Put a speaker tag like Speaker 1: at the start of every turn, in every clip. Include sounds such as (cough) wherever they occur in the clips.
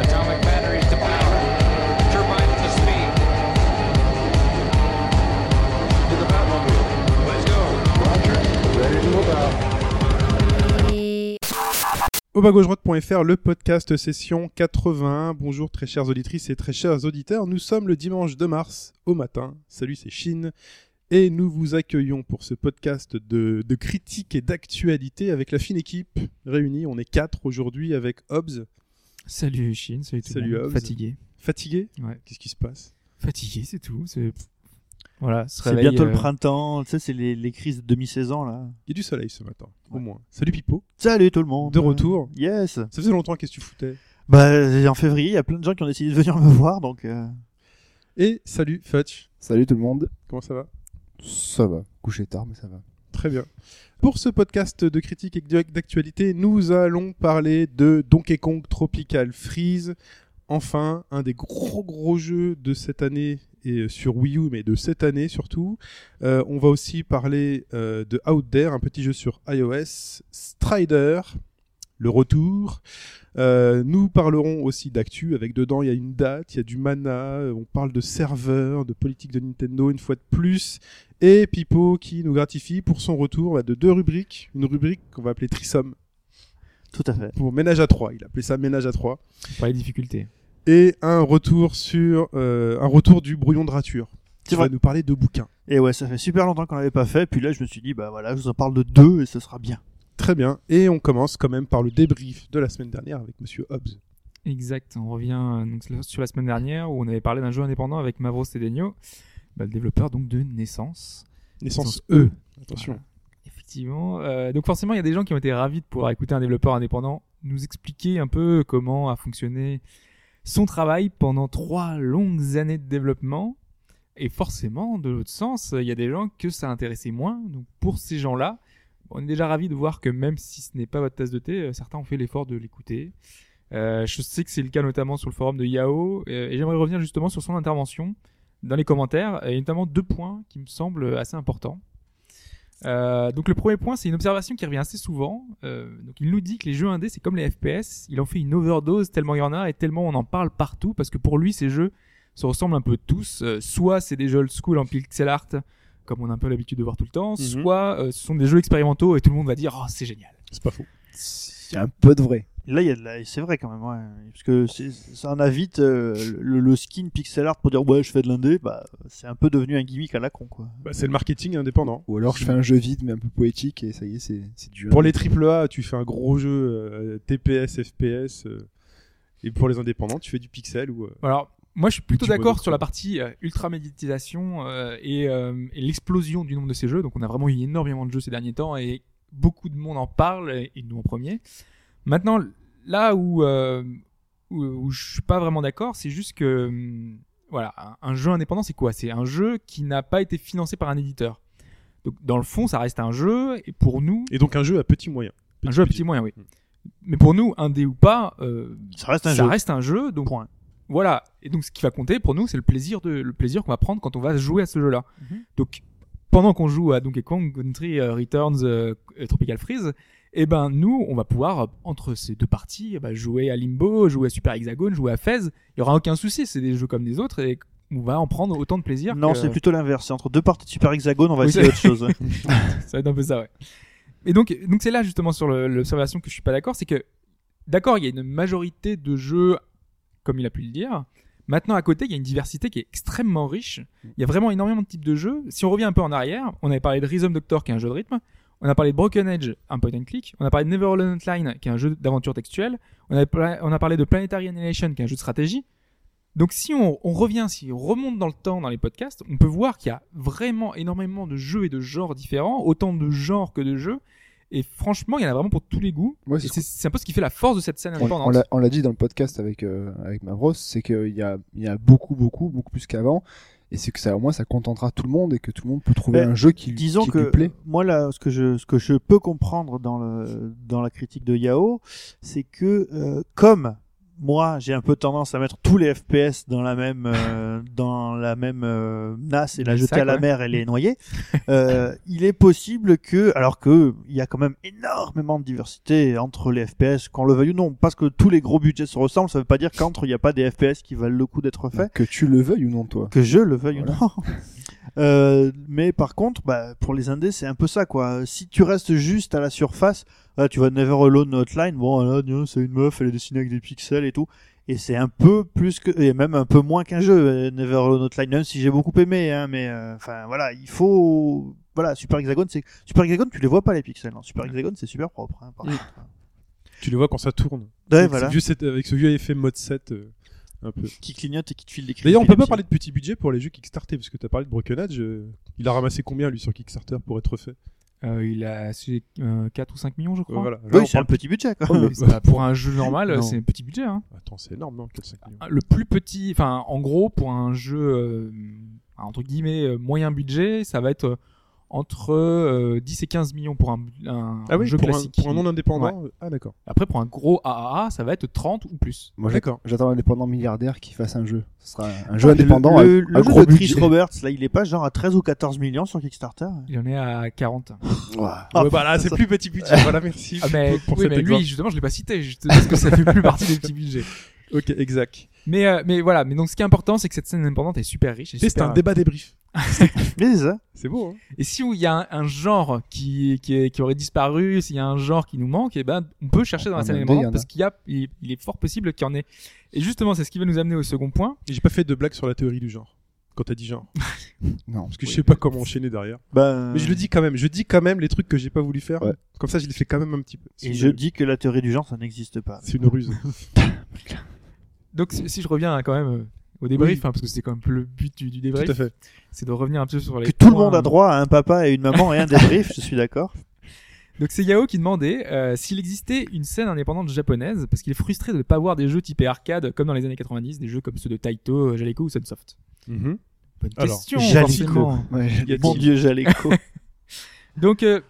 Speaker 1: Atomic batteries to power. Turbines to speed. To the Batmobile. Let's go.
Speaker 2: Au bas-gauche-droite.fr, le podcast session 81. Bonjour très chères auditrices et très chers auditeurs. Nous sommes le dimanche 2 mars au matin. Salut, c'est Chine. Et nous vous accueillons pour ce podcast de, de critique et d'actualité avec la fine équipe réunie. On est quatre aujourd'hui avec Hobbs.
Speaker 3: Salut Chine, salut tout
Speaker 2: Salut,
Speaker 3: le monde.
Speaker 2: Hobbs.
Speaker 3: Fatigué.
Speaker 2: Fatigué
Speaker 3: Ouais.
Speaker 2: Qu'est-ce qui se passe
Speaker 3: Fatigué, c'est tout. c'est- Voilà, se
Speaker 4: C'est
Speaker 3: réveille,
Speaker 4: bientôt le
Speaker 3: euh,
Speaker 4: printemps, tu sais, c'est les, les crises de demi-saison là.
Speaker 2: Il y a du soleil ce matin, au
Speaker 4: Ouais.
Speaker 2: moins. Salut Pipo,
Speaker 4: Salut tout le monde.
Speaker 2: de retour.
Speaker 4: Yes.
Speaker 2: Ça faisait longtemps qu'est-ce que tu foutais
Speaker 4: Bah euh, en février, il y a plein de gens qui ont décidé de venir me voir, donc euh,
Speaker 2: Et salut Fetch,
Speaker 5: Salut tout le monde.
Speaker 2: comment ça va
Speaker 5: Ça va. Couché tard, mais ça va.
Speaker 2: Très bien. Pour ce podcast de critique et d'ac- d'actualité, nous allons parler de Donkey Kong Tropical Freeze. Enfin, un des gros gros jeux de cette année et euh, sur Wii U, mais de cette année surtout. Euh, on va aussi parler euh, de Out There, un petit jeu sur iOS, Strider, le retour. Euh, nous parlerons aussi d'actu, avec dedans il y a une date, il y a du mana, euh, on parle de serveurs, de politique de Nintendo une fois de plus, et Pipo qui nous gratifie pour son retour bah, de deux rubriques, une rubrique qu'on va appeler Trisome,
Speaker 4: tout à fait.
Speaker 2: pour Ménage à 3, il appelait ça Ménage à 3,
Speaker 3: Pas les difficultés.
Speaker 2: et un retour sur euh, un retour du brouillon de rature.
Speaker 4: C'est
Speaker 2: Tu vas
Speaker 4: vrai.
Speaker 2: nous parler de bouquins.
Speaker 4: Et ouais, ça fait super longtemps qu'on l'avait pas fait, puis là je me suis dit, bah voilà, je vous en parle de deux et ce sera bien.
Speaker 2: Très bien, et on commence quand même par le débrief de la semaine dernière avec Monsieur Hobbs.
Speaker 3: Exact, on revient euh, donc, sur- sur la semaine dernière où on avait parlé d'un jeu indépendant avec Mavro Cedeno, bah, le développeur donc de Naissance.
Speaker 2: Naissance
Speaker 3: Naissance
Speaker 2: E, attention.
Speaker 3: Voilà. Effectivement. Euh, donc forcément, il y a des gens qui ont été ravis de pouvoir écouter un développeur indépendant nous expliquer un peu comment a fonctionné son travail pendant trois longues années de développement. Et forcément, de l'autre sens, il y a des gens que ça intéressait moins. Donc pour ces gens-là, on est déjà ravis de voir que même si ce n'est pas votre tasse de thé, euh, certains ont fait l'effort de l'écouter. Euh, je sais que c'est le cas notamment sur le forum de Yahoo. euh, et j'aimerais revenir justement sur son intervention dans les commentaires, et notamment deux points qui me semblent assez importants. Euh, donc le premier point, c'est une observation qui revient assez souvent. Euh, donc il nous dit que les jeux indés, c'est comme les FPS, il en fait une overdose tellement il y en a et tellement on en parle partout parce que pour lui, ces jeux se ressemblent un peu tous. Euh, soit c'est des jeux old school en pixel art, comme on a un peu l'habitude de voir tout le temps, soit euh, ce sont des jeux expérimentaux et tout le monde va dire oh c'est génial.
Speaker 2: C'est pas faux.
Speaker 5: C'est un peu de vrai.
Speaker 4: Là, il y a de la... c'est vrai quand même, ouais. Parce que c'est- ça en a vite euh, le, le skin pixel art pour dire ouais, je fais de l'indé, bah c'est un peu devenu un gimmick à la con quoi.
Speaker 2: Bah, c'est le marketing indépendant.
Speaker 5: Ou alors je fais un jeu vide mais un peu poétique et ça y est, c'est c'est du.
Speaker 2: Pour les AAA, tu fais un gros jeu euh, TPS, FPS. euh, et pour les indépendants, tu fais du pixel ou. euh,
Speaker 3: Alors, moi, je suis plutôt
Speaker 2: Tu vois
Speaker 3: d'accord
Speaker 2: d'autres
Speaker 3: sur la partie euh, ultra-médiatisation euh, et, euh, et l'explosion du nombre de ces jeux. Donc, on a vraiment eu énormément de jeux ces derniers temps et beaucoup de monde en parle, et et nous en premier. Maintenant, là où, euh, où, où je suis pas vraiment d'accord, c'est juste que, hum, voilà, un, un jeu indépendant, c'est quoi C'est un jeu qui n'a pas été financé par un éditeur. Donc, dans le fond, ça reste un jeu, et pour nous,
Speaker 2: Et donc un jeu à petit Mmh. moyen.
Speaker 3: un jeu à petit moyen, oui. Mais pour nous, indé ou pas, euh,
Speaker 4: Ça reste un
Speaker 3: ça
Speaker 4: jeu.
Speaker 3: reste un jeu, donc
Speaker 4: Point.
Speaker 3: voilà. Et donc ce qui va compter pour nous, c'est le plaisir de le plaisir qu'on va prendre quand on va jouer à ce jeu-là.
Speaker 4: Mhm.
Speaker 3: Donc pendant qu'on joue à Donkey Kong Country euh, Returns euh, et Tropical Freeze, eh ben nous, on va pouvoir euh, entre ces deux parties eh ben, jouer à Limbo, jouer à Super Hexagone, jouer à Fez. Il y aura aucun souci, c'est des jeux comme des autres et on va en prendre autant de plaisir.
Speaker 4: Non,
Speaker 3: que-
Speaker 4: c'est plutôt l'inverse. C'est entre deux parties de Super Hexagone, on va
Speaker 3: Oui,
Speaker 4: essayer
Speaker 3: c'est-
Speaker 4: autre
Speaker 3: (laughs)
Speaker 4: chose.
Speaker 3: ça va être un peu ça, ouais. Et donc, donc c'est là justement sur le- l'observation que je suis pas d'accord, c'est que d'accord, il y a une majorité de jeux, comme il a pu le dire. Maintenant, à côté, il y a une diversité qui est extrêmement riche. Il y a vraiment énormément de types de jeux. Si on revient un peu en arrière, on avait parlé de Rhythm Doctor, qui est un jeu de rythme. On a parlé de Broken Edge, un point and click. On a parlé de Neverland Line, qui est un jeu d'aventure textuelle. On, avait pla- on a parlé de Planetary Annihilation, qui est un jeu de stratégie. Donc si on, on revient, si on remonte dans le temps dans les podcasts, on peut voir qu'il y a vraiment énormément de jeux et de genres différents, autant de genres que de jeux. Et franchement, il y en a vraiment pour tous les goûts.
Speaker 5: Moi,
Speaker 3: Et
Speaker 5: c'est ce
Speaker 3: c'est c'est un peu ce qui fait la force de cette scène
Speaker 5: qu'on- on
Speaker 3: indépendante.
Speaker 5: l'a- on l'a dit dans le podcast avec euh, avec Mavros, c'est qu'il y a il y a beaucoup beaucoup beaucoup plus qu'avant et c'est que ça au moins ça contentera tout le monde et que tout le monde peut trouver
Speaker 4: Ben,
Speaker 5: un jeu qui, lui-
Speaker 4: disons
Speaker 5: qui
Speaker 4: que
Speaker 5: lui plaît.
Speaker 4: moi là ce que je ce que je peux comprendre dans le dans la critique de Yao c'est que euh, comme moi, j'ai un peu tendance à mettre tous les FPS dans la même
Speaker 5: (laughs)
Speaker 4: euh, dans la même euh, nasse et la
Speaker 3: Mais
Speaker 4: jeter
Speaker 3: ça,
Speaker 4: à la
Speaker 3: quoi.
Speaker 4: mer et les
Speaker 5: (laughs)
Speaker 4: noyer. Euh, il est possible que, alors que il y a quand même énormément de diversité entre les FPS, qu'on le veuille ou non, parce que tous les gros budgets se ressemblent, ça veut pas dire qu'entre il n'y a pas des FPS qui valent le coup d'être faits
Speaker 5: Que tu le veuilles ou non, toi.
Speaker 4: que je le veuille ou non. (laughs) Euh, mais par contre, bah, pour les indés, c'est un peu ça, quoi. Si tu restes juste à la surface, là, tu vas Never Alone Hotline, bon, là, gna, c'est une meuf, elle est dessinée avec des pixels et tout. Et c'est un peu plus que, et même un peu moins qu'un jeu, euh, Never Alone Hotline, même si j'ai beaucoup aimé, hein, mais, euh, enfin, voilà, il faut, voilà, Super Hexagone, c'est, Super Hexagone, tu les vois pas les pixels, non. Super Hexagone, c'est super propre, hein, par
Speaker 2: Mm.
Speaker 4: contre.
Speaker 2: Tu le vois quand ça tourne.
Speaker 4: Ouais,
Speaker 2: Avec
Speaker 4: voilà.
Speaker 2: ce vieux set- avec ce vieux effet mode 7, euh, un peu.
Speaker 4: Qui clignote et qui te file des cris
Speaker 2: D'ailleurs, on peut pas
Speaker 4: d'épilepsie.
Speaker 2: parler de petit budget pour les jeux Kickstarter, parce que t'as parlé de Broken Age. euh, il a ramassé combien, lui, sur Kickstarter pour être fait
Speaker 3: Euh, il a c'est, euh, 4 ou 5 millions, je crois.
Speaker 2: Euh, voilà. Là, on
Speaker 4: Oui, c'est un
Speaker 2: parle- Oh,
Speaker 4: petit budget, quoi.
Speaker 3: Et c'est pas- pour un jeu normal,
Speaker 4: Non.
Speaker 3: c'est un petit budget. Hein.
Speaker 2: Attends, c'est énorme, non 4-5 millions.
Speaker 3: Le plus petit, enfin, en gros, pour un jeu euh, entre guillemets euh, moyen budget, ça va être euh, entre euh, 10 et 15 millions pour un, un-
Speaker 2: Ah
Speaker 3: un
Speaker 2: oui,
Speaker 3: jeu
Speaker 2: pour un,
Speaker 3: classique.
Speaker 2: pour un non indépendant euh, Ah, d'accord.
Speaker 3: Après, pour un gros AAA, ça va être 30 ou plus.
Speaker 5: Moi, j'att-
Speaker 2: D'accord.
Speaker 5: j'attends un indépendant milliardaire qui fasse un jeu. Ce sera un jeu
Speaker 4: Ah,
Speaker 5: indépendant.
Speaker 4: Le,
Speaker 5: avec
Speaker 4: le
Speaker 5: un
Speaker 4: jeu
Speaker 5: gros
Speaker 4: de Chris
Speaker 5: budget.
Speaker 4: Roberts, là, il est pas genre à 13 ou 14 millions sur Kickstarter. hein. (laughs)
Speaker 3: Il en est à 40.
Speaker 5: Ouah.
Speaker 4: Ah,
Speaker 2: Ouais, bah là, c'est plus petit budget. voilà, merci
Speaker 3: Ah, mais,
Speaker 2: pour, pour
Speaker 3: oui,
Speaker 2: cet
Speaker 3: mais lui,
Speaker 2: exemple.
Speaker 3: justement, je l'ai pas cité, juste parce que ça fait plus partie des petits budgets.
Speaker 2: Ok, exact.
Speaker 3: Mais, euh, mais voilà, mais donc ce qui est important, c'est que cette scène indépendante est super riche. et
Speaker 2: Tu sais, C'est
Speaker 3: super-
Speaker 2: un débat débrief.
Speaker 4: Mais c'est ça.
Speaker 2: C'est beau, hein
Speaker 3: Et si il y a un, un genre qui, qui, est- qui aurait disparu, s'il y a un genre qui nous manque, et ben on peut chercher dans
Speaker 4: Ah,
Speaker 3: la
Speaker 5: En
Speaker 3: scène
Speaker 5: indé, il y en
Speaker 3: indépendante
Speaker 5: a.
Speaker 3: parce qu'il y a, il, il est fort possible qu'il y en ait. Et justement, c'est ce qui va nous amener au second point.
Speaker 2: J'ai pas fait de blague sur la théorie du genre. Quand t'as dit genre.
Speaker 5: Non.
Speaker 2: Parce que je sais pas comment enchaîner derrière.
Speaker 4: Ben,
Speaker 2: Mais je le dis quand même. Je dis quand même les trucs que j'ai pas voulu faire.
Speaker 5: Ouais.
Speaker 2: Comme ça, je les fais quand même un petit peu.
Speaker 4: Et
Speaker 2: C'est une-
Speaker 4: je dis que la théorie du genre, ça n'existe pas.
Speaker 2: C'est une ruse.
Speaker 3: Donc si si je reviens hein, quand même euh, au débrief, hein, parce que c'était quand même le but du, du débrief,
Speaker 2: Tout à fait.
Speaker 3: c'est de revenir un peu sur les.
Speaker 4: Que tout le
Speaker 3: points,
Speaker 4: monde
Speaker 3: euh,
Speaker 4: a droit à un papa et une maman (laughs) et un débrief, je suis d'accord.
Speaker 3: Donc c'est Yao qui demandait euh, s'il existait une scène indépendante japonaise, parce qu'il est frustré de ne pas voir des jeux typés arcade comme dans les années 90, des jeux comme ceux de Taito, euh, Jaleco ou Sunsoft. Mm-hmm.
Speaker 2: Mhm.
Speaker 3: Bonne
Speaker 2: Alors,
Speaker 3: question,
Speaker 4: Jaleco.
Speaker 3: forcément.
Speaker 5: Ouais,
Speaker 2: Y a-t-il-
Speaker 4: Mon dieu, Jaleco.
Speaker 3: Donc euh,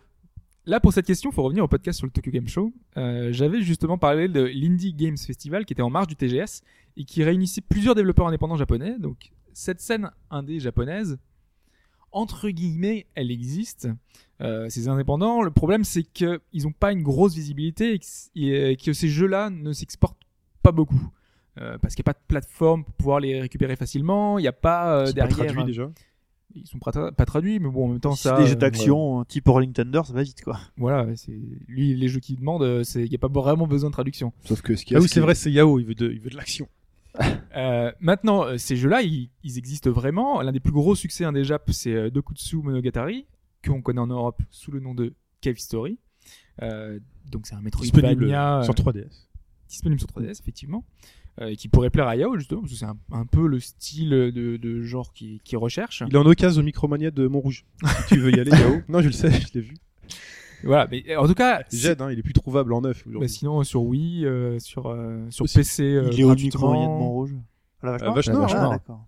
Speaker 3: là, pour cette question, faut revenir au podcast sur le Tokyo Game Show. Euh, J'avais justement parlé de l'Indie Games Festival qui était en marge du TGS et qui réunissait plusieurs développeurs indépendants japonais. Donc cette scène indé japonaise, entre guillemets, elle existe. Euh, ces indépendants, le problème c'est qu'ils n'ont pas une grosse visibilité et que, et que ces jeux-là ne s'exportent pas beaucoup. Euh, parce qu'il n'y a pas de plateforme pour pouvoir les récupérer facilement, il n'y a pas euh,
Speaker 2: C'est pas
Speaker 3: derrière.
Speaker 2: traduit déjà.
Speaker 3: ils sont pas, tra- pas traduits, mais bon, en même temps,
Speaker 4: C'est
Speaker 3: ça.
Speaker 4: des jeux
Speaker 3: euh,
Speaker 4: d'action euh, type Rolling Thunder, ça va vite quoi.
Speaker 3: voilà, ouais, c'est lui les jeux qu'il demande, euh, c'est il n'y a pas vraiment besoin de traduction.
Speaker 5: Sauf que ce qui
Speaker 2: Ah oui, c'est vrai, c'est Yao. Il veut de, il veut de l'action.
Speaker 3: Euh, maintenant, euh, ces jeux-là, ils, ils existent vraiment. L'un des plus gros succès hein, des Jap, c'est euh, Dokutsu Monogatari, qu'on connaît en Europe sous le nom de Cave Story. Euh, donc c'est un
Speaker 2: Disponible
Speaker 3: Metroidvania
Speaker 2: sur
Speaker 3: euh,
Speaker 2: 3DS.
Speaker 3: disponible sur 3DS effectivement, euh, et qui pourrait plaire à Yao justement parce que c'est un, un peu le style de, de genre qu'il qu'il recherche.
Speaker 2: Il est en occasion au Micromania de Montrouge. si tu veux y aller, Yao. (laughs) Non, je le sais, je l'ai vu.
Speaker 3: Voilà, mais euh, en tout cas,
Speaker 2: J'aide, hein, il est plus trouvable en neuf
Speaker 3: bah,
Speaker 2: aujourd'hui.
Speaker 3: sinon euh, sur Wii, euh, sur euh, sur
Speaker 2: Aussi,
Speaker 3: PC, euh,
Speaker 4: il est au micro,
Speaker 3: gratuitement.
Speaker 4: il y a de Montrouge. À la vache
Speaker 2: Euh,
Speaker 4: noire
Speaker 2: Vache Noire,
Speaker 4: Ah,
Speaker 2: hein.
Speaker 4: d'accord.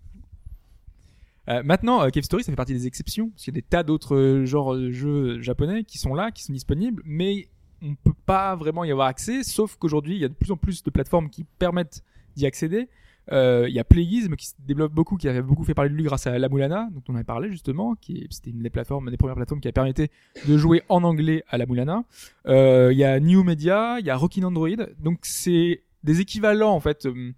Speaker 3: Euh, maintenant, euh, Cave Story, ça fait partie des exceptions, parce qu'il y a des tas d'autres euh, genres de jeux japonais qui sont là, qui sont disponibles, mais on peut pas vraiment y avoir accès, sauf qu'aujourd'hui, il y a de plus en plus de plateformes qui permettent d'y accéder. Euh, il y a Playism qui se développe beaucoup, qui avait beaucoup fait parler de lui grâce à La Moulana, dont on avait parlé justement, qui est- c'était une des plateformes, une des premières plateformes qui a permis de jouer en anglais à La Moulana. Euh, il y a New Media, il y a Rockin' Android, donc c'est des équivalents en fait. euh,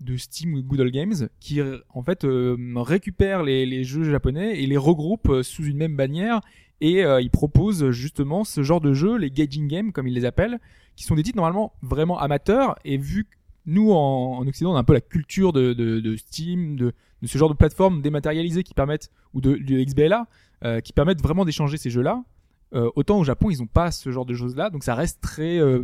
Speaker 3: de Steam ou Google Games qui en fait euh, récupèrent les, les jeux japonais et les regroupent euh, sous une même bannière et euh, ils proposent justement ce genre de jeux, les gauging games comme ils les appellent, qui sont des titres normalement vraiment amateurs et vu que nous en, en Occident on a un peu la culture de, de, de Steam, de, de ce genre de plateformes dématérialisées qui permettent, ou de, de XBLA, euh, qui permettent vraiment d'échanger ces jeux-là, euh, autant au Japon ils n'ont pas ce genre de choses-là, donc ça reste très... euh,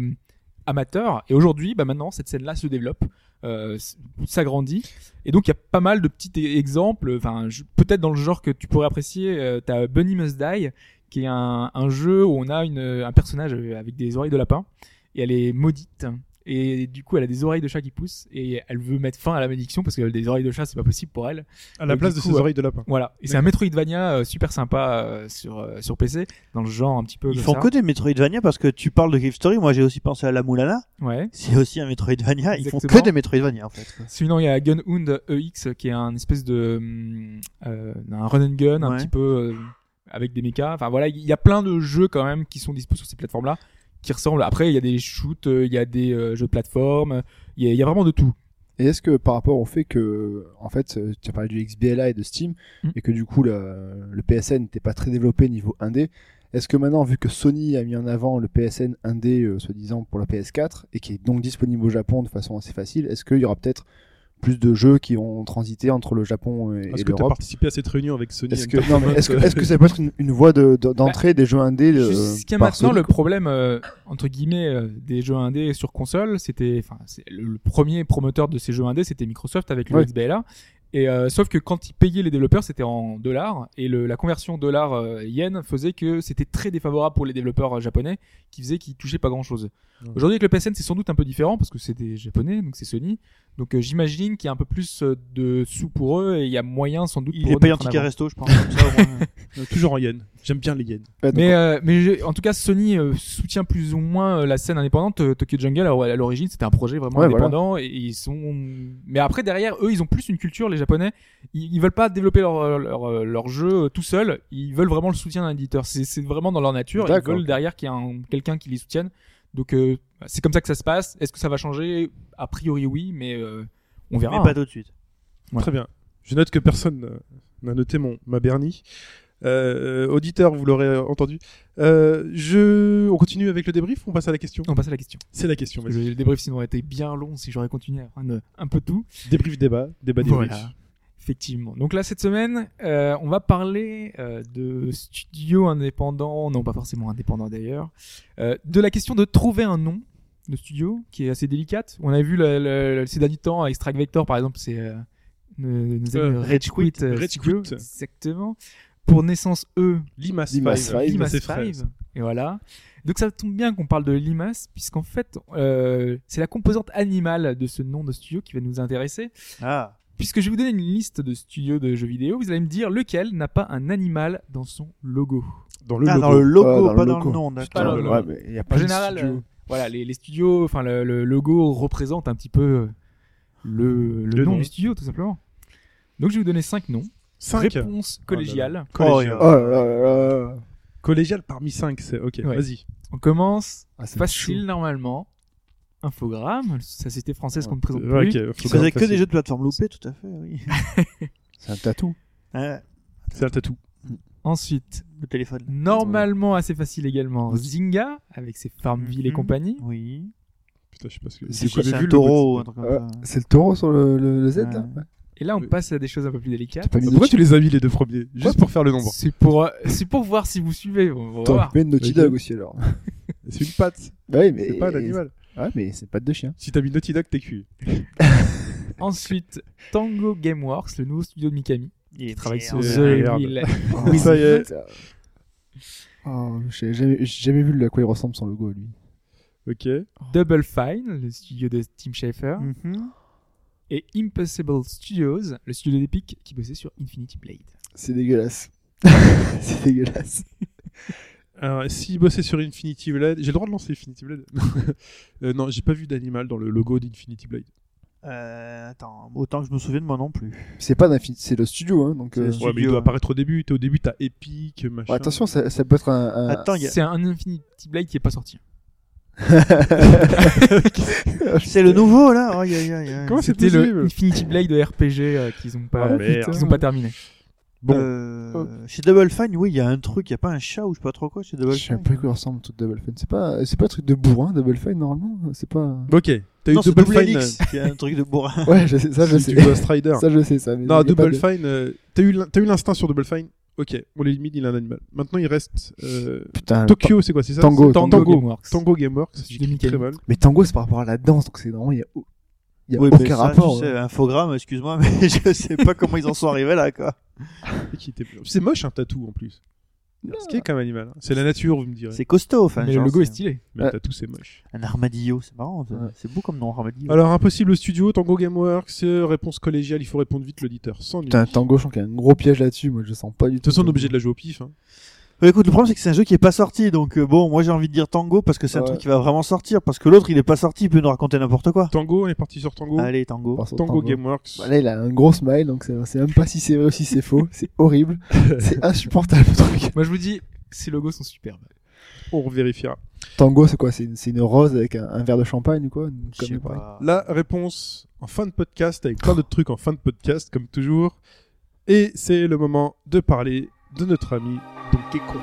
Speaker 3: amateur et aujourd'hui bah maintenant cette scène là se développe euh, s- s'agrandit. Et donc, il y a pas mal de petits é- exemples. Enfin, je- peut-être dans le genre que tu pourrais apprécier, euh, t'as Bunny Must Die, qui est un, un jeu où on a une, un personnage avec des oreilles de lapin et elle est maudite. Et du coup, elle a des oreilles de chat qui poussent et elle veut mettre fin à la malédiction parce que des oreilles de chat, c'est pas possible pour elle.
Speaker 2: À la
Speaker 3: Et
Speaker 2: place
Speaker 3: du
Speaker 2: de
Speaker 3: coup,
Speaker 2: ses
Speaker 3: euh,
Speaker 2: oreilles de lapin.
Speaker 3: Voilà. Et c'est un Metroidvania euh, super sympa euh, sur, euh, sur PC, dans le genre un petit peu.
Speaker 4: Ils
Speaker 3: comme
Speaker 4: font
Speaker 3: ça.
Speaker 4: que des Metroidvania parce que tu parles de Cave Story. Moi, j'ai aussi pensé à la Moulana.
Speaker 3: Ouais.
Speaker 4: (laughs) C'est aussi un Metroidvania. Ils font
Speaker 3: Exactement.
Speaker 4: que des Metroidvania en fait.
Speaker 3: Sinon, il y a Gunhound EX qui est un espèce de hum, euh, un run and gun un
Speaker 4: Ouais.
Speaker 3: petit peu euh, avec des mechas. Enfin voilà, il y a plein de jeux quand même qui sont dispo sur ces plateformes-là qui ressemblent. Après, il y a des shoots, euh, il y a des euh, jeux de plateforme, il y, a- il y a vraiment de tout.
Speaker 5: Et est-ce que par rapport au fait que, en fait, euh, tu as parlé du XBLA et de Steam,
Speaker 3: Mm.
Speaker 5: et que du coup le, le PSN n'était pas très développé niveau 1D, est-ce que maintenant, vu que Sony a mis en avant le PSN 1D, euh, soi-disant pour la PS4, et qui est donc disponible au Japon de façon assez facile, est-ce qu'il y aura peut-être plus de jeux qui ont transité entre le Japon et,
Speaker 2: Est-ce
Speaker 5: et
Speaker 2: que tu as
Speaker 5: l'Europe
Speaker 2: participé à cette réunion avec Sony
Speaker 5: Est-ce que, non,
Speaker 2: Entertainment,
Speaker 5: mais est-ce que,
Speaker 2: euh,
Speaker 5: est-ce que ça peut être une, une voie de- de- d'entrée des jeux 1D euh,
Speaker 3: Bah, Jusqu'à
Speaker 5: par
Speaker 3: maintenant,
Speaker 5: Sony,
Speaker 3: le
Speaker 5: quoi
Speaker 3: problème euh, entre guillemets euh, des jeux indés sur console, c'était, enfin, c'est- le, le premier promoteur de ces jeux indés, c'était Microsoft avec le
Speaker 5: Ouais.
Speaker 3: XBLA. Et euh, sauf que quand ils payaient les développeurs, c'était en dollars et le, la conversion dollar euh, yen faisait que c'était très défavorable pour les développeurs euh, japonais, qui faisait qu'ils touchaient pas grand chose.
Speaker 2: Ouais.
Speaker 3: Aujourd'hui avec le PSN, c'est sans doute un peu différent parce que c'est des japonais, donc c'est Sony. Donc euh, j'imagine qu'il y a un peu plus euh, de sous pour eux et il y a moyen sans doute.
Speaker 4: Il
Speaker 3: pour
Speaker 4: est
Speaker 3: eux
Speaker 4: payé
Speaker 3: de
Speaker 4: en
Speaker 3: mettre
Speaker 4: ticket
Speaker 3: avant.
Speaker 4: resto, je pense. Comme ça, au moins, euh,
Speaker 2: euh, Toujours en yens. J'aime bien les yens.
Speaker 5: Ouais, donc,
Speaker 3: Mais, euh, mais je- en tout cas, Sony euh, soutient plus ou moins euh, la scène indépendante. Euh, Tokyo Jungle, alors, à l'origine, c'était un projet vraiment
Speaker 5: Ouais,
Speaker 3: indépendant. Et ils sont. Mais après, derrière, eux, ils ont plus une culture, les Japonais. Ils, ils veulent pas développer leur, euh, leur, euh, leur jeu euh, tout seul. Ils veulent vraiment le soutien d'un éditeur. C'est c'est vraiment dans leur nature. Ils
Speaker 5: D'accord.
Speaker 3: veulent derrière qu'il y ait un- quelqu'un qui les soutienne. Donc, euh, c'est comme ça que ça se passe. Est-ce que ça va changer A priori, oui, mais euh, on verra.
Speaker 4: Mais pas tout de suite.
Speaker 3: Ouais.
Speaker 2: Très bien. Je note que personne euh, n'a noté mon ma Bernie. Euh, auditeur, vous l'aurez euh, entendu. Euh, je... On continue avec le débrief ou on passe à la question
Speaker 3: On passe à la question.
Speaker 2: C'est la question, vas-y.
Speaker 3: Le le débrief, sinon, aurait été bien long si j'aurais continué à prendre un peu tout.
Speaker 2: Débrief, débat, débat, débrief.
Speaker 3: Voilà. Effectivement. Donc là, cette semaine, euh, on va parler euh, de studios indépendants, non pas forcément indépendants d'ailleurs, euh, de la question de trouver un nom de studio qui est assez délicate. On a vu le, le- le- ces derniers temps, Extract Vector par exemple, c'est euh, nos- nos amis
Speaker 2: Euh,
Speaker 3: de Rage Quit. euh,
Speaker 2: Rage
Speaker 3: Studio,
Speaker 2: Quit.
Speaker 3: Exactement. Pour Naissance E,
Speaker 2: Limas
Speaker 5: Limas
Speaker 2: Five.
Speaker 5: Five.
Speaker 2: Limas
Speaker 3: Limas
Speaker 2: et Frères.
Speaker 3: 5. Et voilà. Donc ça tombe bien qu'on parle de Limas, puisqu'en fait, euh, c'est la composante animale de ce nom de studio qui va nous intéresser.
Speaker 4: Ah.
Speaker 3: Puisque je vais vous donner une liste de studios de jeux vidéo, vous allez me dire lequel n'a pas un animal dans son logo.
Speaker 2: Dans le
Speaker 4: Ah,
Speaker 2: logo.
Speaker 4: dans le
Speaker 5: Ah,
Speaker 4: logo,
Speaker 5: dans
Speaker 4: pas
Speaker 5: le
Speaker 4: dans le
Speaker 5: logo.
Speaker 4: nom.
Speaker 3: euh, Pas
Speaker 4: D'accord.
Speaker 3: dans le
Speaker 5: Ouais, mais il y a
Speaker 3: En
Speaker 5: plein de
Speaker 3: général,
Speaker 5: studios.
Speaker 3: euh, voilà, les, les studios, enfin le, le logo représente un petit peu euh, le, le
Speaker 2: Le
Speaker 3: nom
Speaker 2: nom.
Speaker 3: du studio tout simplement. Donc je vais vous donner cinq noms.
Speaker 2: Cinq.
Speaker 3: Réponse collégiale.
Speaker 2: Collégial.
Speaker 4: Oh,
Speaker 5: Oh là là là là.
Speaker 2: Collégial parmi 5, c'est ok.
Speaker 3: Ouais.
Speaker 2: Vas-y.
Speaker 3: On commence
Speaker 5: Ah, c'est
Speaker 3: facile
Speaker 5: chaud.
Speaker 3: normalement. Infogramme, société française qu'on ne présente
Speaker 2: Euh, Ouais,
Speaker 3: plus.
Speaker 2: ok, faut
Speaker 4: Ils
Speaker 2: bien
Speaker 4: faisaient que
Speaker 2: passer.
Speaker 4: des jeux de plateforme loupés, tout à fait. Oui.
Speaker 5: C'est un tatou.
Speaker 4: Ouais,
Speaker 2: C'est un tatou.
Speaker 3: Ensuite,
Speaker 4: le téléphone.
Speaker 3: normalement assez facile également, Zynga avec ses Farmville et
Speaker 4: Mhm.
Speaker 3: compagnie.
Speaker 4: Oui.
Speaker 2: Putain, je sais pas ce que
Speaker 5: C'est
Speaker 4: C'est
Speaker 5: quoi,
Speaker 4: c'est
Speaker 2: j'avais
Speaker 4: un
Speaker 2: vu le
Speaker 4: taureau hein. ou un
Speaker 2: logo.
Speaker 4: truc
Speaker 5: Ouais.
Speaker 4: comme ça.
Speaker 5: C'est le taureau sur le, le- le Z là
Speaker 4: Ouais.
Speaker 5: Ouais.
Speaker 3: Et là on passe à des choses un peu plus
Speaker 5: T'as
Speaker 3: délicates.
Speaker 5: pas mis de
Speaker 2: Pourquoi tu
Speaker 5: Naughty-
Speaker 2: les as mis les deux premiers Juste pour faire le nombre.
Speaker 3: C'est pour, euh, (laughs) c'est pour voir si vous suivez. On va
Speaker 5: T'aurais
Speaker 3: voir.
Speaker 5: pu mettre Naughty
Speaker 2: Ok.
Speaker 5: Dog aussi alors.
Speaker 2: C'est une patte.
Speaker 5: Bah oui, mais.
Speaker 2: C'est pas un animal.
Speaker 5: Ouais, mais c'est pas de
Speaker 2: (laughs)
Speaker 5: chien.
Speaker 2: Si t'as mis Naughty Dog, t'es cuit.
Speaker 3: Ensuite, Tango Gameworks, le nouveau studio de Mikami,
Speaker 4: Il
Speaker 3: qui travaille
Speaker 4: sur
Speaker 3: sur The
Speaker 2: C'est- merde.
Speaker 3: Wheel.
Speaker 5: (laughs)
Speaker 2: Ça y est.
Speaker 5: Oh, j'ai jamais, j'ai jamais vu à quoi il ressemble son logo lui.
Speaker 2: Ok.
Speaker 3: Double Fine, le studio de Tim Schafer,
Speaker 4: Mhm.
Speaker 3: et Impossible Studios, le studio d'Epic qui bossait sur Infinity Blade.
Speaker 5: C'est dégueulasse. (laughs) c'est dégueulasse.
Speaker 2: Alors, s'il bossait sur Infinity Blade, j'ai le droit de lancer Infinity Blade (laughs) Euh, Non, j'ai pas vu d'animal dans le logo d'Infinity Blade.
Speaker 4: Euh, attends, autant que je me souvienne, moi non plus.
Speaker 5: C'est pas d'Infinity, c'est le studio hein. Donc,
Speaker 4: C'est
Speaker 5: euh,
Speaker 4: le studio.
Speaker 2: Ouais, mais il doit apparaître au début. T'es au début, t'as Epic, machin.
Speaker 5: ouais, attention, ça, ça peut être un. un-
Speaker 4: Attends, il y a-
Speaker 3: C'est un Infinity Blade qui est pas sorti.
Speaker 4: c'est le nouveau là Aïe, aïe, aïe, aïe.
Speaker 2: Comment c'est
Speaker 3: C'était le
Speaker 2: possible
Speaker 3: Infinity Blade de RPG euh, qu'ils ont pas,
Speaker 2: Ah, merde.
Speaker 3: qu'ils ont pas terminé.
Speaker 2: Bon,
Speaker 4: Euh, Chez Double Fine, oui, il y a un truc, il y a pas un chat ou je sais pas trop quoi chez Double
Speaker 5: Je sais
Speaker 4: Fine.
Speaker 5: même pas à quoi il ressemble tout Double Fine. C'est pas, c'est pas un truc de bourrin Double Fine normalement. hein, C'est pas.
Speaker 2: ok. T'as eu
Speaker 4: non, c'est
Speaker 2: Double Fine.
Speaker 4: Helix, qui est un truc de bourrin.
Speaker 5: (laughs) Ouais, je sais, ça je
Speaker 2: euh,
Speaker 5: sais.
Speaker 2: Du
Speaker 5: (laughs)
Speaker 2: Ghost Rider.
Speaker 5: Ça je sais ça. mais il y
Speaker 2: Non,
Speaker 5: a pas
Speaker 2: Double
Speaker 5: de-
Speaker 2: Fine. euh, T'as eu l'in- t'as eu l'instinct sur Double Fine. Ok, on l'élimine, il a un animal. Maintenant, il reste euh,
Speaker 5: Putain.
Speaker 2: Tokyo, c'est quoi C'est ça
Speaker 5: Tango,
Speaker 2: C'est
Speaker 3: Tango,
Speaker 2: Tango.
Speaker 3: Gameworks.
Speaker 2: Tango Gameworks.
Speaker 3: Studio
Speaker 2: j'écris
Speaker 3: Mikami.
Speaker 2: très mal.
Speaker 5: Mais tango c'est par rapport à la danse donc c'est normalement il y a, au- il y a
Speaker 4: Oui, mais
Speaker 5: aucun
Speaker 4: ça,
Speaker 5: rapport. hein.
Speaker 4: Tu
Speaker 5: (laughs) ouais.
Speaker 4: sais, infogramme, excuse-moi, (laughs) mais je sais pas comment ils en sont arrivés là, quoi.
Speaker 2: Et qui était- C'est moche un tatou en plus. Ce qui est quand même animal. hein. C'est la nature, vous me direz.
Speaker 4: C'est costaud, enfin.
Speaker 3: Mais le
Speaker 4: genre,
Speaker 3: logo est
Speaker 4: c'est
Speaker 3: stylé.
Speaker 2: Mais t'as tous, c'est moche.
Speaker 4: Un armadillo, c'est marrant. ça.
Speaker 5: Ouais.
Speaker 4: C'est beau comme nom,
Speaker 3: Mmh.
Speaker 4: armadillo.
Speaker 2: Alors, impossible studio, Tango Gameworks, euh, réponse collégiale, il faut répondre vite, l'auditeur. Sans nuit.
Speaker 5: Putain, Tango, je sens qu'il y a un gros piège là-dessus. Moi, je sens pas du
Speaker 2: De toute façon, on est obligé de la jouer au pif. hein.
Speaker 4: Bah, écoute, le problème c'est que c'est un jeu qui est pas sorti, donc euh, bon, moi j'ai envie de dire Tango parce que c'est un
Speaker 5: Ouais.
Speaker 4: truc qui va vraiment sortir, parce que l'autre il est pas sorti, il peut nous raconter n'importe quoi.
Speaker 2: Tango, on est parti sur Tango.
Speaker 4: Allez, Tango.
Speaker 5: Par son
Speaker 2: Tango Gameworks.
Speaker 5: Bah, Là, il a un gros smile, donc c'est c'est même pas si c'est vrai ou si c'est faux. C'est horrible.
Speaker 2: (laughs)
Speaker 5: C'est insupportable, le truc.
Speaker 3: Moi, je vous dis, ces logos sont superbes.
Speaker 2: On vérifiera.
Speaker 5: Tango, c'est quoi C'est une, c'est une rose avec un, un verre de champagne ou quoi Une
Speaker 4: Je sais
Speaker 5: connerie pareille.
Speaker 4: pas.
Speaker 2: La réponse en fin de podcast, avec plein d'autres trucs en fin de podcast, comme toujours. Et c'est le moment de parler de notre ami Donkey Kong.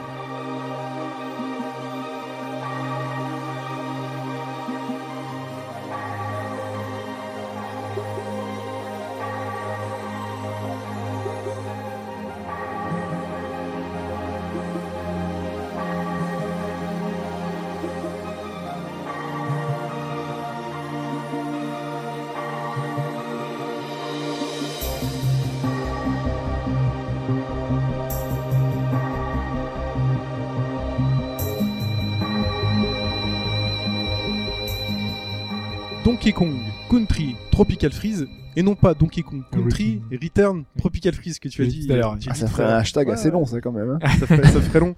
Speaker 2: Donkey Kong Country Tropical Freeze et non pas Donkey Kong
Speaker 3: Ah
Speaker 2: Country Return Tropical Freeze que tu as
Speaker 3: Oui,
Speaker 2: dit.
Speaker 3: tout à l'heure,
Speaker 2: euh,
Speaker 3: oui.
Speaker 2: Jimmy,
Speaker 5: Ah, ça
Speaker 2: tout à
Speaker 5: ferait un
Speaker 2: l'heure.
Speaker 5: hashtag
Speaker 2: Ouais,
Speaker 5: assez long, ça, quand même. hein.
Speaker 2: ça, ferait, ça ferait long.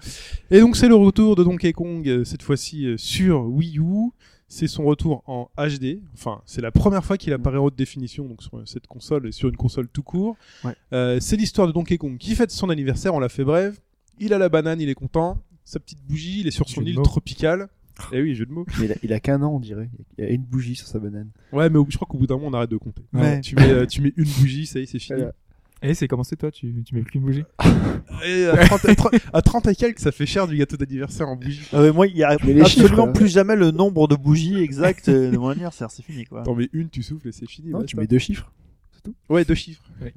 Speaker 2: Et donc c'est le retour de Donkey Kong euh, cette fois-ci euh, sur Wii U. C'est son retour en HD. Enfin, c'est la première fois qu'il apparaît en haute définition donc sur euh, cette console et sur une console tout court.
Speaker 4: Ouais.
Speaker 2: Euh, c'est l'histoire de Donkey Kong qui fête son anniversaire. On l'a fait brève. Il a la banane, il est content. Sa petite bougie, il est sur son
Speaker 3: Jeu de
Speaker 2: île
Speaker 3: mots.
Speaker 2: tropicale. Eh oui, jeu de mots.
Speaker 5: (laughs) Mais il a, il a qu'un an, on dirait. Il y a une bougie sur sa banane.
Speaker 2: Ouais, mais au- je crois qu'au bout d'un moment, on arrête de compter.
Speaker 4: Ouais.
Speaker 2: Tu mets, euh, tu mets une bougie, ça y est, c'est fini.
Speaker 5: Voilà.
Speaker 3: Et Eh, c'est commencé, toi, tu, tu mets plus une bougie.
Speaker 2: Et à 30, à 30 à 30 et quelques, ça fait cher du gâteau d'anniversaire en bougie.
Speaker 4: Ah ouais, moi, il y a
Speaker 5: Mais les
Speaker 4: absolument
Speaker 5: chiffres, hein. là.
Speaker 4: plus jamais le nombre de bougies exactes euh, de mon anniversaire, c'est fini quoi.
Speaker 2: T'en mets une, tu souffles et c'est fini.
Speaker 5: Non,
Speaker 2: basta.
Speaker 5: tu mets deux chiffres.
Speaker 2: Ouais, deux chiffres.
Speaker 3: Ouais.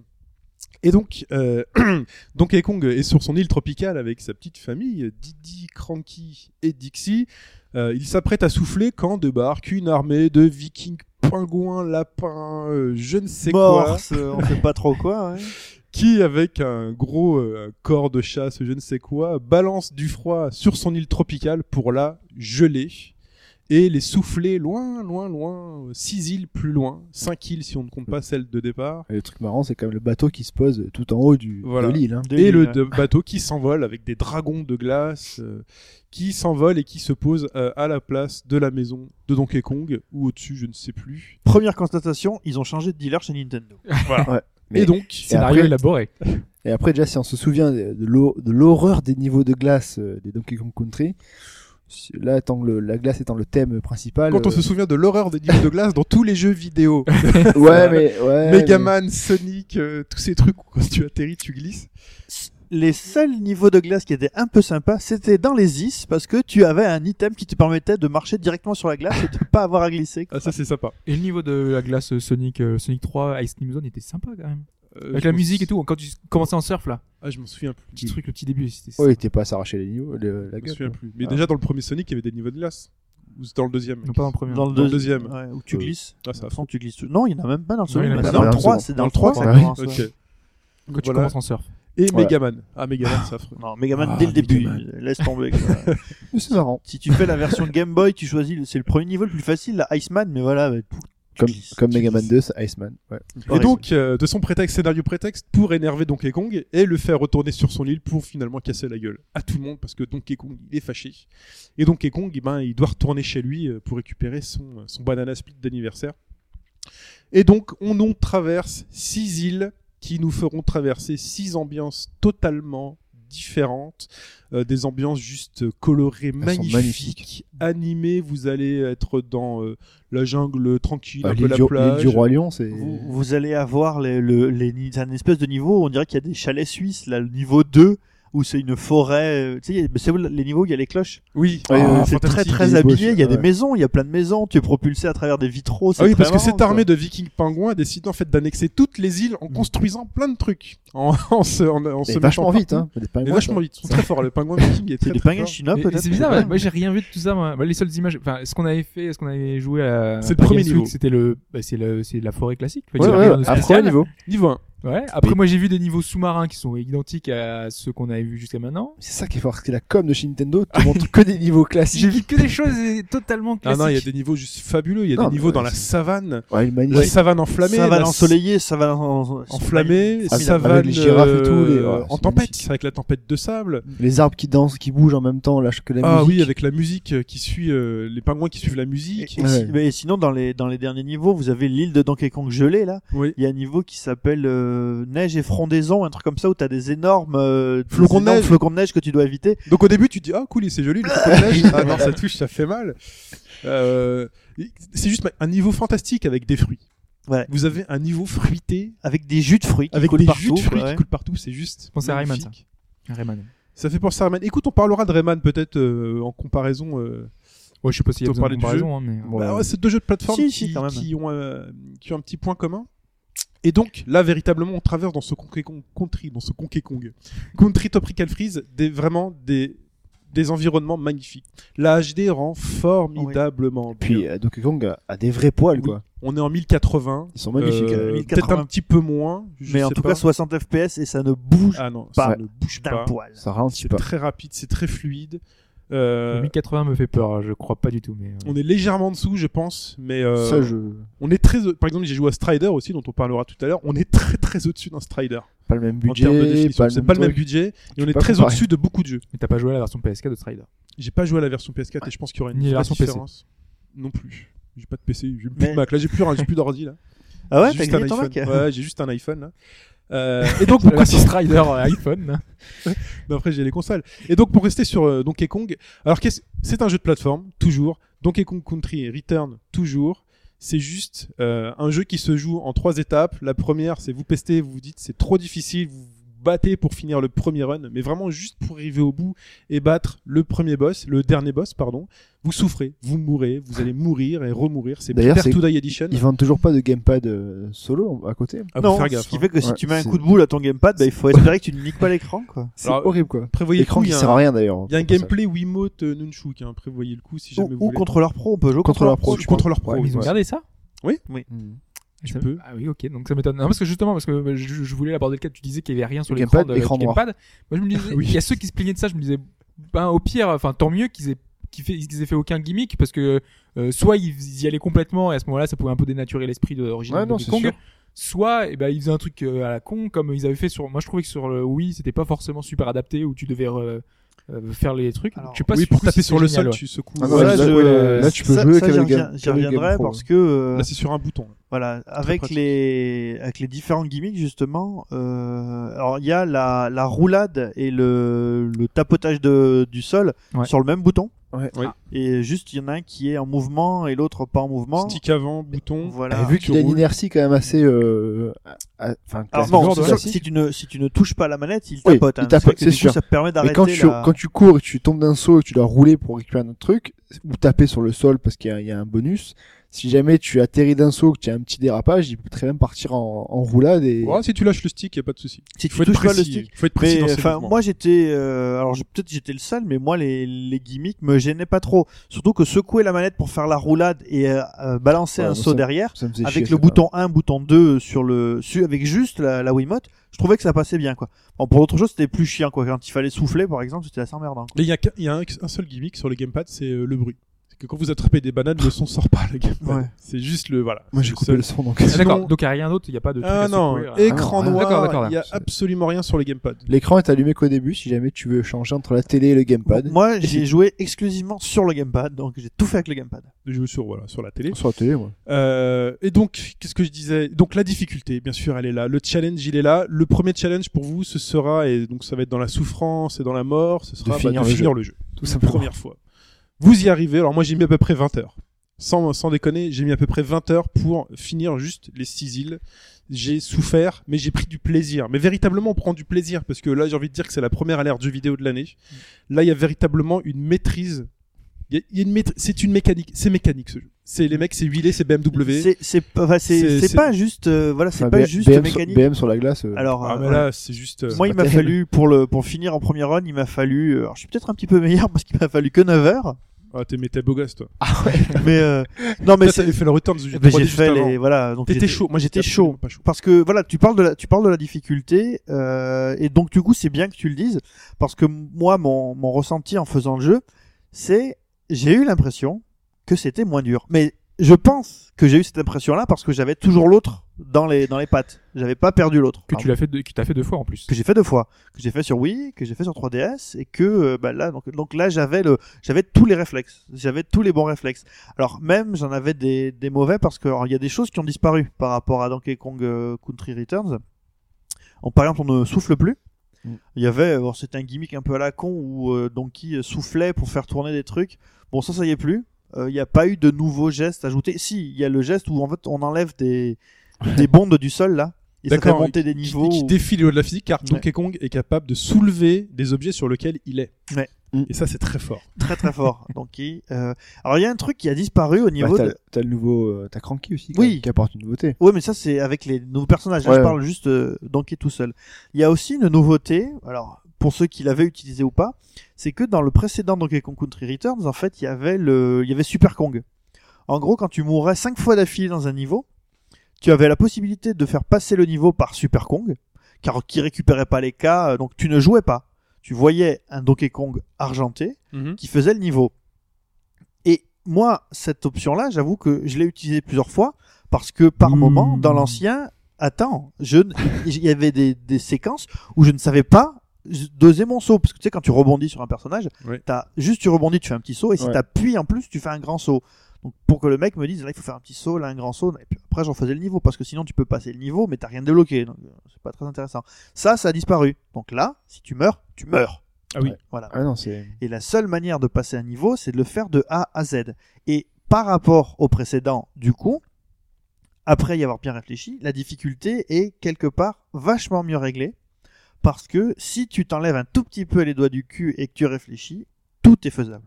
Speaker 2: Et donc, euh, (clears throat) Donkey Kong est sur son île tropicale avec sa petite famille, Didi, Cranky et Dixie. Euh, il s'apprête à souffler quand débarque une armée de vikings, pingouins, lapins, euh, je ne sais quoi.
Speaker 4: Morse, euh, on sait pas trop
Speaker 5: (laughs)
Speaker 4: quoi. ouais.
Speaker 2: qui, avec un gros euh, corps de chasse, je ne sais quoi, balance du froid sur son île tropicale pour la geler et les souffler loin, loin, loin, euh, six îles plus loin, cinq îles si on ne compte pas celle de départ,
Speaker 5: Et le truc marrant, c'est quand même le bateau qui se pose tout en haut du,
Speaker 2: Voilà.
Speaker 5: de l'île. hein.
Speaker 4: De
Speaker 2: et le
Speaker 4: l'île.
Speaker 2: de- bateau qui s'envole avec des dragons de glace euh, qui s'envolent et qui se posent euh, à la place de la maison de Donkey Kong ou au-dessus, je ne sais plus.
Speaker 4: Première constatation, ils ont changé de dealer chez Nintendo.
Speaker 5: Mais-
Speaker 2: et donc,
Speaker 5: Et
Speaker 3: Scénario
Speaker 5: après-
Speaker 3: élaboré.
Speaker 5: Et après, déjà, si on se souvient de de l'hor- de l'horreur des niveaux de glace euh, des Donkey Kong Country, c'est- là, étant le- la glace étant le thème principal. euh,
Speaker 2: quand on
Speaker 5: (laughs)
Speaker 2: se souvient de l'horreur des niveaux de glace dans (laughs) tous les jeux vidéo,
Speaker 5: souvient. Ouais, mais. Ouais,
Speaker 2: euh,
Speaker 5: mais-
Speaker 2: Megaman, Sonic, euh, tous ces trucs où quand tu atterris, tu glisses.
Speaker 4: Les seuls niveaux de glace qui étaient un peu sympas, c'était dans les is parce que tu avais un item qui te permettait de marcher directement sur la glace et de pas avoir à glisser. quoi.
Speaker 2: Ah, ça, c'est sympa.
Speaker 3: Et le niveau de la glace Sonic, euh, Sonic 3, Ice Cream Zone était sympa quand même.
Speaker 2: Euh,
Speaker 3: Avec
Speaker 2: je
Speaker 3: la
Speaker 2: m'en
Speaker 3: musique
Speaker 2: sou-
Speaker 3: et tout, quand tu commençais en surf là,
Speaker 2: Ah, je m'en souviens plus.
Speaker 3: le petit truc, le petit début, c'était
Speaker 5: Ouais, il était pas à s'arracher les niveaux. le- la
Speaker 2: Je me
Speaker 5: gueule,
Speaker 2: souviens
Speaker 5: quoi.
Speaker 2: plus. Mais
Speaker 5: Ah.
Speaker 2: déjà dans le premier Sonic, il y avait des niveaux de glace. Ou c'est dans le deuxième
Speaker 3: Non, pas dans le premier.
Speaker 4: Dans le,
Speaker 2: Dans le
Speaker 4: deuxi-
Speaker 2: deuxième.
Speaker 4: ouais, où tu
Speaker 5: Oui.
Speaker 4: glisses.
Speaker 2: Ah, ça a
Speaker 4: Enfin, tu glisses. tout- Non, il n'y en a même pas dans le
Speaker 3: Non,
Speaker 4: second.
Speaker 3: il y en a
Speaker 4: C'est
Speaker 3: pas
Speaker 4: dans
Speaker 5: dans
Speaker 4: le
Speaker 5: le
Speaker 4: 3,
Speaker 5: second.
Speaker 4: c'est dans le
Speaker 2: Dans le
Speaker 4: 3 ça
Speaker 5: trois, ouais.
Speaker 4: commence. ouais.
Speaker 2: Ok.
Speaker 3: Quand tu
Speaker 2: Voilà.
Speaker 3: commences en surf.
Speaker 2: Et
Speaker 5: Voilà.
Speaker 2: Megaman. Ah, (laughs) Megaman, c'est affreux.
Speaker 4: Non, Megaman
Speaker 2: Ah,
Speaker 4: dès le début,
Speaker 2: Megaman.
Speaker 4: laisse tomber. quoi.
Speaker 5: Mais c'est marrant.
Speaker 4: si tu fais la version Game Boy, tu choisis, le- c'est le premier niveau le plus facile, la Iceman, mais voilà. bah, tout-
Speaker 5: Comme,
Speaker 4: glisses,
Speaker 5: comme
Speaker 4: tu
Speaker 5: Megaman
Speaker 4: glisses.
Speaker 5: 2, c'est Iceman. Ouais.
Speaker 2: Et
Speaker 4: Ouais,
Speaker 2: donc, euh, de son prétexte, scénario prétexte, pour énerver Donkey Kong et le faire retourner sur son île pour finalement casser la gueule à tout le monde parce que Donkey Kong, il est fâché. Et Donkey Kong, eh ben, il doit retourner chez lui euh, pour récupérer son, son banana split d'anniversaire. Et donc, on on traverse six îles qui nous feront traverser six ambiances totalement différentes, euh, des ambiances juste colorées,
Speaker 5: Elles sont
Speaker 2: magnifiques,
Speaker 5: magnifiques.
Speaker 2: animées. Vous allez être dans euh, la jungle tranquille,
Speaker 5: Bah,
Speaker 2: un peu
Speaker 5: l'île
Speaker 2: la
Speaker 5: du, l'île
Speaker 2: plage.
Speaker 5: du Roi Lion, c'est.
Speaker 4: Vous, vous allez avoir les, le, les, ni- c'est un espèce de niveau, on dirait qu'il y a des chalets suisses, là, le niveau 2, où c'est une forêt, euh, tu sais, il y a- c'est les niveaux où il y a les cloches. euh,
Speaker 2: Oui,
Speaker 5: Ouais,
Speaker 2: ah,
Speaker 5: ouais,
Speaker 4: c'est très
Speaker 2: fantastique.
Speaker 4: très
Speaker 5: il est beau,
Speaker 4: habillé, il y a
Speaker 5: ouais.
Speaker 4: des maisons, il y a plein de maisons, tu es propulsé à travers des vitraux. c'est
Speaker 2: Ah oui,
Speaker 4: très
Speaker 2: parce que cette
Speaker 4: marrant, Mm.
Speaker 2: armée de vikings pingouins a décidé en fait d'annexer toutes les îles en construisant plein de trucs, en, en se, en, en se
Speaker 5: Mais vachement
Speaker 2: mettant
Speaker 5: vite, hein. des
Speaker 2: Mais
Speaker 5: pingouins,
Speaker 2: vachement
Speaker 5: quoi.
Speaker 2: vite, ils sont très forts. Le pingouin
Speaker 4: quoi.
Speaker 2: viking est très,
Speaker 4: C'est des
Speaker 2: très
Speaker 4: pingouins
Speaker 2: fort.
Speaker 4: chinois,
Speaker 3: Mais- mais
Speaker 4: Ah, peut-être.
Speaker 3: c'est bizarre, ouais. moi j'ai rien vu de tout ça. Moi. Bah, les seules images, enfin, ce qu'on avait fait, ce qu'on avait joué à.
Speaker 2: C'est le
Speaker 3: Pagan
Speaker 2: premier
Speaker 3: Suite,
Speaker 2: niveau.
Speaker 3: C'était le, bah, c'est le, c'est la forêt classique. Enfin,
Speaker 5: Ouais,
Speaker 3: tu
Speaker 5: ouais,
Speaker 3: arrives dans le
Speaker 5: ouais. Après,
Speaker 3: spatial,
Speaker 5: niveau.
Speaker 2: Niveau 1.
Speaker 3: Ouais. Après, moi, j'ai vu des niveaux sous-marins qui sont identiques à ceux qu'on avait vus jusqu'à maintenant.
Speaker 5: C'est ça qui est fort, parce que la com de chez Nintendo
Speaker 2: (laughs)
Speaker 5: te montre que des niveaux
Speaker 3: J'ai
Speaker 5: classiques.
Speaker 3: vu que des choses euh, totalement
Speaker 2: Ah
Speaker 3: classiques.
Speaker 2: non, il y a des niveaux juste fabuleux. Il y a
Speaker 5: Non,
Speaker 2: des
Speaker 5: mais
Speaker 2: niveaux
Speaker 5: ouais,
Speaker 2: dans la
Speaker 5: c'est-
Speaker 2: savane,
Speaker 5: Ouais, il manie-
Speaker 2: la savane enflammée,
Speaker 4: Ça va
Speaker 2: la-
Speaker 4: l'ensoleiller, ça va l'en-
Speaker 2: enflammée,
Speaker 5: Avec-
Speaker 2: savane
Speaker 5: avec les girafes et tout, les-
Speaker 2: euh,
Speaker 5: ouais,
Speaker 2: en
Speaker 5: c'est
Speaker 2: tempête,
Speaker 5: magnifique.
Speaker 2: avec la tempête de sable.
Speaker 5: les arbres qui dansent, qui bougent en même temps, là que la
Speaker 2: Ah
Speaker 5: musique.
Speaker 2: oui, avec la musique euh, qui suit euh, les pingouins qui suivent la
Speaker 4: Et,
Speaker 2: musique.
Speaker 4: et si- mais sinon, dans les, dans les derniers niveaux, vous avez l'île de Donkey Kong gelée, là.
Speaker 2: Oui.
Speaker 4: Il y a un niveau qui s'appelle euh, Neige et Frondaison, un truc comme ça, où t'as des énormes euh, des
Speaker 2: Flocons de
Speaker 4: énormes
Speaker 2: neige.
Speaker 4: flocons de neige que tu dois éviter.
Speaker 2: Donc au début, tu dis ah cool, c'est joli, le
Speaker 4: (laughs)
Speaker 2: flocon de neige. Ah non, ça touche, ça fait mal. Euh, c'est juste un niveau fantastique avec des fruits.
Speaker 4: Ouais.
Speaker 2: Vous avez un niveau fruité
Speaker 4: Avec des jus de fruits qui
Speaker 2: avec
Speaker 4: coulent
Speaker 2: des
Speaker 4: partout.
Speaker 2: jus de fruits
Speaker 4: quoi, ouais.
Speaker 2: qui coulent partout. C'est juste.
Speaker 3: pense à Rayman,
Speaker 2: magnifique.
Speaker 3: Rayman.
Speaker 2: Ça fait penser à Rayman. Écoute, on parlera de Rayman peut-être euh, en comparaison. euh,
Speaker 3: Ouais, je sais pas s'il y a
Speaker 2: Plutôt
Speaker 3: besoin de
Speaker 2: parler du
Speaker 3: comparaison, hein, mais...
Speaker 5: Bon,
Speaker 2: Bah ouais, c'est deux jeux de plateforme
Speaker 4: Si,
Speaker 2: qui,
Speaker 4: si, quand même.
Speaker 2: qui ont, euh, qui ont un petit point commun. Et donc, là, véritablement, on traverse dans ce Conquer Kong, country, dans ce Conquer Kong, country Tropical Freeze, des, vraiment des, des environnements magnifiques. La HD rend formidablement
Speaker 5: Puis
Speaker 2: bien.
Speaker 5: euh, Donkey Kong a, a des vrais poils,
Speaker 2: Oui.
Speaker 5: quoi.
Speaker 2: On est en 1080.
Speaker 5: Ils sont magnifiques.
Speaker 2: euh,
Speaker 5: euh,
Speaker 4: 1080.
Speaker 2: Peut-être un petit peu moins. je
Speaker 4: Mais en
Speaker 2: sais
Speaker 4: tout
Speaker 2: pas.
Speaker 4: cas, 60 FPS et ça ne bouge
Speaker 2: ah non,
Speaker 4: pas
Speaker 2: ça ne bouge
Speaker 4: d'un
Speaker 2: pas.
Speaker 4: poil.
Speaker 5: Ça ralentit
Speaker 2: C'est
Speaker 5: pas.
Speaker 2: très rapide, c'est très fluide. Euh,
Speaker 3: 1080 me fait peur, je crois pas du tout, mais... euh,
Speaker 2: on est légèrement en dessous, je pense, mais euh,
Speaker 5: Ça, je...
Speaker 2: on est très. Par exemple, j'ai joué à Strider aussi, dont on parlera tout à l'heure. On est très très au-dessus d'un Strider.
Speaker 5: Pas le même budget,
Speaker 2: en termes de définition.
Speaker 5: pas le
Speaker 2: C'est
Speaker 5: même,
Speaker 2: pas le même
Speaker 5: truc.
Speaker 2: budget et on
Speaker 5: peux
Speaker 2: est
Speaker 5: pas
Speaker 2: très
Speaker 5: comparer.
Speaker 2: au-dessus de beaucoup de jeux.
Speaker 3: Mais t'as pas joué à la version PS4 de Strider.
Speaker 2: J'ai pas joué à la version PS4 et je pense qu'il y aura une
Speaker 3: Ni la
Speaker 2: vraie
Speaker 3: version PC.
Speaker 2: différence. Non plus. J'ai pas de PC, j'ai plus
Speaker 4: Mais-
Speaker 2: de Mac. Là, j'ai plus rien, j'ai plus d'ordi là.
Speaker 4: Ah ouais,
Speaker 2: J'ai
Speaker 4: t'as
Speaker 2: juste un
Speaker 4: grillé ton
Speaker 2: iPhone.
Speaker 4: Mac
Speaker 2: Ouais, j'ai juste un iPhone là. Euh, et donc pourquoi
Speaker 3: si Strider euh, iPhone
Speaker 2: Mais après j'ai les consoles. Et donc pour rester sur euh, Donkey Kong, alors qu'est-ce- c'est un jeu de plateforme toujours. Donkey Kong Country et Return toujours. C'est juste euh, un jeu qui se joue en trois étapes. La première, c'est vous pestez, vous vous dites c'est trop difficile, vous vous battez pour finir le premier run, mais vraiment juste pour arriver au bout et battre le premier boss, le dernier boss pardon. Vous souffrez, vous mourrez, vous allez mourir et remourir. C'est
Speaker 5: D'ailleurs,
Speaker 2: Prepare
Speaker 5: c'est-
Speaker 2: to Die Edition.
Speaker 5: Ils vendent toujours pas de gamepad euh, solo à côté.
Speaker 2: Ah, faut
Speaker 4: Non,
Speaker 2: faire
Speaker 4: ce
Speaker 2: gaffe.
Speaker 4: qui
Speaker 2: hein.
Speaker 4: fait que si
Speaker 5: Ouais,
Speaker 4: tu mets un
Speaker 5: c'est-
Speaker 4: coup de boule à ton gamepad, bah, il faut espérer que tu ne niques pas l'écran,
Speaker 2: (laughs)
Speaker 4: quoi.
Speaker 5: C'est
Speaker 2: Alors,
Speaker 5: horrible, quoi.
Speaker 2: Prévoyez le
Speaker 5: L'écran
Speaker 2: coup. Il
Speaker 5: qui
Speaker 2: y a
Speaker 5: sert à
Speaker 2: un,
Speaker 5: rien d'ailleurs.
Speaker 2: il y a un
Speaker 5: pour ça.
Speaker 2: gameplay Wiimote euh, Nunchuk. hein. Prévoyez le coup si jamais
Speaker 4: Ou,
Speaker 2: vous
Speaker 4: ou
Speaker 2: voulez.
Speaker 4: contrôleur pro, on peut jouer au
Speaker 5: Contrôleur
Speaker 4: je
Speaker 2: Ou
Speaker 5: pro,
Speaker 4: pense.
Speaker 2: contrôleur pro.
Speaker 3: Ils ont
Speaker 2: ouais.
Speaker 3: gardé ça Hmm.
Speaker 5: Mm.
Speaker 2: Tu
Speaker 3: Ça-
Speaker 2: peux.
Speaker 3: Ah oui, ok, donc ça m'étonne. Non, parce que justement, parce que bah, je, je voulais aborder le cas, tu disais qu'il y avait rien sur
Speaker 5: Le
Speaker 3: l'écran
Speaker 5: gamepad,
Speaker 3: de-
Speaker 5: l'écran
Speaker 3: du
Speaker 5: noir.
Speaker 3: gamepad. Moi, je me
Speaker 2: (laughs)
Speaker 3: disais,
Speaker 2: Oui.
Speaker 3: il y a ceux qui se plaignaient de ça, je me disais, ben, au pire, enfin, tant mieux qu'ils aient, qu'ils fait- qu'ils aient fait aucun gimmick, parce que, euh, soit ils, ils y allaient complètement, et à ce moment-là, ça pouvait un peu dénaturer l'esprit de l'origine
Speaker 5: Ouais,
Speaker 3: de
Speaker 5: non,
Speaker 3: Donkey
Speaker 5: c'est
Speaker 3: Kong.
Speaker 5: sûr.
Speaker 3: Soit, eh ben, ils faisaient un truc euh, à la con, comme ils avaient fait sur, moi, je trouvais que sur le Wii, c'était pas forcément super adapté, où tu devais, euh, euh, faire les trucs.
Speaker 4: Alors,
Speaker 3: je sais pas
Speaker 2: oui,
Speaker 3: si
Speaker 2: pour
Speaker 3: du coup,
Speaker 2: taper
Speaker 3: si
Speaker 2: sur
Speaker 3: c'est
Speaker 2: le
Speaker 3: génial,
Speaker 2: sol,
Speaker 3: ouais.
Speaker 2: tu secoues.
Speaker 5: Ah,
Speaker 4: non,
Speaker 2: Voilà,
Speaker 4: là,
Speaker 2: je-
Speaker 4: je-
Speaker 2: euh,
Speaker 5: là, tu peux
Speaker 4: Ça-
Speaker 5: jouer
Speaker 4: ça,
Speaker 5: qu'avec
Speaker 4: j'y
Speaker 5: le
Speaker 4: reviens-
Speaker 5: Game-
Speaker 4: J'y
Speaker 5: le Game
Speaker 4: reviendrai
Speaker 5: Pro.
Speaker 4: parce que
Speaker 5: Bah,
Speaker 4: euh,
Speaker 2: Là, c'est sur un bouton.
Speaker 4: Voilà, avec
Speaker 2: pratique.
Speaker 4: les avec les différents gimmicks justement. Euh, alors il y a la, la roulade et le, le tapotage de, du sol
Speaker 3: Ouais.
Speaker 4: sur le même bouton. Ah.
Speaker 5: Ouais.
Speaker 2: Oui.
Speaker 4: Et juste il y en a un qui est en mouvement et l'autre pas en mouvement.
Speaker 2: Stick avant, bouton.
Speaker 4: Voilà.
Speaker 5: Et vu qu'il a une
Speaker 2: roules.
Speaker 5: inertie quand même assez. euh, à- Enfin,
Speaker 4: Alors
Speaker 5: classique.
Speaker 4: bon,
Speaker 2: genre
Speaker 4: c'est sûr
Speaker 2: de
Speaker 4: que
Speaker 5: classique.
Speaker 4: si tu ne si tu ne touches pas la manette, il
Speaker 5: Oui,
Speaker 4: tapote.
Speaker 5: il
Speaker 4: hein. C'est vrai
Speaker 5: tapote,
Speaker 4: que
Speaker 5: c'est
Speaker 4: du coup,
Speaker 5: sûr.
Speaker 4: ça permet
Speaker 5: Mais quand
Speaker 4: d'arrêter.
Speaker 5: tu,
Speaker 4: la-
Speaker 5: quand tu cours et tu tombes d'un saut et tu dois rouler pour récupérer un autre truc, ou taper sur le sol parce qu'il y, a- il y a un bonus, si jamais tu atterris d'un saut, que tu as un petit dérapage, il peut très bien partir en, en roulade et.
Speaker 2: Ouais, si tu lâches le stick, y a pas de souci.
Speaker 4: Si tu
Speaker 2: Faut être
Speaker 4: touches pas
Speaker 2: précis.
Speaker 4: le stick.
Speaker 2: Faut être précis
Speaker 4: Mais
Speaker 2: dans ses
Speaker 4: enfin,
Speaker 2: mouvements.
Speaker 4: moi j'étais, euh, alors je- peut-être j'étais le seul, mais moi les, les gimmicks me gênaient pas trop. Surtout que secouer la manette pour faire la roulade et euh, euh, balancer
Speaker 5: Ouais,
Speaker 4: un
Speaker 5: moi,
Speaker 4: saut
Speaker 5: ça-
Speaker 4: derrière.
Speaker 5: Ça me faisait chier,
Speaker 4: avec
Speaker 5: ça,
Speaker 4: le
Speaker 5: quand même.
Speaker 4: bouton 1, bouton 2 sur le su- avec juste la, la Wiimote, je trouvais que ça passait bien quoi. Bon, pour autre chose, c'était plus chiant quoi. Quand il fallait souffler par exemple, c'était assez emmerdant. quoi.
Speaker 2: Il y a, qu'un- y a un, un seul gimmick sur le gamepad, c'est euh, le bruit. C'est que quand vous attrapez des bananes, le son sort pas, le gamepad.
Speaker 4: Ouais.
Speaker 2: C'est juste le, voilà.
Speaker 5: Moi j'ai
Speaker 2: le
Speaker 5: coupé
Speaker 2: seul-
Speaker 5: le son donc.
Speaker 3: Ah,
Speaker 5: (laughs)
Speaker 3: D'accord, donc il y a rien d'autre, il y a pas de truc
Speaker 2: Ah
Speaker 3: à
Speaker 2: non,
Speaker 3: secouer, euh.
Speaker 2: écran
Speaker 5: Ah,
Speaker 3: d'accord, d'accord,
Speaker 2: noir, il y a
Speaker 3: d'accord.
Speaker 2: absolument rien sur le gamepad.
Speaker 5: L'écran est allumé qu'au début si jamais tu veux changer entre la télé et le gamepad.
Speaker 4: Moi, j'ai joué exclusivement sur le gamepad, donc j'ai tout fait avec le gamepad.
Speaker 2: Je joue sur, voilà, sur la télé.
Speaker 5: Sur la télé, moi.
Speaker 2: Euh, et donc, qu'est-ce que je disais Donc la difficulté, bien sûr, elle est là. Le challenge, il est là. Le premier challenge pour vous, ce sera, et donc ça va être dans la souffrance et dans la mort, ce sera bah,
Speaker 5: finir
Speaker 2: de
Speaker 5: le
Speaker 2: finir le jeu.
Speaker 5: Tout
Speaker 2: la première fois. Vous y arrivez. Alors moi j'ai mis à peu près 20 heures. Sans, sans déconner, j'ai mis à peu près 20 heures pour finir juste les 6 îles. J'ai souffert, mais j'ai pris du plaisir. Mais véritablement, on prend du plaisir parce que là, j'ai envie de dire que c'est la première alerte jeu vidéo de l'année. Là, il y a véritablement une maîtrise. Il y a- il y a une maîtrise- c'est une mécanique. C'est mécanique ce jeu. C'est les mecs, c'est huilé, c'est BMW.
Speaker 4: C'est c'est pas enfin,
Speaker 2: C'est-
Speaker 4: c'est
Speaker 2: c'est-
Speaker 4: c'est pas juste euh, voilà, c'est
Speaker 5: Enfin,
Speaker 4: pas
Speaker 5: Ah, B-
Speaker 4: juste
Speaker 5: BM, sur-
Speaker 4: mécanique.
Speaker 5: BM sur la glace. euh,
Speaker 4: Alors
Speaker 2: Ah
Speaker 4: euh,
Speaker 2: mais
Speaker 4: voilà.
Speaker 2: là, c'est juste. euh,
Speaker 4: moi, il
Speaker 5: pas
Speaker 4: m'a
Speaker 5: terrible.
Speaker 4: euh, (laughs) fallu pour le pour finir en première run, il m'a fallu alors je suis peut-être un petit peu meilleur parce qu'il m'a fallu que 9 heures.
Speaker 2: Ah, t'es mais t'es beau gosse, toi.
Speaker 4: mais (laughs) euh, non, mais
Speaker 2: Toi,
Speaker 4: c'est-
Speaker 2: t'avais fait le return du
Speaker 4: mais
Speaker 2: 3D
Speaker 4: j'ai
Speaker 2: juste
Speaker 4: fait
Speaker 2: avant.
Speaker 4: les voilà. donc
Speaker 2: T'étais
Speaker 4: j'étais-
Speaker 2: chaud.
Speaker 4: Moi j'étais
Speaker 2: T'es
Speaker 4: chaud.
Speaker 2: absolument Pas chaud.
Speaker 4: parce que voilà, tu parles de la, tu parles de la difficulté, euh, et donc du coup c'est bien que tu le dises, parce que moi mon, mon ressenti en faisant le jeu, c'est j'ai eu l'impression que c'était moins dur. Mais je pense que j'ai eu cette impression-là parce que j'avais toujours l'autre dans les dans les pattes. J'avais pas perdu l'autre.
Speaker 3: Que
Speaker 4: Pardon.
Speaker 3: tu l'as fait, deux- que t'as fait deux fois en plus.
Speaker 4: que j'ai fait deux fois, que j'ai fait sur Wii, que j'ai fait sur 3DS et que euh, bah là donc donc là j'avais le j'avais tous les réflexes, j'avais tous les bons réflexes. Alors même j'en avais des, des mauvais parce que alors, il y a des choses qui ont disparu par rapport à Donkey Kong euh, Country Returns. On, par exemple, on ne souffle plus.
Speaker 5: Mm.
Speaker 4: Il y avait alors, c'était un gimmick un peu à la con où euh, Donkey soufflait pour faire tourner des trucs. Bon ça ça y est plus. Euh, Il n'y a pas eu de nouveaux gestes ajoutés. Si, il y a le geste où en fait on enlève
Speaker 2: (laughs)
Speaker 4: des, des bondes du sol là. Et ça fait
Speaker 2: D'accord,
Speaker 4: monter des
Speaker 2: Qui,
Speaker 4: niveaux.
Speaker 2: qui
Speaker 4: ou-
Speaker 2: défie les lois de la physique, car
Speaker 4: Ouais.
Speaker 2: Donkey Kong est capable de soulever des objets sur lesquels il est.
Speaker 4: Ouais.
Speaker 5: Mm.
Speaker 2: Et ça, c'est très fort.
Speaker 4: très très fort. (laughs) Donc, il- euh, alors il y a un truc qui a disparu au
Speaker 5: Bah,
Speaker 4: niveau
Speaker 5: t'as,
Speaker 4: de.
Speaker 5: t'as le nouveau, euh, t'as Cranky aussi,
Speaker 4: Oui.
Speaker 5: qui- qui apporte une nouveauté.
Speaker 4: Oui, mais ça c'est avec les nouveaux personnages. Là,
Speaker 5: Ouais,
Speaker 4: je
Speaker 5: ouais.
Speaker 4: parle juste euh, d'Anki tout seul. Il y a aussi une nouveauté. Alors pour ceux qui l'avaient utilisé ou pas, c'est que dans le précédent Donkey Kong Country Returns, en fait, il y avait le, il y avait Super Kong. En gros, quand tu mourais cinq fois d'affilée dans un niveau, tu avais la possibilité de faire passer le niveau par Super Kong, car qui récupérait pas les cas, euh, donc tu ne jouais pas. Tu voyais un Donkey Kong argenté,
Speaker 3: Mhm.
Speaker 4: qui faisait le niveau. Et moi, cette option-là, j'avoue que je l'ai utilisée plusieurs fois parce que par
Speaker 3: Mmh.
Speaker 4: moment, dans l'ancien, attends, je, ne- (laughs) il y avait des, des séquences où je ne savais pas doser mon saut parce que tu sais quand tu rebondis sur un personnage,
Speaker 2: Ouais.
Speaker 4: t'as juste tu rebondis, tu fais un petit saut et si
Speaker 5: Ouais.
Speaker 4: t'appuies en plus, tu fais un grand saut. Donc pour que le mec me dise là il faut faire un petit saut, là un grand saut, et puis après j'en faisais le niveau parce que sinon tu peux passer le niveau mais t'as rien débloqué, donc euh, c'est pas très intéressant. Ça, ça a disparu. Donc là, si tu meurs, tu meurs.
Speaker 2: Ah oui.
Speaker 4: Ouais, Voilà.
Speaker 5: Ah non, c'est.
Speaker 4: Et la seule manière de passer un niveau, c'est de le faire de A à Z. Et par rapport au précédent, du coup, après y avoir bien réfléchi, la difficulté est quelque part vachement mieux réglée. Parce que si tu t'enlèves un tout petit peu les doigts du cul et que tu réfléchis, tout est faisable.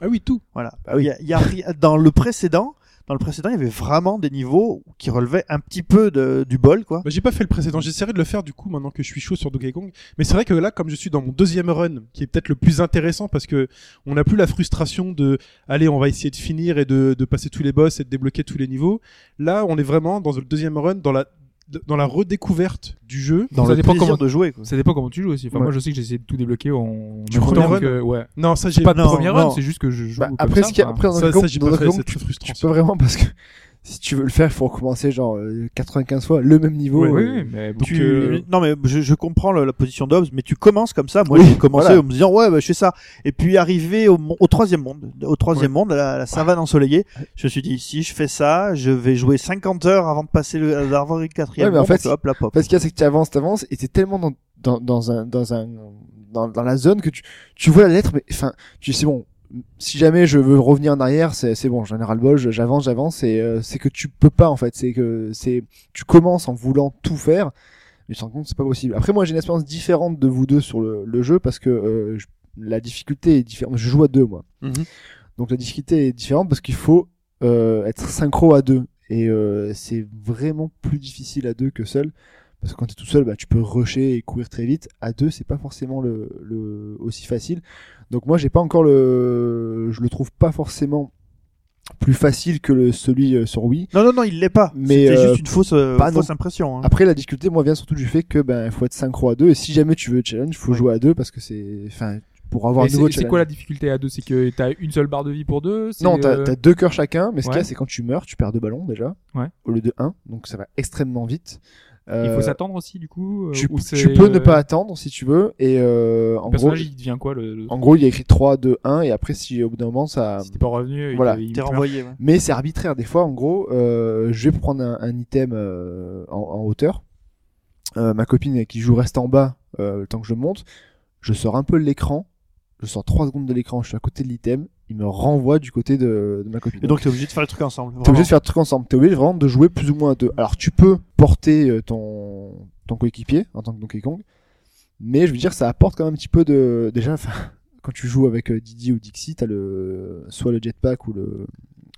Speaker 2: Ah oui, tout.
Speaker 4: Voilà.
Speaker 5: Bah oui.
Speaker 4: Il y a- il y a ri- dans le précédent, dans le précédent, il y avait vraiment des niveaux qui relevaient un petit peu de- du bol, quoi.
Speaker 2: Bah, j'ai pas fait le précédent, j'essaierai de le faire du coup maintenant que je suis chaud sur Donkey Kong. Mais c'est vrai que là, comme je suis dans mon deuxième run, qui est peut-être le plus intéressant parce que on n'a plus la frustration de allez, on va essayer de finir et de, de passer tous les boss et de débloquer tous les niveaux. Là, on est vraiment dans le deuxième run, dans la, dans la redécouverte du jeu.
Speaker 4: Dans
Speaker 3: Ça
Speaker 4: le
Speaker 3: dépend
Speaker 4: plaisir
Speaker 3: comment-
Speaker 4: de jouer, quoi.
Speaker 3: Ça dépend comment tu joues aussi. Enfin,
Speaker 5: Ouais.
Speaker 3: moi, je sais que j'ai essayé de tout débloquer en.
Speaker 2: Du
Speaker 3: en
Speaker 2: premier
Speaker 3: temps
Speaker 2: run
Speaker 3: que- Ouais.
Speaker 2: Non, ça j'ai
Speaker 3: Pas de
Speaker 4: Non,
Speaker 3: premier run,
Speaker 4: non.
Speaker 3: c'est juste que je joue.
Speaker 5: Bah,
Speaker 3: comme
Speaker 5: après,
Speaker 3: ça,
Speaker 5: ce qui,
Speaker 3: enfin.
Speaker 5: après, dans
Speaker 2: ça,
Speaker 5: Donkey
Speaker 2: ça, j'ai
Speaker 5: Kong-
Speaker 2: pas
Speaker 5: dans
Speaker 2: fait,
Speaker 5: Donkey
Speaker 2: c'est
Speaker 5: Kong,
Speaker 2: très frustrant.
Speaker 5: tu peux vraiment parce que (laughs) si tu veux le faire, il faut recommencer genre euh, 95 fois le même niveau.
Speaker 2: Ouais,
Speaker 5: euh,
Speaker 3: Oui, oui, mais bon.
Speaker 2: Donc,
Speaker 4: Tu-
Speaker 2: euh,
Speaker 4: Non mais je, je comprends le- la position d'Hobbes, mais tu commences comme ça. Moi
Speaker 5: Oui,
Speaker 4: j'ai commencé
Speaker 5: voilà.
Speaker 4: en me disant ouais bah, je fais ça, et puis arrivé au, mon- au troisième monde, au troisième monde, à la, à la savane ensoleillée, je me suis dit si je fais ça, je vais jouer 50 heures avant de passer le, d'avoir le quatrième.
Speaker 5: Ouais, mais en
Speaker 4: monde,
Speaker 5: fait,
Speaker 4: hop là hop.
Speaker 5: Parce qu'il y a c'est que tu avances, t'avances, et t'es tellement dans, dans, dans un, dans un, dans, dans la zone que tu, tu vois la lettre, mais enfin, tu dis c'est bon. Si jamais je veux revenir en arrière, c'est c'est bon, j'en ai ras le bol, je- j'avance, j'avance, et euh, c'est que tu peux pas en fait, c'est que c'est tu commences en voulant tout faire, mais tu te rends compte que c'est pas possible. Après moi j'ai une expérience différente de vous deux sur le, le jeu parce que euh, je- la difficulté est différente. Je joue à deux moi,
Speaker 2: Mhm.
Speaker 5: donc la difficulté est différente parce qu'il faut euh, être synchro à deux. Et euh, c'est vraiment plus difficile à deux que seul. Parce que quand t'es tout seul, bah, tu peux rusher et courir très vite. À deux, c'est pas forcément le, le- aussi facile. Donc moi, j'ai pas encore le, je le trouve pas forcément plus facile que le, celui euh, sur Wii.
Speaker 4: Non non non il l'est pas.
Speaker 5: Mais,
Speaker 4: C'était
Speaker 5: euh,
Speaker 4: juste une fausse, euh,
Speaker 5: pas
Speaker 4: fausse impression. hein.
Speaker 5: Après, la difficulté, moi, vient surtout du fait que ben, faut être synchro à deux. Et si jamais tu veux challenge, faut jouer à deux parce que c'est, enfin, pour avoir
Speaker 3: Mais
Speaker 5: un nouveau
Speaker 3: c'est c'est
Speaker 5: challenge.
Speaker 3: quoi la difficulté à deux C'est que t'as une seule barre de vie pour deux c'est,
Speaker 5: Non, t'as
Speaker 3: euh,
Speaker 5: t'as deux cœurs chacun, mais ce qu'il y a,
Speaker 3: Ouais.
Speaker 5: c'est quand tu meurs, tu perds deux ballons déjà,
Speaker 3: Ouais.
Speaker 5: au lieu de un, donc ça va extrêmement vite.
Speaker 3: Il
Speaker 5: Euh,
Speaker 3: faut s'attendre aussi, du coup. euh,
Speaker 5: tu,
Speaker 3: ou
Speaker 5: tu
Speaker 3: c'est,
Speaker 5: peux ne
Speaker 3: euh,
Speaker 5: pas attendre si tu veux, et euh, en
Speaker 3: Le
Speaker 5: gros,
Speaker 3: personnage, il devient quoi le, le-
Speaker 5: En gros, il y a écrit 3, 2, 1, et après, si au bout d'un moment, ça.
Speaker 3: Si t'es pas revenu, il-
Speaker 5: voilà,
Speaker 3: il,
Speaker 4: T'es renvoyé. ouais.
Speaker 5: Mais c'est arbitraire. Des fois, en gros, euh, je vais prendre un, un item euh, en, en hauteur. Euh, ma copine qui joue reste en bas euh, le temps que je monte. Je sors un peu de l'écran. Je sors 3 secondes de l'écran. Je suis à côté de l'item. Il me renvoie du côté de, de ma copine.
Speaker 4: Et donc t'es obligé de faire le truc ensemble.
Speaker 5: T'es obligé
Speaker 4: vraiment.
Speaker 5: de faire le truc ensemble. T'es obligé vraiment de jouer plus ou moins à deux. Alors tu peux porter euh, ton, ton coéquipier en tant que Donkey Kong, mais je veux dire ça apporte quand même un petit peu de (laughs) déjà. enfin, Quand tu joues avec euh, Didi ou Dixie, t'as le soit le jetpack ou le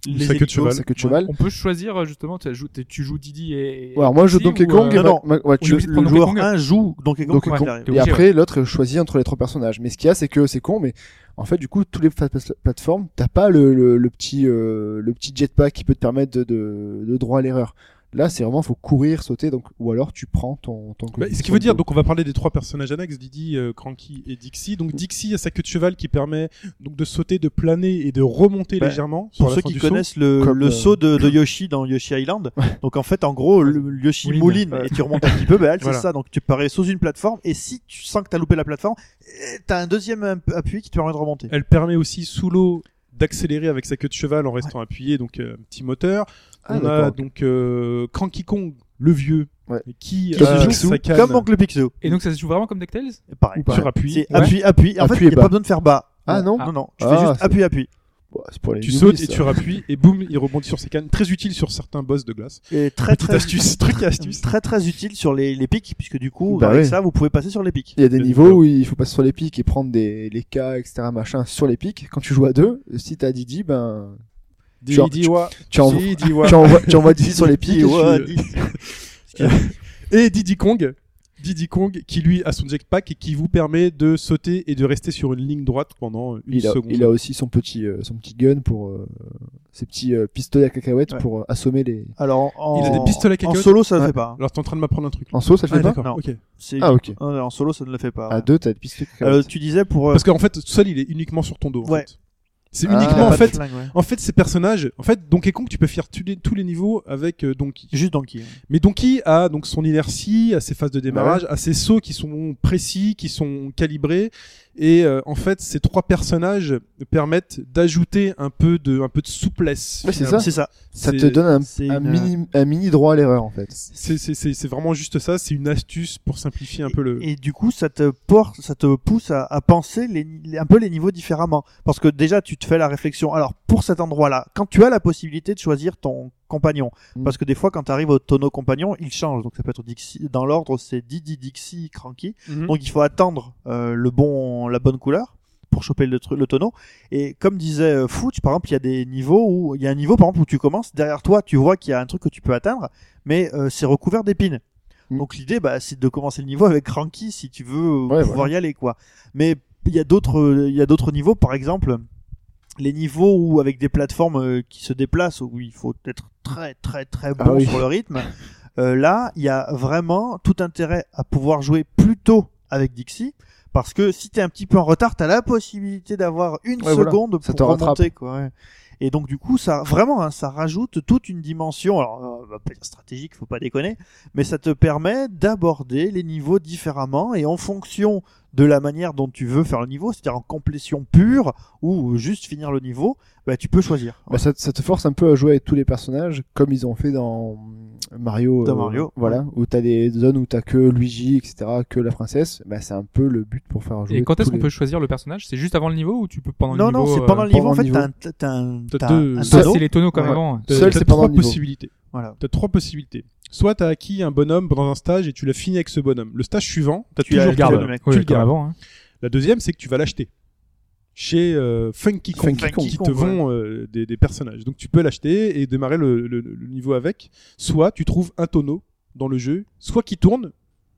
Speaker 4: les
Speaker 2: sac de
Speaker 4: hélicos.
Speaker 2: cheval.
Speaker 5: c'est que cheval.
Speaker 3: On peut choisir euh, justement, tu joues, t'es- tu joues Didi et.
Speaker 5: Ouais, alors moi je joue Donkey
Speaker 3: Dixie ou,
Speaker 5: Kong,
Speaker 3: euh,
Speaker 5: et
Speaker 4: non,
Speaker 5: ma- ma- ouais, tu-
Speaker 3: obligé de
Speaker 4: Le,
Speaker 3: prendre
Speaker 4: joueur
Speaker 3: Donkey Kong.
Speaker 4: 1 joue Donkey Kong.
Speaker 5: Donkey
Speaker 4: quoi qu'il
Speaker 3: Kong.
Speaker 4: arrive.
Speaker 3: T'es
Speaker 5: et
Speaker 3: obligé,
Speaker 5: après l'autre choisit entre les trois personnages. Mais ce qu'il y a c'est que c'est con, mais en fait du coup tous les pla- pla- plateformes t'as pas le, le, le petit euh, le petit jetpack qui peut te permettre de, de, de droit à l'erreur. Là c'est vraiment faut courir, sauter donc ou alors tu prends ton ton.
Speaker 2: Bah, ce qui veut dire, donc on va parler des trois personnages annexes, Didi, euh, Cranky et Dixie.
Speaker 4: Mm.
Speaker 2: Donc Dixie a sa queue de cheval qui permet donc de sauter, de planer et de remonter
Speaker 4: Bah,
Speaker 2: légèrement. sur
Speaker 4: Pour
Speaker 2: la
Speaker 4: ceux
Speaker 2: fin
Speaker 4: qui
Speaker 2: du saut.
Speaker 4: connaissent le,
Speaker 5: Comme,
Speaker 4: le
Speaker 5: euh,
Speaker 4: saut de, de Yoshi dans Yoshi
Speaker 2: (laughs)
Speaker 4: Island, donc en fait en gros le, Yoshi
Speaker 3: Mouline.
Speaker 4: mouline
Speaker 3: Ouais.
Speaker 4: et tu remontes un petit peu, bah elle, c'est
Speaker 2: Voilà.
Speaker 4: ça, donc tu parais sous une plateforme et si tu sens que t'as loupé la plateforme, eh, t'as un deuxième imp- appui qui te permet de remonter.
Speaker 2: Elle permet aussi sous l'eau d'accélérer avec sa queue de cheval en restant appuyé, donc euh, un petit moteur.
Speaker 5: Ah,
Speaker 2: on a
Speaker 5: d'accord.
Speaker 2: donc euh, Cranky Kong, le vieux,
Speaker 5: Ouais.
Speaker 2: qui
Speaker 5: Qui
Speaker 2: euh,
Speaker 5: se joue
Speaker 2: sa canne
Speaker 4: Comme Oncle Pixo,
Speaker 3: Et donc ça se joue vraiment comme DuckTales
Speaker 4: pareil.
Speaker 3: Ou pas
Speaker 2: sur appui.
Speaker 4: C'est
Speaker 2: Ouais.
Speaker 4: appui, appui. En fait,
Speaker 5: Appui
Speaker 4: il
Speaker 5: et
Speaker 4: n'y a
Speaker 5: bas.
Speaker 4: pas besoin de faire bas.
Speaker 5: Ah non.
Speaker 4: Non, non, tu fais
Speaker 5: Ah,
Speaker 4: juste
Speaker 5: c'est-
Speaker 4: appui, appui.
Speaker 5: Bon, c'est pour les
Speaker 2: Tu
Speaker 5: newbies,
Speaker 2: sautes et
Speaker 5: ça.
Speaker 2: tu rappuies et boum, il rebondit sur ses cannes. Très utile sur certains boss de glace.
Speaker 4: Et très
Speaker 2: Petite
Speaker 4: très, (laughs)
Speaker 2: astuce, truc et astuce.
Speaker 4: très très utile sur les, les pics, puisque du coup,
Speaker 5: Bah
Speaker 4: avec
Speaker 5: ouais.
Speaker 4: ça, vous pouvez passer sur les pics.
Speaker 5: Il y a des
Speaker 2: Le
Speaker 5: niveaux
Speaker 2: niveau.
Speaker 5: où il faut passer sur les pics et prendre des les cas etc machin sur les pics. Quand tu joues à deux, si t'as Didi, ben
Speaker 2: Didi,
Speaker 5: Genre,
Speaker 2: Didi, wa.
Speaker 5: tu envoies
Speaker 2: Didi, Didi, wa. (laughs)
Speaker 5: tu envoies tu envoies Didi sur les pics. et tu-
Speaker 4: ouais, dis-
Speaker 2: Et Diddy Kong. Diddy Kong qui lui a son jetpack et qui vous permet de sauter et de rester sur une ligne droite pendant une
Speaker 5: il, a,
Speaker 2: seconde.
Speaker 5: il a aussi son petit euh, son petit gun pour euh, ses petits euh, pistolets à cacahuètes
Speaker 4: Ouais.
Speaker 5: pour euh, assommer les.
Speaker 4: Alors, en,
Speaker 2: Il a des pistolets
Speaker 4: en
Speaker 2: cacahuètes.
Speaker 4: solo, ça ne le
Speaker 5: Ouais.
Speaker 4: fait pas. hein.
Speaker 2: Alors t'es en train de m'apprendre un truc. là.
Speaker 5: En saut, ça le fait
Speaker 2: Ah,
Speaker 5: pas.
Speaker 2: d'accord.
Speaker 4: Non.
Speaker 2: ok.
Speaker 4: C'est-
Speaker 5: Ah, ok.
Speaker 4: Non, non, en solo, ça ne le fait pas.
Speaker 5: À deux, t'as des pistolets à
Speaker 4: Euh,
Speaker 5: cacahuètes.
Speaker 4: tu disais pour. euh,
Speaker 2: Parce qu'en fait, tout seul, il est uniquement sur ton dos. en
Speaker 4: Ouais.
Speaker 2: fait. C'est
Speaker 5: Ah,
Speaker 4: il a
Speaker 2: uniquement en
Speaker 4: pas de
Speaker 2: fait.
Speaker 4: flingue, ouais.
Speaker 2: En fait, ces personnages, en fait, Donkey Kong, tu peux faire tous les, tous les niveaux avec euh, Donkey.
Speaker 4: Juste Donkey. hein.
Speaker 2: Mais Donkey a donc son inertie, a ses phases de démarrage, a ses sauts qui sont précis, qui sont calibrés, et euh, en fait, ces trois personnages permettent d'ajouter un peu de, un peu de souplesse.
Speaker 5: Ouais, c'est
Speaker 2: finalement.
Speaker 4: C'est ça.
Speaker 5: Ça te
Speaker 2: c'est-
Speaker 5: donne un,
Speaker 4: c'est
Speaker 5: un
Speaker 4: une-
Speaker 5: mini un mini droit à l'erreur en fait.
Speaker 2: C'est, c'est, c'est, c'est vraiment juste ça. C'est une astuce pour simplifier un peu le.
Speaker 4: euh, Et du coup, ça te porte, ça te pousse à, à penser les, les- un peu les niveaux différemment. Parce que déjà, tu te fais la réflexion. Alors, pour cet endroit-là, quand tu as la possibilité de choisir ton compagnon,
Speaker 5: Mm.
Speaker 4: parce que des fois, quand tu arrives au tonneau compagnon, il change. Donc, ça peut être Dixie. Dans l'ordre, c'est Didi, Dixie, Cranky.
Speaker 2: Mhm.
Speaker 4: Donc, il faut attendre euh, le bon, la bonne couleur pour choper le, tru- le tonneau. Et comme disait euh, Fouch, par exemple, il y a des niveaux où il y a un niveau, par exemple, où tu commences derrière toi, tu vois qu'il y a un truc que tu peux atteindre, mais euh, c'est recouvert d'épines.
Speaker 5: Mm.
Speaker 4: Donc l'idée, bah, c'est de commencer le niveau avec Cranky si tu veux euh,
Speaker 5: Ouais,
Speaker 4: pouvoir y aller, quoi. Mais il y a d'autres, euh, il y a d'autres niveaux, par exemple, les niveaux où avec des plateformes euh, qui se déplacent, où il faut être très très très bon
Speaker 5: Ah oui.
Speaker 4: sur le rythme. Euh, là, il y a vraiment tout intérêt à pouvoir jouer plus tôt avec Dixie. Parce que si t'es un petit peu en retard, t'as la possibilité d'avoir une
Speaker 5: Ouais, voilà.
Speaker 4: seconde
Speaker 5: Ça te
Speaker 4: pour
Speaker 5: rattrape.
Speaker 4: remonter, quoi. ouais. Et donc du coup, ça vraiment, hein, ça rajoute toute une dimension. Alors, euh, on va pas dire stratégique, faut pas déconner, mais ça te permet d'aborder les niveaux différemment et en fonction de la manière dont tu veux faire le niveau, c'est-à-dire en complétion pure ou juste finir le niveau, bah tu peux choisir.
Speaker 5: Bah, ça, ça te force un peu à jouer avec tous les personnages, comme ils ont fait dans euh, Mario.
Speaker 4: Dans
Speaker 5: euh,
Speaker 4: Mario,
Speaker 5: Voilà, où t'as des zones où t'as que Luigi, etc., que la princesse. Bah, c'est un peu le but pour faire jouer.
Speaker 3: Et quand est-ce
Speaker 5: tous
Speaker 3: qu'on
Speaker 5: les-
Speaker 3: peut choisir le personnage C'est juste avant le niveau ou tu peux pendant
Speaker 4: non,
Speaker 3: le niveau
Speaker 4: non, c'est
Speaker 3: euh,
Speaker 4: pendant le niveau. En
Speaker 5: pendant
Speaker 4: fait,
Speaker 5: le
Speaker 4: t'as un, t'as un,
Speaker 2: T'as
Speaker 4: t'as
Speaker 2: deux-
Speaker 4: un
Speaker 2: ça,
Speaker 3: Ça,
Speaker 4: tonneau.
Speaker 3: c'est les tonneaux comme
Speaker 5: Ouais.
Speaker 3: avant.
Speaker 2: T'as-
Speaker 5: Seul,
Speaker 2: t'as
Speaker 5: c'est pendant
Speaker 2: trois
Speaker 5: le niveau.
Speaker 2: possibilités.
Speaker 4: Voilà.
Speaker 2: T'as trois possibilités. Soit t'as acquis un bonhomme dans un stage et tu l'as fini avec ce bonhomme. Le stage suivant, t'as
Speaker 4: Tu
Speaker 2: toujours
Speaker 4: l'as-
Speaker 2: ton
Speaker 4: tu l'as
Speaker 2: bonhomme.
Speaker 4: le mec.
Speaker 2: Tu le
Speaker 3: Oui, comme
Speaker 2: gardes.
Speaker 3: avant. hein.
Speaker 2: La deuxième, c'est que tu vas l'acheter chez euh, Funky Kong,
Speaker 4: Funky
Speaker 2: qui
Speaker 4: Kong,
Speaker 2: te
Speaker 4: ouais.
Speaker 2: vend euh, des, des personnages. Donc tu peux l'acheter et démarrer le, le- le niveau avec. Soit tu trouves un tonneau dans le jeu, soit qui tourne,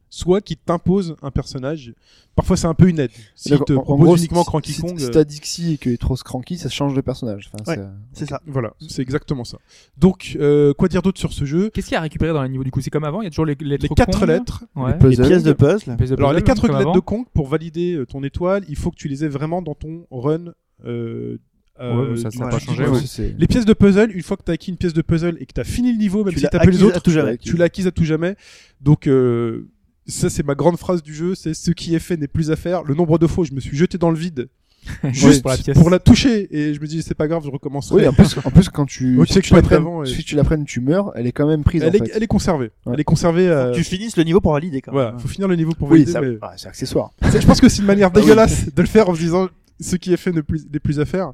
Speaker 2: soit qui t'impose un personnage. Parfois c'est un peu une aide. Si
Speaker 5: D'accord,
Speaker 2: te
Speaker 5: en- en
Speaker 2: propose
Speaker 5: gros,
Speaker 2: euh, uniquement
Speaker 5: si-
Speaker 2: Cranky
Speaker 5: si-
Speaker 2: Kong,
Speaker 5: Si
Speaker 2: euh,
Speaker 5: t'as Dixie et qu'il est trop cranky, ça change de personnage. Enfin,
Speaker 4: Ouais.
Speaker 5: ça-
Speaker 4: C'est ça.
Speaker 2: voilà, c'est exactement ça. Donc euh, quoi dire d'autre sur ce jeu
Speaker 3: Qu'est-ce qu'il y a à récupérer dans les niveaux du coup C'est comme avant, il y a toujours les, lettres
Speaker 2: Les quatre
Speaker 3: Kong,
Speaker 2: lettres.
Speaker 3: Ouais.
Speaker 5: les puzzles.
Speaker 4: Les pièces de puzzle.
Speaker 3: Puzzle
Speaker 2: Alors les
Speaker 3: puzzle,
Speaker 2: quatre
Speaker 3: comme
Speaker 2: lettres
Speaker 3: avant. (laughs)
Speaker 2: de Kong pour valider euh, ton étoile, il faut que tu les aies vraiment dans ton run. euh, euh,
Speaker 3: Ouais, ça, ça
Speaker 4: a
Speaker 2: du-
Speaker 4: pas
Speaker 2: du
Speaker 3: changé,
Speaker 2: jeu.
Speaker 3: ouais.
Speaker 5: ça, c'est-
Speaker 2: Les pièces de puzzle, une fois que t'as acquis une pièce de puzzle et que t'as fini le niveau, même
Speaker 4: Tu
Speaker 2: si
Speaker 4: l'as
Speaker 2: t'as pas les
Speaker 4: acquise
Speaker 2: autres,
Speaker 4: à tout
Speaker 5: tu l'as
Speaker 4: jamais.
Speaker 5: acquise.
Speaker 2: tu l'as acquise à tout jamais. Donc euh, ça c'est ma grande phrase du jeu, c'est ce qui est fait n'est plus à faire. Le nombre de fois où je me suis jeté dans le vide juste pour, la toucher et je me dis c'est pas grave, je recommencerai.
Speaker 5: Oui, en plus, en plus, quand tu,
Speaker 2: Oh, tu
Speaker 5: si
Speaker 2: sais que
Speaker 5: tu
Speaker 2: je peux
Speaker 5: la
Speaker 2: être
Speaker 5: prennes-
Speaker 2: avant et-
Speaker 5: si tu la prennes, tu meurs, elle est quand même prise, en
Speaker 2: elle, est,
Speaker 5: fait.
Speaker 2: elle est conservée.
Speaker 5: Ouais.
Speaker 2: Elle est conservée. euh,
Speaker 4: Tu finisses le niveau pour valider quand
Speaker 2: Voilà,
Speaker 4: même.
Speaker 2: faut finir le niveau pour
Speaker 5: Oui,
Speaker 2: valider,
Speaker 5: ça-
Speaker 2: mais-
Speaker 5: ah, c'est accessoire.
Speaker 2: C'est- Je pense que c'est une
Speaker 5: (laughs)
Speaker 2: manière
Speaker 5: oui.
Speaker 2: dégueulasse de le faire en se disant ce qui est fait n'est plus, n'est plus à faire.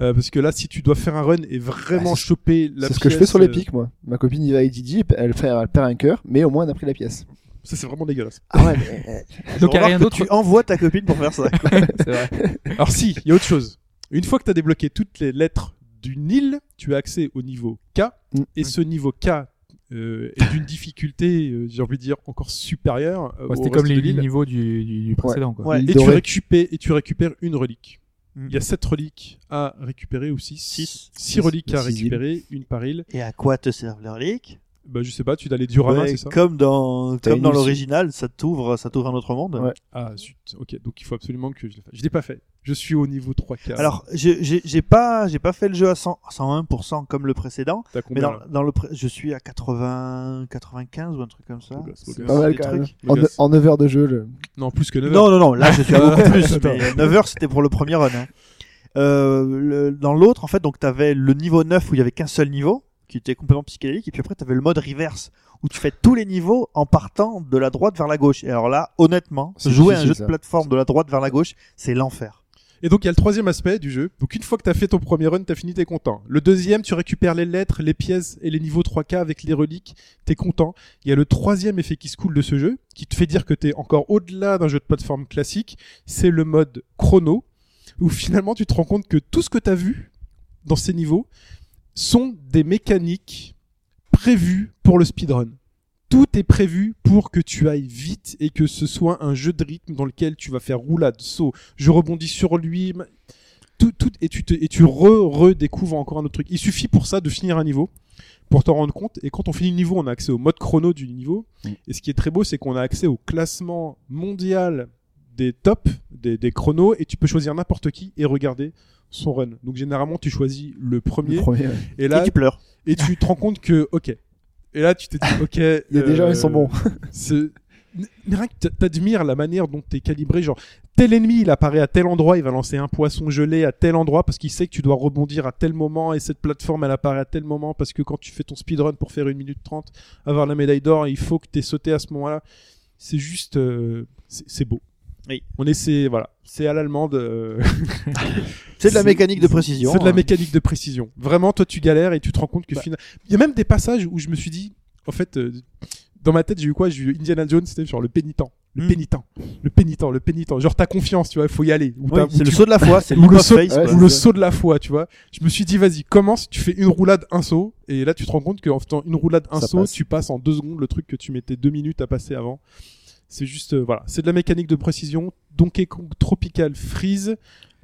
Speaker 2: Euh, parce que là, si tu dois faire un run et vraiment
Speaker 5: Ah, c'est-
Speaker 2: choper la
Speaker 5: C'est ce que je fais
Speaker 2: pièce,
Speaker 5: sur les
Speaker 2: euh,
Speaker 5: pics, moi. Ma copine y va avec Didi, elle, fait- elle perd un cœur, mais au moins elle a pris la pièce.
Speaker 2: Ça, c'est vraiment dégueulasse.
Speaker 5: Ah ouais, mais-
Speaker 4: Je
Speaker 3: Donc il y
Speaker 4: remarque
Speaker 3: a rien
Speaker 4: que
Speaker 3: d'autre.
Speaker 4: Tu envoies ta copine pour faire ça.
Speaker 3: (laughs) C'est vrai.
Speaker 2: Alors si, il y a autre chose. Une fois que tu as débloqué toutes les lettres d'une île, tu as accès au niveau K,
Speaker 5: Mm.
Speaker 2: et ce niveau K euh, est d'une difficulté, euh, j'ai envie de dire, encore supérieure. euh,
Speaker 3: Ouais,
Speaker 2: au
Speaker 3: C'était
Speaker 2: reste
Speaker 3: comme
Speaker 2: de
Speaker 3: les
Speaker 2: l'île.
Speaker 3: niveaux du, du- du précédent. Quoi.
Speaker 4: Ouais.
Speaker 5: L'île
Speaker 2: Et tu,
Speaker 5: dorée.
Speaker 2: récupères, et tu récupères une relique.
Speaker 4: Mm.
Speaker 2: Il y a 7 reliques à récupérer ou 6.
Speaker 4: Six.
Speaker 2: 6 reliques
Speaker 5: La
Speaker 2: à
Speaker 5: six îles.
Speaker 2: récupérer, une par île.
Speaker 4: (laughs) Et à quoi te servent leurs leaks
Speaker 2: Bah, je sais pas, tu dois les dioramas,
Speaker 4: Ouais,
Speaker 2: c'est ça
Speaker 4: Comme dans,
Speaker 5: T'as
Speaker 4: comme
Speaker 5: une
Speaker 4: dans
Speaker 5: mission.
Speaker 4: l'original, ça t'ouvre, ça t'ouvre un autre monde.
Speaker 5: Ouais.
Speaker 2: Ah zut, ok, donc il faut absolument que je le fasse. Je l'ai pas fait. Je suis au niveau 3 k
Speaker 4: Alors, je- j'ai j'ai pas, j'ai pas fait le jeu à 100, 101% comme le précédent,
Speaker 2: t'as
Speaker 4: mais
Speaker 2: combien
Speaker 4: dans,
Speaker 2: là
Speaker 4: dans le, pré- je suis à 80, 95 ou un truc comme ça.
Speaker 2: Beau gosse, beau
Speaker 4: C'est-
Speaker 2: gosse.
Speaker 5: Pas
Speaker 4: c'est
Speaker 5: mal
Speaker 4: des
Speaker 5: quand même.
Speaker 4: trucs.
Speaker 5: En,
Speaker 2: Lucas.
Speaker 5: en 9 heures de jeu, le-
Speaker 2: Non, plus que 9
Speaker 4: Non, non, non, là je suis à beaucoup plus,
Speaker 2: Attends.
Speaker 4: mais 9 heures c'était pour le premier run. hein. Euh, le- dans l'autre, en fait, donc t'avais le niveau 9 où il y avait qu'un seul niveau, qui était complètement psychédélique, et puis après t'avais le mode reverse, où tu fais tous les niveaux en partant de la droite vers la gauche. Et alors là, honnêtement,
Speaker 5: C'est
Speaker 4: jouer à un
Speaker 5: difficile,
Speaker 4: jeu de
Speaker 5: ça.
Speaker 4: plateforme de la droite vers la gauche, c'est l'enfer.
Speaker 2: Et donc il y a le troisième aspect du jeu. Donc une fois que t'as fait ton premier run, t'as fini, t'es content. Le deuxième, tu récupères les lettres, les pièces et les niveaux 3K avec les reliques, t'es content. Il y a le troisième effet qui se coule de ce jeu, qui te fait dire que t'es encore au-delà d'un jeu de plateforme classique, c'est le mode chrono, où finalement tu te rends compte que tout ce que t'as vu dans ces niveaux sont des mécaniques prévues pour le speedrun. Tout est prévu pour que tu ailles vite et que ce soit un jeu de rythme dans lequel tu vas faire roulade, saut, je rebondis sur lui. ma- Tout, tout, et tu, te, et tu re, redécouvres encore un autre truc. Il suffit pour ça de finir un niveau, pour t'en rendre compte. Et quand on finit le niveau, on a accès au mode chrono du niveau.
Speaker 5: Mm.
Speaker 2: Et ce qui est très beau, c'est qu'on a accès au classement mondial des tops, des, des chronos, et tu peux choisir n'importe qui et regarder son run. Donc généralement, tu choisis le premier.
Speaker 5: le premier, ouais.
Speaker 2: et là,
Speaker 4: et tu pleures.
Speaker 2: et tu te rends compte que ok et là tu te dis
Speaker 5: (laughs)
Speaker 2: ok il
Speaker 5: y a des gens, ils
Speaker 2: (laughs)
Speaker 5: sont bons.
Speaker 2: mais rien que t- t'admires la manière dont t'es calibré genre tel ennemi il apparaît à tel endroit il va lancer un poisson gelé à tel endroit parce qu'il sait que tu dois rebondir à tel moment et cette plateforme elle apparaît à tel moment parce que quand tu fais ton speedrun pour faire 1 minute 30 avoir la médaille d'or il faut que t'aies sauté à ce moment là c'est juste euh, c'est c'est beau
Speaker 4: Oui.
Speaker 2: on essaie voilà c'est à l'allemande euh,
Speaker 4: C'est de la
Speaker 2: C'est-
Speaker 4: mécanique de précision.
Speaker 2: c'est de la
Speaker 4: hein.
Speaker 2: mécanique de précision. Vraiment, toi, tu galères et tu te rends compte que
Speaker 4: Bah.
Speaker 2: finalement. Il y a même des passages où je me suis dit, en fait, euh, dans ma tête, j'ai eu quoi J'ai eu Indiana Jones, c'était genre le pénitent. Le
Speaker 4: Mm.
Speaker 2: pénitent, le pénitent, le pénitent. Genre ta confiance, tu vois, il faut y aller. Ou
Speaker 4: Oui,
Speaker 2: t'as- ou
Speaker 4: c'est le
Speaker 2: tu-
Speaker 4: saut de la foi, c'est
Speaker 2: ou
Speaker 4: le
Speaker 2: le
Speaker 4: of
Speaker 2: saut,
Speaker 4: face.
Speaker 5: ouais,
Speaker 4: quoi.
Speaker 2: ou le
Speaker 5: c'est ça.
Speaker 2: saut de la foi, tu vois. Je me suis dit, vas-y, commence, tu fais une roulade, un saut, et là tu te rends compte qu'en faisant une roulade, un
Speaker 5: Ça
Speaker 2: saut,
Speaker 5: passe.
Speaker 2: tu passes en deux secondes le truc que tu mettais deux minutes à passer avant. C'est juste, euh, voilà, c'est de la mécanique de précision. Donkey Kong Tropical Freeze,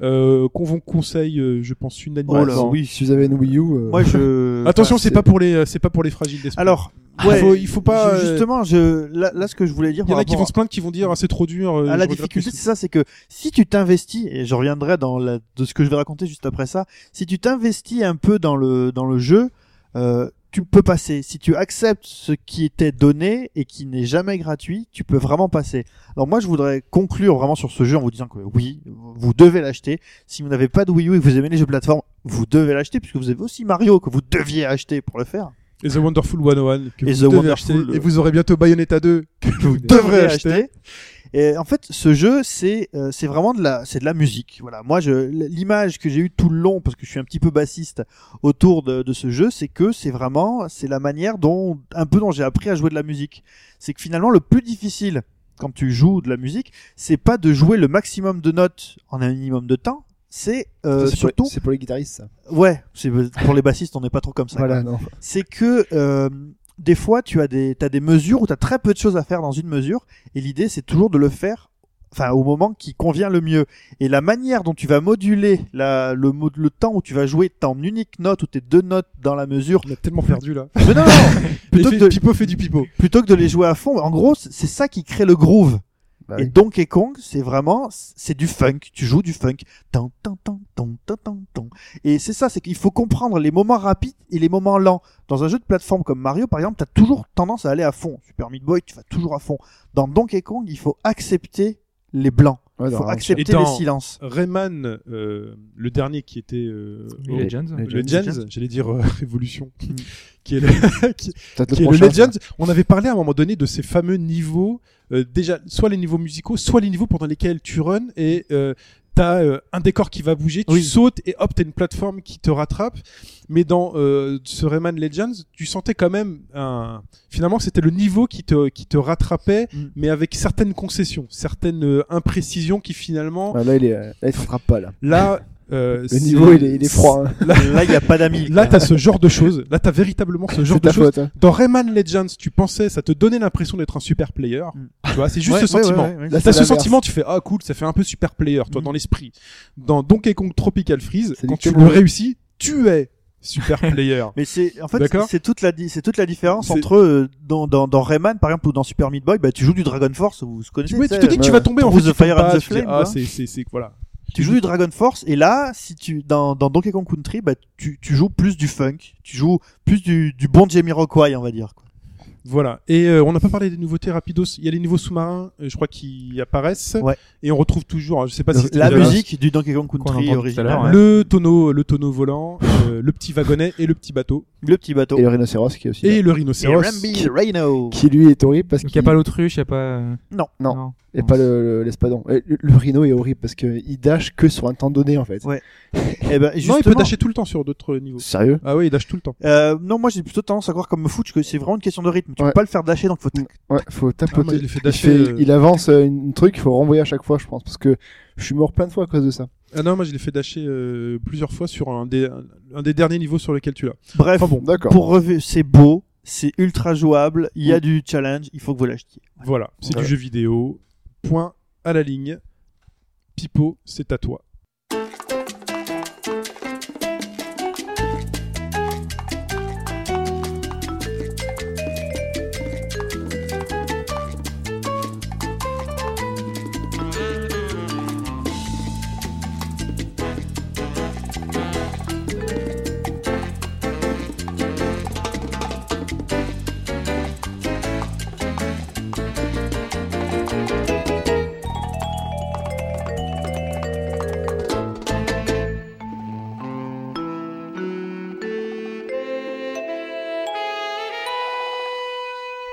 Speaker 2: euh, qu'on vous conseille, euh, je pense, unanimement.
Speaker 4: Oh là,
Speaker 5: si-
Speaker 4: oui.
Speaker 5: Si vous avez une Wii U, euh,
Speaker 4: Moi, je.
Speaker 2: Attention, c'est
Speaker 5: c'est-
Speaker 2: pas pour les, euh, c'est pas pour les fragiles d'esprit.
Speaker 4: Alors,
Speaker 2: Il
Speaker 4: ouais,
Speaker 2: faut- il faut pas,
Speaker 4: je-
Speaker 2: euh,
Speaker 4: Justement, je là, là, ce que je voulais dire.
Speaker 2: il y en
Speaker 4: par
Speaker 2: a qui
Speaker 4: rapport
Speaker 2: vont se plaindre, qui vont dire, ah, c'est trop dur. euh,
Speaker 4: à
Speaker 2: je
Speaker 4: la
Speaker 2: regrette
Speaker 4: difficulté,
Speaker 2: que-
Speaker 4: c'est ça, c'est que si tu t'investis, et je reviendrai dans la, de ce que je vais raconter juste après ça, si tu t'investis un peu dans le, dans le jeu, euh, tu peux passer. Si tu acceptes ce qui était donné et qui n'est jamais gratuit, tu peux vraiment passer. Alors moi, je voudrais conclure vraiment sur ce jeu en vous disant que oui, vous devez l'acheter. Si vous n'avez pas de Wii U et que vous aimez les jeux de plateforme, vous devez l'acheter puisque vous avez aussi Mario que vous deviez acheter pour le faire.
Speaker 2: Et The Wonderful 101. Que
Speaker 4: Et
Speaker 2: vous
Speaker 4: The
Speaker 2: devez
Speaker 4: Wonderful,
Speaker 2: acheter,
Speaker 4: euh,
Speaker 2: Et vous aurez bientôt Bayonetta 2. Que vous devrez acheter.
Speaker 4: Et en fait, ce jeu, c'est euh, c'est vraiment de la c'est de la musique. Voilà, moi, je l'image que j'ai eue tout le long, parce que je suis un petit peu bassiste autour de, de ce jeu, c'est que c'est vraiment c'est la manière dont un peu dont j'ai appris à jouer de la musique. C'est que finalement, le plus difficile quand tu joues de la musique, c'est pas de jouer le maximum de notes en un minimum de temps. C'est euh,
Speaker 5: ça, c'est pour-
Speaker 4: surtout
Speaker 5: C'est pour les guitaristes, ça.
Speaker 4: ouais, c'est pour les bassistes, on n'est pas trop comme ça.
Speaker 5: Voilà, non.
Speaker 4: c'est que euh, des fois tu as des t'as des mesures où tu as très peu de choses à faire dans une mesure et l'idée c'est toujours de le faire enfin au moment qui convient le mieux et la manière dont tu vas moduler la, le mo- le temps où tu vas jouer ton unique note ou tes deux notes dans la mesure (laughs)
Speaker 2: On a tellement perdu là.
Speaker 4: mais non, non, non, plutôt,
Speaker 2: Et
Speaker 4: que
Speaker 2: fait-
Speaker 4: de,
Speaker 2: Pipo fait du pipo.
Speaker 4: plutôt que de les jouer à fond en gros c'est c'est ça qui crée le groove
Speaker 5: Bah
Speaker 4: et
Speaker 5: oui.
Speaker 4: Donkey Kong, c'est vraiment, c'est du funk. Tu joues du funk. Tan, tan, tan, tan, tan, tan, tan. Et c'est ça, c'est qu'il faut comprendre les moments rapides et les moments lents. Dans un jeu de plateforme comme Mario, par exemple, t'as toujours tendance à aller à fond. Super Meat Boy, tu vas toujours à fond. Dans Donkey Kong, il faut accepter les blancs.
Speaker 5: Ouais,
Speaker 4: Il
Speaker 5: non,
Speaker 4: faut
Speaker 5: non,
Speaker 4: accepter
Speaker 2: Et dans-
Speaker 4: les silences.
Speaker 2: Rayman, euh, le dernier qui était, euh,
Speaker 3: Les Legends.
Speaker 5: les-
Speaker 2: le
Speaker 5: Legends.
Speaker 2: Legends, j'allais dire euh, (laughs) Révolution, qui est le, (laughs) qui-
Speaker 5: peut-être
Speaker 2: qui est le
Speaker 5: prochain,
Speaker 2: Legends. On avait parlé à un moment donné de ces fameux niveaux, euh, déjà soit les niveaux musicaux, soit les niveaux pendant lesquels tu runs et euh, t'as euh, un décor qui va bouger, tu
Speaker 4: Oui.
Speaker 2: sautes et hop, t'as une plateforme qui te rattrape. mais dans euh, ce Rayman Legends, tu sentais quand même un. Finalement, c'était le niveau qui te qui te rattrapait,
Speaker 4: Mm.
Speaker 2: mais avec certaines concessions, certaines euh, imprécisions qui finalement
Speaker 5: Ah, là, il est, euh, là, il te frappe pas, là.
Speaker 2: là. euh,
Speaker 5: Le
Speaker 2: c'est-
Speaker 5: niveau, il est, il est froid. hein.
Speaker 4: Là, il n'y a pas d'amis.
Speaker 2: Là, t'as ce genre de choses. Là, t'as véritablement ce genre
Speaker 5: C'est
Speaker 2: de
Speaker 5: ta
Speaker 2: choses.
Speaker 5: faute. hein.
Speaker 2: Dans Rayman Legends, tu pensais, ça te donnait l'impression d'être un super player.
Speaker 4: Mm.
Speaker 2: Tu vois, c'est juste
Speaker 4: Ouais,
Speaker 2: ce
Speaker 4: ouais,
Speaker 2: sentiment.
Speaker 4: ouais, ouais, ouais.
Speaker 2: T'as
Speaker 5: Là, c'est
Speaker 2: ce
Speaker 5: l'inverse.
Speaker 2: sentiment, tu fais ah cool, ça fait un peu super player, toi,
Speaker 4: Mhm.
Speaker 2: dans l'esprit. Dans Donkey Kong Tropical Freeze,
Speaker 5: C'est
Speaker 2: quand
Speaker 5: nickel,
Speaker 2: tu le
Speaker 5: ouais.
Speaker 2: réussis, tu es
Speaker 4: (laughs)
Speaker 2: super player.
Speaker 4: Mais c'est en fait
Speaker 2: D'accord.
Speaker 4: c'est toute la di- c'est toute la différence
Speaker 2: C'est-
Speaker 4: entre euh, dans, dans dans Rayman par exemple ou dans Super Meat Boy bah tu joues du Dragon Force vous vous connaissez
Speaker 2: Ouais,
Speaker 4: tu
Speaker 2: tu
Speaker 4: sais, bah,
Speaker 2: te dis que tu
Speaker 5: ouais.
Speaker 2: vas tomber en
Speaker 4: Through
Speaker 2: fait.
Speaker 4: the
Speaker 2: tu tombes
Speaker 4: fire
Speaker 2: pas,
Speaker 4: and the
Speaker 2: tu fais,
Speaker 4: flame,
Speaker 2: ah,
Speaker 4: quoi.
Speaker 2: c'est c'est c'est voilà.
Speaker 4: tu joues du Dragon Force et là si tu dans, dans Donkey Kong Country bah tu, tu joues plus du funk tu joues plus du, du bon Jamiroquai on va dire quoi.
Speaker 2: Voilà. Et euh, on n'a pas parlé des nouveautés rapidos. Il y a les niveaux sous-marins, euh, je crois, qui apparaissent.
Speaker 4: Ouais.
Speaker 2: Et on retrouve toujours, hein, je sais pas si
Speaker 4: la
Speaker 2: c'était-
Speaker 4: musique du Donkey Kong
Speaker 3: Qu'on entend
Speaker 4: Country
Speaker 3: tout à l'heure,
Speaker 4: original
Speaker 3: ouais.
Speaker 2: le tonneau, le tonneau volant, euh, le petit wagonnet et le petit bateau
Speaker 4: le petit bateau
Speaker 5: Et le rhinocéros qui est aussi.
Speaker 2: et
Speaker 5: là.
Speaker 2: le
Speaker 4: et
Speaker 2: rhinocéros.
Speaker 4: Rambi
Speaker 5: (laughs)
Speaker 4: Rhino
Speaker 5: Qui lui est horrible parce
Speaker 3: Donc,
Speaker 5: qu'il
Speaker 3: il n'y a pas l'autruche, il n'y a pas. euh,
Speaker 4: Non.
Speaker 5: Non. Et pas le- le- l'espadon. Et Le, le rhino est horrible parce qu'il dash que sur un temps donné en fait.
Speaker 4: Ouais. et ben
Speaker 2: Non,
Speaker 4: justement
Speaker 2: il peut dasher tout le temps sur d'autres niveaux.
Speaker 5: Sérieux
Speaker 2: Ah oui, il dash tout le temps.
Speaker 4: euh, non moi j'ai plutôt tendance à croire comme foot que c'est vraiment une question de rythme tu
Speaker 5: Ouais.
Speaker 4: peux pas le faire dasher donc faut tac,
Speaker 5: Ouais, faut
Speaker 2: Ah, moi,
Speaker 5: tapoter.
Speaker 2: je l'ai fait
Speaker 5: il,
Speaker 2: dasher,
Speaker 5: fait-
Speaker 2: euh,
Speaker 5: il avance euh, une, un truc, il faut renvoyer à chaque fois, je pense, parce que je suis mort plein de fois à cause de ça.
Speaker 2: Ah non, moi je l'ai fait dasher euh, plusieurs fois sur un des, un, un des derniers niveaux sur lesquels tu l'as.
Speaker 4: bref
Speaker 2: Enfin bon,
Speaker 5: D'accord.
Speaker 4: pour rev- c'est beau, c'est ultra jouable, il y a du challenge, il faut que vous l'achetiez.
Speaker 2: voilà, c'est
Speaker 4: Voilà.
Speaker 2: du jeu vidéo. Point à la ligne. Pipo, c'est à toi.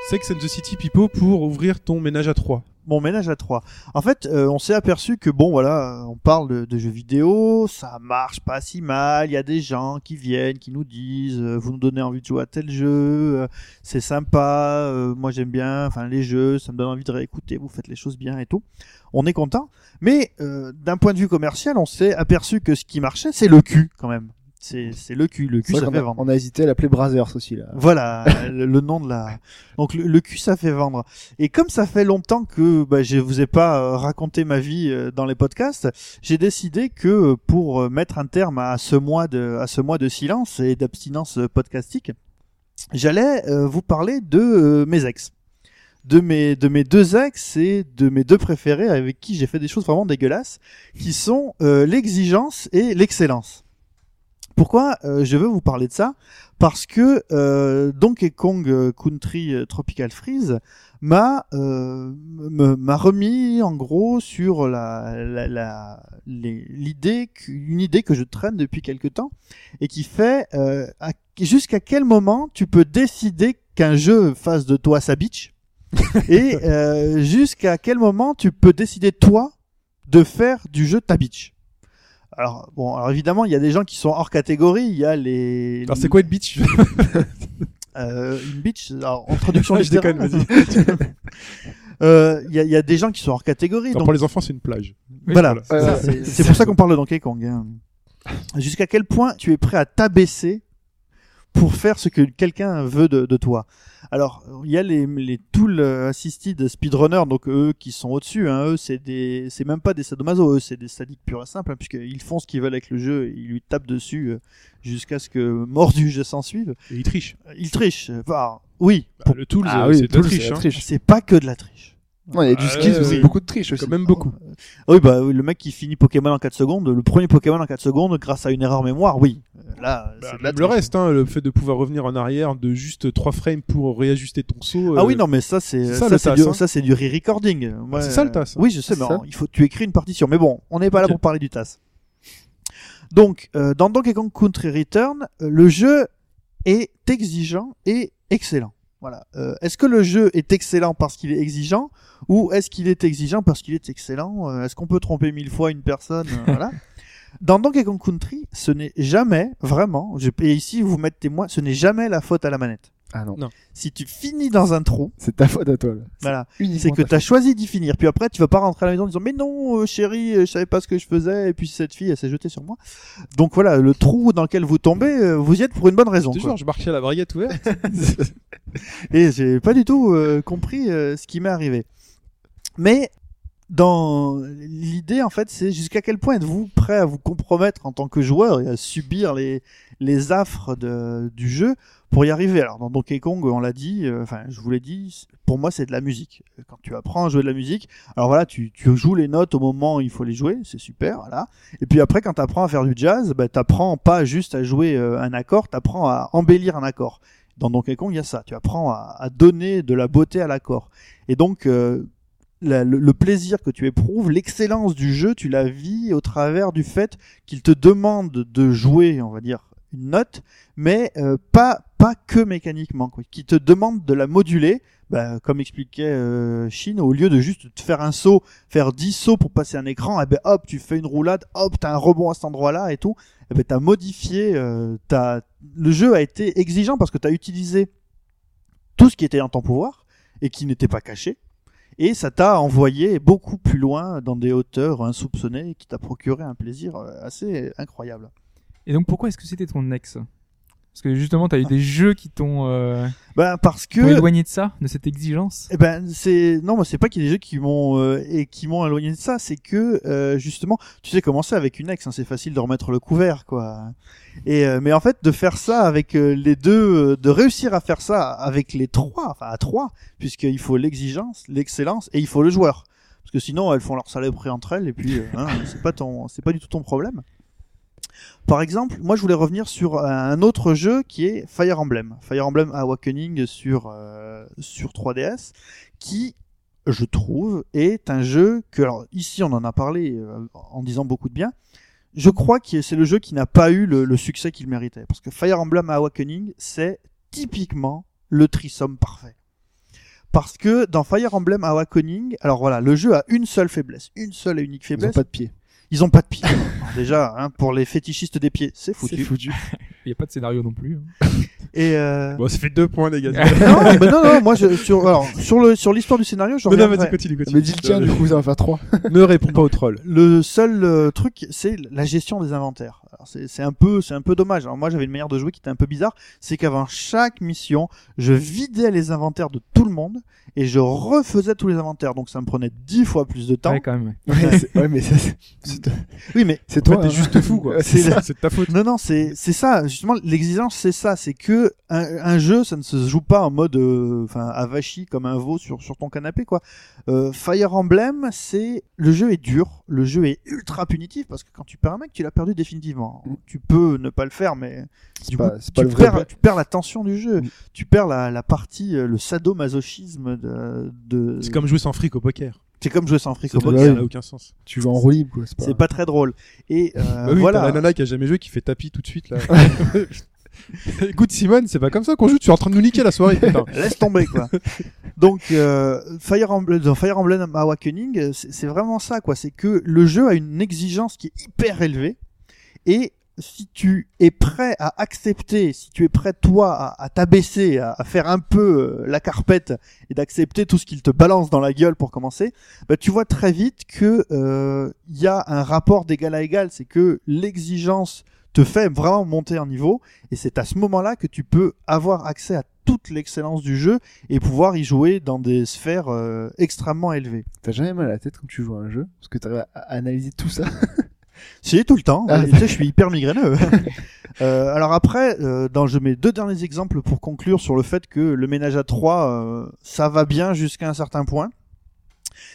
Speaker 2: Sex and the City, Pipo, pour ouvrir ton ménage à trois.
Speaker 4: Bon, ménage à trois. En fait, euh, on s'est aperçu que bon, voilà, euh, on parle de, de jeux vidéo, ça marche pas si mal. Il y a des gens qui viennent, qui nous disent, euh, vous nous donnez envie de jouer à tel jeu, euh, c'est sympa. euh, moi, j'aime bien, enfin les jeux, ça me donne envie de réécouter. Vous faites les choses bien et tout. On est content. Mais euh, d'un point de vue commercial, on s'est aperçu que ce qui marchait, c'est le cul quand même. C'est c'est le cul, le cul,
Speaker 5: C'est
Speaker 4: ça
Speaker 5: vrai qu'on
Speaker 4: fait
Speaker 5: a,
Speaker 4: vendre.
Speaker 5: on a hésité à l'appeler Brazzers aussi là.
Speaker 4: Voilà le le nom de la. Donc le, le cul ça fait vendre. Et comme ça fait longtemps que bah, je vous ai pas euh, raconté ma vie euh, dans les podcasts, j'ai décidé que euh, pour euh, mettre un terme à ce mois de à ce mois de silence et d'abstinence euh, podcastique, j'allais euh, vous parler de euh, mes ex, de mes de mes deux ex et de mes deux préférés avec qui j'ai fait des choses vraiment dégueulasses, qui sont euh, l'exigence et l'excellence. Pourquoi euh, je veux vous parler de ça parce que euh, Donkey Kong euh, Country euh, Tropical Freeze m'a euh, me- m'a remis en gros sur la la- la- les- l'idée qu'une une idée que je traîne depuis quelque temps et qui fait euh, à- jusqu'à quel moment tu peux décider qu'un jeu fasse de toi sa bitch
Speaker 2: (laughs)
Speaker 4: et euh, jusqu'à quel moment tu peux décider toi de faire du jeu ta bitch. Alors bon, alors évidemment, il y a des gens qui sont hors catégorie, il y a les
Speaker 2: Alors c'est quoi une bitch
Speaker 4: euh, une bitch, alors, en traduction
Speaker 2: (laughs) Je déconne,
Speaker 4: littérale.
Speaker 2: vas-y.
Speaker 4: (laughs) Euh, Il y, a- il y a des gens qui sont hors catégorie.
Speaker 2: Alors,
Speaker 4: donc,
Speaker 2: Pour les enfants, c'est une plage.
Speaker 3: Oui,
Speaker 4: voilà,
Speaker 5: voilà.
Speaker 4: Ça,
Speaker 5: Ouais, (laughs)
Speaker 4: c'est c'est pour ça qu'on parle de Donkey Kong. hein. Jusqu'à quel point tu es prêt à t'abaisser pour faire ce que quelqu'un veut de, de toi. Alors, il y a les, les tools euh, assisted speedrunner, donc eux qui sont au-dessus, hein, eux c'est des, c'est même pas des sadomaso, eux c'est des sadiques purs et simples, hein, puisqu'ils font ce qu'ils veulent avec le jeu, et ils lui tapent dessus euh, jusqu'à ce que mort du jeu s'en suive.
Speaker 2: Et ils trichent.
Speaker 4: Ils trichent, enfin, oui,
Speaker 2: Bah, le Tools, euh, c'est de
Speaker 5: tout,
Speaker 2: la triche.
Speaker 5: ah c'est la
Speaker 2: hein.
Speaker 5: triche.
Speaker 4: c'est pas que de la triche.
Speaker 5: Non, il y a du
Speaker 2: Ah,
Speaker 5: ski,
Speaker 2: ouais,
Speaker 5: c'est
Speaker 2: oui.
Speaker 5: beaucoup de triche aussi.
Speaker 2: Quand même beaucoup.
Speaker 4: Ah Oui, bah oui, le mec qui finit Pokémon en 4 secondes, le premier Pokémon en 4 secondes grâce à une erreur mémoire, oui. Euh, Là,
Speaker 2: Bah,
Speaker 4: c'est de la
Speaker 2: même le
Speaker 4: triche.
Speaker 2: reste, hein, le fait de pouvoir revenir en arrière de juste trois frames pour réajuster ton saut.
Speaker 4: Ah
Speaker 2: euh,
Speaker 4: oui, non, mais ça, c'est
Speaker 2: c'est
Speaker 4: ça,
Speaker 2: ça, le
Speaker 4: c'est
Speaker 2: tas,
Speaker 4: du,
Speaker 2: hein.
Speaker 4: ça, c'est du re-recording. Moi,
Speaker 2: c'est ça, le
Speaker 4: euh,
Speaker 2: tas, ça.
Speaker 4: Oui, je sais,
Speaker 5: C'est
Speaker 4: mais
Speaker 5: ça.
Speaker 4: il faut, tu écris une partition. Mais bon, on n'est pas là
Speaker 2: Ok.
Speaker 4: pour parler du TAS. Donc, euh, dans Donkey Kong Country Return, euh, le jeu est exigeant et excellent. Voilà. Euh, est-ce que le jeu est excellent parce qu'il est exigeant
Speaker 2: (laughs)
Speaker 4: ou est-ce qu'il est exigeant parce qu'il est excellent Euh, Est-ce qu'on peut tromper mille fois une personne Euh, Voilà. Dans Donkey Kong Country, ce n'est jamais vraiment, je- et ici vous mettez témoin, ce n'est jamais la faute à la manette.
Speaker 5: Ah non,
Speaker 3: Non.
Speaker 4: Si tu finis dans un trou,
Speaker 5: c'est ta faute à toi. là.
Speaker 4: voilà, c'est
Speaker 5: Uniquement
Speaker 4: que
Speaker 5: ta
Speaker 4: t'as choisi d'y finir. Puis après, tu vas pas rentrer à la maison en disant mais non, euh, chérie, euh, je savais pas ce que je faisais, et puis cette fille, elle s'est jetée sur moi. Donc voilà, le trou dans lequel vous tombez, euh, vous y êtes pour une bonne raison.
Speaker 2: Je te
Speaker 4: quoi.
Speaker 2: jure, je marchais à la braguette ouverte.
Speaker 4: (laughs) Et j'ai pas du tout euh, compris euh, ce qui m'est arrivé. Mais dans l'idée, en fait, c'est jusqu'à quel point êtes-vous prêt à vous compromettre en tant que joueur et à subir les, les affres de- du jeu pour y arriver. Alors, dans Donkey Kong, on l'a dit, euh, enfin, je vous l'ai dit, pour moi, c'est de la musique. Quand tu apprends à jouer de la musique, alors voilà, tu, tu joues les notes au moment où il faut les jouer, c'est super, voilà. Et puis après, quand tu apprends à faire du jazz, bah, tu pas juste à jouer euh, un accord, tu apprends à embellir un accord dans Donkey Kong, il y a ça. Tu apprends à, à donner de la beauté à l'accord. Et donc, euh, la- le, le plaisir que tu éprouves, l'excellence du jeu, tu la vis au travers du fait qu'il te demande de jouer, on va dire, une note, mais euh, pas pas que mécaniquement, quoi. Qui te demande de la moduler, bah, comme expliquait euh, Shin, au lieu de juste te faire un saut, faire 10 sauts pour passer un écran, et ben hop, tu fais une roulade, hop, t'as un rebond à cet endroit-là et tout. Eh ben, t'as modifié, euh, t'as- le jeu a été exigeant parce que t'as utilisé tout ce qui était en ton pouvoir et qui n'était pas caché. Et ça t'a envoyé beaucoup plus loin dans des hauteurs insoupçonnées qui t'a procuré un plaisir euh, assez incroyable.
Speaker 3: Et donc pourquoi est-ce que c'était ton ex Parce que justement, t'as eu des jeux qui t'ont euh,
Speaker 4: Ben, parce
Speaker 3: t'ont
Speaker 4: que
Speaker 3: éloigné de ça, de cette exigence.
Speaker 4: Eh ben c'est non moi c'est pas qu'il y a des jeux qui m'ont euh, et qui m'ont éloigné de ça c'est que euh, justement tu sais commencer avec une ex hein, c'est facile de remettre le couvert quoi et euh, mais en fait de faire ça avec euh, les deux euh, de réussir à faire ça avec les trois enfin à trois puisqu'il faut l'exigence l'excellence et il faut le joueur parce que sinon elles font leur saloperie entre elles et puis euh, hein, (laughs) c'est pas ton c'est pas du tout ton problème par exemple, moi je voulais revenir sur euh, un autre jeu qui est Fire Emblem. Fire Emblem Awakening sur, euh, sur 3DS qui, je trouve, est un jeu que, alors ici on en a parlé euh, en disant beaucoup de bien, je crois que c'est le jeu qui n'a pas eu le, le succès qu'il méritait. Parce que Fire Emblem Awakening, c'est typiquement le trisome parfait. Parce que dans Fire Emblem Awakening, alors voilà, le jeu a une seule faiblesse, une seule et unique
Speaker 5: Ils ont
Speaker 4: faiblesse,
Speaker 5: pas de pied.
Speaker 4: ils ont pas de pied. Alors déjà, hein, pour les fétichistes des pieds, c'est foutu.
Speaker 3: Il n'y a pas de scénario non plus. hein.
Speaker 4: Et
Speaker 5: (laughs)
Speaker 4: euh...
Speaker 2: Bon, ça fait deux points, les gars.
Speaker 4: non, bah non, non, moi je, sur alors, sur le sur l'histoire du scénario, je
Speaker 2: Non, non,
Speaker 4: reviendrai.
Speaker 2: vas-y, continue,
Speaker 5: Mais
Speaker 2: continue.
Speaker 5: dis le tien, du coup, ça va faire 3.
Speaker 2: Ne réponds pas au troll.
Speaker 4: le seul euh, truc, c'est la gestion des inventaires. Alors, C'est c'est un peu, c'est un peu dommage. Alors moi, j'avais une manière de jouer qui était un peu bizarre, c'est qu'avant chaque mission, je vidais les inventaires de tout le monde et je refaisais tous les inventaires. Donc ça me prenait dix fois plus de temps.
Speaker 3: Ouais, quand même.
Speaker 5: Ouais, c'est- ouais, mais ça, c'est- c'est
Speaker 4: Oui, mais
Speaker 5: c'est
Speaker 2: En
Speaker 5: toi.
Speaker 2: fait, t'es
Speaker 5: hein.
Speaker 2: juste fou,
Speaker 5: (laughs)
Speaker 2: quoi. (laughs)
Speaker 5: Ouais,
Speaker 2: C'est
Speaker 4: c'est
Speaker 2: ça, c'est de ta faute.
Speaker 4: Non, non, c'est c'est ça. Justement, l'exigence, c'est ça. C'est que un, un jeu, ça ne se joue pas en mode, euh, enfin, avachi comme un veau sur sur ton canapé, quoi. Euh, Fire Emblem, c'est le jeu est dur, le jeu est ultra punitif parce que quand tu perds un mec, tu l'as perdu définitivement.
Speaker 5: Mm.
Speaker 4: Tu peux ne pas le faire, mais
Speaker 5: C'est
Speaker 4: du
Speaker 5: pas,
Speaker 4: coup,
Speaker 5: c'est pas
Speaker 4: tu
Speaker 5: le vrai.
Speaker 4: perds, tu perds la tension du jeu.
Speaker 5: Mm.
Speaker 4: Tu perds la, la partie, euh, le sadomasochisme de. de...
Speaker 2: C'est comme jouer sans fric au poker.
Speaker 4: c'est comme jouer sans fric au
Speaker 2: Ça
Speaker 4: poker.
Speaker 5: doit-
Speaker 2: n'a aucun sens.
Speaker 5: Tu vas en roue libre, quoi. C'est pas.
Speaker 4: C'est pas très drôle. Et euh,
Speaker 5: Ah,
Speaker 2: Bah oui,
Speaker 4: voilà.
Speaker 2: t'as la nana qui a jamais joué qui fait tapis tout de suite
Speaker 5: (laughs)
Speaker 2: là. (laughs) Écoute Simone, c'est pas comme ça qu'on joue, tu es en train de nous niquer la soirée putain.
Speaker 4: (laughs) Laisse tomber quoi. Donc euh, Fire Emblem, dans Fire Emblem Awakening, euh, c'est c'est vraiment ça quoi. C'est que le jeu a une exigence qui est hyper élevée et si tu es prêt à accepter, si tu es prêt toi à, à t'abaisser, à, à faire un peu euh, la carpette et d'accepter tout ce qu'il te balance dans la gueule pour commencer, bah, tu vois très vite que euh, il y a un rapport d'égal à égal. C'est que l'exigence te fait vraiment monter en niveau et c'est à ce moment-là que tu peux avoir accès à toute l'excellence du jeu et pouvoir y jouer dans des sphères euh, extrêmement élevées.
Speaker 5: T'as jamais mal à la tête quand tu joues à un jeu Parce que t'arrives à analyser tout ça.
Speaker 4: C'est tout le temps.
Speaker 5: Ah,
Speaker 4: Et tu sais, je suis hyper migraineux. Euh, alors après, euh, dans je mets deux derniers exemples pour conclure sur le fait que le ménage à trois, euh, ça va bien jusqu'à un certain point.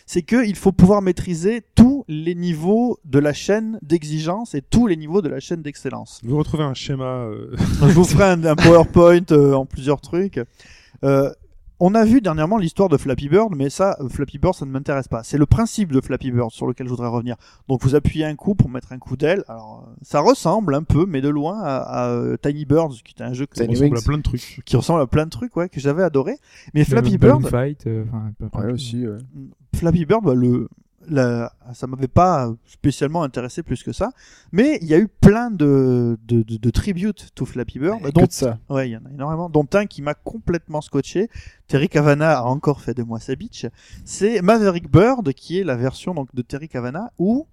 Speaker 4: C'est que il faut pouvoir maîtriser tous les niveaux de la chaîne d'exigence et tous les niveaux de la chaîne d'excellence.
Speaker 2: Vous retrouvez un schéma euh,
Speaker 4: Je vous ferai un, un PowerPoint euh, en plusieurs trucs. Euh, on a vu dernièrement l'histoire de Flappy Bird, mais ça, euh, Flappy Bird, ça ne m'intéresse pas. C'est le principe de Flappy Bird sur lequel je voudrais revenir. Donc vous appuyez un coup pour mettre un coup d'aile. Alors euh, ça ressemble un peu, mais de loin, à, à, euh, Tiny Birds, qui est un jeu que-
Speaker 5: Tiny
Speaker 2: ressemble à
Speaker 5: Wings.
Speaker 2: plein de trucs.
Speaker 4: qui ressemble à plein de trucs, ouais, que j'avais adoré. Mais Flappy
Speaker 3: Balloon
Speaker 4: Bird,
Speaker 3: Fight. euh, enfin, peu importe.
Speaker 5: Ouais, aussi, ouais.
Speaker 4: Flappy Bird, bah, le la- ça m'avait pas spécialement intéressé plus que ça, mais il y a eu plein de, de, de, de tributes to Flappy Bird,
Speaker 5: que
Speaker 4: dont
Speaker 5: de ça.
Speaker 4: Ouais, il y en a énormément, dont un qui m'a complètement scotché. Terry Cavana a encore fait de moi sa bitch. C'est Maverick Bird, qui est la version donc de Terry Cavana, où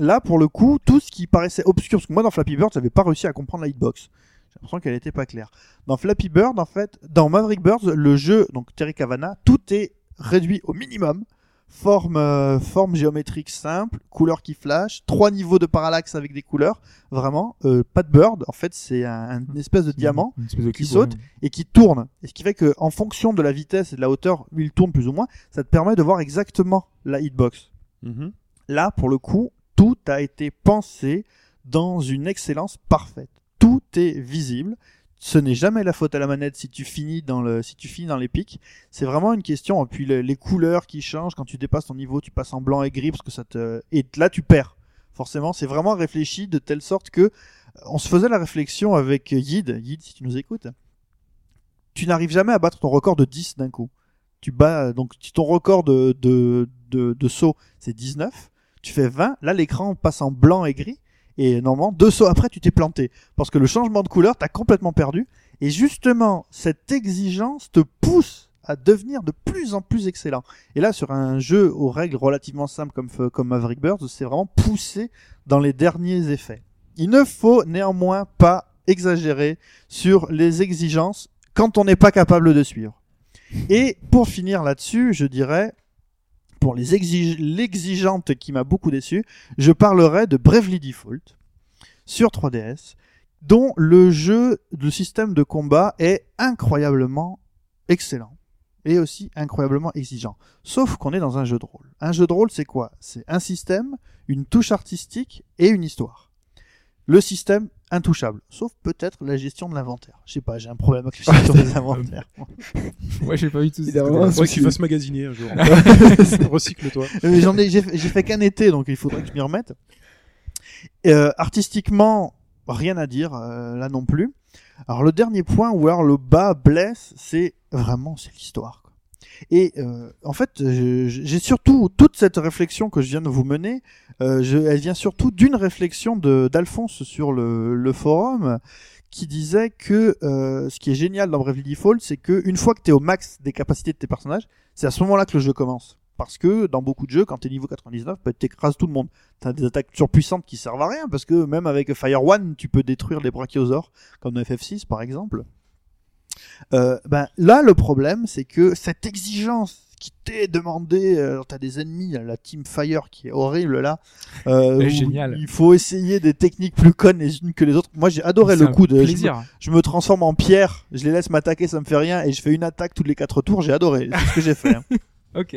Speaker 4: là, pour le coup, tout ce qui paraissait obscur, parce que moi dans Flappy Bird, j'avais pas réussi à comprendre la hitbox. J'ai l'impression qu'elle n'était pas claire. Dans Flappy Bird, en fait, dans Maverick Bird, le jeu, donc Terry Cavana, tout est réduit au minimum. Forme, euh, forme géométrique simple, couleur qui flash, trois niveaux de parallaxe avec des couleurs. Vraiment, euh, pas de bird. En fait, c'est un, une espèce
Speaker 3: Mhm.
Speaker 4: de diamant
Speaker 3: Une espèce de
Speaker 4: qui
Speaker 3: cube,
Speaker 4: saute.
Speaker 3: ouais.
Speaker 4: et qui tourne. Et ce qui fait que, en fonction de la vitesse et de la hauteur où il tourne plus ou moins, ça te permet de voir exactement la hitbox.
Speaker 2: Mhm.
Speaker 4: Là, pour le coup, tout a été pensé dans une excellence parfaite. Tout est visible. Ce n'est jamais la faute à la manette si tu finis dans le, si tu finis dans les pics. C'est vraiment une question. Et puis le- les couleurs qui changent quand tu dépasses ton niveau, tu passes en blanc et gris parce que ça te, et là tu perds. Forcément, c'est vraiment réfléchi de telle sorte que euh, on se faisait la réflexion avec Yid. Yid, si tu nous écoutes, tu n'arrives jamais à battre ton record de 10 d'un coup. Tu bats, donc si ton record de, de, de, de saut, c'est 19 tu fais 20, là l'écran passe en blanc et gris, et normalement deux sauts après tu t'es planté, parce que le changement de couleur t'as complètement perdu, et justement cette exigence te pousse à devenir de plus en plus excellent. Et là sur un jeu aux règles relativement simples comme, F- comme Maverick Birds, c'est vraiment poussé dans les derniers effets. Il ne faut néanmoins pas exagérer sur les exigences quand on n'est pas capable de suivre. Et pour finir là-dessus, je dirais, pour les exige- l'exigeante qui m'a beaucoup déçu, je parlerai de Bravely Default sur 3DS, dont le jeu, le système de combat est incroyablement excellent et aussi incroyablement exigeant. Sauf qu'on est dans un jeu de rôle. Un jeu de rôle, c'est quoi C'est un système, une touche artistique et une histoire. Le système intouchable, sauf peut-être la gestion de l'inventaire. Je sais pas, j'ai un problème avec la gestion des inventaires.
Speaker 3: Ouais, j'ai pas vu tout
Speaker 5: Il
Speaker 3: ça.
Speaker 5: a vraiment un
Speaker 2: Ouais, qu'il
Speaker 5: souci.
Speaker 2: fasse magasiner un jour. (laughs) Recycle-toi.
Speaker 4: Euh, mais j'en ai, j'ai, j'ai fait qu'un été, donc il faudrait que je m'y remette. Euh, artistiquement, rien à dire euh, là non plus. Alors le dernier point où alors le bas blesse, c'est vraiment c'est l'histoire. quoi. Et euh, en fait, je- je- j'ai surtout toute cette réflexion que je viens de vous mener, euh, je, elle vient surtout d'une réflexion de, d'Alphonse sur le, le forum qui disait que euh, ce qui est génial dans Bravely Default, c'est que une fois que tu es au max des capacités de tes personnages, c'est à ce moment-là que le jeu commence. Parce que dans beaucoup de jeux, quand t'es niveau 99, bah, t'écrases tout le monde. T'as des attaques surpuissantes qui servent à rien, parce que même avec Fire One, tu peux détruire les brachiosaures, comme dans FF6 par exemple. Euh, ben, là, le problème, c'est que cette exigence qui t'est demandée, euh, t'as des ennemis, la Team Fire qui est horrible là. euh,
Speaker 3: Elle est
Speaker 4: où
Speaker 3: géniale.
Speaker 4: Il faut essayer des techniques plus connes les unes que les autres. Moi, j'ai adoré
Speaker 3: C'est
Speaker 4: le
Speaker 3: un
Speaker 4: coup de. je me-
Speaker 3: plaisir.
Speaker 4: je me transforme en pierre, je les laisse m'attaquer, ça me fait rien, et je fais une attaque toutes les quatre tours, j'ai adoré, c'est ce que j'ai fait.
Speaker 3: (laughs)
Speaker 4: hein.
Speaker 3: Ok.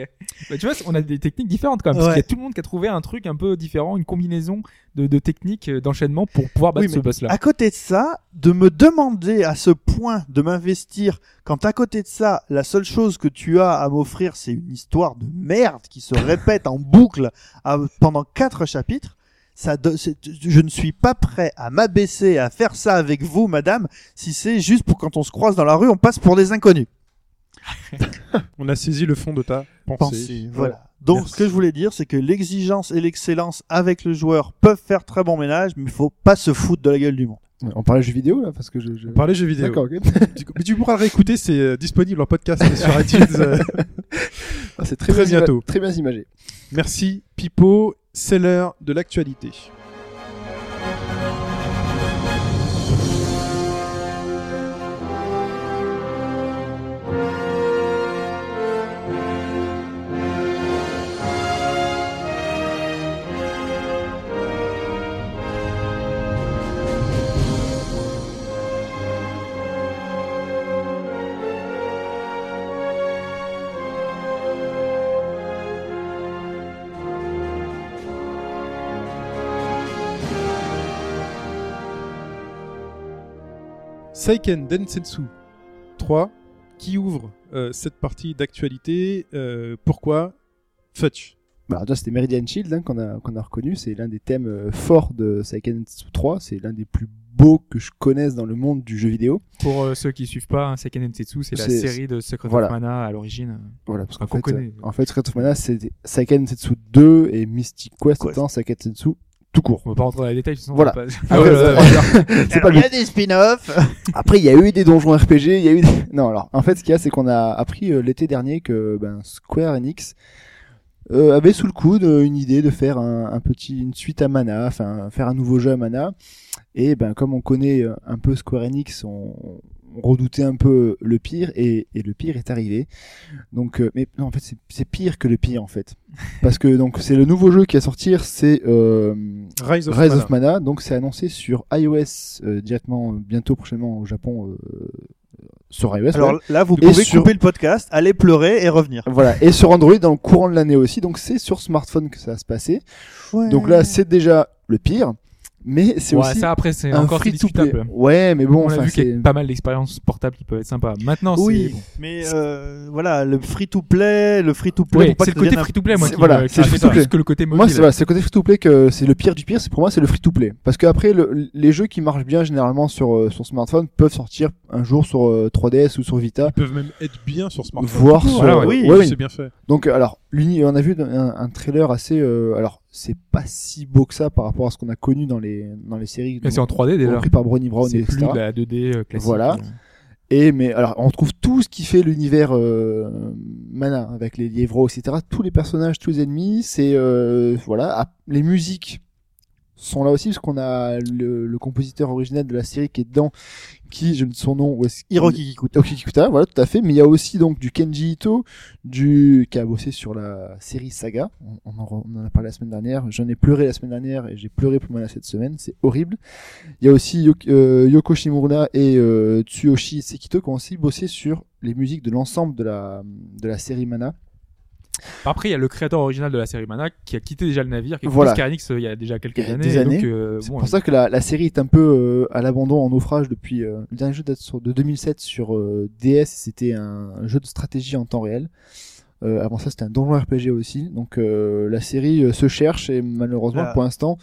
Speaker 3: Bah, tu vois, on a des techniques différentes quand même. Parce
Speaker 4: Ouais.
Speaker 3: qu'il y a tout le monde qui a trouvé un truc un peu différent, une combinaison de, de techniques euh, d'enchaînement pour pouvoir battre
Speaker 4: Oui,
Speaker 3: ce
Speaker 4: mais
Speaker 3: boss-là.
Speaker 4: À côté de ça, de me demander à ce point de m'investir, quand à côté de ça, la seule chose que tu as à m'offrir, c'est une histoire de merde qui se répète en boucle à- pendant quatre chapitres, ça, do- c'est- je ne suis pas prêt à m'abaisser, à faire ça avec vous, madame, si c'est juste pour quand on se croise dans la rue, on passe pour des inconnus.
Speaker 2: On a saisi le fond de ta pensée.
Speaker 4: Pensée, Voilà. Donc,
Speaker 2: Merci.
Speaker 4: ce que je voulais dire, c'est que l'exigence et l'excellence avec le joueur peuvent faire très bon ménage, mais il faut pas se foutre de la gueule du monde.
Speaker 5: Ouais, On parlait jeux vidéo là parce que je. je-
Speaker 2: On parlait jeux vidéo.
Speaker 5: D'accord, ok.
Speaker 2: Du coup- Mais tu pourras le réécouter, c'est euh, disponible en podcast sur iTunes. euh,
Speaker 5: Ah, c'est très,
Speaker 2: Très
Speaker 5: bien ima-
Speaker 2: bientôt.
Speaker 5: Très bien imagé.
Speaker 2: Merci Pipo, c'est l'heure de l'actualité. Seiken Densetsu 3 qui ouvre euh, cette partie d'actualité. euh, pourquoi Fudge
Speaker 5: Bah, alors, déjà, c'était Meridian Shield hein, qu'on a, qu'on a reconnu. C'est l'un des thèmes euh, forts de Seikenetsu 3. C'est l'un des plus beaux que je connaisse dans le monde du jeu vidéo.
Speaker 3: Pour euh, ceux qui suivent pas, hein, Seiken Densetsu, c'est la
Speaker 5: C'est-
Speaker 3: série de Secret
Speaker 5: voilà.
Speaker 3: of Mana à l'origine.
Speaker 5: Voilà, parce
Speaker 3: Ah, qu'on
Speaker 5: qu'en fait,
Speaker 3: connaît.
Speaker 5: euh, en fait, Secret of Mana, c'est Seiken Setsu 2 et Mystic Quest
Speaker 4: Quest.
Speaker 5: étant Seiken Setsu tout court.
Speaker 3: On va pas rentrer dans les détails, sinon on
Speaker 5: Voilà.
Speaker 3: va pas-
Speaker 5: Ah ouais,
Speaker 3: Voilà.
Speaker 5: (laughs) c'est pas le
Speaker 4: il y a des spin-offs.
Speaker 5: Après, il y a eu des donjons RPG, il y a eu. des- Non, alors, en fait, ce qu'il y a, c'est qu'on a appris euh, l'été dernier que ben, Square Enix euh, avait sous le coude euh, une idée de faire un, un petit, une suite à Mana, enfin, faire un nouveau jeu à Mana. Et ben, comme on connaît euh, un peu Square Enix, on, on redoutait un peu le pire, et, et le pire est arrivé. Donc, euh, mais non, en fait, c'est- c'est pire que le pire, en fait, parce que donc c'est le nouveau jeu qui va sortir, c'est euh,
Speaker 2: Rise of
Speaker 5: Rise
Speaker 2: Mana.
Speaker 5: of Mana, donc c'est annoncé sur iOS euh, directement euh, bientôt prochainement au Japon euh, sur
Speaker 4: (laughs)
Speaker 5: iOS.
Speaker 4: Alors
Speaker 5: ouais.
Speaker 4: là, vous
Speaker 5: Et
Speaker 4: pouvez
Speaker 5: sur-
Speaker 4: couper le podcast, aller pleurer et revenir.
Speaker 5: voilà, et sur Android dans le courant de l'année aussi, donc c'est sur smartphone que ça va se passer. Donc là, c'est déjà le pire, mais c'est
Speaker 3: Ouais,
Speaker 5: aussi
Speaker 3: ça après, c'est
Speaker 5: un
Speaker 3: encore c'est
Speaker 5: free to play.
Speaker 3: discutable.
Speaker 5: Ouais, mais bon,
Speaker 3: on a
Speaker 5: enfin
Speaker 3: vu qu'il y
Speaker 5: c'est
Speaker 3: a pas mal d'expériences portables qui peuvent être sympas. Maintenant,
Speaker 4: Oui,
Speaker 3: c'est bon.
Speaker 4: mais euh, voilà, le free to play, le free to play.
Speaker 3: Ouais, c'est le côté free to play, moi.
Speaker 5: C'est-
Speaker 3: qui
Speaker 5: voilà,
Speaker 3: me- qui
Speaker 5: c'est
Speaker 3: me
Speaker 5: le
Speaker 3: fait
Speaker 5: free-to-play.
Speaker 3: plus que le côté mobile.
Speaker 5: Moi, c'est voilà, c'est le côté free-to-play que c'est le pire du pire. C'est pour moi, c'est le free-to-play. Parce que après, le- les jeux qui marchent bien généralement sur euh, sur smartphone peuvent sortir un jour sur euh, 3DS ou sur Vita,
Speaker 2: Ils peuvent même être bien sur smartphone.
Speaker 5: voire sur.
Speaker 3: Voilà, ouais.
Speaker 4: Oui,
Speaker 5: ouais,
Speaker 2: c'est bien fait.
Speaker 5: Donc euh, alors, l'uni- on a vu un, un trailer assez. euh, alors, c'est pas si beau que ça par rapport à ce qu'on a connu dans les dans les séries.
Speaker 3: Mais c'est en 3D
Speaker 5: donc,
Speaker 3: déjà.
Speaker 5: compris par Brownie Brown,
Speaker 3: C'est
Speaker 5: etc.
Speaker 3: plus de la 2D euh, classique.
Speaker 5: Voilà. Et mais alors, on retrouve tout ce qui fait l'univers euh, Mana avec les lièvres, etc. Tous les personnages, tous les ennemis. C'est euh, voilà, ah, les musiques sont là aussi parce qu'on a le, le compositeur original de la série qui est dedans, qui je ne sais son nom. Où est-ce qu'il-
Speaker 4: Hiroki Kikuta.
Speaker 5: Hiroki Kikuta, voilà, tout à fait. Mais il y a aussi donc du Kenji Ito, du qui a bossé sur la série Saga. On, on en, re- on en a parlé la semaine dernière. J'en ai pleuré la semaine dernière et j'ai pleuré pour moi cette semaine. C'est horrible. Il y a aussi Yo- euh, Yoko Shimura et euh, Tsuyoshi Sekito qui ont aussi bossé sur les musiques de l'ensemble de la de la série Mana.
Speaker 3: Après, il y a le créateur original de la série Mana qui a quitté déjà le navire, qui est
Speaker 5: Voilà.
Speaker 3: Square Enix, euh, il y a déjà quelques
Speaker 5: Il y a
Speaker 3: années.
Speaker 5: des
Speaker 3: et donc,
Speaker 5: années.
Speaker 3: euh,
Speaker 5: C'est
Speaker 3: bon,
Speaker 5: pour ça que la, la série est un peu euh, à l'abandon, en naufrage depuis euh, le dernier jeu date sur- de 2007 sur euh, DS. C'était un, un jeu de stratégie en temps réel. Euh, avant ça, c'était un donjon RPG aussi. Donc euh, la série euh, se cherche et malheureusement
Speaker 4: Ah.
Speaker 5: pour l'instant,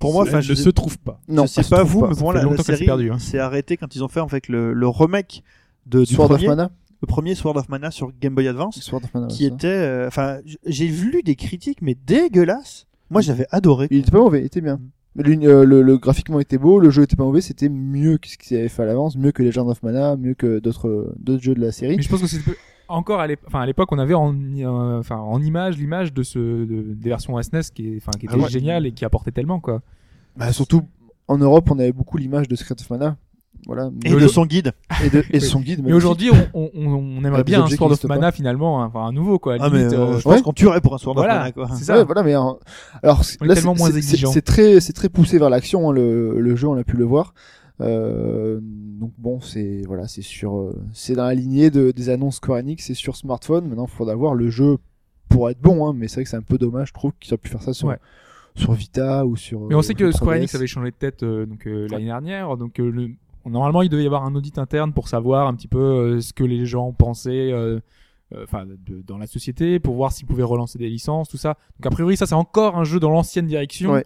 Speaker 4: Pour moi,
Speaker 2: Ça,
Speaker 4: enfin,
Speaker 2: elle
Speaker 4: je
Speaker 2: ne
Speaker 4: sais-
Speaker 2: se trouve pas.
Speaker 5: non.
Speaker 4: je sais
Speaker 5: elle se
Speaker 4: pas
Speaker 5: trouve
Speaker 4: vous, mais pour moi,
Speaker 3: Ça fait
Speaker 4: la, la
Speaker 3: longtemps qu'elle s'est
Speaker 4: série
Speaker 3: perdue, hein.
Speaker 4: s'est arrêtée quand ils ont fait avec le, le remake de du
Speaker 5: Sword of
Speaker 4: premier,
Speaker 5: Mana.
Speaker 4: le premier Sword of Mana sur Game Boy Advance,
Speaker 5: Sword of Mana.
Speaker 4: qui
Speaker 5: ouais, ça.
Speaker 4: était, euh, enfin, j- j'ai vu des critiques mais dégueulasses. Moi, j'avais adoré.
Speaker 5: Il était pas mauvais, il était bien. Mais l'une- euh, le, le graphiquement était beau, le jeu était pas mauvais, c'était mieux que ce qu'ils avaient fait à l'avance, mieux que Legend of Mana, mieux que d'autres euh, d'autres jeux de la série.
Speaker 3: Mais je pense que c'est encore à l'époque, enfin, à l'époque, on avait en, euh, enfin, en image l'image de ce, de- des versions SNES qui, est- enfin, qui était
Speaker 5: Ah ouais.
Speaker 3: géniale et qui apportait tellement, quoi.
Speaker 5: Bah, surtout en Europe, on avait beaucoup l'image de Secret of Mana. Voilà.
Speaker 4: Et de son guide.
Speaker 5: et, de- et
Speaker 3: Oui.
Speaker 5: son guide.
Speaker 3: Mais
Speaker 5: magnifique.
Speaker 3: aujourd'hui, on, on, on- on aimerait
Speaker 5: Avec Ah, des
Speaker 3: bien un
Speaker 5: objets
Speaker 3: Sword
Speaker 5: qui
Speaker 3: of
Speaker 5: n'existent
Speaker 3: Mana finalement, hein, enfin un nouveau quoi.
Speaker 4: Ah mais
Speaker 3: Limite,
Speaker 4: euh,
Speaker 3: euh,
Speaker 4: je pense
Speaker 5: ouais.
Speaker 4: qu'on tuerait pour un Sword
Speaker 3: voilà,
Speaker 4: of Mana quoi.
Speaker 3: c'est
Speaker 5: Ouais,
Speaker 3: ça.
Speaker 5: voilà, mais en- alors
Speaker 3: On est
Speaker 5: là,
Speaker 3: tellement
Speaker 5: c'est-
Speaker 3: moins
Speaker 5: c'est-
Speaker 3: exigeant.
Speaker 5: C'est c'est très, c'est très poussé vers l'action. hein, le, le jeu, on a pu le voir. Euh, donc bon, c'est voilà, c'est sur, euh, c'est dans la lignée de, des annonces Square Enix, c'est sur smartphone. Maintenant, il faudra voir le jeu pour être bon, hein, mais c'est vrai que c'est un peu dommage, je trouve, qu'ils aient pu faire ça sur,
Speaker 3: Ouais.
Speaker 5: sur Vita ou sur.
Speaker 3: Mais on sait
Speaker 5: euh,
Speaker 3: que
Speaker 5: sur
Speaker 3: Square
Speaker 5: 3DS.
Speaker 3: Enix avait changé de tête euh, donc euh, l'année dernière, donc euh, le- normalement il devait y avoir un audit interne pour savoir un petit peu euh, ce que les gens pensaient, euh, euh, enfin de- dans la société, pour voir s'ils pouvaient relancer des licences, tout ça. Donc a priori ça c'est encore un jeu dans l'ancienne direction.
Speaker 5: Ouais.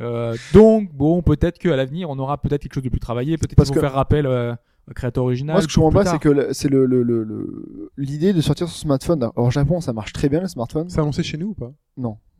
Speaker 3: Euh, donc bon peut-être qu'à l'avenir on aura peut-être quelque chose de plus travaillé, peut-être qu'ils
Speaker 5: Parce
Speaker 3: vont
Speaker 5: que-
Speaker 3: faire rappel euh, au créateur original.
Speaker 5: Moi, ce que je
Speaker 3: pour
Speaker 5: comprends
Speaker 3: plus
Speaker 5: pas, c'est
Speaker 3: tard.
Speaker 5: que le- c'est le le- le- le- l'idée de sortir sur smartphone. Alors, au Japon, ça marche très bien le smartphone.
Speaker 2: C'est annoncé chez nous ou pas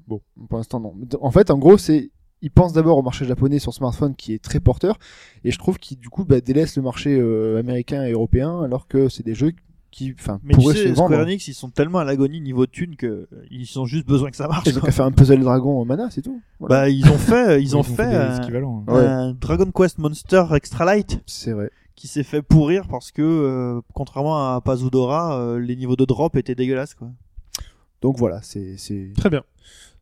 Speaker 5: Pour l'instant, non. En fait, en gros, c'est ils pensent d'abord au marché japonais sur smartphone qui est très porteur, et je trouve qu'ils du coup bah, délaissent le marché euh, américain et européen alors que c'est des jeux qui, enfin,
Speaker 4: Mais tu
Speaker 5: pourraient se
Speaker 4: sais,
Speaker 5: vendre. hein.
Speaker 4: Square Enix, ils sont tellement à l'agonie niveau thune que euh, ils ont juste besoin que ça marche.
Speaker 5: Ils ont
Speaker 4: quoi.
Speaker 5: qu'à faire un puzzle dragon en mana, c'est tout.
Speaker 4: (laughs)
Speaker 5: Voilà.
Speaker 4: Bah ils ont fait, ils ont
Speaker 3: des
Speaker 4: fait un,
Speaker 3: équivalents. hein.
Speaker 5: Ouais.
Speaker 4: un Dragon Quest Monster Extra Light
Speaker 5: c'est vrai.
Speaker 4: qui s'est fait pourrir parce que euh, contrairement à Pazudora, euh, les niveaux de drop étaient dégueulasses quoi.
Speaker 5: Donc voilà, c'est c'est
Speaker 2: Très bien.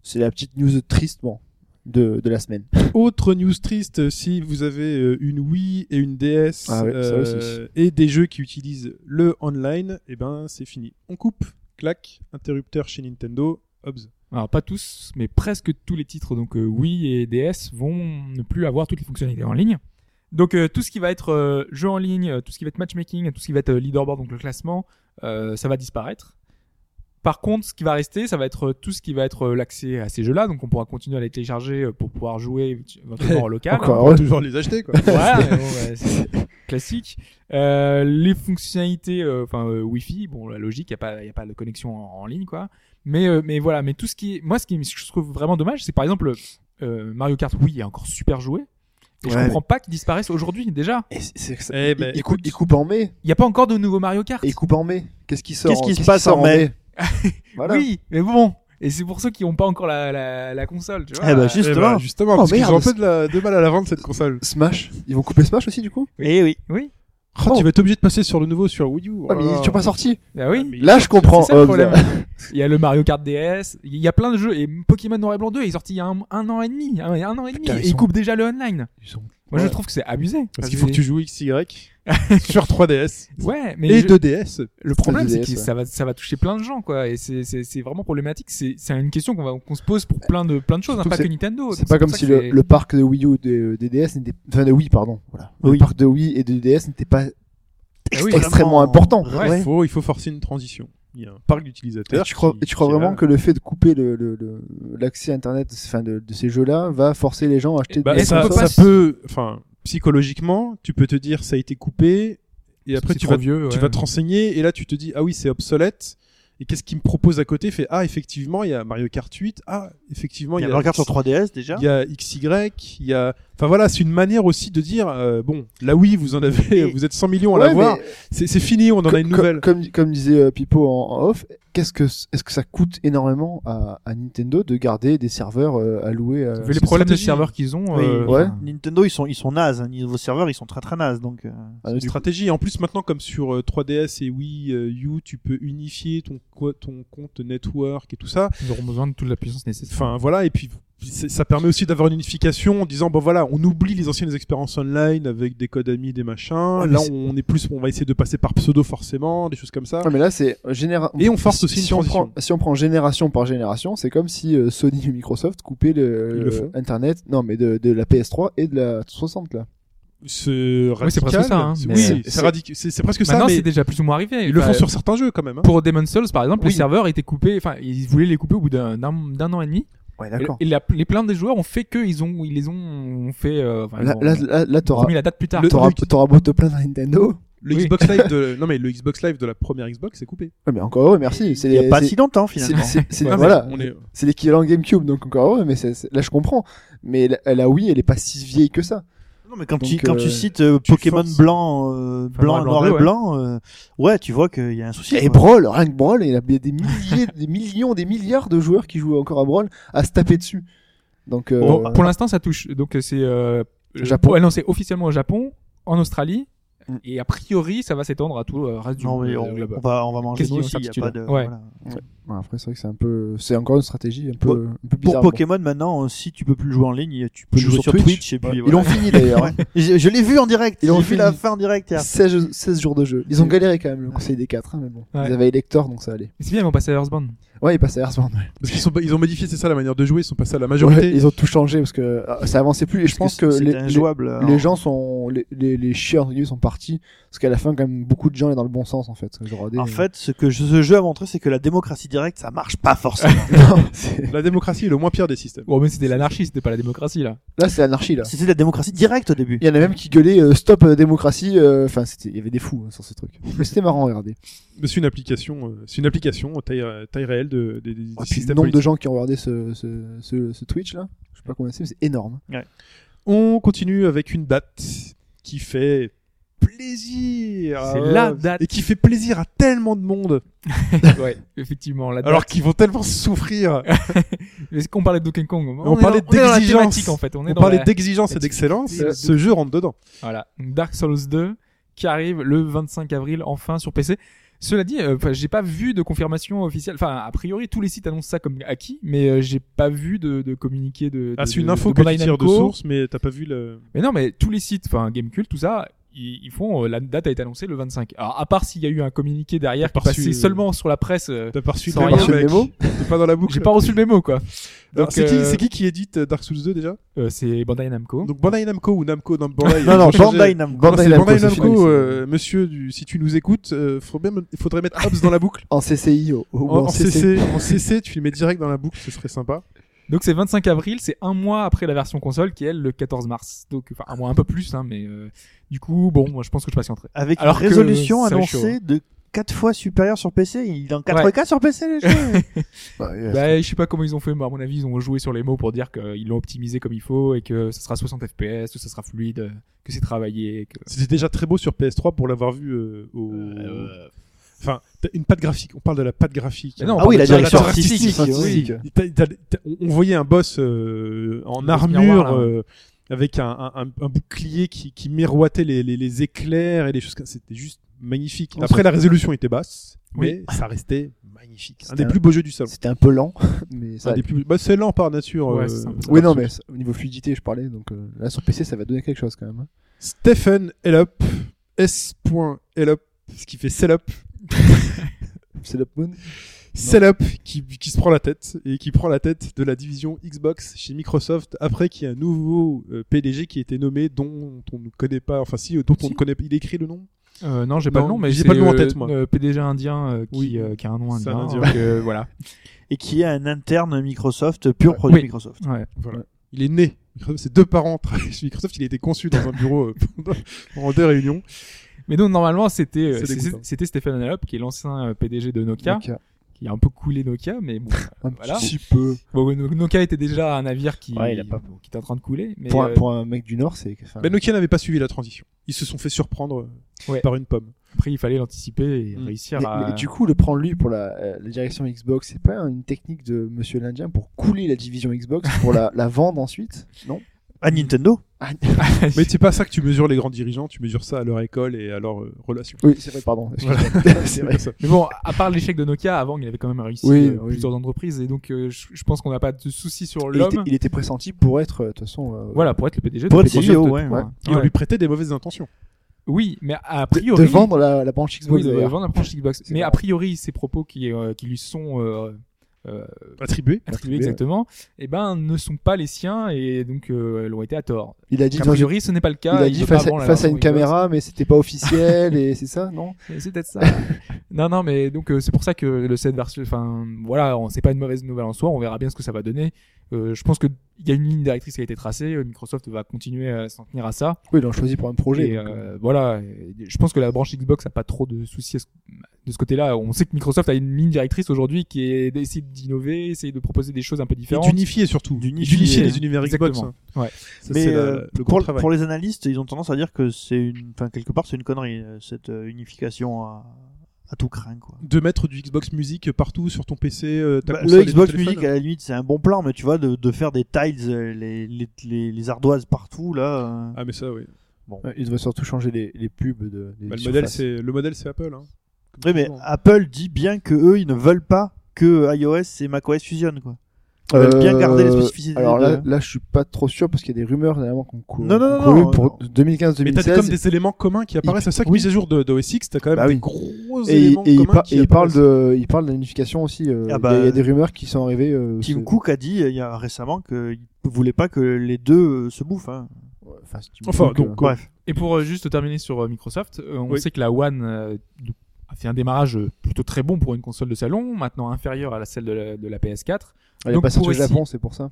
Speaker 5: c'est la petite news triste bon, de de la semaine.
Speaker 2: Autre news triste, si vous avez euh, une Wii et une DS
Speaker 5: Ah ouais, ça
Speaker 2: euh, et des jeux qui utilisent le online, eh ben c'est fini. On coupe, clac, interrupteur chez Nintendo, Hobbs.
Speaker 3: Alors pas tous, mais presque tous les titres, donc euh, Wii et DS, vont ne plus avoir toutes les fonctionnalités en ligne. Donc euh, tout ce qui va être euh, jeu en ligne, euh, tout ce qui va être matchmaking, tout ce qui va être euh, leaderboard, donc le classement, euh, ça va disparaître. Par contre, ce qui va rester, ça va être tout ce qui va être euh, l'accès à ces jeux-là. Donc, on pourra continuer à les télécharger euh, pour pouvoir jouer éventuellement en local.
Speaker 5: Encore
Speaker 2: On
Speaker 5: heureux.
Speaker 2: va toujours les acheter, quoi.
Speaker 3: Voilà,
Speaker 4: (laughs)
Speaker 3: mais bon, bah, c'est classique. Euh, les fonctionnalités, euh, enfin euh, Wi-Fi, bon la logique, il y a pas, y a pas de connexion en, en ligne quoi. Mais euh, mais voilà, mais tout ce qui, est- moi ce qui me- je trouve vraiment dommage, c'est par exemple euh, Mario Kart Wii est encore super joué. Et je
Speaker 4: Ouais.
Speaker 3: comprends pas qu'il disparaisse aujourd'hui déjà.
Speaker 5: Et c'est- c'est que ça-
Speaker 2: Eh
Speaker 5: il-
Speaker 2: ben,
Speaker 5: il, coupe, il coupe en mai.
Speaker 3: Il y a pas encore de nouveau Mario Kart.
Speaker 5: Et il coupe en mai. Qu'est-ce qui sort
Speaker 4: Qu'est-ce qui se passe
Speaker 5: sort
Speaker 4: en mai (laughs)
Speaker 5: Voilà.
Speaker 3: Oui, mais bon. Et c'est pour ceux qui ont pas encore la, la, la console, tu vois.
Speaker 4: Eh ben,
Speaker 3: Euh,
Speaker 2: Eh
Speaker 4: justement.
Speaker 2: ben, justement,
Speaker 5: Oh,
Speaker 2: parce qu'ils
Speaker 5: merde.
Speaker 2: ont un peu de, la- de mal à la vendre, cette console.
Speaker 5: Smash. Ils vont couper Smash aussi, du coup
Speaker 4: Eh oui.
Speaker 3: Oui.
Speaker 2: Oh, Tu vas être obligé de passer sur le nouveau sur Wii U. Oh.
Speaker 5: Ah, mais ils sont pas sortis.
Speaker 3: Ah oui.
Speaker 5: Là, je comprends.
Speaker 3: C'est ça le
Speaker 5: Hobbs.
Speaker 3: problème. Il y a le Mario Kart DS, il y a plein de jeux, et Pokémon Noir et Blanc 2 est sorti il y a un, un an et demi, un, un an et demi,
Speaker 5: Putain, ils
Speaker 3: et ils
Speaker 5: sont-
Speaker 3: coupent déjà le online.
Speaker 5: Ils sont-
Speaker 3: Moi je
Speaker 5: Ouais.
Speaker 3: trouve que c'est abusé.
Speaker 2: Parce qu'il faut que tu joues XY (laughs) sur 3DS
Speaker 3: Ouais, mais
Speaker 2: et
Speaker 3: je-
Speaker 2: 2DS.
Speaker 3: le problème c'est que
Speaker 5: 2DS, ouais.
Speaker 3: ça va, ça va toucher plein de gens, quoi, et c'est- c'est c'est vraiment problématique. C'est c'est une question qu'on va- qu'on se pose pour plein de, plein de choses, hein,
Speaker 5: Surtout
Speaker 3: pas
Speaker 5: que
Speaker 3: que Nintendo.
Speaker 5: C'est
Speaker 3: Donc,
Speaker 5: pas
Speaker 3: pour
Speaker 5: comme
Speaker 3: ça
Speaker 5: si
Speaker 3: que
Speaker 5: le,
Speaker 3: c'est-
Speaker 5: le parc de Wii U et de, des DS n'était enfin de Wii pardon voilà
Speaker 4: Oui.
Speaker 5: le parc de Wii et de DS n'était pas
Speaker 3: Ah oui,
Speaker 5: extrêmement
Speaker 4: vraiment.
Speaker 5: important.
Speaker 3: Ouais.
Speaker 2: Il faut, il faut forcer une transition. Il y a un parc d'utilisateurs.
Speaker 5: Et tu crois,
Speaker 2: qui-
Speaker 5: et tu crois
Speaker 2: qui est
Speaker 5: vraiment
Speaker 2: là.
Speaker 5: que le fait de couper le- le- le- l'accès à internet enfin de, de ces jeux-là va forcer les gens à acheter
Speaker 2: Bah,
Speaker 5: des
Speaker 3: est-ce qu'on
Speaker 2: ça,
Speaker 3: peut
Speaker 5: consoles
Speaker 3: pas
Speaker 2: ça peut, enfin, psychologiquement, tu peux te dire ça a été coupé et après
Speaker 3: c'est
Speaker 2: tu
Speaker 3: trop
Speaker 2: vas,
Speaker 3: vieux,
Speaker 2: tu
Speaker 5: euh,
Speaker 3: ouais.
Speaker 2: vas te renseigner et là tu te dis ah oui c'est obsolète et qu'est-ce qu'il me propose à côté fait ah effectivement il y a Mario Kart 8 ah effectivement
Speaker 4: Il y a Mario Kart sur 3DS déjà.
Speaker 2: il y a XY, il y a. Enfin voilà, c'est une manière aussi de dire euh, bon, là oui, vous en avez,
Speaker 4: Et-
Speaker 2: vous êtes 100 millions à
Speaker 5: Ouais,
Speaker 2: l'avoir,
Speaker 5: mais
Speaker 2: c'est c'est fini, on en a une
Speaker 5: co-
Speaker 2: nouvelle.
Speaker 5: Comme, comme, comme disait euh, Pipo en, en off, qu'est-ce que est-ce que ça coûte énormément à, à Nintendo de garder des serveurs euh, alloués à...
Speaker 3: Vu les
Speaker 2: c'est
Speaker 3: problèmes de
Speaker 2: stratégie.
Speaker 3: serveurs qu'ils ont,
Speaker 4: Oui,
Speaker 3: euh,
Speaker 5: ouais.
Speaker 3: enfin,
Speaker 4: Nintendo, ils sont, ils sont nazes. hein. Niveau serveur, ils sont très très nazes. Donc, euh,
Speaker 5: à
Speaker 2: Une
Speaker 5: notre-
Speaker 2: stratégie. En plus, maintenant, comme sur euh, 3DS et Wii euh, U, tu peux unifier ton, co- ton compte network et tout ça.
Speaker 3: ils auront besoin de toute la puissance nécessaire.
Speaker 2: Enfin voilà, et puis c'est- ça permet aussi d'avoir une unification en disant bon voilà, on oublie les anciennes expériences online avec des codes amis, des machins.
Speaker 5: Ouais, mais
Speaker 2: Là,
Speaker 5: c'est-
Speaker 2: on est plus, on va essayer de passer par pseudo forcément, des choses comme ça.
Speaker 5: Ah, mais là c'est général.
Speaker 2: Et on force aussi
Speaker 5: si
Speaker 2: une
Speaker 5: on
Speaker 2: transition.
Speaker 5: prend si on prend génération par génération, c'est comme si euh, Sony et Microsoft coupaient le,
Speaker 2: Ils le font.
Speaker 5: internet non mais de, de la PS3 et de la 60 là.
Speaker 2: C'est radical.
Speaker 3: c'est presque ça, hein,
Speaker 2: C'est-
Speaker 3: mais-
Speaker 2: oui, c'est-
Speaker 5: c'est-
Speaker 2: c'est radical. C'est c'est presque ça.
Speaker 3: Maintenant
Speaker 2: mais-
Speaker 3: c'est déjà plus ou moins arrivé.
Speaker 2: Ils le
Speaker 3: Enfin,
Speaker 2: font sur certains jeux quand même. hein.
Speaker 3: Pour Demon's Souls par exemple, les
Speaker 5: Oui.
Speaker 3: serveurs étaient coupés, enfin ils voulaient les couper au bout d'un d'un- d'un an et demi.
Speaker 5: Ouais
Speaker 3: Et la- les plaintes des joueurs ont fait que ils ont ils les ont, ont fait euh, enfin, ils
Speaker 5: Là
Speaker 3: ont-
Speaker 5: là là, là,
Speaker 3: ont
Speaker 5: t'auras
Speaker 3: mis la date plus tard.
Speaker 2: Le-
Speaker 5: t'auras t'auras beau te plaindre à Nintendo.
Speaker 2: Le
Speaker 3: Oui.
Speaker 2: Xbox Live
Speaker 3: (laughs)
Speaker 2: de non mais le Xbox Live de la première Xbox c'est coupé.
Speaker 5: Ouais, mais encore heureux, merci. C'est
Speaker 4: il n'y a pas
Speaker 5: c'est-
Speaker 4: si longtemps
Speaker 5: c'est-
Speaker 4: finalement.
Speaker 5: c'est- c'est-
Speaker 2: Non, mais
Speaker 3: Ah.
Speaker 5: voilà,
Speaker 2: on est-
Speaker 5: c'est l'équivalent GameCube, donc encore heureux, mais c'est- c'est- là je comprends. Mais la, la Wii, elle est pas si vieille que ça.
Speaker 4: Non, mais quand,
Speaker 5: Donc,
Speaker 4: tu, quand
Speaker 5: euh,
Speaker 4: tu cites euh,
Speaker 2: tu
Speaker 4: Pokémon
Speaker 2: forces.
Speaker 4: blanc, euh,
Speaker 3: Enfin,
Speaker 4: blanc,
Speaker 3: noir
Speaker 4: noir
Speaker 3: et
Speaker 4: et
Speaker 3: blanc,
Speaker 4: blanc, euh, ouais, tu vois qu'il y a un souci.
Speaker 5: Et
Speaker 4: quoi.
Speaker 5: Brawl, rien que Brawl, il y a des milliers, des millions, des milliards de joueurs qui jouent encore à Brawl à se taper dessus. Donc, euh,
Speaker 3: Bon, pour l'instant ça touche donc euh, c'est euh, le-
Speaker 5: Japon.
Speaker 3: ouais, non, c'est officiellement au Japon, en Australie
Speaker 5: Mm.
Speaker 3: et a priori ça va s'étendre à tout le reste du
Speaker 4: Non, mais
Speaker 3: euh,
Speaker 4: on,
Speaker 3: globe.
Speaker 4: on va, on va manger
Speaker 3: Qu'est-ce
Speaker 4: nous
Speaker 3: qu'ils
Speaker 4: aussi.
Speaker 3: ont
Speaker 4: Il y a
Speaker 3: sorti,
Speaker 4: pas
Speaker 3: là
Speaker 4: de.
Speaker 3: Ouais.
Speaker 4: voilà.
Speaker 5: bah, ouais, après, c'est vrai que c'est un peu, c'est encore une stratégie un peu, un peu
Speaker 4: Pour
Speaker 5: bizarre. bon.
Speaker 4: Pokémon maintenant, euh, si tu peux plus le jouer en ligne, tu peux le
Speaker 5: Jouer
Speaker 4: jouer sur
Speaker 5: sur
Speaker 4: Twitch.
Speaker 5: Twitch.
Speaker 4: et puis
Speaker 5: Ils
Speaker 4: voilà.
Speaker 5: l'ont fini d'ailleurs.
Speaker 4: (laughs)
Speaker 5: hein.
Speaker 4: Je, je l'ai vu en direct.
Speaker 5: Ils
Speaker 4: Ils ont
Speaker 5: l'ont
Speaker 4: vu
Speaker 5: fini.
Speaker 4: la fin en direct. hier.
Speaker 5: 16, 16 jours de jeu. Ils ont galéré quand même, le conseil des 4, mais bon.
Speaker 3: Ouais.
Speaker 5: Ils avaient Elector, donc ça allait.
Speaker 3: Mais C'est bien, ils vont passer à Earthbound.
Speaker 5: Ouais, ils passaient à Earthbound. ouais.
Speaker 2: Parce qu'ils sont ils ont modifié c'est ça la manière de jouer ils sont passés à la majorité.
Speaker 5: Ouais, ils ont tout changé parce que euh, ça avançait plus et je pense que
Speaker 4: c'est
Speaker 5: les, les-
Speaker 4: injouable. hein. alors.
Speaker 5: les gens sont les, les, les chiens entre guillemets, sont partis parce qu'à la fin quand même beaucoup de gens est dans le bon sens en fait Genre des-
Speaker 4: En fait, ce que je- ce jeu a montré, c'est que la démocratie directe, ça marche pas forcément.
Speaker 5: (laughs) Non, c'est-
Speaker 2: La démocratie est le moins pire des systèmes.
Speaker 3: Bon, Oh, mais c'était l'anarchie, c'était pas la démocratie
Speaker 5: (laughs)
Speaker 3: là.
Speaker 5: là c'est l'anarchie là
Speaker 4: C'était la démocratie directe au début.
Speaker 5: il y en a même qui gueulaient euh, stop euh, démocratie euh, enfin c'était il y avait des fous hein, sur ce truc mais c'était marrant à regarder
Speaker 2: Mais C'est une application euh, c'est une application en taille euh, taille réelle de des, des
Speaker 3: Ah,
Speaker 5: Et Ah, puis, le
Speaker 2: systèmes.
Speaker 5: nombre de
Speaker 2: politiques.
Speaker 5: gens qui ont regardé ce, ce, ce, ce Twitch là je sais pas combien c'est mais c'est énorme
Speaker 2: On continue avec une date qui fait plaisir.
Speaker 3: C'est
Speaker 2: Ah,
Speaker 3: la date.
Speaker 2: et qui fait plaisir à tellement de monde
Speaker 3: ouais, effectivement. La date.
Speaker 2: alors qu'ils vont tellement souffrir.
Speaker 3: est-ce qu'on parlait de Donkey Kong
Speaker 2: On
Speaker 3: est
Speaker 2: parlait
Speaker 3: dans- est dans la
Speaker 2: d'exigence.
Speaker 3: thématique, en fait. On, est
Speaker 2: On
Speaker 3: dans
Speaker 2: parlait
Speaker 3: la-
Speaker 2: d'exigence et
Speaker 3: la-
Speaker 2: d'excellence.
Speaker 3: la-
Speaker 2: Ce jeu rentre dedans.
Speaker 3: Voilà, Dark Souls 2 qui arrive le 25 avril enfin sur PC. Cela dit, euh, 'fin, j'ai pas vu de confirmation officielle. Enfin, a priori, tous les sites annoncent ça comme acquis, mais euh, j'ai pas vu de, de communiqué de. de-
Speaker 2: Ah, c'est une
Speaker 3: de-
Speaker 2: info
Speaker 3: de
Speaker 2: que
Speaker 3: Bandai
Speaker 2: tu tires de
Speaker 3: Namco.
Speaker 2: source mais t'as pas vu le
Speaker 3: Mais non, mais tous les sites, enfin Gamecube, tout ça, ils, ils font euh, la date a été annoncée le 25. Alors à part s'il y a eu un communiqué derrière qui
Speaker 2: Par
Speaker 3: passait
Speaker 2: su-
Speaker 3: seulement sur la presse, euh,
Speaker 2: T'as pas reçu
Speaker 3: Sans
Speaker 2: le mémo,
Speaker 3: rien.
Speaker 2: mec.
Speaker 5: Mémo
Speaker 2: T'es pas dans la boucle.
Speaker 3: j'ai pas reçu le mémo quoi.
Speaker 2: Alors,
Speaker 3: Donc,
Speaker 2: C'est qui,
Speaker 3: euh,
Speaker 2: c'est qui qui édite euh, Dark Souls 2 déjà
Speaker 3: euh, c'est Bandai Namco.
Speaker 2: Donc Bandai Namco ou Namco Nam- Bandai
Speaker 4: Non, non,
Speaker 2: ils ont changé.
Speaker 4: Bandai Namco.
Speaker 2: Ah, Non, c'est Bandai
Speaker 5: c'est fini.
Speaker 2: Namco, euh, monsieur, du- si tu nous écoutes, euh, faut bien me- il faudrait mettre Hobbs dans la boucle.
Speaker 5: En CCI au- au- (laughs) ou
Speaker 2: En, en
Speaker 5: CC.
Speaker 2: CC, en CC, tu le mets direct dans la boucle, ce serait sympa.
Speaker 3: Donc c'est 25 avril, c'est un mois après la version console qui est elle le 14 mars. Donc enfin un mois un peu plus hein, mais euh, du coup bon moi je pense que je patienterai.
Speaker 4: Avec
Speaker 3: Alors que
Speaker 4: une résolution
Speaker 3: ça va être
Speaker 4: annoncée de 4 fois supérieure sur PC. Il est en 4K sur PC, les gens.
Speaker 5: Bah, ouais,
Speaker 3: Bah, je sais pas comment ils ont fait, mais à mon avis, ils ont joué sur les mots pour dire qu'ils l'ont optimisé comme il faut et que ça sera 60 FPS, que ça sera fluide, que c'est travaillé. Que...
Speaker 2: C'était déjà très beau sur PS3 pour l'avoir vu euh, au. Enfin, t'as une patte graphique. On parle de la patte graphique.
Speaker 3: Mais non,
Speaker 4: Ah oui, la
Speaker 3: Sur la
Speaker 4: direction
Speaker 3: direction
Speaker 4: artistique.
Speaker 5: artistique,
Speaker 4: oui.
Speaker 5: artistique.
Speaker 2: T'as- t'as- t'as- on on voyait un boss euh, en
Speaker 3: Le
Speaker 2: armure
Speaker 3: miroir, là, ouais.
Speaker 2: euh, avec un, un- un- un bouclier qui, qui miroitait les, les- les éclairs et les choses comme ça. C'était juste magnifique.
Speaker 5: On
Speaker 2: Après,
Speaker 5: s'en-
Speaker 2: la résolution était basse,
Speaker 3: Oui.
Speaker 2: mais ça restait magnifique. Un
Speaker 5: C'était
Speaker 2: des
Speaker 5: un-
Speaker 2: plus beaux jeux du salon.
Speaker 5: C'était un peu lent, (laughs) mais ça.
Speaker 2: Un des plus... bah, c'est lent par nature.
Speaker 3: Ouais,
Speaker 2: euh,
Speaker 3: c'est sympa, ça.
Speaker 5: Oui, non, mais au niveau fluidité, je parlais. Donc euh, là, sur PC, ça va donner quelque chose quand même. hein.
Speaker 2: Stephen Elop, S.Elop, ce qui fait Selop,
Speaker 5: C'est Lop Moon.
Speaker 2: Selop qui, qui se prend la tête et qui prend la tête de la division Xbox chez Microsoft après qu'il y a un nouveau euh, PDG qui a été nommé dont on ne connaît pas, enfin si, euh, dont on
Speaker 3: Si.
Speaker 2: ne connaît pas, il écrit le nom
Speaker 3: Euh, non, j'ai pas
Speaker 2: Non,
Speaker 3: le nom, mais
Speaker 2: j'ai
Speaker 3: c'est,
Speaker 2: pas le nom en
Speaker 3: euh,
Speaker 2: tête, moi.
Speaker 3: euh, PDG indien euh, qui,
Speaker 2: Oui.
Speaker 3: euh, qui a un nom
Speaker 2: C'est
Speaker 3: indien.
Speaker 2: un indien.
Speaker 3: donc, euh, voilà.
Speaker 4: Et qui est un interne Microsoft, pur produit
Speaker 3: Oui.
Speaker 4: Microsoft.
Speaker 3: Ouais.
Speaker 2: Voilà. Il est né. Microsoft- Ses deux parents (laughs) travaillent chez Microsoft. Il a été conçu dans un bureau euh, (laughs) pendant- pendant deux réunions.
Speaker 3: Mais donc, normalement, c'était, euh,
Speaker 2: C'est
Speaker 3: c'est-
Speaker 2: dégoûtant.
Speaker 3: c'était Stéphane Allop, qui est l'ancien euh, PDG de Nokia,
Speaker 5: Donc, il y a
Speaker 3: qui a un peu coulé Nokia, mais
Speaker 5: (laughs)
Speaker 3: bon,
Speaker 5: Un
Speaker 3: Voilà.
Speaker 5: petit peu.
Speaker 3: bon, ouais, no- Nokia était déjà un navire qui,
Speaker 5: Ouais, il a pas-
Speaker 3: bon, qui était en train de couler. Mais,
Speaker 5: Pour, un,
Speaker 3: euh,
Speaker 5: pour un mec du Nord, c'est. enfin,
Speaker 2: Mais Ben, Nokia n'avait pas suivi la transition. Ils se sont fait surprendre euh,
Speaker 3: Ouais.
Speaker 2: par une pomme.
Speaker 3: après, il fallait l'anticiper et
Speaker 2: Mm.
Speaker 3: réussir
Speaker 5: Mais-
Speaker 3: à. (laughs)
Speaker 5: mais du coup, le prendre lui pour la, euh, la direction Xbox, c'est pas une technique de Monsieur l'Indien pour couler la division Xbox pour la, la vendre ensuite Non
Speaker 4: À Nintendo.
Speaker 5: Ah, (laughs)
Speaker 2: Mais c'est pas ça que tu mesures les grands dirigeants. Tu mesures ça à leur école et à leur euh, relation.
Speaker 5: Oui, c'est vrai, pardon. excuse-moi. c'est vrai.
Speaker 2: Ça.
Speaker 3: Mais bon, à part l'échec de Nokia, avant, il avait quand même réussi
Speaker 5: Oui,
Speaker 3: euh,
Speaker 5: oui.
Speaker 3: plusieurs entreprises. Et donc, euh, je, je pense qu'on n'a pas de souci sur
Speaker 5: Il était,
Speaker 3: l'homme.
Speaker 5: il était pressenti pour être, euh, de toute façon. euh,
Speaker 3: Voilà, pour être le PDG de
Speaker 4: Pour être
Speaker 3: Microsoft,
Speaker 5: E
Speaker 4: CEO,
Speaker 3: de-
Speaker 4: ouais,
Speaker 3: voilà.
Speaker 2: Et on
Speaker 3: Ouais.
Speaker 2: lui prêtait des mauvaises intentions.
Speaker 3: Oui, mais a
Speaker 5: de-
Speaker 3: priori.
Speaker 5: De vendre la, la branche Xbox.
Speaker 3: Oui, de
Speaker 5: d'ailleurs.
Speaker 3: vendre la branche Xbox.
Speaker 5: C'est
Speaker 3: Mais
Speaker 5: marrant.
Speaker 3: a priori, ces propos qui, euh, qui lui sont euh, euh,
Speaker 2: Attribué.
Speaker 5: Attribués,
Speaker 3: attribués exactement, eh ben, ne sont pas les siens et donc euh, l'ont été à tort.
Speaker 5: Il a dit,
Speaker 3: A
Speaker 5: dans une-
Speaker 3: priori, ce n'est pas le
Speaker 5: il
Speaker 3: cas.
Speaker 5: a
Speaker 3: il
Speaker 5: dit
Speaker 3: veut
Speaker 5: face,
Speaker 3: pas
Speaker 5: à,
Speaker 3: vendre la
Speaker 5: face à
Speaker 3: version
Speaker 5: une
Speaker 3: Xbox.
Speaker 5: caméra, mais c'était pas officiel et c'est ça, non
Speaker 3: Mais C'est peut-être ça. (laughs) non, non, mais donc euh, c'est pour ça que le 7 versus. Enfin, voilà, on- c'est pas une mauvaise nouvelle en soi. On verra bien ce que ça va donner. Euh, je pense qu'il y a une ligne directrice qui a été tracée. euh, Microsoft va continuer à s'en tenir à ça.
Speaker 5: Oui, ils l'ont choisi pour un projet.
Speaker 3: Et
Speaker 5: donc, euh,
Speaker 3: euh, voilà, Et je pense que la branche Xbox a pas trop de soucis à ce- de ce côté-là. On sait que Microsoft a une ligne directrice aujourd'hui qui est d'essayer d'innover, essayer de proposer des choses un peu
Speaker 2: Et
Speaker 3: différentes.
Speaker 2: d'unifier surtout.
Speaker 4: D'unifier.
Speaker 2: D'unifier les univers Xbox.
Speaker 3: Exactement.
Speaker 2: hein.
Speaker 3: Ouais.
Speaker 2: Ça,
Speaker 4: Mais
Speaker 2: c'est la-
Speaker 4: euh,
Speaker 2: le gros
Speaker 4: pour,
Speaker 2: travail.
Speaker 4: pour les analystes, ils ont tendance à dire que c'est une, enfin quelque part c'est une connerie euh, cette euh, unification à, à tout craint quoi.
Speaker 2: De mettre du Xbox Music partout sur ton PC. euh, ta
Speaker 4: Bah,
Speaker 2: console
Speaker 4: le
Speaker 2: et ton
Speaker 4: Xbox
Speaker 2: téléphone.
Speaker 4: Music à la limite c'est un bon plan, mais tu vois de, de faire des tiles, euh, les, les, les, les ardoises partout là. euh,
Speaker 2: Ah mais ça oui.
Speaker 5: ouais, ils devraient surtout changer les, les pubs de. des
Speaker 2: Bah, le
Speaker 5: surfaces.
Speaker 2: modèle c'est le modèle c'est Apple. Hein.
Speaker 4: Oui,
Speaker 2: Comme
Speaker 4: mais
Speaker 2: toujours, hein.
Speaker 4: Apple dit bien que eux ils ne veulent pas que iOS et macOS fusionnent quoi. Ils
Speaker 5: Euh,
Speaker 4: veulent bien garder les spécificités.
Speaker 5: Alors là,
Speaker 4: de-
Speaker 5: là, je suis pas trop sûr parce qu'il y a des rumeurs dernièrement qu'on cou-
Speaker 4: Non, non,
Speaker 5: qu'on
Speaker 4: non,
Speaker 5: courut
Speaker 4: non,
Speaker 5: pour
Speaker 2: Mais t'as comme
Speaker 5: 2015-2016.
Speaker 2: des éléments communs qui apparaissent à chaque
Speaker 5: oui.
Speaker 2: mise à jour de, de OS X, t'as quand même
Speaker 5: Bah
Speaker 2: des
Speaker 5: oui.
Speaker 2: gros
Speaker 5: Et,
Speaker 2: éléments
Speaker 5: et il,
Speaker 2: communs
Speaker 5: par-
Speaker 2: qui
Speaker 5: et il parle
Speaker 2: apparaissent.
Speaker 5: de, il parle de la unification aussi. euh,
Speaker 4: Ah
Speaker 5: il y a-
Speaker 4: bah,
Speaker 5: il y, a des rumeurs qui sont arrivées. euh,
Speaker 4: Tim
Speaker 5: ce-
Speaker 4: Cook a dit euh, il y a récemment qu'il ne voulait pas que les deux euh, se bouffent. hein.
Speaker 5: Enfin, c'est Tim
Speaker 2: Enfin,
Speaker 5: Cook,
Speaker 2: donc,
Speaker 5: euh,
Speaker 4: Bref,
Speaker 3: Et pour euh, juste terminer sur euh, Microsoft, euh, on
Speaker 2: Oui.
Speaker 3: sait que la One euh, donc, a fait un démarrage euh, plutôt très bon pour une console de salon, maintenant inférieure à la celle de la, de la PS4.
Speaker 5: elle est
Speaker 3: donc,
Speaker 5: passée
Speaker 3: pour
Speaker 5: au
Speaker 3: essayer-
Speaker 5: Japon, c'est pour ça.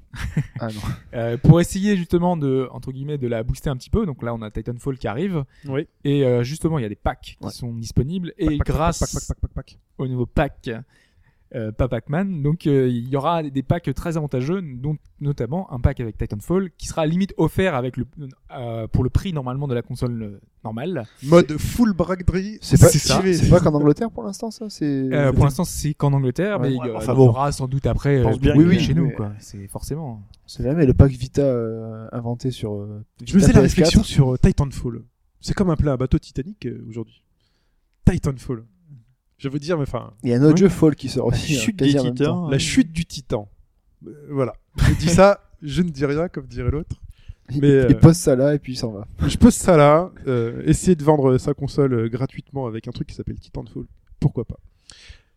Speaker 5: Ah non.
Speaker 3: Euh, pour essayer justement de entre guillemets de la booster un petit peu. Donc là, on a Titanfall qui arrive
Speaker 2: Oui.
Speaker 3: et euh, justement il y a des packs qui
Speaker 5: Ouais.
Speaker 3: sont disponibles et
Speaker 2: Pac, pac,
Speaker 3: grâce
Speaker 2: pac, pac, pac, pac, pac, pac.
Speaker 3: au nouveau pack euh, pas Pac-Man, donc euh, il y aura des packs très avantageux, dont notamment un pack avec Titanfall qui sera limite offert avec le euh, pour le prix normalement de la console euh, normale.
Speaker 2: Mode full braderie.
Speaker 5: C'est pas,
Speaker 3: C'est ça.
Speaker 5: c'est pas qu'en Angleterre pour l'instant, ça. C'est.
Speaker 3: Euh, pour l'instant, c'est qu'en Angleterre,
Speaker 5: Ouais.
Speaker 3: mais il y, a-
Speaker 4: Enfin
Speaker 3: il y
Speaker 4: bon.
Speaker 3: aura sans doute après
Speaker 4: Je
Speaker 3: euh,
Speaker 4: pense bien
Speaker 3: pour
Speaker 5: que-
Speaker 3: les chez
Speaker 5: oui,
Speaker 3: nous,
Speaker 5: mais-
Speaker 3: quoi. C'est forcément. hein.
Speaker 5: C'est là, mais le pack Vita euh, inventé sur. euh,
Speaker 2: Je me faisais la
Speaker 5: Vita PS4.
Speaker 2: réflexion sur euh, Titanfall. C'est comme un plat à bateau Titanic euh, aujourd'hui. Titanfall. Je veux dire, mais enfin,
Speaker 5: Il y a un autre
Speaker 2: Oui.
Speaker 5: jeu Fall qui sort aussi. hein,
Speaker 4: chute des
Speaker 5: quasi en même
Speaker 4: titans.
Speaker 5: temps.
Speaker 4: euh,
Speaker 2: la chute du Titan. Euh, voilà. Je dis ça, je ne dis rien comme dirait l'autre.
Speaker 5: Il,
Speaker 2: Mais, euh,
Speaker 5: il pose ça là et puis il s'en va.
Speaker 2: Je pose ça là. euh, essayer de vendre sa console euh, gratuitement avec un truc qui s'appelle Titanfall. Pourquoi pas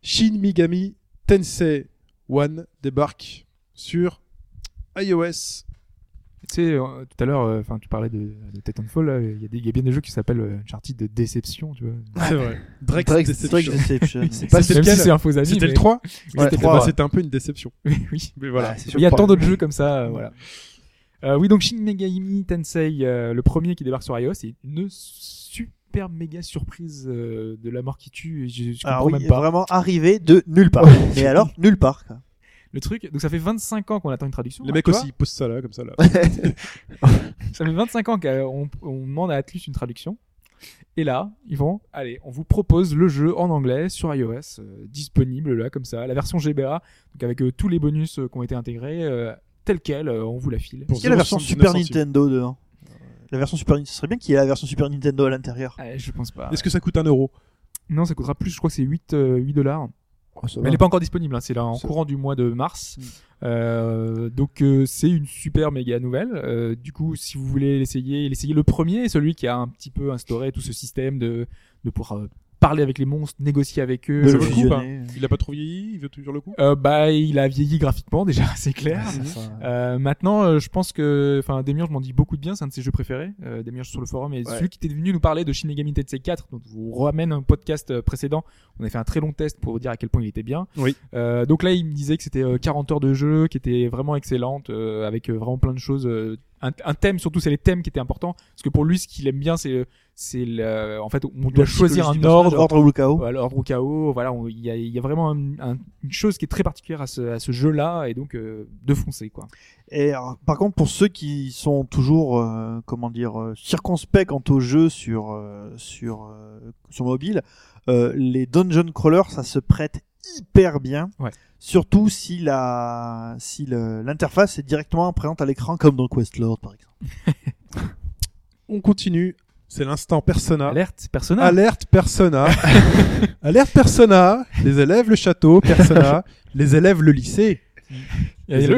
Speaker 2: Shin Megami Tensei One débarque sur iOS.
Speaker 3: Tu sais, euh, tout à l'heure, euh, enfin, tu parlais de, de Titanfall. là, Il y, a des- il y a bien des jeux qui s'appellent euh, Uncharted de déception, tu vois.
Speaker 2: C'est vrai. Drex,
Speaker 4: Drake
Speaker 2: Deception.
Speaker 4: Drake Deception.
Speaker 5: C'est pas
Speaker 3: Même si
Speaker 2: lequel
Speaker 3: c'est un faux avis.
Speaker 2: C'était le
Speaker 3: mais- (laughs)
Speaker 2: 3
Speaker 3: C'était le
Speaker 2: Eh ben,
Speaker 3: 3, ouais.
Speaker 2: C'était un peu une déception.
Speaker 3: Oui, oui.
Speaker 2: Mais voilà.
Speaker 5: Ah, c'est sûr
Speaker 3: Il y a
Speaker 5: que-
Speaker 3: tant d'autres jeux comme ça, euh, voilà. Euh, oui, donc Shin Megami Tensei, euh, le premier qui débarque sur iOS, c'est une super méga surprise euh, de la mort qui tue. et Je, je
Speaker 4: Alors
Speaker 3: comprends
Speaker 4: oui,
Speaker 3: même pas
Speaker 4: vraiment arrivé de nulle part. Mais alors, nulle part. quoi.
Speaker 3: le truc. Donc ça fait 25 ans qu'on attend une traduction.
Speaker 2: Les
Speaker 3: hein,
Speaker 2: mecs
Speaker 3: tu vois.
Speaker 2: aussi, ils posent ça là, comme ça là.
Speaker 3: Ça fait 25 ans qu'on on demande à Atlus une traduction. Et là, ils vont, allez, on vous propose le jeu en anglais sur iOS, euh, disponible là comme ça, la version GBA, donc avec euh, tous les bonus euh, qui ont été intégrés, euh, tel quel, euh, on vous la file.
Speaker 2: Pour
Speaker 4: Est-ce qu'il y a la version
Speaker 2: 0,79
Speaker 4: Super
Speaker 2: centimes.
Speaker 4: Nintendo dedans La version Super Nintendo, ce serait bien qu'il y ait la version Super Nintendo à l'intérieur.
Speaker 3: Euh, je pense pas.
Speaker 2: Est-ce que ça coûte un euro
Speaker 3: Non, ça coûtera plus, je crois que c'est 8, euh, 8 dollars.
Speaker 5: Oh, ça
Speaker 3: Mais
Speaker 5: va.
Speaker 3: elle n'est pas encore disponible, hein, c'est là en
Speaker 5: Ça-
Speaker 3: courant du mois de mars.
Speaker 4: Hmm.
Speaker 3: Euh, donc euh, c'est une super méga nouvelle. Euh, du coup, si vous voulez l'essayer, l'essayer le premier, celui qui a un petit peu instauré tout ce système de, de pouvoir euh, parler avec les monstres, négocier avec eux.
Speaker 2: Mais
Speaker 4: De
Speaker 2: ça
Speaker 4: le
Speaker 2: vaut le coup,
Speaker 4: fusionner.
Speaker 2: Il a pas trop vieilli Il veut toujours le coup
Speaker 3: hein. Euh, bah, il a vieilli graphiquement déjà, (laughs) c'est clair.
Speaker 5: Ah, ça, ça-
Speaker 3: Euh, maintenant, euh, je pense que, enfin, Demiurge m'en dit beaucoup de bien, c'est un de ses jeux préférés. Euh, Demiurge sur le forum et
Speaker 5: Ouais.
Speaker 3: celui qui était venu nous parler de Shin Megami Tensei 4, dont je vous ramène un podcast euh, précédent. On a fait un très long test pour vous dire à quel point il était bien.
Speaker 2: Oui.
Speaker 3: Euh, donc là, il me disait que c'était euh, 40 heures de jeu, qui était vraiment excellente, euh, avec euh, vraiment plein de choses. euh, un, un thème, surtout, c'est les thèmes qui étaient importants, parce que pour lui, ce qu'il aime bien, c'est, euh, c'est, le- en fait, on doit
Speaker 4: La
Speaker 3: choisir
Speaker 4: psychologie
Speaker 3: un
Speaker 4: du personnage,
Speaker 3: ordre.
Speaker 4: Bah, Ordre ou le chaos.
Speaker 3: Voilà, Ordre au chaos, voilà, on- il y a, il y a vraiment un- un- une chose qui est très particulière à ce, à ce jeu-là, et donc euh, de foncer, quoi.
Speaker 4: Et alors, par contre, pour ceux qui sont toujours, euh, comment dire, euh, circonspects quant au jeu sur euh, sur euh, sur mobile, euh, les dungeon crawlers, ça se prête hyper bien.
Speaker 3: Ouais.
Speaker 4: Surtout si la si le- l'interface est directement présente à l'écran, comme dans Questlord par exemple.
Speaker 2: On continue. C'est l'instant Persona.
Speaker 3: Alerte, personnage.
Speaker 2: Ah. Alerte
Speaker 3: (laughs)
Speaker 2: Persona. Alerte Persona. Les élèves le château,
Speaker 3: (laughs)
Speaker 2: Persona. les élèves le lycée.
Speaker 3: Les élèves,
Speaker 2: les élèves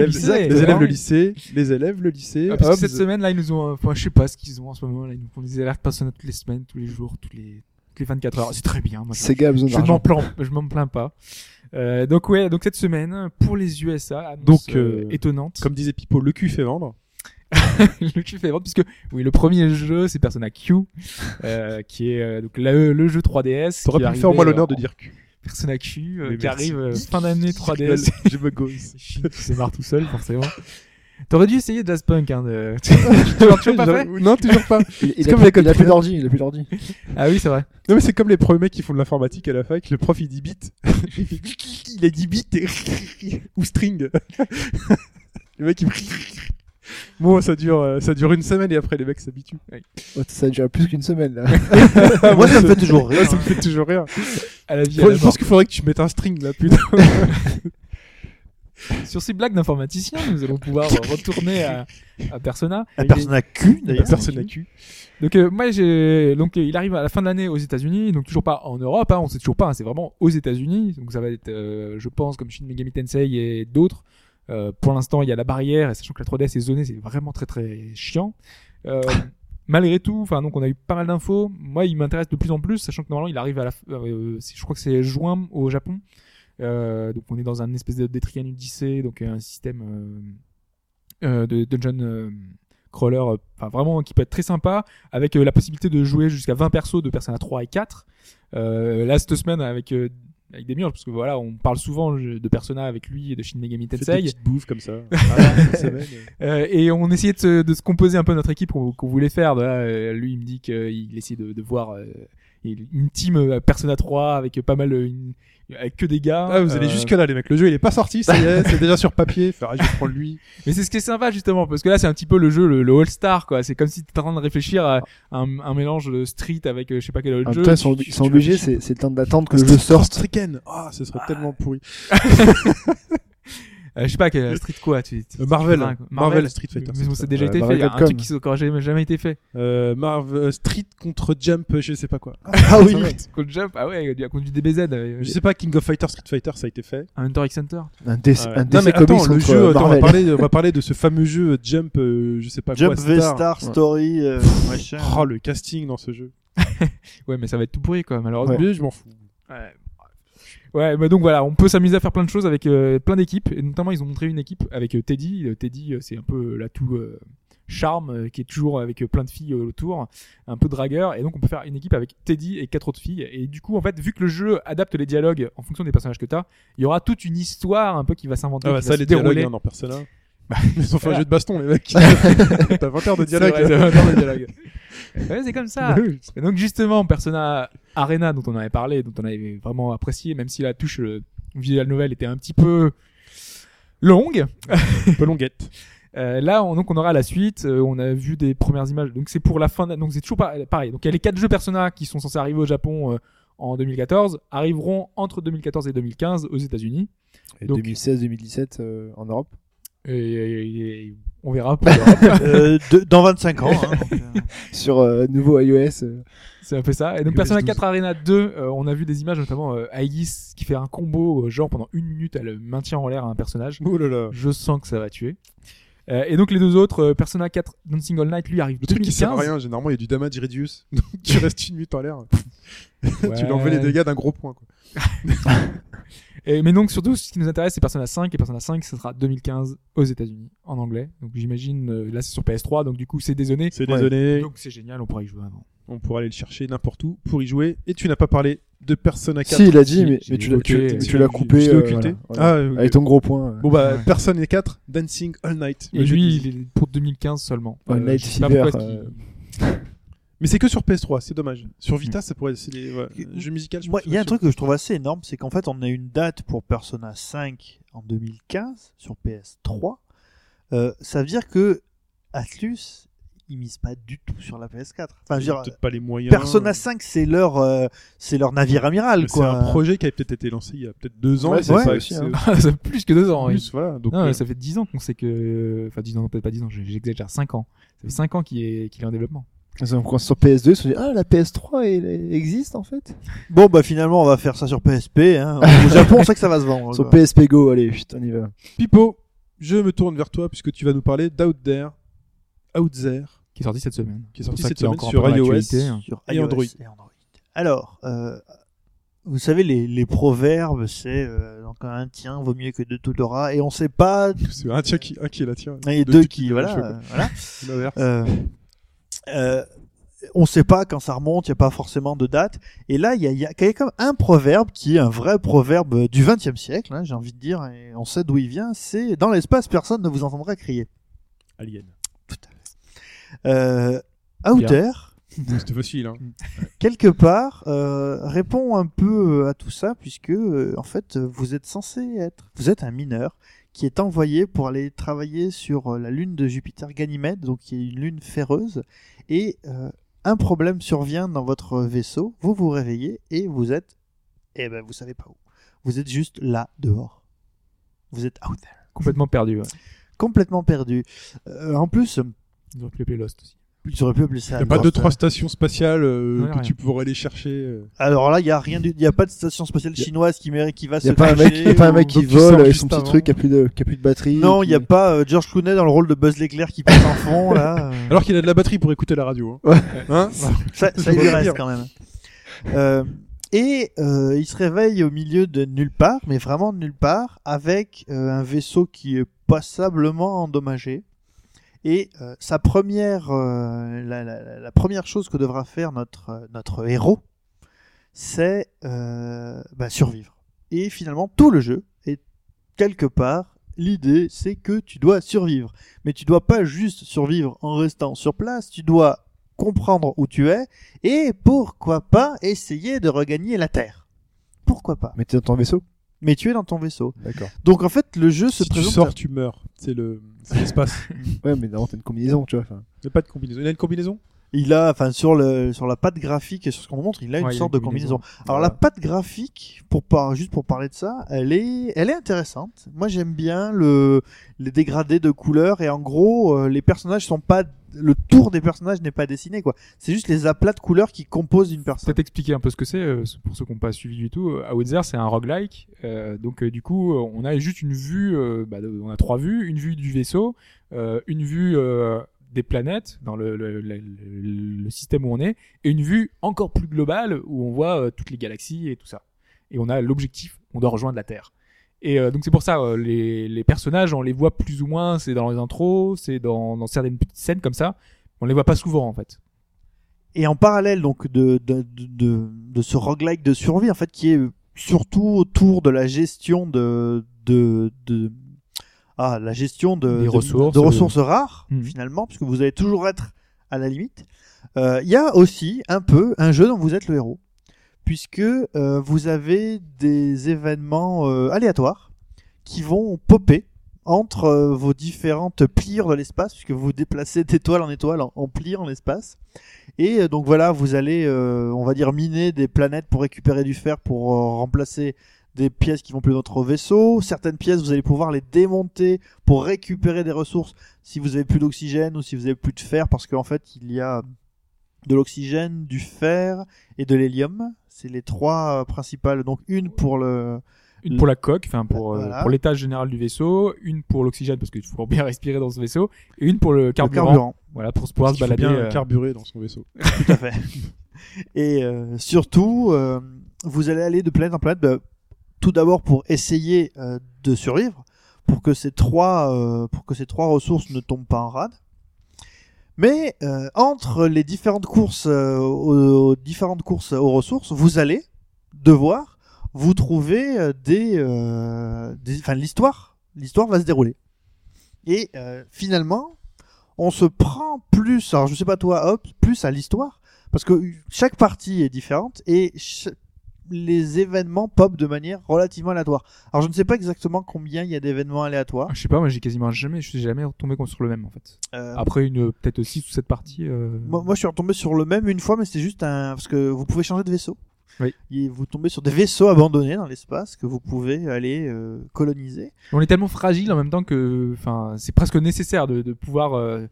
Speaker 2: le lycée. Les élèves le lycée.
Speaker 3: Ah, parce que
Speaker 2: Hobbes.
Speaker 3: cette semaine, là, ils nous ont. euh, Enfin, je sais pas ce qu'ils ont en ce moment. Là, ils nous font des alertes personnelles toutes les semaines, tous les jours, toutes les, toutes les 24 heures. C'est très bien. Moi, je-
Speaker 5: Sega a besoin
Speaker 3: je m'en
Speaker 5: d'argent.
Speaker 3: plains, je m'en plains pas. Euh, donc ouais, donc cette semaine pour les USA, annonce,
Speaker 2: Donc, euh,
Speaker 3: euh, étonnante.
Speaker 2: Comme disait Pipo, le cul fait vendre.
Speaker 3: (laughs) le cul fait vendre, puisque oui, le premier jeu c'est Persona Q, euh, qui est euh, donc le, le jeu 3DS.
Speaker 2: T'aurais
Speaker 3: qui
Speaker 2: pu me
Speaker 3: est
Speaker 2: faire au moins
Speaker 3: arrivé,
Speaker 2: l'honneur de
Speaker 3: euh,
Speaker 2: dire cul.
Speaker 3: Persona Q euh,
Speaker 2: Mais
Speaker 3: qui
Speaker 2: merci.
Speaker 3: arrive euh, fin d'année 3DS.
Speaker 2: Je me
Speaker 3: (laughs)
Speaker 2: gosse.
Speaker 3: Chine qui se marre tout seul forcément. (laughs) T'aurais dû essayer Jazz Punk. Hein, de... (laughs) tu l'as toujours pas fait
Speaker 2: Non, toujours pas.
Speaker 5: (laughs) Il, il
Speaker 2: C'est
Speaker 5: a
Speaker 2: comme
Speaker 5: plus-
Speaker 2: les
Speaker 5: il a plus
Speaker 2: codes-
Speaker 5: d'ordi, il a plus d'ordi.
Speaker 3: Ah oui c'est vrai.
Speaker 2: Non, mais c'est comme les premiers mecs qui font de l'informatique à la fac. Le prof, il dit bit. (laughs) Il fait clic, clic, il a dit bit et (laughs) ou string. Le mec, il. (laughs) Bon, ça dure, euh, ça dure une semaine et après, les mecs s'habituent.
Speaker 5: Oh, ça a déjà plus qu'une
Speaker 2: (laughs)
Speaker 5: semaine là.
Speaker 4: Moi, (laughs) ça me fait toujours rire. hein.
Speaker 2: Moi, ça me fait toujours rire.
Speaker 3: À la vie, à
Speaker 2: Faut-
Speaker 3: la
Speaker 2: je pense qu'il faudrait que tu mettes un string là, putain.
Speaker 3: mort. Sur ces blagues d'informaticiens, nous allons (laughs) pouvoir euh, retourner à, à Persona.
Speaker 4: Un personnage cul d'ailleurs.
Speaker 2: Personne n'a cul.
Speaker 3: Donc euh, moi j'ai donc euh, il arrive à la fin de l'année aux États-Unis, donc toujours pas en Europe, hein, on sait toujours pas, hein, c'est vraiment aux États-Unis. Donc ça va être, euh, je pense, comme Shin Megami Tensei et d'autres. Euh, pour l'instant, il y a la barrière, et sachant que la 3DS est zonée, c'est vraiment très très chiant. Euh, (laughs) malgré tout, enfin donc on a eu pas mal d'infos. Moi, il m'intéresse de plus en plus, sachant que normalement il arrive à la, f- euh, c'est- je crois que c'est juin au Japon. Euh, donc on est dans un espèce de Detrian Odyssey, donc euh, un système euh, euh, de dungeon euh, crawler, euh, enfin vraiment qui peut être très sympa, avec euh, la possibilité de jouer jusqu'à 20 persos de Persona 3 et 4. Euh, là cette semaine avec euh, avec des murs, parce que voilà, on parle souvent euh, de Persona avec lui et de Shin Megami
Speaker 2: Faites des
Speaker 3: Tensei.
Speaker 2: petites bouffes comme ça. Voilà, une semaine.
Speaker 3: Euh, et on essayait de se, de se composer un peu notre équipe qu'on qu'on voulait faire. Voilà, euh, lui, il me dit qu'il essayait de, de voir euh, une team euh, Persona 3 avec pas mal, euh, une- avec que des gars.
Speaker 2: (laughs) Ah, vous allez
Speaker 3: Euh,
Speaker 2: jusque là, les mecs. Le jeu, il est pas sorti, ça y est. C'est déjà sur papier. Faudra juste prendre lui.
Speaker 3: Mais c'est ce qui est sympa justement, parce que là, c'est un petit peu le jeu, le, le All Star, quoi. C'est comme si t'étais en train de réfléchir à un, un mélange de street avec euh, je sais pas quel autre
Speaker 5: En
Speaker 3: jeu.
Speaker 5: tout cas, Ah, ils
Speaker 3: Tu-
Speaker 5: sont,
Speaker 3: tu-
Speaker 5: ils sont
Speaker 3: tu
Speaker 5: obligés,
Speaker 3: réfléchis.
Speaker 5: c'est
Speaker 2: Ah,
Speaker 5: c'est le temps d'attendre que le jeu sorte.
Speaker 2: Stricken. Ah, ce serait tellement pourri.
Speaker 3: Euh, je sais pas, que Street quoi tu, tu-
Speaker 2: Euh, Marvel,
Speaker 3: tu-
Speaker 2: hein.
Speaker 3: tu-
Speaker 2: Marvel Street Fighter,
Speaker 3: Mais
Speaker 2: c'est
Speaker 3: bon,
Speaker 2: ça.
Speaker 3: c'est déjà
Speaker 5: Ouais,
Speaker 3: été
Speaker 5: Marvel
Speaker 3: fait. hein, Un
Speaker 5: Capcom.
Speaker 3: truc qui n'a jamais, jamais été fait.
Speaker 2: Euh, Marv euh, Street contre Jump, je sais pas quoi.
Speaker 5: (laughs)
Speaker 4: Ah oui.
Speaker 3: Cold Jump, ah ouais, il a conduit DBZ. euh,
Speaker 2: Je sais pas, King of Fighter, Street Fighter, ça a été fait.
Speaker 3: Hunter x Hunter.
Speaker 5: Un DC,
Speaker 2: Ouais.
Speaker 5: un
Speaker 2: Non,
Speaker 5: DC
Speaker 2: mais
Speaker 5: Comics
Speaker 2: attends, le
Speaker 5: contre,
Speaker 2: jeu,
Speaker 5: euh,
Speaker 2: attends, on, va
Speaker 5: Marvel.
Speaker 2: parler, on va parler de ce fameux jeu Jump, euh, je sais pas
Speaker 4: Jump
Speaker 2: quoi. Star.
Speaker 4: V-Star Story, (laughs) euh, machin.
Speaker 2: Oh, le casting dans ce jeu.
Speaker 3: Ouais, mais ça va être tout pourri, quoi, malheureusement.
Speaker 5: Ouais.
Speaker 2: Ah, Mais je m'en fous.
Speaker 3: Ouais. Ouais, bah donc voilà, on peut s'amuser à faire plein de choses avec euh, plein d'équipes, et notamment ils ont montré une équipe avec euh, Teddy. Euh, Teddy, euh, c'est un peu l'atout euh, charme euh, qui est toujours avec euh, plein de filles euh, autour, un peu dragueur, et donc on peut faire une équipe avec Teddy et quatre autres filles. Et du coup, en fait, vu que le jeu adapte les dialogues en fonction des personnages que t'as, il y aura toute une histoire un peu qui va s'inventer,
Speaker 2: Ah bah
Speaker 3: qui
Speaker 2: ça,
Speaker 3: va se
Speaker 2: les dialogues
Speaker 3: dérouler.
Speaker 2: hein, dans Persona. (laughs) Ils ont fait un
Speaker 3: voilà.
Speaker 2: jeu de baston, les (laughs) mecs. T'as 20 heures de
Speaker 3: C'est vrai,
Speaker 2: dialogue.
Speaker 3: c'est vrai, dans (laughs) les dialogues. Ouais, c'est comme ça. Et donc justement, Persona Arena dont on avait parlé, dont on avait vraiment apprécié, même si la touche euh, visual novel était un petit peu longue.
Speaker 2: Un peu (laughs) longuette.
Speaker 3: euh, là, on, donc on aura la suite. euh, on a vu des premières images. Donc c'est pour la fin. de- donc c'est toujours pas- pareil. Donc il y a les quatre jeux Persona qui sont censés arriver au Japon euh, en 2014, arriveront entre 2014 et 2015 aux États-Unis.
Speaker 5: Et
Speaker 3: Donc-
Speaker 5: 2016-2017 euh, en Europe.
Speaker 3: Et, et- et on verra. pour
Speaker 4: (laughs)
Speaker 3: l'Europe.
Speaker 4: Euh, de- dans 25 ans. hein, donc, euh.
Speaker 5: Sur euh, nouveau iOS. euh,
Speaker 3: c'est un peu ça. Et donc
Speaker 2: US
Speaker 3: Persona
Speaker 2: 12.
Speaker 3: 4 Arena 2, euh, on a vu des images notamment euh, Aegis qui fait un combo euh, genre pendant une minute, elle maintient en l'air un personnage.
Speaker 2: Ouh Oh là là.
Speaker 3: Je sens que ça va tuer. Euh, et donc les deux autres, euh, Persona 4 Dancing All Night, lui arrive
Speaker 2: Le truc qui sert à
Speaker 3: 2015.
Speaker 2: rien, généralement, il y a du damage reduce. (laughs) Donc tu restes une minute en l'air. Tu lui enlèves les
Speaker 3: Ouais.
Speaker 2: dégâts d'un gros point. Quoi.
Speaker 3: Et- mais donc surtout, ce qui nous intéresse, c'est Persona 5. Et Persona 5, ça sera 2015 aux États-Unis, en anglais. Donc j'imagine, euh, là c'est sur PS3, donc du coup c'est dézonné.
Speaker 2: C'est
Speaker 5: Ouais.
Speaker 2: désolé.
Speaker 3: Donc c'est génial, on pourra y jouer avant.
Speaker 2: On pourra aller le chercher n'importe où pour y jouer. Et tu n'as pas parlé de Persona 4.
Speaker 5: Si, il a dit,
Speaker 3: si,
Speaker 5: mais,
Speaker 3: j'ai
Speaker 5: mais tu l'as- tu-
Speaker 3: évoqué,
Speaker 5: mais
Speaker 3: euh,
Speaker 5: tu l'as
Speaker 3: je-
Speaker 5: coupé.
Speaker 2: je l'ai
Speaker 5: euh,
Speaker 2: occulté.
Speaker 5: voilà, voilà.
Speaker 2: Ah, ok.
Speaker 5: Avec ton gros point. euh.
Speaker 2: Bon bah,
Speaker 3: Ouais.
Speaker 2: Persona 4, Dancing All Night. Bah,
Speaker 3: Et
Speaker 2: le jeu
Speaker 3: lui,
Speaker 2: de-
Speaker 3: il est pour 2015 seulement. Euh,
Speaker 5: All Night
Speaker 3: je sais pas
Speaker 5: Fever,
Speaker 3: pourquoi est-ce qu'il-
Speaker 5: euh,
Speaker 2: Mais c'est que sur PS3, c'est dommage. Sur Vita, ça pourrait. C'est des ouais,
Speaker 4: Euh,
Speaker 2: jeux musicaux.
Speaker 4: (laughs)
Speaker 2: je
Speaker 4: Moi,
Speaker 2: pense,
Speaker 4: il y a un
Speaker 2: sur-
Speaker 4: truc que je trouve assez énorme, c'est qu'en fait, on a une date pour Persona 5 en 2015 sur PS3. Euh, ça veut dire que Atlus, ils misent pas du tout sur la PS4. Enfin, je veux dire,
Speaker 2: Peut-être pas les moyens.
Speaker 4: Persona 5, c'est leur, euh, c'est leur navire amiral,
Speaker 2: Mais C'est un
Speaker 4: quoi.
Speaker 2: projet qui a peut-être été lancé il y a peut-être deux ans.
Speaker 5: Ouais, c'est
Speaker 4: ça
Speaker 2: c'est-
Speaker 5: aussi, hein.
Speaker 2: c'est-
Speaker 3: Ah, (laughs) ça fait plus que deux ans. oui.
Speaker 2: plus, voilà. Donc,
Speaker 3: Non,
Speaker 2: euh,
Speaker 3: ça fait 10 ans qu'on sait que. Enfin, 10 ans, peut-être pas 10 ans, j'exagère, 5 ans. Ça fait 5 ans qu'il est, qu'il est en développement.
Speaker 5: Donc, quand sur PS2, ils se sont dit, ah, la PS3 elle, elle existe en fait.
Speaker 4: Bon, bah finalement, on va faire ça sur PSP. Hein. Au Japon, on sait que ça va se
Speaker 3: Oh
Speaker 4: vendre.
Speaker 5: Sur
Speaker 4: quoi.
Speaker 5: PSP Go, allez, putain, on y va.
Speaker 3: Ah,
Speaker 2: Pipo, je me tourne vers toi puisque tu vas nous parler d'Out There. Out There,
Speaker 3: Qui est sorti cette semaine.
Speaker 2: qui est
Speaker 3: pour
Speaker 2: sorti
Speaker 3: ça
Speaker 2: cette
Speaker 3: qu'il est
Speaker 2: semaine
Speaker 3: encore
Speaker 2: sur
Speaker 3: pas dans
Speaker 2: iOS.
Speaker 3: l'actualité, hein.
Speaker 4: sur
Speaker 2: Et
Speaker 4: iOS
Speaker 2: Android.
Speaker 4: et Android. Alors, euh, vous savez, les, les proverbes, c'est euh, donc un tien vaut mieux que deux tout l'aura, et on sait pas
Speaker 2: C'est un, tien qui, un qui est la tienne.
Speaker 4: et deux, qui, voilà, euh, voilà.
Speaker 2: L'inverse.
Speaker 4: Euh, euh, on sait pas quand ça remonte, il n'y a pas forcément de date. Et là, il y a, il y a quand même un proverbe qui est un vrai proverbe euh, du XXe siècle, hein, j'ai envie de dire, et on sait d'où il vient, c'est dans l'espace, personne ne vous entendra crier.
Speaker 2: Alien.
Speaker 4: Euh, outer,
Speaker 2: C'était facile. Hein.
Speaker 4: quelque part, euh, répond un peu à tout ça, puisque euh, en fait, euh, vous êtes censé être, vous êtes un mineur qui est envoyé pour aller travailler sur euh, la lune de Jupiter Ganymède, donc qui est une lune ferreuse, et euh, un problème survient dans votre vaisseau, vous vous réveillez et vous êtes, eh ben, vous savez pas où. Vous êtes juste là, dehors. Vous êtes out there.
Speaker 3: Complètement perdu. hein. ouais.
Speaker 4: Complètement perdu. Euh, en plus,
Speaker 3: Ils auraient pu l'appeler Lost aussi.
Speaker 4: ils auraient pu appeler ça.
Speaker 2: Il n'y a Ah, pas
Speaker 4: Lost.
Speaker 2: deux, trois stations spatiales euh,
Speaker 3: Ouais,
Speaker 2: que
Speaker 3: rien.
Speaker 2: tu pourrais aller chercher. euh.
Speaker 4: Alors là, il y a rien, du- il y a pas de station spatiale
Speaker 5: Mm. Y a-
Speaker 4: chinoise qui, mérite- qui va
Speaker 5: Y
Speaker 4: se
Speaker 5: a pas un mec, y a
Speaker 4: cacher
Speaker 5: pas un
Speaker 4: ou-
Speaker 5: mec qui
Speaker 2: donc, tu sors
Speaker 5: vole avec
Speaker 2: juste
Speaker 5: son petit
Speaker 2: avant.
Speaker 5: truc, qui a plus de, qui a plus de batterie.
Speaker 4: Non, il
Speaker 5: qui-
Speaker 4: n'y a pas euh, George Clooney dans le rôle de Buzz l'éclair qui passe en fond,
Speaker 5: (laughs)
Speaker 4: là. euh.
Speaker 2: Alors qu'il a de la batterie pour écouter la radio. Hein. Hein
Speaker 4: ça, ça
Speaker 2: faut
Speaker 4: lui
Speaker 2: le
Speaker 4: reste
Speaker 2: dire.
Speaker 4: quand même. Euh, et euh, il se réveille au milieu de nulle part, mais vraiment de nulle part, avec euh, un vaisseau qui est passablement endommagé. Et euh, sa première, euh, la, la- la- la première chose que devra faire notre, euh, notre héros, c'est euh, bah, survivre. Et finalement, tout le jeu est quelque part. L'idée, c'est que tu dois survivre. Mais tu dois pas juste survivre en restant sur place. Tu dois comprendre où tu es et pourquoi pas essayer de regagner la Terre. Pourquoi pas
Speaker 5: Mais t'es dans ton vaisseau.
Speaker 4: Mais tu es dans ton vaisseau.
Speaker 5: D'accord.
Speaker 4: Donc en fait, le jeu se
Speaker 2: Si tu
Speaker 4: présente.
Speaker 2: sors, tu meurs. C'est le- c'est l'espace. (laughs)
Speaker 5: Ouais, mais d'abord t'as une combinaison, tu vois. enfin.
Speaker 2: Il n'y a pas de combinaison. Il y a une combinaison
Speaker 4: il a, enfin, sur le, sur la patte graphique et sur ce qu'on montre, il a une
Speaker 3: Ouais, il a
Speaker 4: sorte
Speaker 3: une
Speaker 4: de combinaison. Alors
Speaker 3: Voilà.
Speaker 4: la patte graphique, pour par, juste pour parler de ça, elle est, elle est intéressante. Moi j'aime bien le, les dégradés de couleurs et en gros euh, les personnages sont pas, le tour des personnages n'est pas dessiné quoi. C'est juste les aplats de couleurs qui composent une personne.
Speaker 3: Peut-être expliquer un peu ce que c'est euh, pour ceux qui n'ont pas suivi du tout. Euh, Outzer, c'est un roguelike. Euh, donc euh, du coup, euh, on a juste une vue. euh, bah, de- on a trois vues une vue du vaisseau, euh, une vue euh, des planètes dans le, le- le- le- le système où on est, et une vue encore plus globale où on voit euh, toutes les galaxies et tout ça. Et on a l'objectif, on doit rejoindre la Terre. Et euh, donc c'est pour ça euh, les, les personnages, on les voit plus ou moins. C'est dans les intros, c'est dans, dans certaines petites scènes comme ça. On les voit pas souvent en fait.
Speaker 4: Et en parallèle donc de de, de, de, de ce roguelike de survie en fait qui est surtout autour de la gestion de de, de ah la gestion de
Speaker 3: Des
Speaker 4: de-
Speaker 3: ressources, euh.
Speaker 4: de ressources rares
Speaker 3: Mhm.
Speaker 4: finalement puisque vous allez toujours être à la limite. Euh, Il y a aussi un peu un jeu dont vous êtes le héros puisque euh, vous avez des événements euh, aléatoires qui vont popper entre euh, vos différentes plires de l'espace, puisque vous vous déplacez d'étoile en étoile en, en pliant l'espace. Et euh, donc voilà, vous allez, euh, on va dire, miner des planètes pour récupérer du fer, pour euh, remplacer des pièces qui vont plus dans votre vaisseau. Certaines pièces, vous allez pouvoir les démonter pour récupérer des ressources si vous avez plus d'oxygène ou si vous avez plus de fer, parce qu'en fait, il y a de l'oxygène, du fer et de l'hélium. C'est les trois euh, principales. Donc une pour le,
Speaker 3: Une pour la coque, enfin pour, euh,
Speaker 4: Voilà.
Speaker 3: pour l'étage général du vaisseau, une pour l'oxygène parce qu'il faut bien (laughs) respirer dans ce vaisseau, et une pour le
Speaker 4: le
Speaker 3: carburant, voilà pour se pouvoir
Speaker 2: Parce
Speaker 3: se
Speaker 2: qu'il faut
Speaker 3: balader.
Speaker 2: bien
Speaker 3: euh,
Speaker 2: carburé dans son vaisseau.
Speaker 4: Tout à fait. (laughs) Et euh, surtout, euh, vous allez aller de planète en planète, bah, tout d'abord pour essayer euh, de survivre, pour que, ces trois, euh, pour que ces trois ressources ne tombent pas en rade. Mais euh, entre les différentes courses, euh, aux, aux différentes courses aux ressources, vous allez devoir vous trouver euh, des, euh, des- enfin l'histoire, l'histoire va se dérouler. Et euh, finalement, on se prend plus, alors je sais pas toi, hop, plus à l'histoire, parce que chaque partie est différente et ch- les événements pop de manière relativement aléatoire. Alors je ne sais pas exactement combien il y a d'événements aléatoires.
Speaker 3: Je sais pas, moi j'ai quasiment jamais, je suis jamais retombé contre- sur le même en fait.
Speaker 4: Euh,
Speaker 3: Après une peut-être 6 ou 7 parties. euh,
Speaker 4: Moi, moi, je suis retombé sur le même une fois, mais c'est juste un. Parce que vous pouvez changer de vaisseau.
Speaker 3: Oui.
Speaker 4: Et vous tombez sur des vaisseaux abandonnés dans l'espace que vous pouvez aller euh, coloniser.
Speaker 3: On est tellement fragile en même temps que, enfin, c'est presque nécessaire de, de pouvoir, euh,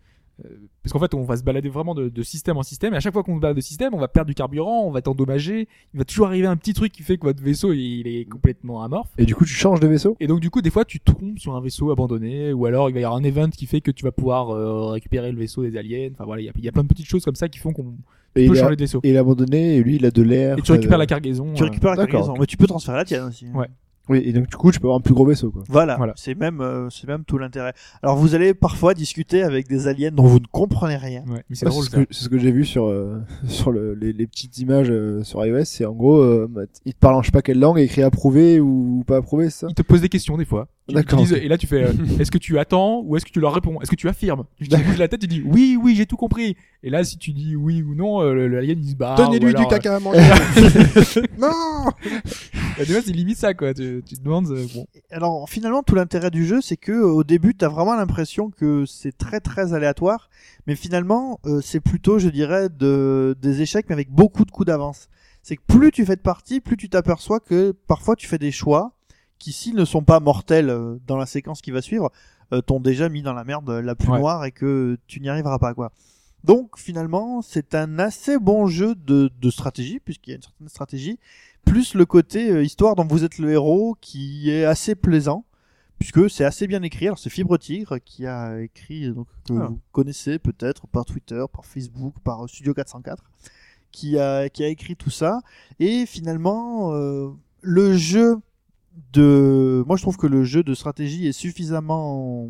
Speaker 3: euh, parce qu'en fait, on va se balader vraiment de, de système en système, et à chaque fois qu'on se balade de système, on va perdre du carburant, on va être endommagé, il va toujours arriver un petit truc qui fait que votre vaisseau il est complètement amorphe.
Speaker 5: Et du coup, tu changes de vaisseau
Speaker 3: Et donc du coup, des fois, tu te trompes sur un vaisseau abandonné, ou alors il va y avoir un event qui fait que tu vas pouvoir euh, récupérer le vaisseau des aliens. Enfin voilà, il y a, il y a plein de petites choses comme ça qui font qu'on
Speaker 5: Et
Speaker 3: peut
Speaker 5: il, a,
Speaker 3: changer de vaisseau.
Speaker 5: et il est abandonné, et lui, il a de l'air.
Speaker 3: Et tu récupères
Speaker 5: euh,
Speaker 3: la cargaison.
Speaker 4: Tu
Speaker 3: euh,
Speaker 4: récupères la
Speaker 5: d'accord,
Speaker 4: cargaison,
Speaker 5: ok.
Speaker 4: mais tu peux transférer la tienne aussi. hein.
Speaker 3: Ouais.
Speaker 5: Oui, et donc du coup, tu peux avoir un plus gros vaisseau, quoi.
Speaker 4: Voilà,
Speaker 3: Voilà.
Speaker 4: c'est même, euh, c'est même tout l'intérêt. Alors vous allez parfois discuter avec des aliens dont vous ne comprenez rien.
Speaker 3: ouais, mais c'est
Speaker 5: Ah,
Speaker 3: drôle.
Speaker 5: ce
Speaker 3: ça.
Speaker 5: que- C'est ce que j'ai vu sur, euh, (laughs) sur le- les, les petites images euh, sur iOS. C'est en gros, euh, bah, t- il te parle en je sais pas quelle langue et écrit approuvé ou pas approuvé, c'est ça
Speaker 3: Ils te posent des questions des fois. Ils te
Speaker 5: D'accord.
Speaker 3: disent- Et là, tu
Speaker 5: (laughs)
Speaker 3: fais euh, est-ce que tu attends ou est-ce que tu leur réponds Est-ce que tu affirmes Tu bouges la tête, tu dis oui, oui, j'ai tout compris. Et là, si tu dis oui ou non, euh, le- le alien il se barre. ou
Speaker 2: Donnez-lui du
Speaker 3: alors, euh,
Speaker 2: caca à
Speaker 3: (laughs)
Speaker 5: (laughs)
Speaker 2: manger. non
Speaker 3: bah, tu vois, c'est limite ça quoi. Tu, tu te demandes euh, bon.
Speaker 4: Alors finalement, tout l'intérêt du jeu, c'est que euh, au début, t'as vraiment l'impression que c'est très très aléatoire, mais finalement, euh, c'est plutôt, je dirais, de, des échecs, mais avec beaucoup de coups d'avance. C'est que plus tu fais de parties, plus tu t'aperçois que parfois tu fais des choix qui, s'ils ne sont pas mortels euh, dans la séquence qui va suivre, euh, t'ont déjà mis dans la merde la plus
Speaker 3: Ouais.
Speaker 4: noire et que tu n'y arriveras pas, quoi. Donc finalement, c'est un assez bon jeu de, de stratégie, puisqu'il y a une certaine stratégie, plus le côté euh, histoire dont vous êtes le héros qui est assez plaisant puisque c'est assez bien écrit. Alors c'est Fibre Tigre qui a écrit euh, donc que
Speaker 3: Ah.
Speaker 4: vous connaissez peut-être par Twitter, par Facebook, par euh, Studio 404 qui a qui a écrit tout ça et finalement euh, le jeu de moi je trouve que le jeu de stratégie est suffisamment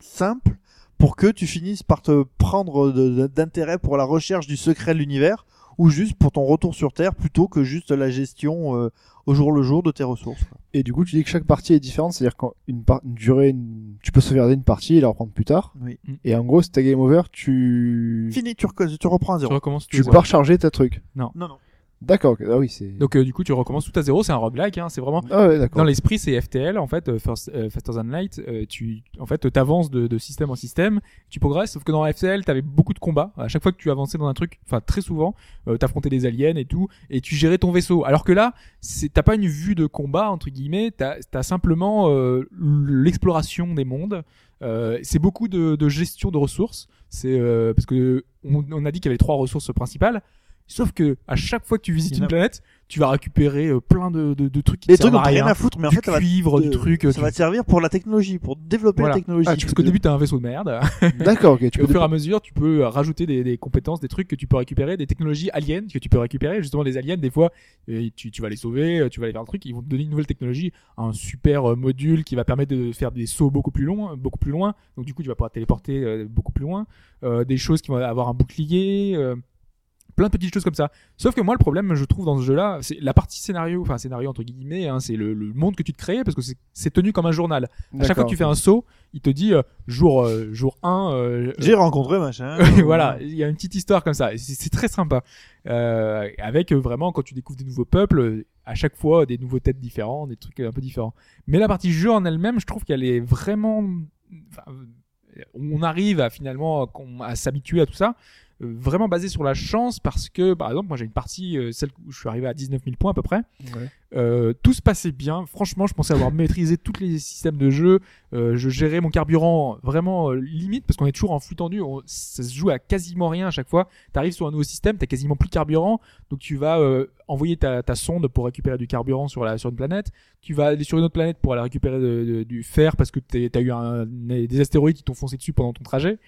Speaker 4: simple pour que tu finisses par te prendre de- de- d'intérêt pour la recherche du secret de l'univers ou juste pour ton retour sur Terre plutôt que juste la gestion euh, au jour le jour de tes ressources. quoi.
Speaker 5: Et du coup, tu dis que chaque partie est différente, c'est-à-dire qu'une par- une durée, une- tu peux sauvegarder une partie et la reprendre plus tard.
Speaker 4: Oui.
Speaker 5: Et en gros, si t'as game over, tu
Speaker 4: Fini, tu, rec- tu reprends à
Speaker 3: Tu
Speaker 4: zéro.
Speaker 3: recommences. tous
Speaker 5: tu
Speaker 3: les
Speaker 5: pars charger ta truc.
Speaker 4: Non, non.
Speaker 5: D'accord, ok. ah oui, c'est.
Speaker 3: Donc euh, du coup, tu recommences tout à zéro. C'est un roguelike. Hein, c'est vraiment
Speaker 5: Ah ouais, d'accord.
Speaker 3: dans l'esprit, c'est FTL en fait, euh, First- euh, Faster Than Light. euh, tu en fait, t'avances de, de système en système, tu progresses. Sauf que dans FTL, t'avais beaucoup de combats. À chaque fois que tu avançais dans un truc, enfin très souvent, euh, t'affrontais des aliens et tout, et tu gérais ton vaisseau. Alors que là, c'est- t'as pas une vue de combat entre guillemets. T'as as simplement euh, l'exploration des mondes. Euh, c'est beaucoup de, de gestion de ressources. C'est euh, parce que on, on a dit qu'il y avait trois ressources principales. Sauf que à chaque fois que tu visites
Speaker 4: Il y en
Speaker 3: une
Speaker 4: a-
Speaker 3: planète, tu vas récupérer euh, plein de, de, de trucs qui
Speaker 4: Les
Speaker 3: te
Speaker 4: trucs
Speaker 3: servent
Speaker 4: dont
Speaker 3: à
Speaker 4: t'as rien
Speaker 3: rien.
Speaker 4: à foutre, mais en
Speaker 3: du
Speaker 4: fait, ça va,
Speaker 3: cuivre, du
Speaker 4: te-
Speaker 3: truc. euh,
Speaker 4: ça
Speaker 3: tu-
Speaker 4: va te servir pour la technologie, pour développer
Speaker 3: Voilà.
Speaker 4: la technologie.
Speaker 5: Ah,
Speaker 4: tu
Speaker 3: Parce
Speaker 4: peux
Speaker 3: qu'au début, t'as un vaisseau
Speaker 4: (laughs)
Speaker 3: de merde.
Speaker 5: D'accord,
Speaker 3: (laughs)
Speaker 5: ok. Tu
Speaker 3: Et au
Speaker 5: peux
Speaker 3: fur et à mesure, tu peux euh, rajouter des, des compétences, des trucs que tu peux récupérer, des technologies aliens que tu peux récupérer. Justement, les aliens, des fois, euh, tu, tu vas les sauver, euh, tu vas aller faire un truc, ils vont te donner une nouvelle technologie, un super euh, module qui va permettre de faire des sauts beaucoup plus longs, beaucoup plus loin. Donc du coup, tu vas pouvoir téléporter euh, beaucoup plus loin. Euh, des choses qui vont avoir un bouclier. euh, plein de petites choses comme ça. Sauf que moi, le problème, je trouve, dans ce jeu-là, c'est la partie scénario, enfin scénario entre guillemets, hein, c'est le, le monde que tu te crées, parce que c'est- c'est tenu comme un journal. À chaque fois que tu fais un saut, il te dit euh, jour, euh, jour 1, euh, (laughs)
Speaker 4: J'ai rencontré machin.
Speaker 3: oui, (laughs) voilà, il y a une petite histoire comme ça. Et C'est c'est très sympa. Euh, avec euh, vraiment, quand tu découvres des nouveaux peuples, euh, à chaque fois des nouveaux têtes différents, des trucs un peu différents. Mais la partie jeu en elle-même, je trouve qu'elle est vraiment. enfin, euh, on arrive à finalement qu'on- à s'habituer à tout ça. euh, Vraiment basée sur la chance parce que, par exemple, moi j'ai une partie, euh, celle où je suis arrivé à 19 000 points à peu près.
Speaker 5: Ouais.
Speaker 3: Euh, tout se passait bien. Franchement, je pensais avoir (laughs) maîtrisé tous les systèmes de jeu. Euh, je gérais mon carburant vraiment euh, limite parce qu'on est toujours en flux tendu. On- ça se joue à quasiment rien à chaque fois. T'arrives sur un nouveau système, t'as quasiment plus de carburant, donc tu vas euh, envoyer ta, ta sonde pour récupérer du carburant sur la sur une planète. Tu vas aller sur une autre planète pour aller récupérer de- de- du fer parce que t'es- t'as eu un- des astéroïdes qui t'ont foncé dessus pendant ton trajet.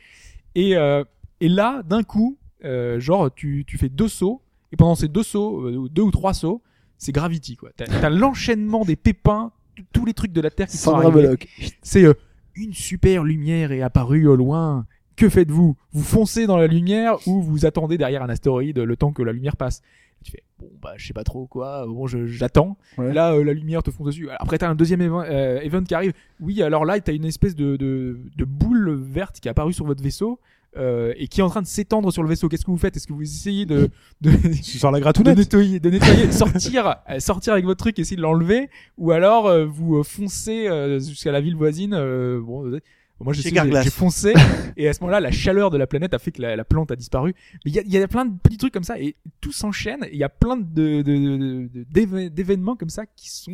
Speaker 3: Et euh, et là, d'un coup, euh, genre tu tu fais deux sauts et pendant ces deux sauts, euh, deux ou trois sauts, c'est Gravity quoi. T'as t'as l'enchaînement des pépins, t- tous les trucs de la Terre
Speaker 5: (laughs)
Speaker 3: qui sont
Speaker 5: Sandra
Speaker 3: arrivés.
Speaker 5: Bullock.
Speaker 3: C'est euh, une super lumière est apparue au loin. Que faites-vous Vous foncez dans la lumière ou vous attendez derrière un astéroïde le temps que la lumière passe Tu fais bon bah je sais pas trop quoi. Bon je- j'attends.
Speaker 5: Ouais.
Speaker 3: Là euh, la lumière te fonce dessus. Après t'as un deuxième éve- euh, event qui arrive. Oui alors là t'as une espèce de, de de boule verte qui est apparue sur votre vaisseau. euh, et qui est en train de s'étendre sur le vaisseau. Qu'est-ce que vous faites Est-ce que vous essayez de, de, (laughs)
Speaker 2: Sur la
Speaker 3: de
Speaker 2: gratounette.
Speaker 3: nettoyer, de nettoyer, sortir, euh, sortir avec votre truc, essayer de l'enlever, ou alors euh, vous euh, foncez euh, jusqu'à la ville voisine. euh, bon, vous savez, moi je
Speaker 4: Chez
Speaker 3: sais que j'ai
Speaker 4: Garglas.
Speaker 3: j'ai foncé, et à ce moment-là, la chaleur de la planète a fait que la, la plante a disparu. Mais il y a, il y a plein de petits trucs comme ça, et tout s'enchaîne. et Il y a plein de de- de- de- d'éve- d'événements comme ça qui sont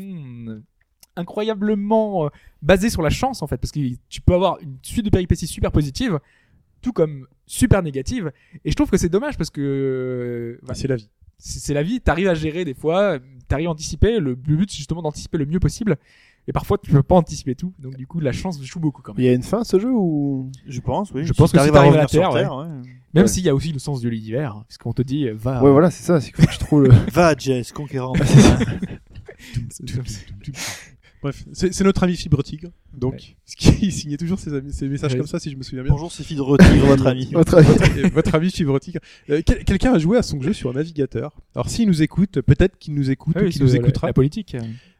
Speaker 3: euh, incroyablement euh, basés sur la chance en fait, parce que tu peux avoir une suite de péripéties super positives, tout comme super négatives, et je trouve que c'est dommage parce que euh,
Speaker 2: Bah,
Speaker 3: voilà,
Speaker 2: C'est la vie.
Speaker 3: c'est c'est la vie, t'arrives à gérer des fois, t'arrives à anticiper, le but c'est justement d'anticiper le mieux possible, et parfois tu peux pas anticiper tout, donc du coup la chance joue beaucoup quand même.
Speaker 5: Il y a une fin à ce jeu ou
Speaker 4: Je pense, oui.
Speaker 3: Je pense que
Speaker 4: t'arrives
Speaker 3: si t'arrives à la
Speaker 4: revenir sur
Speaker 3: Terre,
Speaker 4: ouais.
Speaker 3: Même
Speaker 5: Ouais.
Speaker 3: s'il y a aussi le sens de l'univers, parce qu'on te dit euh, va.
Speaker 5: Ouais, voilà, c'est ça. C'est qu'il faut que je trouve
Speaker 3: (laughs)
Speaker 5: le.
Speaker 4: Va, Jess, conquérant.
Speaker 2: Bref, c'est c'est notre ami Fibre Tigre, donc,
Speaker 3: Ouais.
Speaker 2: (laughs) ce qui signait toujours ses, amis- ses messages
Speaker 3: Ouais.
Speaker 2: comme ça, si je me souviens bien.
Speaker 4: Bonjour, c'est Fille de Retire, votre ami.
Speaker 5: Votre avis.
Speaker 2: Et votre ami Fibre Tigre. Euh, quel- Quelqu'un a joué à son jeu sur un navigateur. Alors, s'il nous écoute, peut-être qu'il nous écoute
Speaker 3: Ah oui,
Speaker 2: ou
Speaker 3: c'est
Speaker 2: qu'il nous
Speaker 3: la-
Speaker 2: écoutera.
Speaker 3: La (laughs) politique.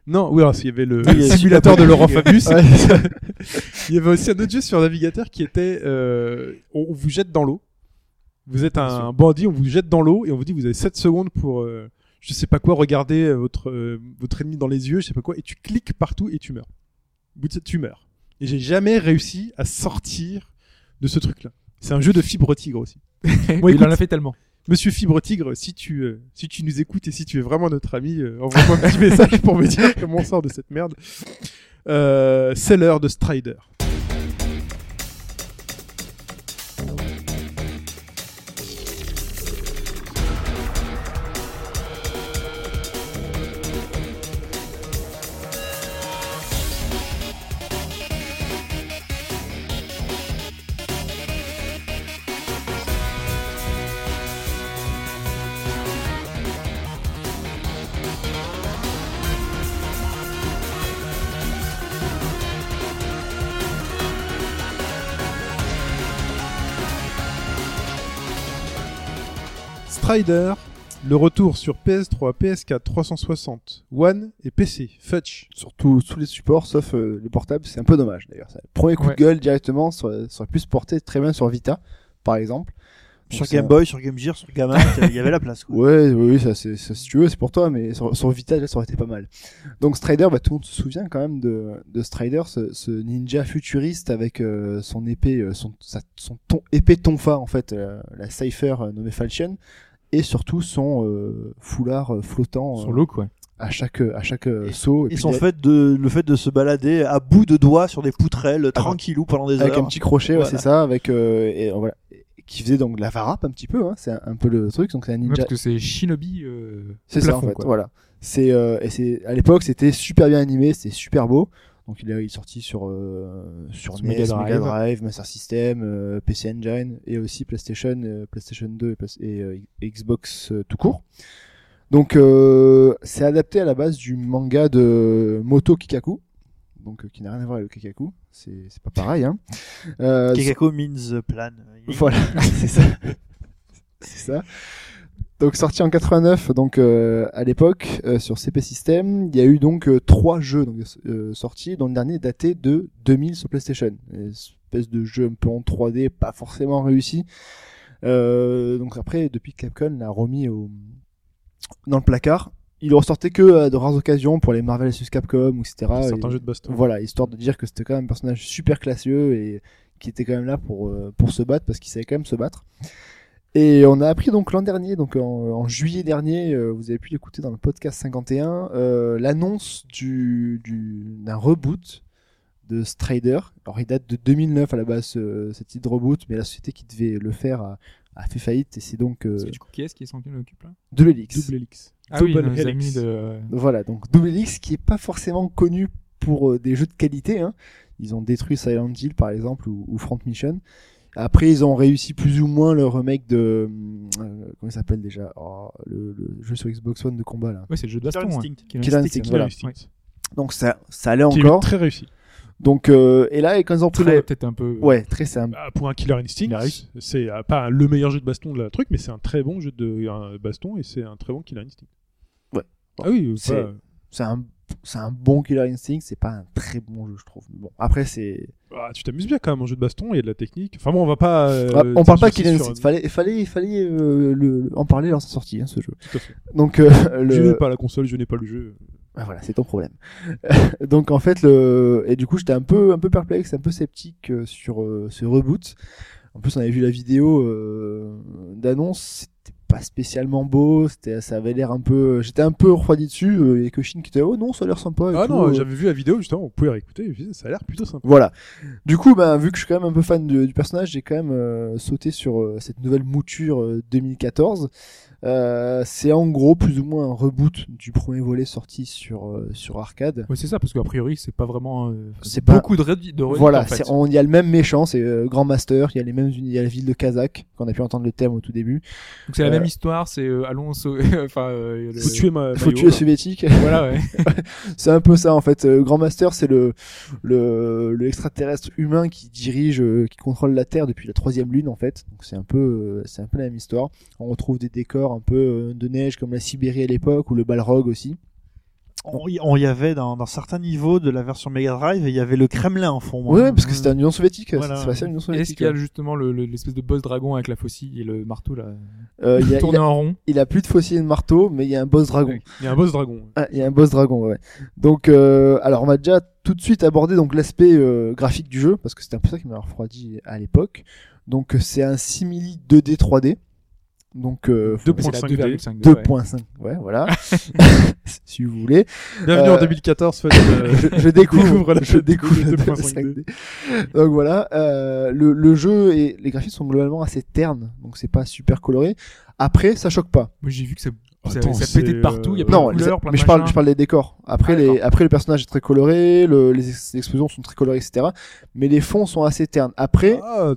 Speaker 2: Non, oui, alors, s'il y avait le
Speaker 4: Oui, il y a
Speaker 2: simulateur de
Speaker 4: Super
Speaker 2: Laurent
Speaker 4: Politique.
Speaker 2: Fabius.
Speaker 5: Ouais, c'est ça.
Speaker 2: (laughs) Il y avait aussi un autre jeu sur navigateur qui était euh, on on vous jette dans l'eau. Vous êtes un, bandit, on vous jette dans l'eau et on vous dit vous avez 7 secondes pour euh, je sais pas quoi regarder euh, votre euh, votre ennemi dans les yeux, je sais pas quoi et tu cliques partout et tu meurs. Au bout de ça, tu meurs. Et j'ai jamais réussi à sortir de ce truc là. C'est un jeu de fibre tigre aussi.
Speaker 3: Bon, il
Speaker 2: écoute.
Speaker 3: en a fait tellement.
Speaker 2: Monsieur Fibre Tigre, si tu, euh, si tu nous écoutes et si tu es vraiment notre ami, euh, envoie-moi un petit (laughs) message pour me dire comment on sort de cette merde. Euh, c'est l'heure de Strider. Strider, le retour sur PS3, PS4, 360, One et PC. Fetch.
Speaker 5: Surtout tous les supports, sauf euh, les portables. C'est un peu dommage d'ailleurs. ça. Premier coup
Speaker 3: Ouais.
Speaker 5: de gueule directement, ça aurait ça aurait pu se porter très bien sur Vita, par exemple.
Speaker 4: Sur
Speaker 5: ça-
Speaker 4: Game Boy, sur Game Gear, sur Game Act, il y avait la place.
Speaker 3: (laughs)
Speaker 4: Quoi.
Speaker 5: Ouais, oui, oui, ça, c'est, ça, si tu veux, c'est pour toi, mais sur, sur Vita, là, ça aurait été pas mal. Donc Strider, bah, tout le monde se souvient quand même de, de Strider, ce, ce ninja futuriste avec euh, son épée, euh, son, sa- son ton, épée tonfa, en fait, euh, la Cypher euh, nommée Falchion, et surtout son euh, foulard euh, flottant
Speaker 3: Son
Speaker 5: euh,
Speaker 3: look, ouais.
Speaker 5: à chaque, à chaque euh,
Speaker 4: Et-
Speaker 5: saut.
Speaker 4: Et
Speaker 5: puis
Speaker 4: son
Speaker 5: d'a-
Speaker 4: fait de, le fait de se balader à bout de doigts sur des
Speaker 3: Ah
Speaker 4: poutrelles,
Speaker 3: bah.
Speaker 4: tranquillou pendant des
Speaker 5: avec
Speaker 4: heures.
Speaker 5: un petit crochet, ouais,
Speaker 4: Voilà.
Speaker 5: c'est ça, avec, euh, et, euh, voilà, et qui faisait donc de la varap un petit peu, hein, c'est un, un peu le truc, donc c'est un
Speaker 3: Ouais,
Speaker 5: ninja
Speaker 3: Parce que c'est Shinobi. euh,
Speaker 5: C'est ça en
Speaker 3: plafond,
Speaker 5: fait.
Speaker 3: quoi.
Speaker 5: Voilà. C'est euh, et c'est à l'époque c'était super bien animé, c'était super beau. Donc il est, il est sorti sur euh, sur
Speaker 3: Sur
Speaker 5: NES,
Speaker 3: Mega Drive.
Speaker 5: Mega Drive, Master System, euh, PC Engine et aussi PlayStation, euh, PlayStation 2 et, Play- et, euh, Xbox euh, tout court. Donc euh, c'est adapté à la base du manga de Moto Kikaku, donc euh, qui n'a rien à voir avec le Kikaku. C'est c'est pas pareil. Hein. Euh,
Speaker 4: Kekako means the plan. Il-
Speaker 5: voilà, (laughs) c'est ça. c'est ça. Donc sorti en 89, donc euh, à l'époque euh, sur CP System, il y a eu donc euh, trois jeux donc, euh, sortis, dont le dernier daté de 2000 sur PlayStation. Une espèce de jeu un peu en 3D, pas forcément réussi. Euh, donc après, depuis que Capcom l'a remis au... dans le placard, il ressortait que à de rares occasions pour les Marvel vs Capcom, etc.
Speaker 2: certains
Speaker 5: Et-
Speaker 2: jeux de baston.
Speaker 5: Ah voilà, histoire de dire que c'était quand même un personnage super classieux et qui était quand même là pour, euh, pour se battre parce qu'il savait quand même se battre. Et on a appris donc l'an dernier, donc en, en juillet dernier, euh, vous avez pu l'écouter dans le podcast 51, euh, l'annonce du, du, d'un reboot de Strider. Alors il date de 2009 à la base, ce, ce titre de reboot, mais la société qui devait le faire a, a fait faillite et c'est donc euh,
Speaker 3: Parce que du coup, qui est-ce qui s'en occupe là
Speaker 5: de l'Elix.
Speaker 2: Double Helix.
Speaker 3: Ah oui,
Speaker 2: Double
Speaker 3: nos
Speaker 2: Helix.
Speaker 3: amis de. euh,
Speaker 5: Voilà, donc Double Helix qui est pas forcément connu pour euh, des jeux de qualité. Hein. Ils ont détruit Silent Hill par exemple ou, ou Front Mission. Après, ils ont réussi plus ou moins le remake de hum, euh, comment il s'appelle déjà Oh, le, le jeu sur Xbox One de combat là.
Speaker 3: Ouais, c'est le jeu de
Speaker 4: Killer
Speaker 3: baston. hein.
Speaker 4: Instinct.
Speaker 3: Killer
Speaker 5: Killer
Speaker 3: Instinct,
Speaker 5: Instinct,
Speaker 2: Killer
Speaker 5: voilà.
Speaker 2: Instinct.
Speaker 3: ouais.
Speaker 5: Donc ça, ça allait
Speaker 2: Qui est
Speaker 5: encore.
Speaker 2: très réussi.
Speaker 5: Donc euh, et là, et quand ils ont pris
Speaker 3: Très,
Speaker 5: le-
Speaker 3: peut-être un peu.
Speaker 5: ouais, très simple.
Speaker 2: Bah, pour un Killer Instinct,
Speaker 3: Il a réussi.
Speaker 2: c'est euh, pas le meilleur jeu de baston de la truc, mais c'est un très bon jeu de un baston et c'est un très bon Killer Instinct.
Speaker 5: Ouais.
Speaker 2: Ah oui,
Speaker 5: C'est-
Speaker 2: pas-
Speaker 5: C'est un c'est un bon Killer Instinct, c'est pas un très bon jeu, je trouve. Bon, après c'est
Speaker 2: Ah, tu t'amuses bien quand même en jeu de baston, il y a de la technique. Enfin bon, on va pas. euh,
Speaker 5: Ah, on parle pas
Speaker 2: s'exercer
Speaker 5: de Killer
Speaker 2: sur-
Speaker 5: Instinct, fallait fallait fallait euh, le, en parler lors de sa sortie hein, ce jeu.
Speaker 2: Tout à fait.
Speaker 5: Donc euh, le
Speaker 2: Je n'ai pas la console, je n'ai pas le jeu.
Speaker 5: Ah, voilà, c'est ton problème. (laughs) Donc en fait le et du coup j'étais un peu un peu perplexe, un peu sceptique euh, sur euh, ce reboot. En plus on avait vu la vidéo euh, d'annonce, c'était pas spécialement beau, c'était ça avait l'air un peu j'étais un peu refroidi dessus euh, et que Shin qui était oh non, ça a l'air sympa et
Speaker 2: Ah
Speaker 5: tout,
Speaker 2: non,
Speaker 5: euh.
Speaker 2: j'avais vu la vidéo justement, vous pouvez réécouter, et puis ça a l'air plutôt sympa.
Speaker 5: Voilà. Du coup, bah, vu que je suis quand même un peu fan de- du personnage, j'ai quand même euh, sauté sur euh, cette nouvelle mouture euh, 2014. Euh, c'est en gros plus ou moins un reboot du premier volet sorti sur, euh, sur arcade.
Speaker 3: Ouais, c'est ça, parce qu'a priori, c'est pas vraiment. euh,
Speaker 5: C'est pas-
Speaker 3: beaucoup de réduits. De réduits,
Speaker 5: Bah, Voilà,
Speaker 3: en fait.
Speaker 5: c'est- on- il y a le même méchant, c'est euh, Grand Master, il y a les mêmes uni- il y a la ville de Kazakh, qu'on a pu entendre le thème au tout début.
Speaker 3: Donc c'est la
Speaker 5: Euh,
Speaker 3: même histoire, c'est euh, allons sau- (laughs) enfin euh, le-
Speaker 2: Faut tuer ma.
Speaker 5: Faut tuer soviétique.
Speaker 3: (laughs) Voilà, ouais.
Speaker 5: (laughs) c'est un peu ça en fait. Euh, Grand Master, c'est le, le le extraterrestre humain qui dirige, euh, qui contrôle la Terre depuis la troisième lune en fait. Donc c'est un peu euh, c'est un peu la même histoire. On retrouve des décors un peu euh, de neige comme la Sibérie à l'époque ou le Balrog aussi.
Speaker 4: On, y- on y avait dans, dans certains niveaux de la version Mega Drive, il y avait le Kremlin en fond.
Speaker 5: Ouais, parce que c'était une Union soviétique.
Speaker 4: Voilà.
Speaker 5: C'est passé à l'Union
Speaker 3: Et Est-ce
Speaker 5: soviétique.
Speaker 3: qu'il y a
Speaker 5: ouais.
Speaker 3: justement le- le- l'espèce de boss dragon avec la faucille et le marteau là
Speaker 5: Euh, il, y a, il,
Speaker 3: tourné
Speaker 5: a,
Speaker 3: en rond
Speaker 5: il a plus de fossiles et de marteau, mais il y a un boss dragon.
Speaker 2: Il y a un boss dragon.
Speaker 5: Ah, il y a un boss dragon, ouais. Donc, euh, alors on va déjà tout de suite aborder donc l'aspect euh, graphique du jeu parce que c'était un peu ça qui m'a refroidi à l'époque. Donc euh, c'est un simili 2D 3D. Donc euh, faut-
Speaker 2: 2.5D.
Speaker 3: 2.5D. ouais.
Speaker 5: 2.5. Ouais, voilà. (laughs) si vous voulez.
Speaker 2: Bienvenue
Speaker 5: Euh,
Speaker 2: en 2014, faites, (laughs) euh,
Speaker 5: Je, je découvre,
Speaker 2: Découvre la
Speaker 5: je découvre
Speaker 2: 2D.
Speaker 5: la 2.5D. Donc voilà, euh, le, le jeu et les graphismes sont globalement assez ternes, donc c'est pas super coloré. Après, ça choque pas.
Speaker 3: Moi j'ai vu que ça, ça,
Speaker 2: Attends,
Speaker 3: ça pétait
Speaker 2: c'est,
Speaker 3: de partout, il y a
Speaker 2: euh,
Speaker 3: plein
Speaker 5: Non,
Speaker 3: de couleurs,
Speaker 5: les-
Speaker 3: plein de
Speaker 5: mais je parle,
Speaker 3: machins.
Speaker 5: je parle des décors. Après,
Speaker 3: Ah,
Speaker 5: les,
Speaker 3: d'accord.
Speaker 5: après le personnage est très coloré, le, les, ex- les explosions sont très colorées, etc. Mais les fonds sont assez ternes. Après,
Speaker 2: Ah,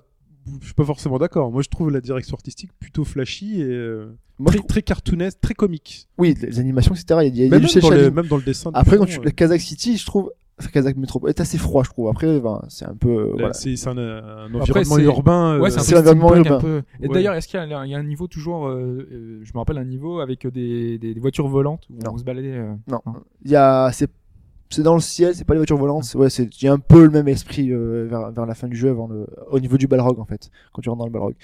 Speaker 2: je suis pas forcément d'accord. Moi, je trouve la direction artistique plutôt flashy et euh,
Speaker 5: moi,
Speaker 2: très,
Speaker 5: je trouve-
Speaker 2: très cartoonesque, très comique.
Speaker 5: oui, les animations, etc. Il y a, il y a
Speaker 2: Même, même
Speaker 5: du
Speaker 2: dans le,
Speaker 5: cel-shading.
Speaker 2: même dans le dessin. du
Speaker 5: Après,
Speaker 2: fond,
Speaker 5: quand tu
Speaker 2: euh,
Speaker 5: le Kazakh City, je trouve Kazakh Métropole est assez froid, je trouve. Après, ben, c'est un peu euh,
Speaker 2: là,
Speaker 5: voilà.
Speaker 2: c'est c'est un, euh, un
Speaker 3: Après,
Speaker 2: environnement
Speaker 3: c'est-
Speaker 2: urbain. euh,
Speaker 3: Ouais, c'est un
Speaker 5: c'est
Speaker 3: peu
Speaker 5: l'environnement
Speaker 3: steampunk, un peu.
Speaker 5: urbain.
Speaker 3: Et
Speaker 2: Ouais.
Speaker 3: d'ailleurs, est-ce qu'il y, a- il y a un niveau toujours, euh, euh, je me rappelle un niveau avec des, des, des voitures volantes où
Speaker 5: Non.
Speaker 3: on se baladait. euh,
Speaker 5: Il y a, c'est c'est dans le ciel, c'est pas les voitures volantes. c'est- Ouais, c'est j'ai un peu le même esprit euh, vers, vers la fin du jeu, avant le, au niveau du Balrog en fait, quand tu rentres dans le Balrog.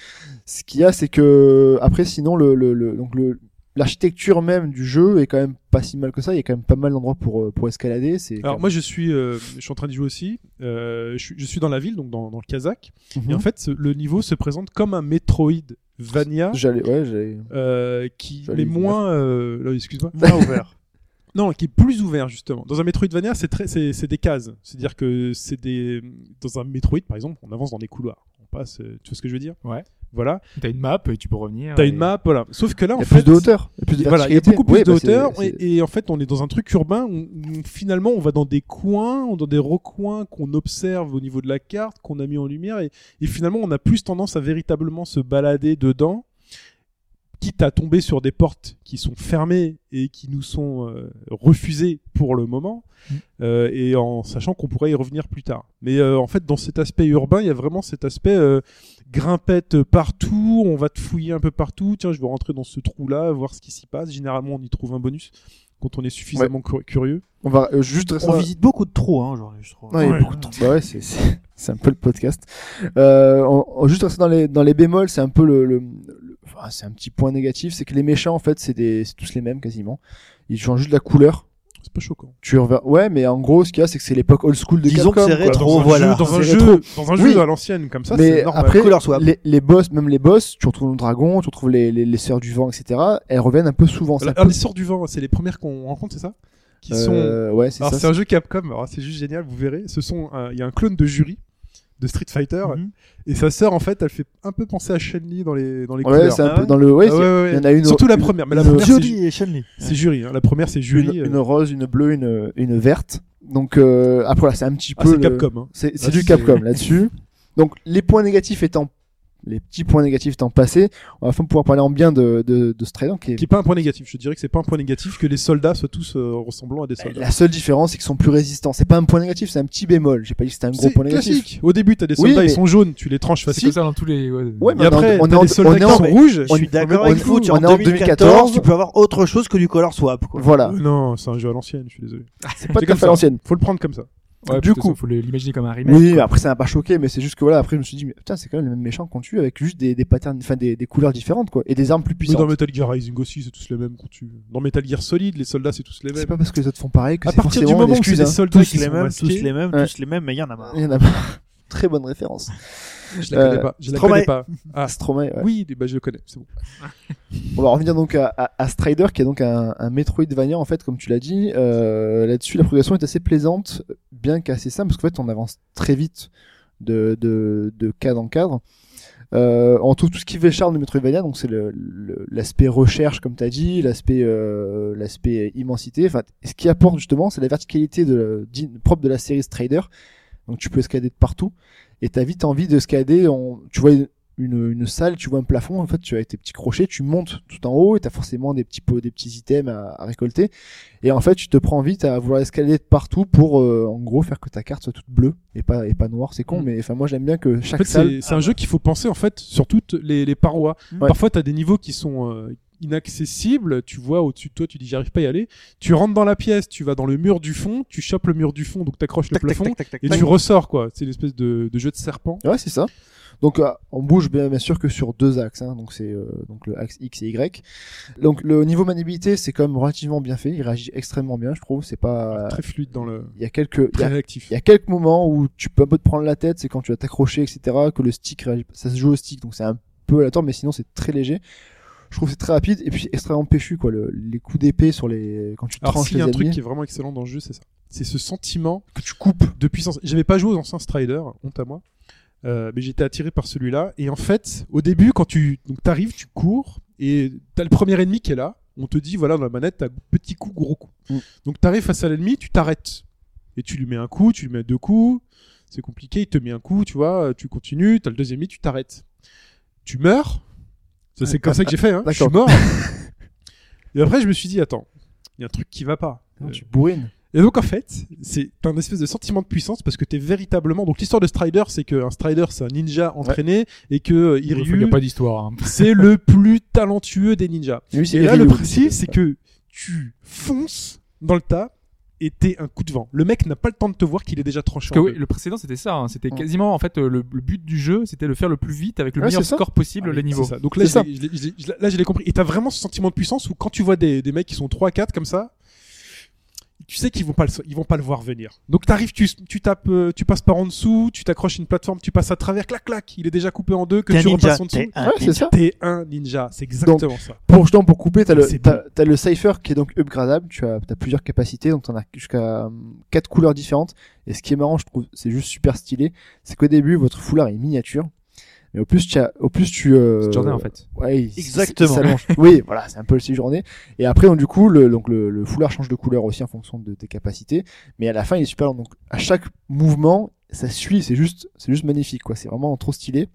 Speaker 5: Ce qu'il y a, c'est que après, sinon le, le, le- donc le l'architecture même du jeu est quand même pas si mal que ça. Il y a quand même pas mal d'endroits pour euh, pour escalader. C'est
Speaker 2: Alors moi je suis, euh, je suis en train d'y jouer aussi. Euh, je, suis, je suis dans la ville, donc dans, dans le Kazakh.
Speaker 5: Mhm.
Speaker 2: Et en fait, ce- le niveau se présente comme un Metroidvania
Speaker 5: j'allais ouais, j'allais
Speaker 2: euh, qui,
Speaker 5: J'allais
Speaker 2: mais
Speaker 5: dire.
Speaker 2: moins, euh, là, excuse-moi, (laughs)
Speaker 4: Moins ouvert.
Speaker 2: non, qui est plus ouvert justement. Dans un Metroidvania, c'est très, c'est c'est des cases. C'est-à-dire que c'est des, dans un Metroid par exemple, on avance dans des couloirs, on passe. euh, Tu vois ce que je veux dire
Speaker 3: Ouais.
Speaker 2: Voilà.
Speaker 3: T'as une map et tu peux revenir.
Speaker 2: T'as
Speaker 3: et-
Speaker 2: une map, voilà. Sauf que là,
Speaker 5: Ah Il y
Speaker 2: en
Speaker 5: a
Speaker 2: fait,
Speaker 5: plus de hauteur, il y a plus de
Speaker 2: voilà, il y a
Speaker 5: verticalité.
Speaker 2: beaucoup plus
Speaker 5: Oui,
Speaker 2: de
Speaker 5: bah, c'est-
Speaker 2: hauteur
Speaker 5: c'est-
Speaker 2: et, et en fait on est dans un truc urbain où, où finalement on va dans des coins, on- dans des recoins qu'on observe au niveau de la carte, qu'on a mis en lumière et, et finalement on a plus tendance à véritablement se balader dedans, quitte à tomber sur des portes qui sont fermées et qui nous sont euh, refusées pour le moment
Speaker 5: Mm.
Speaker 2: euh, et en sachant qu'on pourrait y revenir plus tard. Mais euh, en fait, dans cet aspect urbain, il y a vraiment cet aspect euh, grimpette partout, on va te fouiller un peu partout, tiens, je vais rentrer dans ce trou-là, voir ce qui s'y passe. Généralement, on y trouve un bonus quand on est suffisamment cur- curieux.
Speaker 5: On va euh, juste dresser
Speaker 4: On
Speaker 5: un-
Speaker 4: visite beaucoup de trous, hein, aujourd'hui, je trouve.
Speaker 5: Non, il y a
Speaker 2: Ouais.
Speaker 5: beaucoup de temps. Bah ouais, c'est- c'est (laughs) c'est un peu le podcast. Euh, on, on- juste rester dans les dans les bémols, c'est un peu le, le- le- enfin, c'est un petit point négatif, c'est que les méchants en fait, c'est des c'est tous les mêmes quasiment. Ils changent juste la couleur.
Speaker 2: C'est pas choquant.
Speaker 5: Tu rever- ouais, mais en gros, ce qu'il y a, c'est que c'est l'époque old school de
Speaker 4: Disons que
Speaker 5: Capcom.
Speaker 4: c'est
Speaker 5: quoi.
Speaker 4: rétro,
Speaker 2: dans un
Speaker 4: voilà.
Speaker 2: jeu, dans un
Speaker 5: C'est
Speaker 2: jeu,
Speaker 5: rétro.
Speaker 2: dans un
Speaker 5: Oui.
Speaker 2: jeu à l'ancienne, comme ça,
Speaker 5: mais
Speaker 2: c'est normal.
Speaker 5: après,
Speaker 4: Color swap.
Speaker 5: les, les boss, même les boss, tu retrouves le dragon, tu retrouves les, les, les sœurs du vent, etc. Elles reviennent un peu souvent. C'est
Speaker 2: Voilà,
Speaker 5: un
Speaker 2: un
Speaker 5: peu-
Speaker 2: des sorts du vent, c'est les premières qu'on rencontre, c'est ça Qui sont.
Speaker 5: Euh, ouais, c'est
Speaker 2: Alors,
Speaker 5: ça.
Speaker 2: c'est un jeu Capcom, alors c'est juste génial, vous verrez. Ce sont, euh, il y a un clone de jury de Street Fighter
Speaker 4: Mhm.
Speaker 5: Euh,
Speaker 2: et sa sœur, en fait, elle fait un peu penser à Chun-Li dans les, dans les
Speaker 5: Ouais,
Speaker 2: couleurs.
Speaker 5: c'est un
Speaker 4: Ah
Speaker 5: peu dans le. Ouais,
Speaker 2: Ah
Speaker 5: c'est-
Speaker 2: ouais, ouais,
Speaker 5: il y en
Speaker 2: ouais.
Speaker 5: a une.
Speaker 2: Surtout la
Speaker 5: une-
Speaker 2: première, mais la
Speaker 5: une-
Speaker 2: première, c'est ju-
Speaker 4: Judy et Shenli.
Speaker 2: c'est jury. hein. La première, c'est
Speaker 5: une,
Speaker 2: jury. euh,
Speaker 5: une rose, une bleue, une, une verte. Donc euh, après voilà, c'est un petit
Speaker 2: ah,
Speaker 5: peu
Speaker 2: c'est
Speaker 5: le-
Speaker 2: Capcom. hein.
Speaker 5: C'est c'est
Speaker 2: Ah,
Speaker 5: du
Speaker 2: c'est-
Speaker 5: Capcom là-dessus. Donc les points négatifs étant les petits points négatifs étant passés, on va enfin pouvoir parler en bien de de, de ce trailer qui est
Speaker 2: Qui est pas un point négatif. Je dirais que c'est pas un point négatif que les soldats soient tous euh, ressemblants à des soldats.
Speaker 5: la seule différence c'est qu'ils sont plus résistants. C'est pas un point négatif, c'est un petit bémol. J'ai pas dit que c'était un gros
Speaker 2: C'est
Speaker 5: point négatif.
Speaker 2: classique. Au début, t'as des
Speaker 5: Oui,
Speaker 2: soldats,
Speaker 5: mais-
Speaker 2: ils sont jaunes, tu les tranches
Speaker 3: C'est comme
Speaker 2: facile.
Speaker 3: ça dans tous les. ouais.
Speaker 5: Ouais, mais
Speaker 2: Et après,
Speaker 5: on est
Speaker 2: t'as
Speaker 5: en-
Speaker 2: des soldats
Speaker 5: on est
Speaker 2: qui
Speaker 5: en-
Speaker 2: sont rouges.
Speaker 4: Je suis
Speaker 5: on-
Speaker 4: d'accord
Speaker 5: on-
Speaker 4: avec vous, tu es
Speaker 5: on
Speaker 4: en
Speaker 5: est en
Speaker 4: 2014, tu peux avoir autre chose que du color swap. Quoi.
Speaker 5: Voilà,
Speaker 2: Euh, Non, c'est un jeu à l'ancienne, je suis désolé.
Speaker 5: c'est pas
Speaker 2: c'est
Speaker 5: tout à
Speaker 2: comme
Speaker 5: fait
Speaker 2: ça.
Speaker 5: à l'ancienne.
Speaker 2: Faut le prendre comme ça.
Speaker 3: Ouais,
Speaker 5: Du
Speaker 3: parce que
Speaker 5: coup-
Speaker 3: ça, faut le- l'imaginer comme un remake.
Speaker 5: Oui, après ça m'a pas choqué, mais c'est juste que voilà, après je me suis dit mais putain, c'est quand même le même méchant qu'on tue avec juste des des patterns enfin des, des couleurs différentes quoi et des armes plus
Speaker 2: Mais dans
Speaker 5: puissantes.
Speaker 2: Metal Gear Rising aussi, c'est tous les mêmes qu'on tue. Dans Metal Gear Solid, les soldats, c'est tous les
Speaker 5: C'est
Speaker 2: mêmes.
Speaker 5: pas parce que les autres font pareil que
Speaker 2: À
Speaker 5: c'est
Speaker 2: partir
Speaker 5: forcément
Speaker 2: du moment
Speaker 5: une
Speaker 2: où c'est
Speaker 5: excuse.
Speaker 2: des
Speaker 5: hein.
Speaker 2: soldats
Speaker 4: Tous
Speaker 2: qui
Speaker 4: les
Speaker 2: sont
Speaker 4: mêmes, tous
Speaker 2: masqués,
Speaker 4: les mêmes,
Speaker 5: Ouais.
Speaker 4: tous les mêmes, mais il y en a marre.
Speaker 5: Il y en a marre. (laughs) Très bonne référence.
Speaker 2: je la connais
Speaker 5: Euh,
Speaker 2: pas. Je la
Speaker 4: Stromae.
Speaker 2: connais pas. Ah.
Speaker 5: Stromae, ouais.
Speaker 2: Oui, bah, je le connais, c'est bon.
Speaker 5: On va revenir donc à, à, à Strider, qui est donc un, un Metroidvania, en fait, comme tu l'as dit. Euh, Là-dessus, la progression est assez plaisante, bien qu'assez simple, parce qu'en fait, on avance très vite de, de, de cadre en cadre. Euh, on trouve tout ce qui fait le charme de Metroidvania, donc c'est le- le- l'aspect recherche, comme tu as dit, l'aspect euh, l'aspect immensité. Enfin, ce qui apporte justement, c'est la verticalité de, di- propre de la série Strider. Donc tu peux escalader de partout, et t'as vite envie d'escalader. En... Tu vois une, une, une salle, tu vois un plafond, en fait, tu as tes petits crochets, tu montes tout en haut, et t'as forcément des petits pots, des petits items à, à récolter. Et en fait, tu te prends vite à vouloir escalader de partout pour, euh, en gros, faire que ta carte soit toute bleue et pas et pas noire. C'est con,
Speaker 2: Mm.
Speaker 5: mais enfin moi j'aime bien que
Speaker 2: En
Speaker 5: chaque
Speaker 2: fait,
Speaker 5: salle
Speaker 2: c'est c'est un jeu qu'il faut penser, en fait, sur toutes les, les parois.
Speaker 5: Ouais.
Speaker 2: Parfois, t'as des niveaux qui sont euh, inaccessibles. Tu vois au-dessus de toi, tu dis, j'arrive pas à y aller. Tu rentres dans la pièce, tu vas dans le mur du fond, tu chopes le mur du fond, donc t'accroches le
Speaker 4: Tac, tac,
Speaker 2: plafond.
Speaker 4: tac, tac, tac,
Speaker 2: Et
Speaker 4: tac.
Speaker 2: tu ressors, quoi. C'est l'espèce de, de jeu de serpent.
Speaker 5: Ouais, c'est ça. Donc euh, on bouge bien, bien sûr que sur deux axes, hein. donc c'est euh, donc le axe X et Y. Donc le niveau maniabilité c'est quand même relativement bien fait, il réagit extrêmement bien, je trouve. C'est pas,
Speaker 2: Très fluide dans le.
Speaker 5: il y a quelques, il y
Speaker 2: Très
Speaker 5: a,
Speaker 2: réactif.
Speaker 5: il y a quelques moments où tu peux un peu te prendre la tête, c'est quand tu vas t'accrocher, etc. Que le stick réagit, pas. ça se joue au stick, donc c'est un peu aléatoire, mais sinon c'est très léger. Je trouve que c'est très rapide et puis extrêmement péchu quoi, le- les coups d'épée sur les quand tu
Speaker 2: Alors,
Speaker 5: tranches
Speaker 2: s'il y
Speaker 5: les
Speaker 2: a un truc
Speaker 5: ennemis
Speaker 2: qui est vraiment excellent dans le jeu, c'est ça. C'est ce sentiment
Speaker 5: que tu coupes.
Speaker 2: de puissance. J'avais pas joué aux anciens Strider, honte à moi. Euh, mais j'étais attiré par celui-là. Et en fait, au début, quand tu donc t'arrives, tu cours et t'as le premier ennemi qui est là. On te dit voilà dans la manette t'as petit coup gros coup.
Speaker 5: Mm.
Speaker 2: Donc t'arrives face à l'ennemi, tu t'arrêtes et tu lui mets un coup, tu lui mets deux coups. C'est compliqué, il te met un coup, tu vois, tu continues, t'as le deuxième ennemi, tu t'arrêtes. Tu meurs. Ça c'est comme ça que j'ai fait. Hein. Je suis mort. et après je me suis dit attends, il y a un truc qui va pas.
Speaker 5: Non,
Speaker 2: Euh,
Speaker 5: tu bourrines.
Speaker 2: et donc en fait, c'est un espèce de sentiment de puissance parce que t'es véritablement. Donc l'histoire de Strider, c'est qu'un Strider, c'est un ninja entraîné et que euh,
Speaker 3: Il
Speaker 2: Hiryu,
Speaker 3: n'y a pas d'histoire. hein.
Speaker 2: (laughs) c'est le plus talentueux des ninjas.
Speaker 5: Lui, c'est
Speaker 2: Et là,
Speaker 5: Ryu,
Speaker 2: le
Speaker 5: lui,
Speaker 2: principe, c'est
Speaker 5: c'est
Speaker 2: que tu fonces dans le tas, été un coup de vent. Le mec n'a pas le temps de te voir qu'il est déjà tranché.
Speaker 3: Parce
Speaker 2: en
Speaker 3: que oui,
Speaker 2: deux.
Speaker 3: le précédent c'était ça, hein. c'était
Speaker 2: Mm.
Speaker 5: Ouais.
Speaker 3: quasiment en fait euh, le, le but du jeu, c'était de le faire le plus vite avec le
Speaker 5: Ouais,
Speaker 3: meilleur
Speaker 5: c'est ça.
Speaker 3: score possible
Speaker 2: Ah,
Speaker 3: les
Speaker 2: mais
Speaker 3: niveaux.
Speaker 2: c'est ça. Donc là,
Speaker 5: C'est
Speaker 2: je
Speaker 5: ça.
Speaker 2: l'ai- je l'ai- je l'ai- je l'ai- là, je l'ai compris. Et t'as vraiment ce sentiment de puissance où quand tu vois des, des mecs qui sont 3 à 4 comme ça, tu sais qu'ils vont pas le, ils vont pas le voir venir. Donc t'arrives, tu, tu tapes, euh, tu passes par en dessous, tu t'accroches une plateforme, tu passes à travers, clac clac, il est déjà coupé en deux, que
Speaker 4: T'es un
Speaker 2: tu
Speaker 4: ninja,
Speaker 2: repasses en dessous.
Speaker 4: t'es un
Speaker 5: Ouais, c'est
Speaker 4: ninja.
Speaker 5: ça.
Speaker 2: T'es un ninja, c'est exactement ça.
Speaker 5: Pour justement pour couper, t'as le
Speaker 2: C'est
Speaker 5: t'as t'as le cipher qui est donc upgradable. Tu as t'as plusieurs capacités, donc t'en as jusqu'à hum, quatre couleurs différentes. Et ce qui est marrant, je trouve, c'est juste super stylé, c'est qu'au début votre foulard est miniature, mais au plus tu as, au plus tu euh,
Speaker 3: C'est Jordan en fait.
Speaker 5: Ouais, il-
Speaker 4: Exactement.
Speaker 2: (laughs)
Speaker 5: ça longe. oui, voilà, c'est un peu le journée. Et après, donc, du coup, le, donc, le, le foulard change de couleur aussi en fonction de tes capacités. Mais à la fin, il est super long. Donc, à chaque mouvement, ça suit. C'est juste, c'est juste magnifique, quoi. C'est vraiment trop stylé.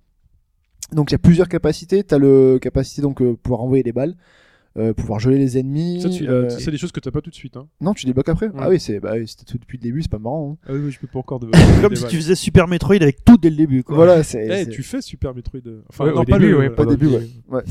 Speaker 5: Donc, il y a plusieurs capacités. T'as le capacité, donc, euh, pouvoir envoyer des balles, euh, pouvoir geler les ennemis.
Speaker 2: Ça, tu-
Speaker 5: euh,
Speaker 2: c'est des choses que t'as pas tout de suite. Hein.
Speaker 5: Non, tu débloques après?
Speaker 2: Ouais.
Speaker 5: Ah oui, c'est, bah, oui, c'était tout depuis le début, c'est pas marrant. hein.
Speaker 2: Ah oui, mais je peux pas encore. (laughs) De...
Speaker 4: Comme si tu faisais Super Metroid avec tout dès le début. Quoi.
Speaker 5: Voilà, (laughs) c'est,
Speaker 2: Eh,
Speaker 5: c'est-
Speaker 2: tu fais Super Metroid. euh, Enfin,
Speaker 3: Ouais,
Speaker 2: non,
Speaker 3: au
Speaker 2: pas
Speaker 3: début,
Speaker 2: le-
Speaker 3: ouais, pas
Speaker 5: au début, ouais.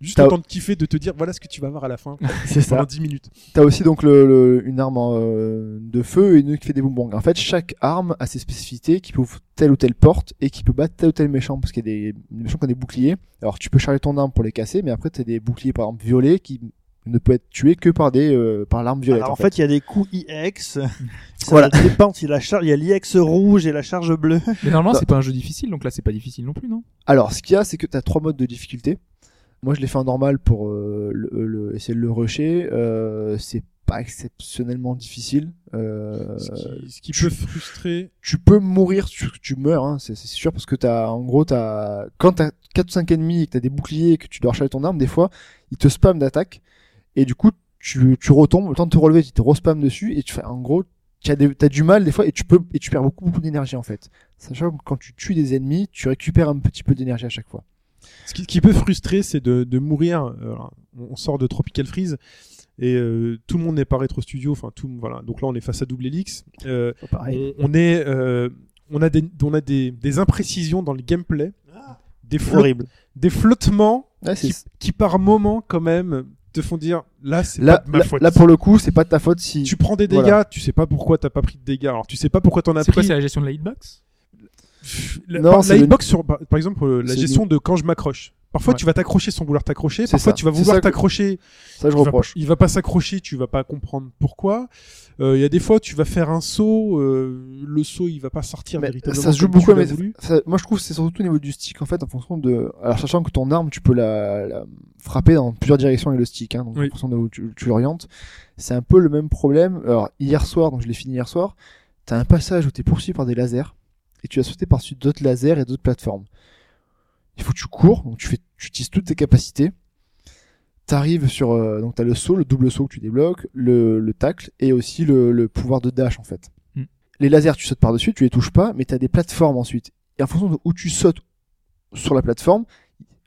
Speaker 2: Juste
Speaker 5: T'as-
Speaker 2: le temps de kiffer, de te dire voilà ce que tu vas voir à la fin
Speaker 5: c'est ça.
Speaker 2: pendant 10 minutes.
Speaker 5: T'as aussi donc le, le- une arme euh, de feu et une autre qui fait des boomerangs. En fait, chaque arme a ses spécificités qui peut ouvrir telle ou telle porte et qui peut battre tel ou tel méchant parce qu'il y a des des méchants qui ont des boucliers. Alors tu peux charger ton arme pour les casser, mais après t'as des boucliers par exemple violets qui ne peut être tués que par des euh, par l'arme violette.
Speaker 4: Alors, en fait, il y a des coups IX. Ça
Speaker 5: Voilà.
Speaker 4: dépend si la charge, il y a l'IX rouge et la charge bleue.
Speaker 3: Mais normalement
Speaker 5: Bah-
Speaker 3: c'est pas un jeu difficile, donc là c'est pas difficile non plus, non
Speaker 5: Alors, ce qu'il y a, c'est que tu as trois modes de difficulté. Moi, je l'ai fait en normal pour euh, le, le- essayer de le rusher. Euh, c'est pas exceptionnellement difficile. Euh,
Speaker 2: Ce qui, ce qui peut frustrer.
Speaker 5: tu peux mourir, tu, tu meurs, hein, c'est c'est sûr, parce que t'as, en gros, t'as, quand t'as 4 ou 5 ennemis et que t'as des boucliers et que tu dois recharger ton arme, des fois, ils te spamment d'attaque, et du coup, tu, tu retombes, le temps de te relever, tu te respammes dessus, et tu fais, en gros, t'as, des, t'as du mal des fois, et tu peux, et tu perds beaucoup, beaucoup d'énergie, en fait. Sachant que quand tu tues des ennemis, tu récupères un petit peu d'énergie à chaque fois.
Speaker 2: Ce qui, qui peut frustrer, c'est de, de mourir. Alors, on on sort de Tropical Freeze et euh, tout le monde n'est pas rétro studio. Enfin, tout, voilà. Donc là, on est face à Double Helix. Euh, on, on est, euh, on a des, on a des, des imprécisions dans le gameplay, des, flo-
Speaker 4: Horrible.
Speaker 2: des flottements
Speaker 5: Ouais, c'est,
Speaker 2: qui, qui par moment quand même te font dire là, c'est
Speaker 5: là,
Speaker 2: pas de ma
Speaker 5: là-
Speaker 2: faute.
Speaker 5: là, pour le coup, c'est pas de ta faute si,
Speaker 2: tu prends des dégâts,
Speaker 5: Voilà.
Speaker 2: tu sais pas pourquoi t'as pas pris de dégâts. Alors tu sais pas pourquoi t'en as
Speaker 3: C'est quoi,
Speaker 2: pris.
Speaker 3: c'est la gestion de la hitbox
Speaker 2: Pff, la,
Speaker 5: Non,
Speaker 2: par-
Speaker 5: c'est
Speaker 2: la
Speaker 5: le-
Speaker 2: hitbox sur, par, par exemple, euh, la
Speaker 5: c'est
Speaker 2: gestion de quand je m'accroche. Parfois,
Speaker 3: Ouais.
Speaker 2: tu vas t'accrocher sans vouloir t'accrocher.
Speaker 5: C'est
Speaker 2: Parfois,
Speaker 5: ça.
Speaker 2: tu vas
Speaker 5: C'est
Speaker 2: vouloir
Speaker 5: ça que-
Speaker 2: t'accrocher.
Speaker 5: ça je
Speaker 2: tu vas-
Speaker 5: reproche.
Speaker 2: Il va pas s'accrocher, tu vas pas comprendre pourquoi. Euh, Il y a des fois, tu vas faire un saut, euh, le saut, il va pas sortir
Speaker 5: Mais
Speaker 2: véritablement.
Speaker 5: ça se joue
Speaker 2: comme tu
Speaker 5: beaucoup,
Speaker 2: l'as
Speaker 5: mais
Speaker 2: voulu.
Speaker 5: ça- moi je trouve que c'est surtout au niveau du stick en fait, en fonction de. Alors sachant que ton arme, tu peux la, la frapper dans plusieurs directions avec le stick, hein, donc
Speaker 2: Oui.
Speaker 5: en fonction de où tu, tu l'orientes, c'est un peu le même problème. Alors hier soir, donc je l'ai fini hier soir, t'as un passage où t'es poursuivi par des lasers et tu as sauté par-dessus d'autres lasers et d'autres plateformes. Il faut que tu cours, donc tu fais, tu utilises toutes tes capacités. T'arrives sur, euh, donc t'as le saut, le double saut que tu débloques, le, le tacle et aussi le, le pouvoir de dash en fait.
Speaker 3: Mm.
Speaker 5: Les lasers, tu sautes par-dessus, tu les touches pas, mais t'as des plateformes ensuite. Et en fonction de où tu sautes sur la plateforme,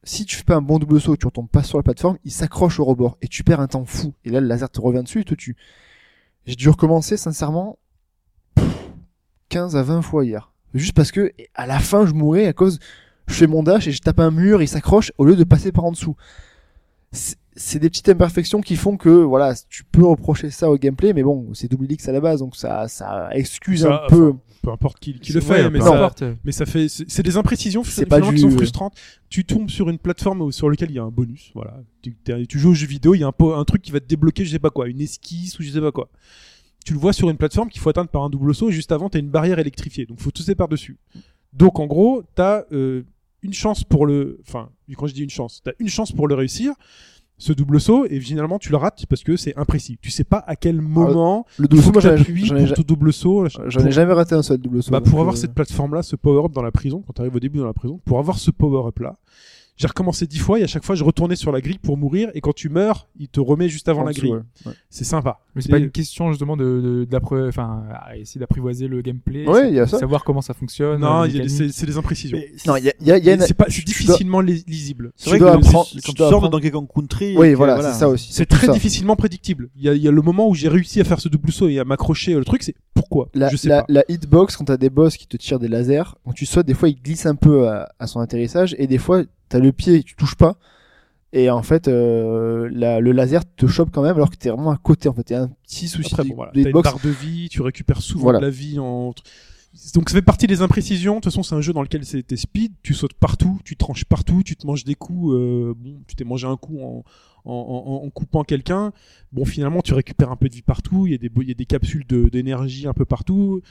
Speaker 5: si tu fais pas un bon double saut, tu retombes pas sur la plateforme, il s'accroche au rebord et tu perds un temps fou. Et là, le laser te revient dessus et te tue. J'ai dû recommencer, sincèrement, pff, 15 à 20 fois hier. Juste parce que, et à la fin, je mourais à cause, je fais mon dash et je tape un mur, il s'accroche au lieu de passer par en dessous. C'est- C'est des petites imperfections qui font que, voilà, tu peux reprocher ça au gameplay, mais bon, c'est double X à la base, donc ça, ça excuse
Speaker 2: Ça,
Speaker 5: un peu.
Speaker 2: enfin, peu importe qui, qui le
Speaker 3: C'est-
Speaker 2: fait, hein,
Speaker 3: ouais,
Speaker 2: mais
Speaker 3: peu
Speaker 2: ça,
Speaker 3: importe.
Speaker 2: mais ça fait, c'est c'est des imprécisions
Speaker 5: C'est
Speaker 2: finalement
Speaker 5: pas
Speaker 2: qui
Speaker 5: du-
Speaker 2: sont frustrantes. Tu tombes sur une plateforme où- sur laquelle il y a un bonus, voilà. Tu, t'es- tu joues aux jeux vidéo, il y a un, po- un truc qui va te débloquer, je sais pas quoi, une esquisse ou je sais pas quoi. Tu le vois sur une plateforme qu'il faut atteindre par un double saut et juste avant t'as une barrière électrifiée, donc faut tousser par dessus. Donc en gros, t'as euh, une chance pour le, enfin quand je dis une chance, t'as une chance pour le réussir. Ce double saut et finalement tu le rates parce que c'est imprécis. Tu sais pas à quel moment
Speaker 5: Le
Speaker 2: il
Speaker 5: Ah, double
Speaker 2: faut
Speaker 5: saut,
Speaker 2: que
Speaker 5: moi, j'en ai-
Speaker 2: t'appuies
Speaker 5: j'en ai,
Speaker 2: pour ton double saut. machin.
Speaker 5: j'en ai
Speaker 2: Pour-
Speaker 5: jamais raté un seul double saut.
Speaker 2: bah,
Speaker 5: donc,
Speaker 2: pour avoir
Speaker 5: euh,
Speaker 2: cette plateforme-là, ce power-up dans la prison, quand t'arrives au début dans la prison, pour avoir ce power-up-là, j'ai recommencé dix fois et à chaque fois je retournais sur la grille pour mourir et quand tu meurs, il te remet juste avant
Speaker 5: en
Speaker 2: la
Speaker 5: dessous,
Speaker 2: grille.
Speaker 5: ouais. Ouais.
Speaker 2: C'est sympa.
Speaker 3: Mais c'est
Speaker 2: Et-
Speaker 3: pas une question justement de, de- d'appro- enfin, à essayer d'apprivoiser le gameplay,
Speaker 5: Ouais, il y a ça.
Speaker 3: savoir comment ça fonctionne.
Speaker 2: Non,
Speaker 3: la
Speaker 2: il y a des-
Speaker 3: mécanique.
Speaker 2: c'est c'est des imprécisions.
Speaker 4: Mais
Speaker 5: Non, il y a, il y a- il y a
Speaker 2: Et
Speaker 5: une-
Speaker 2: C'est pas-
Speaker 5: tu-
Speaker 2: c'est
Speaker 5: tu dois-
Speaker 2: difficilement lis- lisible.
Speaker 4: C'est vrai
Speaker 5: dois
Speaker 4: que le-
Speaker 5: apprendre-
Speaker 4: quand
Speaker 5: tu
Speaker 4: tu
Speaker 5: dois
Speaker 4: sors de
Speaker 5: apprendre.
Speaker 4: Donkey Kong Country.
Speaker 5: Oui,
Speaker 4: que,
Speaker 5: voilà, c'est ça aussi.
Speaker 2: C'est
Speaker 5: tout
Speaker 2: très
Speaker 5: ça.
Speaker 2: difficilement prédictible. Il y, a, il y a le moment où j'ai réussi à faire ce double saut et à m'accrocher euh, le truc, c'est pourquoi
Speaker 5: La,
Speaker 2: Je sais
Speaker 5: la-
Speaker 2: pas.
Speaker 5: la hitbox, quand t'as des boss qui te tirent des lasers, euh, quand tu sautes, des fois il glisse un peu à, à son atterrissage et des fois t'as le pied, tu touches pas. Et en fait, euh, la- le laser te chope quand même alors que t'es vraiment à côté. En fait, t'es un petit souci
Speaker 2: Après,
Speaker 5: des-
Speaker 2: bon, voilà,
Speaker 5: des
Speaker 2: t'as une
Speaker 5: box.
Speaker 2: barre de vie, tu récupères souvent
Speaker 5: Voilà.
Speaker 2: de la vie en. Donc ça fait partie des imprécisions. De toute façon, c'est un jeu dans lequel c'est- t'es speed, tu sautes partout, tu tranches partout, tu te manges des coups. euh, bon, tu t'es mangé un coup en, en, en- en coupant quelqu'un. Bon, finalement, tu récupères un peu de vie partout. Il y a des, bo- il y a des capsules de- d'énergie un peu partout.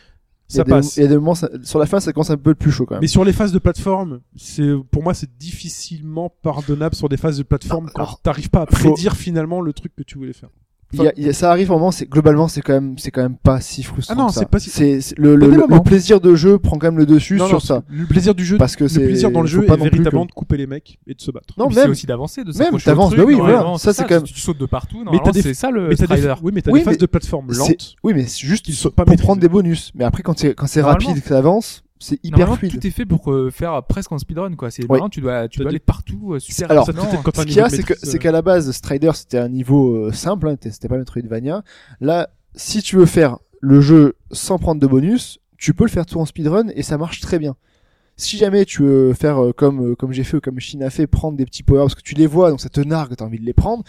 Speaker 5: Il y
Speaker 2: Ça
Speaker 5: a des-
Speaker 2: passe.
Speaker 5: Il y a des moments, ça- sur la fin, ça commence un peu le plus chaud quand même.
Speaker 2: Mais sur les phases de plateforme, c'est pour moi c'est difficilement pardonnable sur des phases de plateforme
Speaker 5: Ah,
Speaker 2: quand
Speaker 5: alors,
Speaker 2: t'arrives pas à
Speaker 5: faut-
Speaker 2: prédire finalement le truc que tu voulais faire.
Speaker 5: Il y a- il y a- ça arrive au moment, c'est globalement c'est quand même c'est quand même pas si frustrant.
Speaker 2: Ah non,
Speaker 5: que ça.
Speaker 2: c'est pas si-
Speaker 5: C'est c'est- le,
Speaker 2: Il y a
Speaker 5: le,
Speaker 2: des
Speaker 5: le
Speaker 2: moments.
Speaker 5: plaisir de jeu prend quand même le dessus
Speaker 2: Non,
Speaker 5: sur
Speaker 2: non,
Speaker 5: ça
Speaker 2: Le plaisir du jeu,
Speaker 5: parce que c'est
Speaker 2: le plaisir dans le
Speaker 5: faut
Speaker 2: jeu
Speaker 5: pas
Speaker 2: est
Speaker 5: non plus
Speaker 2: véritablement
Speaker 5: que-
Speaker 2: de couper les mecs et de se battre.
Speaker 5: Non
Speaker 3: Puis
Speaker 5: même
Speaker 3: c'est aussi d'avancer, de
Speaker 5: même,
Speaker 3: s'accrocher au
Speaker 5: t'avances,
Speaker 3: truc,
Speaker 5: bah oui,
Speaker 3: normalement,
Speaker 5: voilà, ça, c'est quand
Speaker 3: si
Speaker 5: même-
Speaker 3: Tu sautes de partout,
Speaker 2: Mais t'as
Speaker 3: normalement,
Speaker 2: des-
Speaker 3: c'est ça le
Speaker 2: mais t'as des,
Speaker 3: Strider.
Speaker 2: Euh, oui, mais t'as
Speaker 5: Oui,
Speaker 2: des phases
Speaker 5: mais
Speaker 2: de plateforme
Speaker 5: c'est-
Speaker 2: lentes.
Speaker 5: Oui, mais c'est juste
Speaker 2: Ils sont pas
Speaker 5: pour
Speaker 2: maîtrisés.
Speaker 5: prendre des bonus. Mais après quand c'est quand c'est
Speaker 3: Normalement.
Speaker 5: rapide et que ça avance, c'est hyper
Speaker 3: Normalement,
Speaker 5: fluide.
Speaker 3: tout est fait pour euh, faire presque en speedrun, quoi. C'est
Speaker 5: Oui.
Speaker 3: marrant, tu dois, tu
Speaker 2: T'as
Speaker 3: dois
Speaker 2: des-
Speaker 3: aller partout, euh, super
Speaker 5: Alors,
Speaker 2: Ça,
Speaker 3: rapidement.
Speaker 2: peut-être quand t'as un
Speaker 5: Ce qu'il y a,
Speaker 2: niveau de
Speaker 5: c'est que
Speaker 2: maîtrise,
Speaker 5: c'est qu'à la base Strider c'était un niveau euh, simple, hein, c'était pas Metroidvania. Là, si tu veux faire le jeu sans prendre de bonus, tu peux le faire tout en speedrun et ça marche très bien. Si jamais tu veux faire euh, comme euh, comme j'ai fait ou comme Shin a fait, prendre des petits power parce que tu les vois donc ça te nargue, t'as envie de les prendre.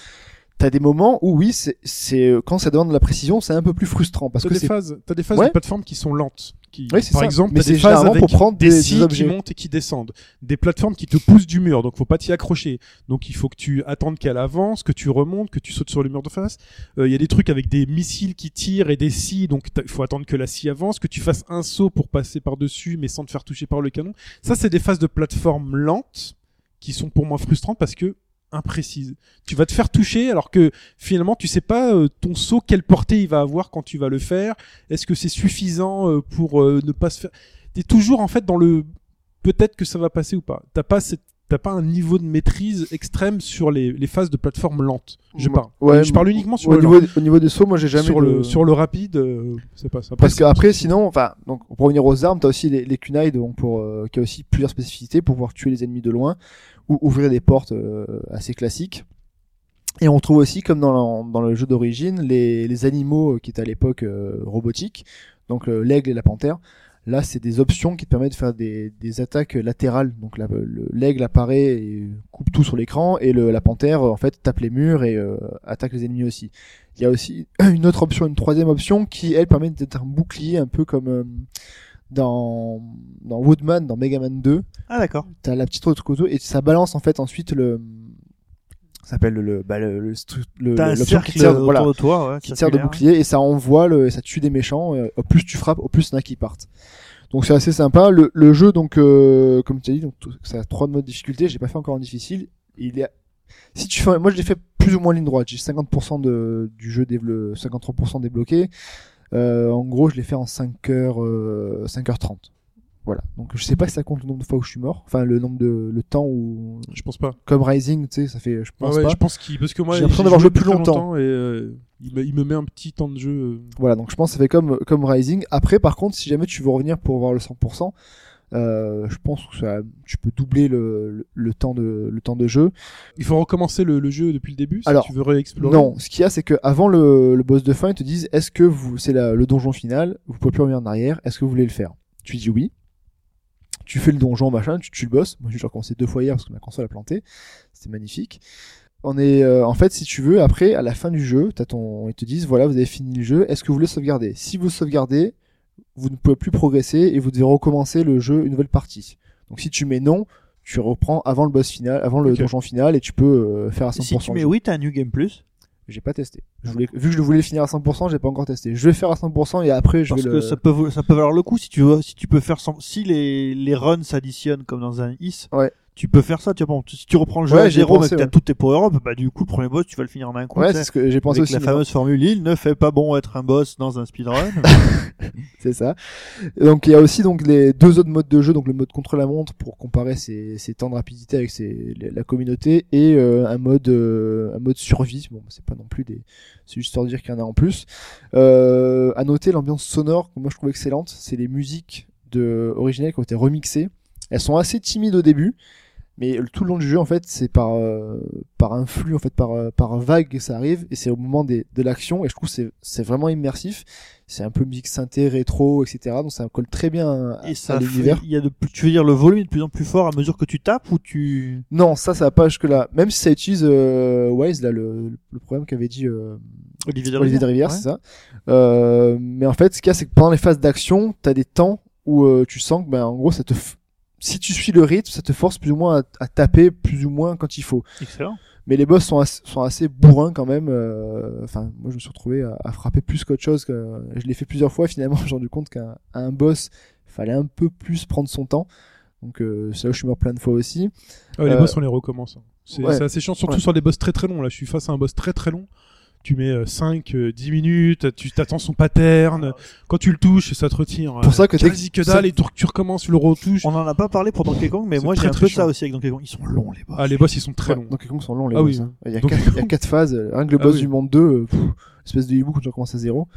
Speaker 5: T'as des moments où oui, c'est- c'est euh, quand ça demande de la précision, c'est un peu plus frustrant parce
Speaker 2: T'as
Speaker 5: que
Speaker 2: des
Speaker 5: c'est
Speaker 2: phases, t'as des phases
Speaker 5: Ouais.
Speaker 2: de plateforme qui sont lentes. Qui,
Speaker 5: Oui, c'est
Speaker 2: par
Speaker 5: ça.
Speaker 2: exemple,
Speaker 5: Mais
Speaker 2: t'as
Speaker 5: c'est
Speaker 2: des phases
Speaker 5: généralement
Speaker 2: avec
Speaker 5: pour prendre
Speaker 2: des,
Speaker 5: des- des
Speaker 2: scies qui
Speaker 5: objets.
Speaker 2: montent et qui descendent, des plateformes qui te poussent du mur, donc faut pas t'y accrocher. Donc il faut que tu attendes qu'elle avance, que tu remontes, que tu sautes sur le mur de face. Euh, Il y a des trucs avec des missiles qui tirent et des scies, donc il faut attendre que la scie avance, que tu fasses un saut pour passer par dessus, mais sans te faire toucher par le canon. Ça, c'est des phases de plateforme lentes qui sont pour moi frustrantes parce que imprécises. Tu vas te faire toucher alors que finalement tu sais pas euh, ton saut quelle portée il va avoir quand tu vas le faire. Est-ce que c'est suffisant euh, pour euh, ne pas se faire T'es toujours en fait dans le peut-être que ça va passer ou pas. T'as pas cette T'as pas un niveau de maîtrise extrême sur les, les phases de plateforme lente. Je
Speaker 5: Ouais,
Speaker 2: parle.
Speaker 5: ouais,
Speaker 2: je parle uniquement sur
Speaker 5: au
Speaker 2: le
Speaker 5: niveau au niveau des sauts, moi j'ai jamais
Speaker 2: sur
Speaker 5: de-
Speaker 2: le sur le rapide. euh, c'est pas ça.
Speaker 5: Parce
Speaker 2: Après,
Speaker 5: qu'après, sinon, enfin, donc pour revenir aux armes, t'as aussi les, les kunai, donc pour euh, qui a aussi plusieurs spécificités pour pouvoir tuer les ennemis de loin ou ouvrir des portes euh, assez classiques. Et on trouve aussi, comme dans, le- dans le jeu d'origine, les, les animaux euh, qui étaient à l'époque euh, robotiques, donc euh, l'aigle et la panthère. Là, c'est des options qui te permettent de faire des, des attaques latérales. Donc la- le- l'aigle apparaît et coupe tout sur l'écran, et le- la panthère, en fait, tape les murs et euh, attaque les ennemis aussi. Il y a aussi (clears throat) une autre option, une troisième option qui, elle, permet d'être un bouclier un peu comme euh, dans, dans Woodman, dans Mega Man 2.
Speaker 4: Ah d'accord.
Speaker 5: T'as la petite autre couteau et ça balance en fait ensuite le. Ça s'appelle le. Bah, le, le, stru- le-
Speaker 4: T'as un
Speaker 5: l'option
Speaker 4: cercle
Speaker 5: qui te sert de-
Speaker 4: autour
Speaker 5: voilà,
Speaker 4: de toi, ouais,
Speaker 5: qui te sert de
Speaker 4: circulaire.
Speaker 5: bouclier et ça envoie, le, ça tue des méchants. et au plus tu frappes, au plus il y en a qui partent. Donc c'est assez sympa. Le, le jeu, donc, euh, comme tu as dit, donc, tout- ça a trois modes de difficulté. J'ai pas fait encore en difficile. Il est si tu fais, moi je l'ai fait plus ou moins ligne droite. J'ai 50% de, du jeu déblo- 53% débloqué. Euh, en gros, je l'ai fait en 5 heures, euh, 5h30. Voilà. Donc je sais pas si ça compte le nombre de fois où je suis mort. Enfin, le nombre de, le temps où,
Speaker 2: je pense pas.
Speaker 5: comme Rising, tu sais, ça fait, je pense
Speaker 2: Ah ouais,
Speaker 5: pas.
Speaker 2: Je pense qu'il parce que moi
Speaker 5: J'ai l'impression
Speaker 2: j'ai
Speaker 5: d'avoir
Speaker 2: joué
Speaker 5: joué plus
Speaker 2: très
Speaker 5: longtemps.
Speaker 2: et euh, il, me, il me met un petit temps de jeu. euh,
Speaker 5: Voilà, donc je pense que ça fait comme, comme Rising. Après, par contre, si jamais tu veux revenir pour voir le 100%, euh, je pense que ça, tu peux doubler le, le, le temps de, le temps de jeu.
Speaker 2: Il faut recommencer le, le jeu depuis le début si
Speaker 5: Alors,
Speaker 2: tu veux réexplorer.
Speaker 5: Non, ce qu'il y a, c'est que avant le, le boss de fin, ils te disent est-ce que vous, c'est la- le donjon final, vous pouvez plus revenir en arrière, est-ce que vous voulez le faire Tu dis oui. Tu fais le donjon, machin, tu tues le boss. Moi, j'ai recommencé deux fois hier parce que ma console a planté. C'était magnifique. On est, euh, en fait, si tu veux, après, à la fin du jeu, t'as ton, ils te disent voilà, vous avez fini le jeu, est-ce que vous voulez sauvegarder Si vous sauvegardez, vous ne pouvez plus progresser et vous devez recommencer le jeu, une nouvelle partie. Donc, si tu mets non, tu reprends avant le boss final, avant le
Speaker 2: Ok.
Speaker 5: donjon final et tu peux euh, faire à 100%.
Speaker 4: Si tu
Speaker 5: le
Speaker 4: mets
Speaker 5: jeu.
Speaker 4: oui, t'as un New Game Plus.
Speaker 5: J'ai pas testé.
Speaker 4: Ah
Speaker 5: Je voulais, vu que je voulais finir à 100%, j'ai pas encore testé. Je vais faire à 100% et après je
Speaker 4: Parce
Speaker 5: vais
Speaker 4: que
Speaker 5: le.
Speaker 4: ça, peut, vou- ça peut valoir le coup si tu veux, si tu peux faire sans- si les, les runs s'additionnent comme dans un is.
Speaker 5: Ouais.
Speaker 4: Tu peux faire ça, tu vois. bon, si tu reprends le jeu
Speaker 5: Ouais,
Speaker 4: à
Speaker 5: j'y ai
Speaker 4: zéro mais que
Speaker 5: pensé,
Speaker 4: t'as
Speaker 5: ouais.
Speaker 4: toutes tes power ups bah du coup le premier boss tu vas le finir en un coup.
Speaker 5: Ouais,
Speaker 4: tu sais.
Speaker 5: c'est ce que j'ai pensé
Speaker 4: Avec
Speaker 5: aussi.
Speaker 4: la fameuse formule, il ne fait pas bon être un boss dans un speedrun.
Speaker 5: C'est ça. Et Donc il y a aussi donc les deux autres modes de jeu, donc le mode contre la montre pour comparer ses, ses temps de rapidité avec ses- la communauté et euh, un mode euh, un mode survie. Bon, c'est pas non plus des, c'est juste pour dire qu'il y en a en plus. Euh, à noter l'ambiance sonore que moi je trouve excellente, c'est les musiques de originelles qui ont été remixées. Elles sont assez timides au début, Mais le- tout le long du jeu, en fait, c'est par, euh, par un flux, en fait, par, euh, par vague que ça arrive, et c'est au moment des, de l'action, et je trouve que c'est- c'est vraiment immersif. C'est un peu musique synthé, rétro, etc. Donc ça colle très bien (laughs) à,
Speaker 4: Et
Speaker 5: à
Speaker 4: ça, fait-
Speaker 5: l'univers.
Speaker 4: il y a de plus- tu veux dire le volume est de plus en plus fort à mesure que tu tapes ou tu
Speaker 5: Non, ça, ça va pas jusque-là. Même si ça utilise euh, Wise, là, le, le problème qu'avait dit euh,
Speaker 4: Olivier de
Speaker 5: Olivier de Rivière, c'est ça. Euh, mais en fait, ce qu'il y a, c'est que pendant les phases d'action, t'as des temps où euh, tu sens que, ben, en gros, ça te. f- Si tu suis le rythme, ça te force plus ou moins à, à taper plus ou moins quand il faut.
Speaker 4: Excellent.
Speaker 5: Mais les boss sont, as- sont assez bourrins quand même. euh, Enfin, moi, je me suis retrouvé à, à frapper plus qu'autre chose. que- Je l'ai fait plusieurs fois. Finalement, (laughs) j'ai rendu compte qu'un un boss fallait un peu plus prendre son temps. Donc, euh, c'est là où je suis mort plein de fois aussi.
Speaker 2: Ah ouais, les
Speaker 5: Euh,
Speaker 2: boss, on les recommence. hein. C'est
Speaker 5: ouais.
Speaker 2: c'est assez chiant, surtout
Speaker 5: Ouais.
Speaker 2: sur les boss très très longs. Là, je suis face à un boss très très long. Tu mets euh, 5, 10 minutes, tu t'attends son pattern. Quand tu le touches, ça te retire. euh,
Speaker 5: Pour ça que dès que-
Speaker 2: quasi que dalle et tu, tu recommences, tu le retouches.
Speaker 4: On en a pas parlé pour Donkey Kong, mais
Speaker 2: C'est
Speaker 4: moi j'ai
Speaker 2: très,
Speaker 4: un
Speaker 2: très
Speaker 4: peu
Speaker 2: chiant.
Speaker 4: ça aussi avec Donkey Kong. Ils sont longs les boss.
Speaker 2: Ah, les boss, ils sont très
Speaker 5: Ouais,
Speaker 2: longs.
Speaker 5: Donc les Kongs sont longs les
Speaker 2: Ah
Speaker 5: boss.
Speaker 2: oui.
Speaker 5: hein. Il, y a
Speaker 2: Donc-
Speaker 5: quatre, il y a quatre phases. Rien que le
Speaker 2: Ah
Speaker 5: boss
Speaker 2: oui.
Speaker 5: du monde 2, euh, pff, espèce de hibou quand tu recommences à zéro.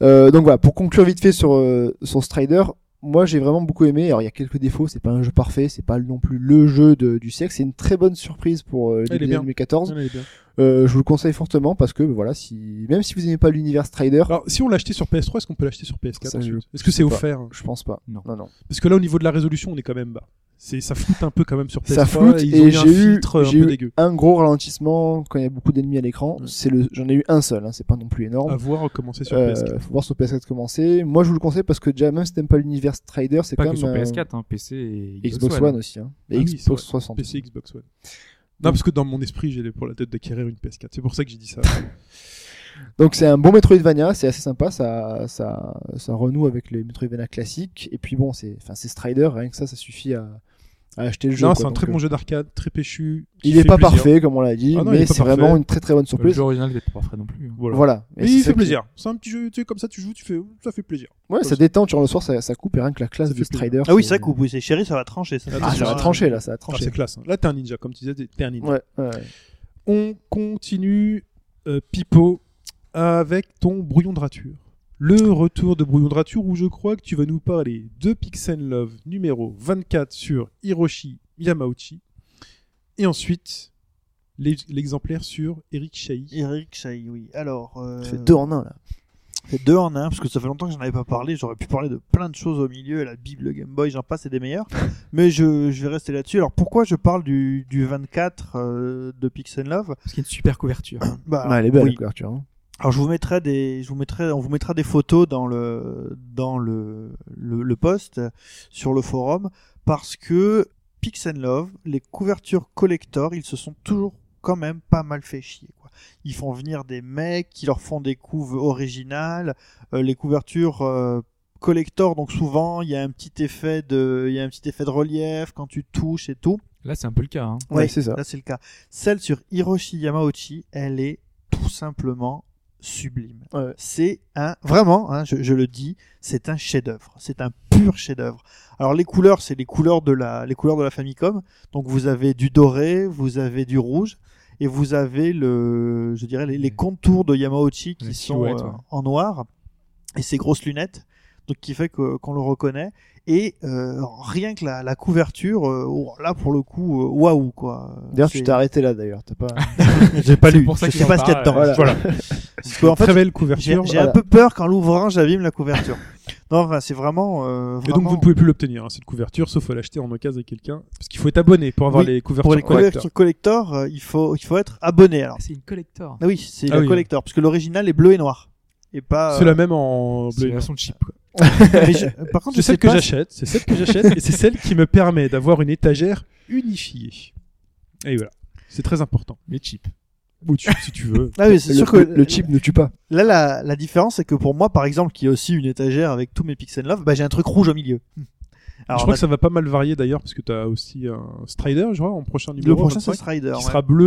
Speaker 5: Euh, donc voilà, pour conclure vite fait sur, euh, sur Strider, moi j'ai vraiment beaucoup aimé. Alors il y a quelques défauts, c'est pas un jeu parfait, c'est pas non plus le jeu de- du siècle. C'est une très bonne surprise pour euh, le
Speaker 2: Ah, Il est
Speaker 5: début
Speaker 2: bien.
Speaker 5: 2014.
Speaker 2: Ouais, il est bien.
Speaker 5: Euh, je vous le conseille fortement parce que voilà, si même si vous aimez pas l'univers Strider,
Speaker 2: Alors, si on l'a acheté sur PS3, est-ce qu'on peut l'acheter sur PS4
Speaker 5: Ça,
Speaker 2: ensuite
Speaker 5: je-
Speaker 2: Est-ce que
Speaker 5: je
Speaker 2: c'est
Speaker 5: sais pas.
Speaker 2: offert
Speaker 5: je pense pas.
Speaker 3: Non.
Speaker 5: non, non.
Speaker 2: Parce que là, au niveau de la résolution, on est quand même bas. C'est ça floute un peu quand même sur PS3.
Speaker 5: Ça floute
Speaker 2: ils ont
Speaker 5: et
Speaker 2: mis un
Speaker 5: j'ai eu-
Speaker 2: filtre un
Speaker 5: j'ai
Speaker 2: peu
Speaker 5: eu
Speaker 2: dégueu.
Speaker 5: Un gros ralentissement quand il y a beaucoup d'ennemis à l'écran.
Speaker 2: Ouais.
Speaker 5: C'est le, j'en ai eu un seul, hein, c'est pas non plus énorme.
Speaker 2: À voir comment c'est sur
Speaker 5: Euh,
Speaker 2: PS4.
Speaker 5: faut voir sur PS4 commencer. Moi, je vous le conseille parce que déjà, même si t'aimes pas l'univers Strider, c'est
Speaker 3: Pas
Speaker 5: quand
Speaker 3: que
Speaker 5: même
Speaker 3: sur
Speaker 5: un-
Speaker 3: PS4, hein, PC et
Speaker 5: Xbox One aussi, hein. et
Speaker 2: Ah oui, c'est vrai.
Speaker 5: Xbox 360.
Speaker 2: PC, Xbox One. Non, parce que dans mon esprit, j'ai pour la tête d'acquérir une PS4. C'est pour ça que j'ai dit
Speaker 5: (laughs)
Speaker 2: ça.
Speaker 5: Donc c'est un bon Metroidvania, c'est assez sympa, ça, ça, ça renoue avec les Metroidvania classiques. Et puis bon, c'est, enfin, c'est Strider, rien que ça, ça suffit à, à acheter le jeu.
Speaker 2: non,
Speaker 5: quoi.
Speaker 2: c'est un
Speaker 5: Donc,
Speaker 2: très
Speaker 5: euh,
Speaker 2: bon jeu d'arcade, très péchu. qui
Speaker 5: Il est
Speaker 2: fait
Speaker 5: pas
Speaker 2: plaisir.
Speaker 5: parfait, comme on l'a dit,
Speaker 2: Ah non, il est
Speaker 5: mais
Speaker 2: pas
Speaker 5: c'est
Speaker 2: parfait.
Speaker 5: vraiment une très très bonne
Speaker 3: Le
Speaker 5: surprise.
Speaker 3: jeu original n'était pas frais non plus. hein.
Speaker 2: Voilà.
Speaker 5: Voilà. Et
Speaker 2: Mais
Speaker 5: c'est
Speaker 2: il
Speaker 5: ça
Speaker 2: fait
Speaker 5: qui-
Speaker 2: plaisir. C'est un petit jeu, tu sais, comme ça, tu joues, tu fais, ça fait plaisir.
Speaker 5: Ouais, ça détend, tu rentres le soir, ça, ça coupe, et rien que la classe
Speaker 2: Ça
Speaker 5: de
Speaker 2: fait plaisir.
Speaker 5: Strider.
Speaker 4: Ah oui, c'est vrai que vous pouvez c'est chéri, ça va trancher. Ça,
Speaker 2: Ah,
Speaker 5: Ah, ça
Speaker 4: sûr.
Speaker 5: va trancher là, ça va
Speaker 2: Ah,
Speaker 5: trancher.
Speaker 2: c'est classe. hein. Là, t'es un ninja, comme tu disais, t'es un ninja.
Speaker 5: Ouais, ouais.
Speaker 2: On continue, euh, Pipo, avec ton brouillon de rature. Le retour de brouillon de rature où je crois que tu vas nous parler de Pixel Love numéro 24 sur Hiroshi Yamauchi. Et ensuite, l'ex- l'exemplaire sur Eric Chahi.
Speaker 4: Eric Chahi, oui. Alors. euh,
Speaker 5: Ça fait deux en un là.
Speaker 4: C'est deux en un, parce que ça fait longtemps que j'en avais pas parlé. J'aurais pu parler de plein de choses au milieu, la Bible, le Game Boy, j'en passe, c'est des (laughs) meilleurs. Mais je, je vais rester là-dessus. Alors pourquoi je parle du, du 24 euh, de Pixel Love
Speaker 3: Parce qu'il y a une super couverture.
Speaker 4: bah,
Speaker 5: Ouais, elle
Speaker 2: Ah
Speaker 5: est belle
Speaker 4: oui.
Speaker 5: la couverture. hein.
Speaker 4: Alors je vous mettrai des, je vous mettrai, on vous mettra des photos dans le dans le le, le post euh, sur le forum parce que Pix and Love, les couvertures collector, ils se sont toujours quand même pas mal fait chier. Quoi. Ils font venir des mecs, qui leur font des couves originales, euh, les couvertures. euh, collector donc souvent il y a un petit effet de il y a un petit effet de relief quand tu touches et tout
Speaker 3: Là, c'est un peu le cas. hein.
Speaker 5: Ouais,
Speaker 4: oui,
Speaker 5: c'est ça.
Speaker 4: Là, c'est le cas. Celle sur Hiroshi Yamauchi, elle est tout simplement sublime.
Speaker 5: Ouais.
Speaker 4: C'est un, vraiment, hein, je, je le dis, c'est un chef-d'œuvre. C'est un pur chef-d'œuvre. Alors les couleurs, c'est les couleurs de la, les couleurs de la Famicom. Donc vous avez du doré, vous avez du rouge. Et vous avez le, je dirais les, les contours de Yamauchi qui
Speaker 3: Les
Speaker 4: sont
Speaker 3: silhouettes,
Speaker 4: euh,
Speaker 3: ouais.
Speaker 4: en noir et ses grosses lunettes, donc qui fait que- qu'on le reconnaît. Et euh, rien que la, la couverture, euh, oh, là pour le coup, euh, waouh quoi.
Speaker 5: D'ailleurs, tu
Speaker 4: C'est- Ah
Speaker 5: t'es arrêté là d'ailleurs, t'as pas.
Speaker 4: (laughs) J'ai pas
Speaker 3: C'est
Speaker 4: lu.
Speaker 3: pour ça
Speaker 4: je
Speaker 3: qu'il
Speaker 4: sais
Speaker 3: en
Speaker 4: pas ce qu'il y a
Speaker 3: parle,
Speaker 4: dedans.
Speaker 5: Voilà.
Speaker 2: (laughs)
Speaker 4: Parce que, Bah, en
Speaker 2: Très
Speaker 4: fait,
Speaker 2: belle
Speaker 4: j'ai
Speaker 2: couverture. hein.
Speaker 4: j'ai
Speaker 5: voilà.
Speaker 4: un peu peur qu'en l'ouvrant, j'abîme la couverture. non, enfin, c'est vraiment, euh,
Speaker 2: Et donc vous
Speaker 4: vraiment-
Speaker 2: ne pouvez plus l'obtenir, hein, cette couverture, sauf à l'acheter en occasion à quelqu'un. Parce qu'il faut être abonné pour avoir
Speaker 4: Oui,
Speaker 2: les couvertures
Speaker 4: pour les
Speaker 2: collector.
Speaker 4: couvertures collector, euh, il faut il faut être abonné alors.
Speaker 3: C'est une collector.
Speaker 4: Ah oui, c'est
Speaker 2: Ah
Speaker 4: la
Speaker 2: oui.
Speaker 4: collector parce que l'original est bleu et noir et pas.
Speaker 2: C'est
Speaker 4: euh,
Speaker 2: la même en
Speaker 3: C'est
Speaker 2: bleu.
Speaker 3: la version cheap. quoi.
Speaker 4: mais je- par contre, je sais
Speaker 2: C'est celle que
Speaker 4: pas
Speaker 2: j'achète, c'est celle que j'achète, et c'est celle qui me permet d'avoir une étagère unifiée. Et voilà, c'est très important.
Speaker 3: Mais cheap.
Speaker 2: Ou tu- si tu veux.
Speaker 4: Ah oui, c'est
Speaker 5: le,
Speaker 4: sûr que
Speaker 5: le- le chip ne tue pas.
Speaker 4: Là, la, la différence, c'est que pour moi, par exemple, qui est aussi une étagère avec tous mes Pixel Love, bah, j'ai un truc rouge au milieu.
Speaker 2: je
Speaker 4: (laughs) Alors, on
Speaker 2: crois
Speaker 4: a-
Speaker 2: que ça va pas mal varier d'ailleurs, parce que tu as aussi un Strider, je crois, en prochain numéro.
Speaker 4: le prochain, c'est
Speaker 2: 25,
Speaker 4: Strider.
Speaker 2: qui
Speaker 4: ouais.
Speaker 2: sera bleu.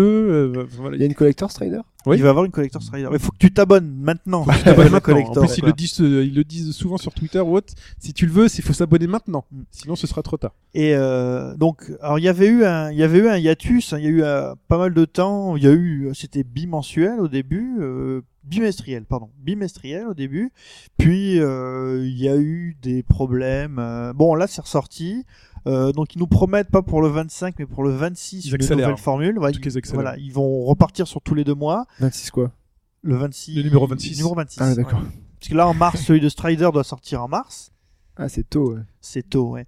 Speaker 2: euh, voilà,
Speaker 5: Il y a une collector Strider
Speaker 2: Oui.
Speaker 4: Il va avoir une collector Strider. Mais faut que tu t'abonnes maintenant.
Speaker 2: tu
Speaker 4: (laughs)
Speaker 2: t'abonnes
Speaker 4: Le
Speaker 2: maintenant. En
Speaker 4: collector,
Speaker 2: plus, ils
Speaker 4: quoi.
Speaker 2: le, disent, euh, ils le disent souvent sur Twitter ou autre. Si tu le veux, il faut s'abonner maintenant.
Speaker 4: Mm.
Speaker 2: Sinon, ce sera trop tard.
Speaker 4: Et euh, donc, alors il y avait eu un, il y avait eu un hiatus. hein, Il y a eu euh, pas mal de temps. Il y a eu, euh, c'était bimensuel au début, euh, bimestriel, pardon, bimestriel au début. Puis euh, il y a eu des problèmes. euh, bon, là c'est ressorti. Euh, donc ils nous promettent pas pour le 25 mais pour le 26
Speaker 2: Ils
Speaker 4: une
Speaker 2: accélèrent.
Speaker 4: nouvelle formule. Voilà,
Speaker 2: Tout
Speaker 4: ils-
Speaker 2: qu'ils accélèrent.
Speaker 4: voilà, ils vont repartir sur tous les deux mois.
Speaker 5: 26 quoi
Speaker 4: Le 26.
Speaker 2: Le numéro 26.
Speaker 4: Numéro 26.
Speaker 5: Ah, d'accord.
Speaker 4: ouais. Parce que là en mars, celui de Strider doit sortir en mars.
Speaker 5: Ah, c'est tôt. ouais.
Speaker 4: C'est tôt, ouais.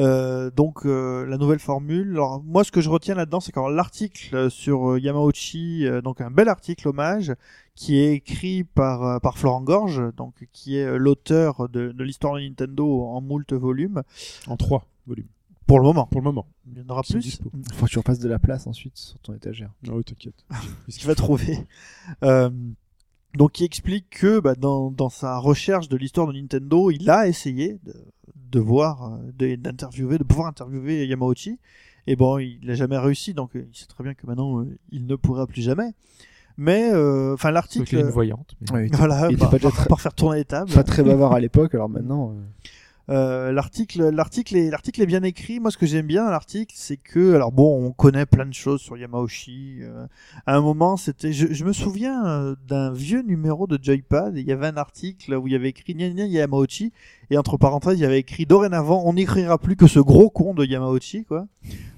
Speaker 4: Euh, donc euh, la nouvelle formule. Alors moi, ce que je retiens là-dedans, c'est quand l'article euh, sur euh, Yamauchi, euh, donc un bel article hommage qui est écrit par euh, par Florent Gorge, donc qui est euh, l'auteur de, de l'histoire de Nintendo en moult volumes.
Speaker 2: En 3 volumes,
Speaker 4: Pour le moment,
Speaker 2: pour le moment.
Speaker 4: il y en aura
Speaker 2: C'est
Speaker 4: plus.
Speaker 2: dispo.
Speaker 5: Faut que tu repasses de la place ensuite sur ton étagère.
Speaker 2: Ah ouais, t'inquiète.
Speaker 4: (laughs) ce qu'il va trouver. (laughs) Euh, donc, il explique que bah, dans, dans sa recherche de l'histoire de Nintendo, il a essayé de, de voir, euh, de- d'interviewer, de pouvoir interviewer Yamauchi. Et bon, il n'a jamais réussi, donc euh, il sait très bien que maintenant, euh, il ne pourra plus jamais. Mais, euh, enfin,
Speaker 3: Sauf qu'il est une
Speaker 4: l'article. (laughs)
Speaker 3: voyante. mais-
Speaker 5: Ouais, il était-
Speaker 4: Voilà,
Speaker 5: il était
Speaker 4: par,
Speaker 5: pas déjà
Speaker 4: par-
Speaker 5: très-
Speaker 4: par faire tourner les tables.
Speaker 5: pas très bavard à l'époque, alors maintenant. euh,
Speaker 4: Euh, l'article l'article est l'article est bien écrit moi ce que j'aime bien dans l'article c'est que alors bon on connaît plein de choses sur Yamauchi euh, à un moment c'était je, je me souviens euh, d'un vieux numéro de Joypad et il y avait un article où il y avait écrit gna gna Yamauchi et entre parenthèses il y avait écrit dorénavant on n'écrira plus que ce gros con de Yamauchi quoi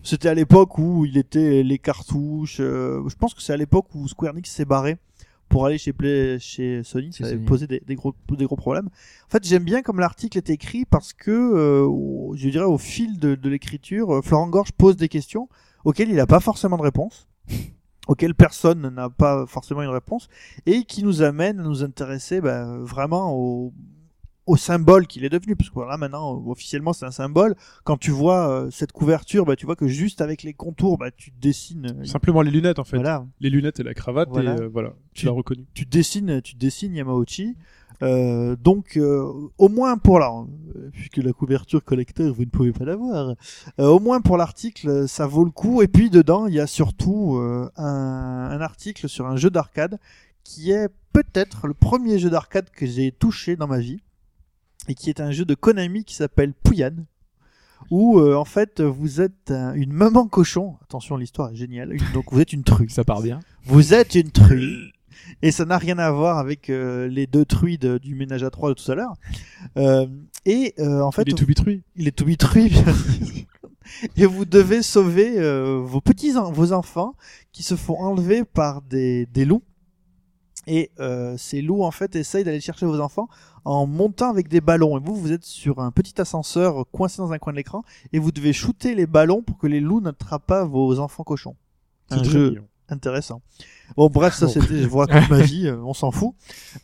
Speaker 4: c'était à l'époque où il était les cartouches euh, je pense que c'est à l'époque où Square Enix s'est barré pour aller chez Play- chez Sony
Speaker 3: Chez
Speaker 4: ça avait
Speaker 3: Sony.
Speaker 4: posé des- des gros des gros problèmes en fait, j'aime bien comme l'article est écrit parce que, euh, au- je dirais, au fil de, de l'écriture, euh, Florent Gorge pose des questions auxquelles il n'a pas forcément de réponse, auxquelles personne n'a pas forcément une réponse, et qui nous amène à nous intéresser bah, vraiment au, au symbole qu'il est devenu. Parce que là, maintenant, euh, officiellement, c'est un symbole. Quand tu vois euh, cette couverture, bah, tu vois que juste avec les contours, bah, tu dessines. euh,
Speaker 2: Simplement les lunettes en fait.
Speaker 4: Voilà,
Speaker 2: Les lunettes et la cravate,
Speaker 4: Voilà.
Speaker 2: et euh, voilà, tu
Speaker 4: Tu-
Speaker 2: l'as reconnu.
Speaker 4: tu dessines, tu dessines Yamauchi. Euh, donc, euh, au moins pour la, euh, puisque la couverture collecteur, vous ne pouvez pas l'avoir. euh, au moins pour l'article, euh, ça vaut le coup. Et puis dedans, il y a surtout euh, un, un article sur un jeu d'arcade qui est peut-être le premier jeu d'arcade que j'ai touché dans ma vie et qui est un jeu de Konami qui s'appelle Puyan. Où euh, en fait vous êtes un- une maman cochon. Attention, l'histoire est géniale. Donc vous êtes une truie.
Speaker 3: Ça part bien.
Speaker 4: Vous êtes une truie. Et ça n'a rien à voir avec euh, les deux truies de- du ménage à trois de tout à l'heure. Euh, et euh, en fait,
Speaker 2: Il est tout bitrui.
Speaker 4: il est tout bitru, bien sûr. Et vous devez sauver euh, vos petits en- vos enfants qui se font enlever par des, des loups. Et euh, ces loups, en fait, essayent d'aller chercher vos enfants en montant avec des ballons. Et vous, vous êtes sur un petit ascenseur coincé dans un coin de l'écran et vous devez shooter les ballons pour que les loups n'attrapent pas vos enfants cochons.
Speaker 2: C'est
Speaker 4: Un
Speaker 2: très
Speaker 4: jeu
Speaker 2: mignon.
Speaker 4: intéressant. Bon, bref, ça
Speaker 2: Bon.
Speaker 4: c'était, je vois toute ma vie, euh, on s'en fout.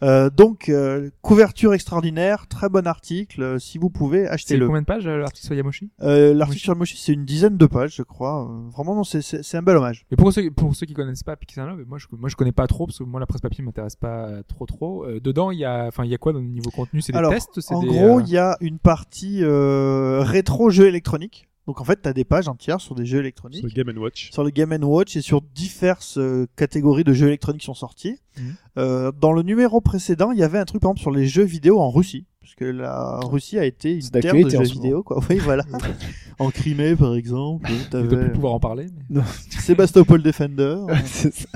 Speaker 4: Euh, donc, euh, couverture extraordinaire, très bon article. euh, si vous pouvez,
Speaker 3: C'est
Speaker 4: achetez-le.
Speaker 3: combien de pages euh, l'article sur Yamoshi
Speaker 4: Euh, L'article sur Moshi, c'est une dizaine de pages, je crois. Euh, vraiment, non, c'est- c'est c'est un bel hommage.
Speaker 3: Mais pour ceux, pour ceux qui connaissent pas Pixel Love, moi je, moi je connais pas trop parce que moi la presse papier m'intéresse pas euh, trop trop. Euh, dedans il y a, enfin il y a quoi dans le niveau contenu C'est des
Speaker 4: Alors,
Speaker 3: tests c'est
Speaker 4: En
Speaker 3: des,
Speaker 4: gros,
Speaker 3: euh,
Speaker 4: il y a une partie euh, rétro jeux électroniques. Donc, en fait, t'as des pages entières sur des jeux électroniques.
Speaker 2: Sur Game Watch.
Speaker 4: sur le Game Watch et sur diverses euh, catégories de jeux électroniques qui sont sortis.
Speaker 3: Mhm.
Speaker 4: Euh, dans le numéro précédent, il y avait un truc par exemple sur les jeux vidéo en Russie, parce que la Russie a été une
Speaker 5: C'est
Speaker 4: terre de
Speaker 5: d'actualité en
Speaker 4: jeux
Speaker 5: ce moment.
Speaker 4: vidéo, quoi. (laughs) Oui, voilà.
Speaker 5: (laughs)
Speaker 4: en Crimée, par exemple,
Speaker 3: je dois
Speaker 4: t'avais
Speaker 3: plus pouvoir en parler. mais-
Speaker 4: Sébastopol
Speaker 2: (laughs)
Speaker 4: Defender.
Speaker 5: c'est ça.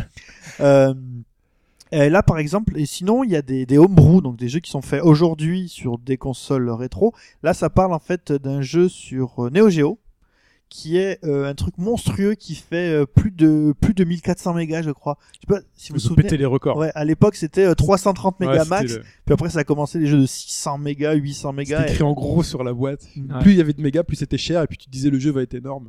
Speaker 4: Euh, et là, par exemple, et sinon, il y a des, des homebrew, donc des jeux qui sont faits aujourd'hui sur des consoles rétro. Là, ça parle en fait d'un jeu sur euh, Neo Geo, qui est euh, un truc monstrueux qui fait euh, plus de plus de 1400 mégas, je crois. Je sais pas si vous vous
Speaker 2: Vous
Speaker 4: souvenez.
Speaker 2: pétez les records.
Speaker 4: Ouais, à l'époque, c'était euh, 330 mégas
Speaker 2: Ouais, c'était
Speaker 4: max.
Speaker 2: le-
Speaker 4: Puis après, ça a commencé les jeux de 600 mégas, 800 mégas.
Speaker 2: (laughs) C'était écrit en gros sur la boîte.
Speaker 3: Ouais.
Speaker 2: Plus il y avait de mégas, plus c'était cher, et puis tu disais le jeu va
Speaker 4: (laughs)
Speaker 2: être énorme.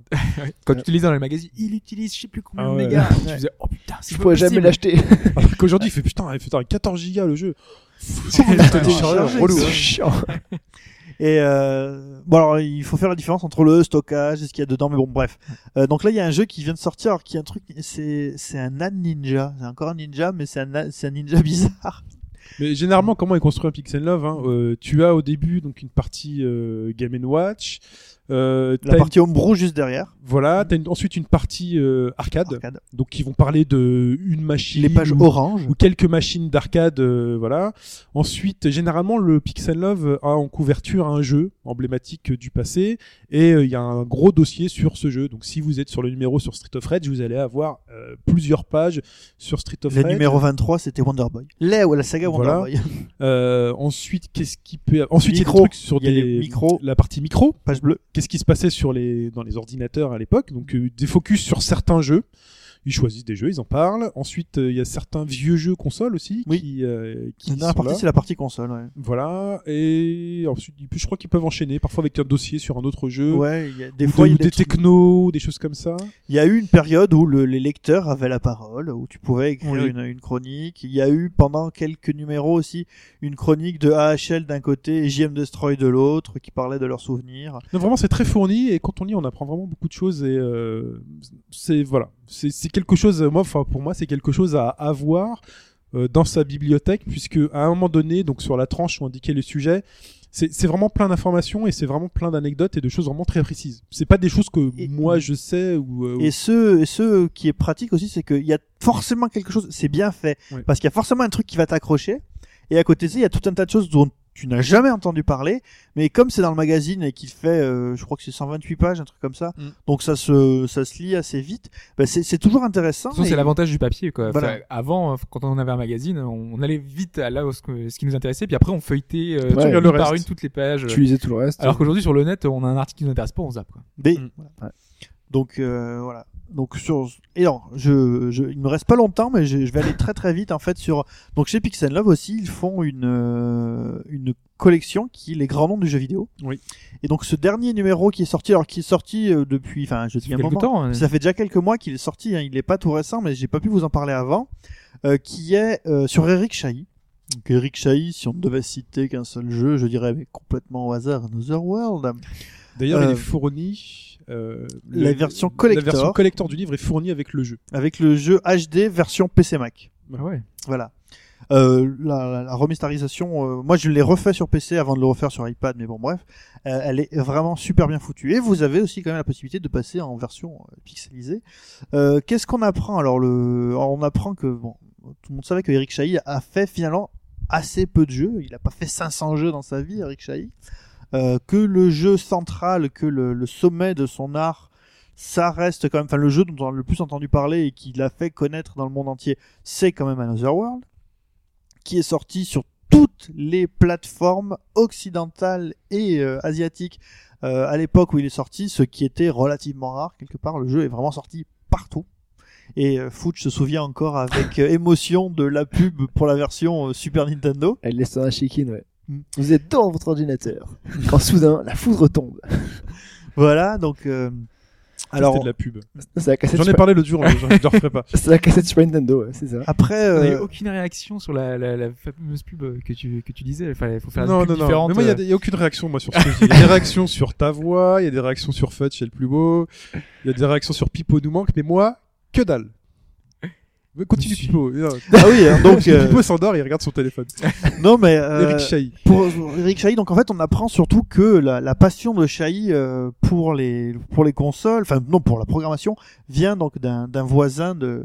Speaker 3: Quand tu utilises dans les magazines, il utilise je sais plus combien
Speaker 2: Ah
Speaker 3: de
Speaker 2: ouais.
Speaker 3: (laughs) mégas.
Speaker 4: Ouais.
Speaker 3: Tu faisais oh putain, c'est
Speaker 5: Je
Speaker 3: pas
Speaker 5: pourrais jamais
Speaker 3: possible.
Speaker 5: l'acheter.
Speaker 2: Alors qu'aujourd'hui, il fait putain, il fait putain, 14 gigas le jeu.
Speaker 5: (laughs)
Speaker 4: téléchargé,
Speaker 2: relou. hein.
Speaker 4: ça.
Speaker 5: chiant.
Speaker 4: Et euh, bon alors il faut faire la différence entre le stockage et ce qu'il y a dedans, mais bon bref. Euh, donc là il y a un jeu qui vient de sortir, alors qui est un truc, c'est c'est un nan ninja, c'est encore un ninja, mais c'est un nan- c'est un ninja (laughs) bizarre.
Speaker 2: Mais généralement, comment est construit un Pixel Love hein Euh, Tu as au début donc une partie euh, Game Watch. Euh,
Speaker 4: La
Speaker 2: t'as une-
Speaker 4: partie homebrew juste derrière.
Speaker 2: Voilà, t'as une- ensuite une partie euh, arcade,
Speaker 4: Arcade.
Speaker 2: donc qui vont parler de une machine,
Speaker 4: Les pages
Speaker 2: ou,
Speaker 4: orange.
Speaker 2: ou quelques machines d'arcade, euh, voilà. Ensuite, généralement, le Pixel Love a en couverture un jeu emblématique euh, du passé, et euh, il y a un gros dossier sur ce jeu. Donc, si vous êtes sur le numéro sur Street of Rage, vous allez avoir euh, plusieurs pages sur Street of
Speaker 4: Le
Speaker 2: Rage.
Speaker 4: numéro 23 c'était Wonder Boy. Les, ou la saga Wonder
Speaker 2: Voilà.
Speaker 4: Boy. (laughs)
Speaker 2: Euh, ensuite, qu'est-ce qui peut Ensuite, il y a des
Speaker 4: Micro.
Speaker 2: trucs sur
Speaker 4: Il y a
Speaker 2: des
Speaker 4: les micros.
Speaker 2: la partie micro.
Speaker 4: Page bleue.
Speaker 2: qu'est-ce qui se passait sur les, dans les ordinateurs à l'époque. Donc euh, des focus sur certains jeux. Ils choisissent des jeux, ils en parlent. Ensuite, euh, il y a certains vieux jeux consoles aussi
Speaker 4: Oui.
Speaker 2: qui, euh, qui
Speaker 4: La dernière
Speaker 2: sont
Speaker 4: partie,
Speaker 2: là.
Speaker 4: c'est la partie console, ouais.
Speaker 2: Voilà. Et ensuite, ils- je crois qu'ils peuvent enchaîner, parfois avec un dossier sur un autre jeu.
Speaker 4: Ouais, il y a- des
Speaker 2: Ou
Speaker 4: fois, il y,
Speaker 2: ou
Speaker 4: a
Speaker 2: des
Speaker 4: des trucs-
Speaker 2: technos, des choses comme ça.
Speaker 4: il y a eu une période où le- les lecteurs avaient la parole, où tu pouvais écrire
Speaker 3: Oui.
Speaker 4: une, une chronique. Il y a eu pendant quelques numéros aussi une chronique de AHL d'un côté et JM Destroy de l'autre qui parlait de leurs souvenirs.
Speaker 2: Non, vraiment, c'est très fourni et quand on lit, on apprend vraiment beaucoup de choses et euh, c'est voilà, c'est c'est quelque chose. euh, Moi, enfin pour moi, c'est quelque chose à avoir euh, dans sa bibliothèque puisque à un moment donné, donc sur la tranche où indiquait le sujet, c'est c'est vraiment plein d'informations et c'est vraiment plein d'anecdotes et de choses vraiment très précises. C'est pas des choses que
Speaker 4: Et-
Speaker 2: moi je sais ou. euh,
Speaker 4: Et ce, et ce qui est pratique aussi, c'est qu'il y a forcément quelque chose, c'est bien fait,
Speaker 2: Oui.
Speaker 4: parce qu'il y a forcément un truc qui va t'accrocher, et à côté de ça, il y a tout un tas de choses dont tu n'as jamais entendu parler, mais comme c'est dans le magazine et qu'il fait, euh, je crois que c'est 128 pages, un truc comme ça,
Speaker 2: Mm.
Speaker 4: donc ça se, ça se lit assez vite, bah, c'est c'est toujours intéressant.
Speaker 3: De toute façon,
Speaker 4: et-
Speaker 3: c'est l'avantage du papier. Quoi.
Speaker 4: Voilà.
Speaker 3: Enfin, avant, euh, quand on avait un magazine, on on allait vite à là où ce que- ce qui nous intéressait, puis après on feuilletait euh,
Speaker 5: Ouais.
Speaker 3: une
Speaker 2: Le
Speaker 3: par
Speaker 2: reste.
Speaker 3: une toutes les pages. Euh,
Speaker 5: Tu lisais tout le reste.
Speaker 3: Alors qu'aujourd'hui sur le net, on a un article qui nous intéresse pas, on zappe. Quoi.
Speaker 4: Des-
Speaker 2: Mm.
Speaker 4: voilà. Donc euh, voilà. Donc sur et non, je, je il me reste pas longtemps mais je, je vais aller très très vite en fait sur donc chez Pixel Love aussi ils font une euh, une collection qui est les grands noms du jeu vidéo.
Speaker 2: Oui.
Speaker 4: Et donc ce dernier numéro qui est sorti alors qui est sorti euh, depuis enfin je dis un
Speaker 3: Quelque
Speaker 4: moment
Speaker 3: temps, hein.
Speaker 4: ça fait déjà quelques mois qu'il est sorti, hein. il n'est pas tout récent, mais j'ai pas pu vous en parler avant, euh, qui est euh, sur Eric Chahi. Donc Eric Chahi, si on ne devait citer qu'un seul jeu, je dirais mais complètement au hasard Another World.
Speaker 2: D'ailleurs, il
Speaker 4: euh,
Speaker 2: est fourni. euh,
Speaker 4: la version
Speaker 2: le- La version
Speaker 4: collector.
Speaker 2: collector du livre est fournie avec le jeu.
Speaker 4: avec le jeu HD version PC Mac.
Speaker 3: Ah ouais.
Speaker 4: Voilà. Euh, la, la- la remasterisation, euh, moi je l'ai refait sur PC avant de le refaire sur iPad, mais bon bref, euh, elle est vraiment super bien foutue. Et vous avez aussi quand même la possibilité de passer en version euh, pixelisée. Euh, Qu'est-ce qu'on apprend alors, le... alors, On apprend que bon, tout le monde savait que Eric Chahi a fait finalement assez peu de jeux. Il n'a pas fait 500 jeux dans sa vie, Eric Chahi. Euh, que le jeu central, que le, le sommet de son art, ça reste quand même, enfin le jeu dont on a le plus entendu parler et qui l'a fait connaître dans le monde entier, c'est quand même Another World, qui est sorti sur toutes les plateformes occidentales et euh, asiatiques euh, à l'époque où il est sorti, ce qui était relativement rare quelque part. Le jeu est vraiment sorti partout. Et euh, Fooch se souvient encore avec euh, émotion de la pub pour la version euh, Super Nintendo.
Speaker 5: Elle laisse un chicken, ouais.
Speaker 4: Mm.
Speaker 5: Vous êtes dans votre ordinateur. Quand soudain, la foudre tombe.
Speaker 4: Voilà, donc. euh, alors,
Speaker 2: Alors, c'était de la pub.
Speaker 5: C'est la cassette.
Speaker 2: J'en ai
Speaker 5: Super-
Speaker 2: parlé l'autre jour, mais je je
Speaker 4: (laughs)
Speaker 2: le referai pas.
Speaker 5: C'est la cassette Super Nintendo, ouais, c'est ça.
Speaker 4: après.
Speaker 3: On n'a eu
Speaker 4: euh,
Speaker 3: aucune réaction sur la, la, la fameuse pub euh, que tu, que tu disais. Il fallait- faut faire
Speaker 2: Non,
Speaker 3: une pub
Speaker 2: non, non.
Speaker 3: différente.
Speaker 2: Mais moi, il y a
Speaker 3: euh.
Speaker 2: des- il n'y a, aucune réaction, moi, sur ce que je dis. Il y a des réactions sur ta voix, il y a des réactions sur Fudge, c'est le plus beau. Il y a des réactions sur Pipo nous manque, mais moi, que dalle. Mais Continue,
Speaker 3: Je suis-
Speaker 2: Pipo. Non,
Speaker 4: Ah oui, hein, (laughs) donc.
Speaker 2: (laughs) parce que
Speaker 4: euh,
Speaker 2: Pipo s'endort, il regarde son téléphone.
Speaker 4: non, mais. euh,
Speaker 2: Eric Chahi.
Speaker 4: pour Eric Chahi, donc en fait, on apprend surtout que la, la passion de Chahi euh, pour les pour les consoles, enfin non pour la programmation, vient donc d'un d'un voisin de,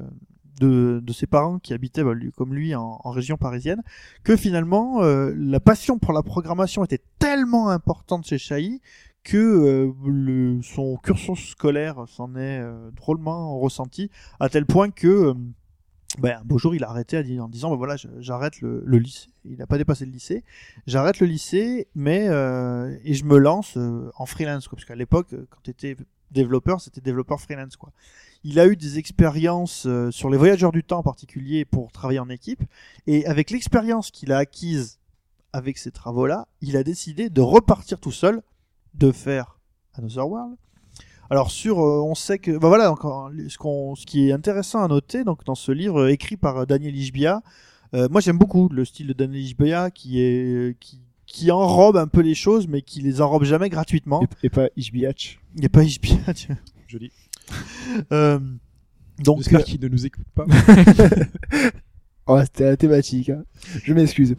Speaker 4: de de ses parents qui habitait bah, lui- comme lui en, en région parisienne, que finalement euh, la passion pour la programmation était tellement importante chez Chahi que euh, le, son cursus scolaire s'en est euh, drôlement ressenti à tel point que euh, ben, un beau jour, il a arrêté à dire- en disant, ben voilà, je- j'arrête le, le lycée. Il n'a pas dépassé le lycée j'arrête le lycée, mais euh, et je me lance euh, en freelance, quoi, parce qu'à l'époque, euh, quand tu étais développeur, c'était développeur freelance, quoi. Il a eu des expériences euh, sur les voyageurs du temps en particulier pour travailler en équipe, et avec l'expérience qu'il a acquise avec ces travaux-là, il a décidé de repartir tout seul, de faire Another World. Alors sur, euh, on sait que, bah voilà, donc, en- ce, qu'on- ce qui est intéressant à noter, donc dans ce livre euh, écrit par euh, Daniel Ishbia, euh, moi, j'aime beaucoup le style de Daniel Ishbia qui est euh, qui, qui enrobe un peu les choses, mais qui les enrobe jamais gratuitement.
Speaker 5: Et, et pas Ishbiatch.
Speaker 4: Il n'y a pas Ishbia. (laughs) tiens.
Speaker 2: Joli.
Speaker 4: Euh, donc, euh,
Speaker 2: J'espère qu'il ne nous écoute
Speaker 4: (laughs)
Speaker 2: pas.
Speaker 5: (laughs) Oh, c'était la thématique. hein. Je m'excuse.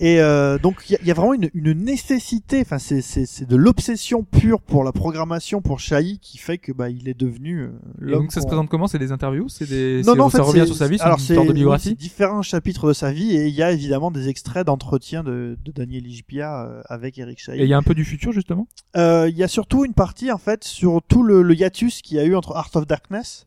Speaker 4: Et euh, donc il y, a- il y a vraiment une, une nécessité, enfin c'est- c'est c'est de l'obsession pure pour la programmation pour Chahi qui fait que bah il est devenu euh,
Speaker 3: Et
Speaker 4: l'homme.
Speaker 3: donc ça se
Speaker 4: qu'on-
Speaker 3: présente comment C'est des interviews C'est des
Speaker 4: Non,
Speaker 3: c'est-
Speaker 4: non, en
Speaker 3: ça
Speaker 4: fait,
Speaker 3: revient
Speaker 4: c'est-
Speaker 3: sur sa vie, c'est
Speaker 4: alors,
Speaker 3: une sorte de
Speaker 4: c'est
Speaker 3: biographie.
Speaker 4: différents chapitres de sa vie et il y a évidemment des extraits d'entretiens de, de Daniel Ishbia euh, avec Eric Chahi.
Speaker 3: Et il y a un peu du futur justement.
Speaker 4: Euh, il y a surtout une partie en fait sur tout le, le hiatus qu'il y a eu entre Art of Darkness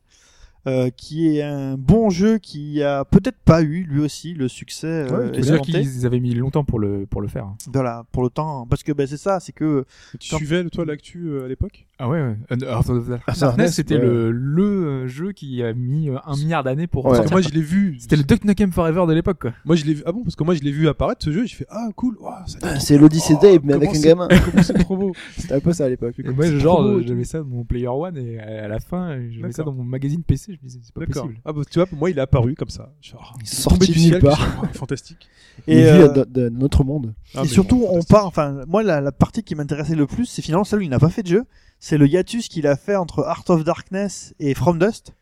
Speaker 4: euh, qui est un bon jeu qui a peut-être pas eu lui aussi le succès euh,
Speaker 3: Faut dire
Speaker 4: escompté.
Speaker 3: qu'ils avaient mis longtemps pour le, pour le faire. hein.
Speaker 4: Voilà, pour le temps, parce que ben, c'est ça, c'est que
Speaker 2: Tu
Speaker 4: Quand-
Speaker 2: suivais, toi, l'actu euh, à l'époque
Speaker 3: Ah ouais, ouais. Un- Heart of the Darkness,
Speaker 5: Darkness,
Speaker 3: c'était
Speaker 5: ouais.
Speaker 3: le, le euh, jeu qui a mis euh, un milliard d'années pour
Speaker 5: Ouais.
Speaker 3: sortir.
Speaker 2: Moi, je l'ai vu.
Speaker 3: C'était le Duck Nukem Forever de l'époque, quoi.
Speaker 2: Moi, je l'ai vu. Ah bon Parce que moi, je l'ai vu apparaître ce jeu. J'ai fait Ah, cool. Ouah, ça a l'air
Speaker 5: C'est l'Odyssée
Speaker 2: Oh,
Speaker 5: Dave, mais
Speaker 2: comment
Speaker 5: avec un
Speaker 2: c'est-
Speaker 5: gamin.
Speaker 2: trop- c'est trop beau.
Speaker 5: C'était un peu ça à l'époque.
Speaker 3: Et (laughs) moi,
Speaker 2: C'est
Speaker 3: genre,
Speaker 2: trop beau,
Speaker 3: euh, j'avais ça dans mon Player One et à à la fin, euh, j'avais ça
Speaker 2: D'accord.
Speaker 3: dans mon magazine PC. Je me disais, c'est pas
Speaker 2: D'accord.
Speaker 3: possible.
Speaker 2: Ah bah, tu vois, moi, il est apparu comme ça. Genre,
Speaker 5: Il est
Speaker 2: tombé du
Speaker 5: sorti de
Speaker 2: ciel,
Speaker 5: nulle part.
Speaker 2: puis- Ouah, Fantastique.
Speaker 5: Il
Speaker 4: et,
Speaker 5: est
Speaker 4: euh,
Speaker 5: vu à- d'un d'un autre monde.
Speaker 2: Ah,
Speaker 4: et
Speaker 2: mais
Speaker 4: surtout
Speaker 2: bon,
Speaker 4: on part. Enfin, moi la, la partie qui m'intéressait le plus, c'est finalement celle où il n'a pas fait de jeu. C'est le hiatus qu'il a fait entre Art of Darkness et From Dust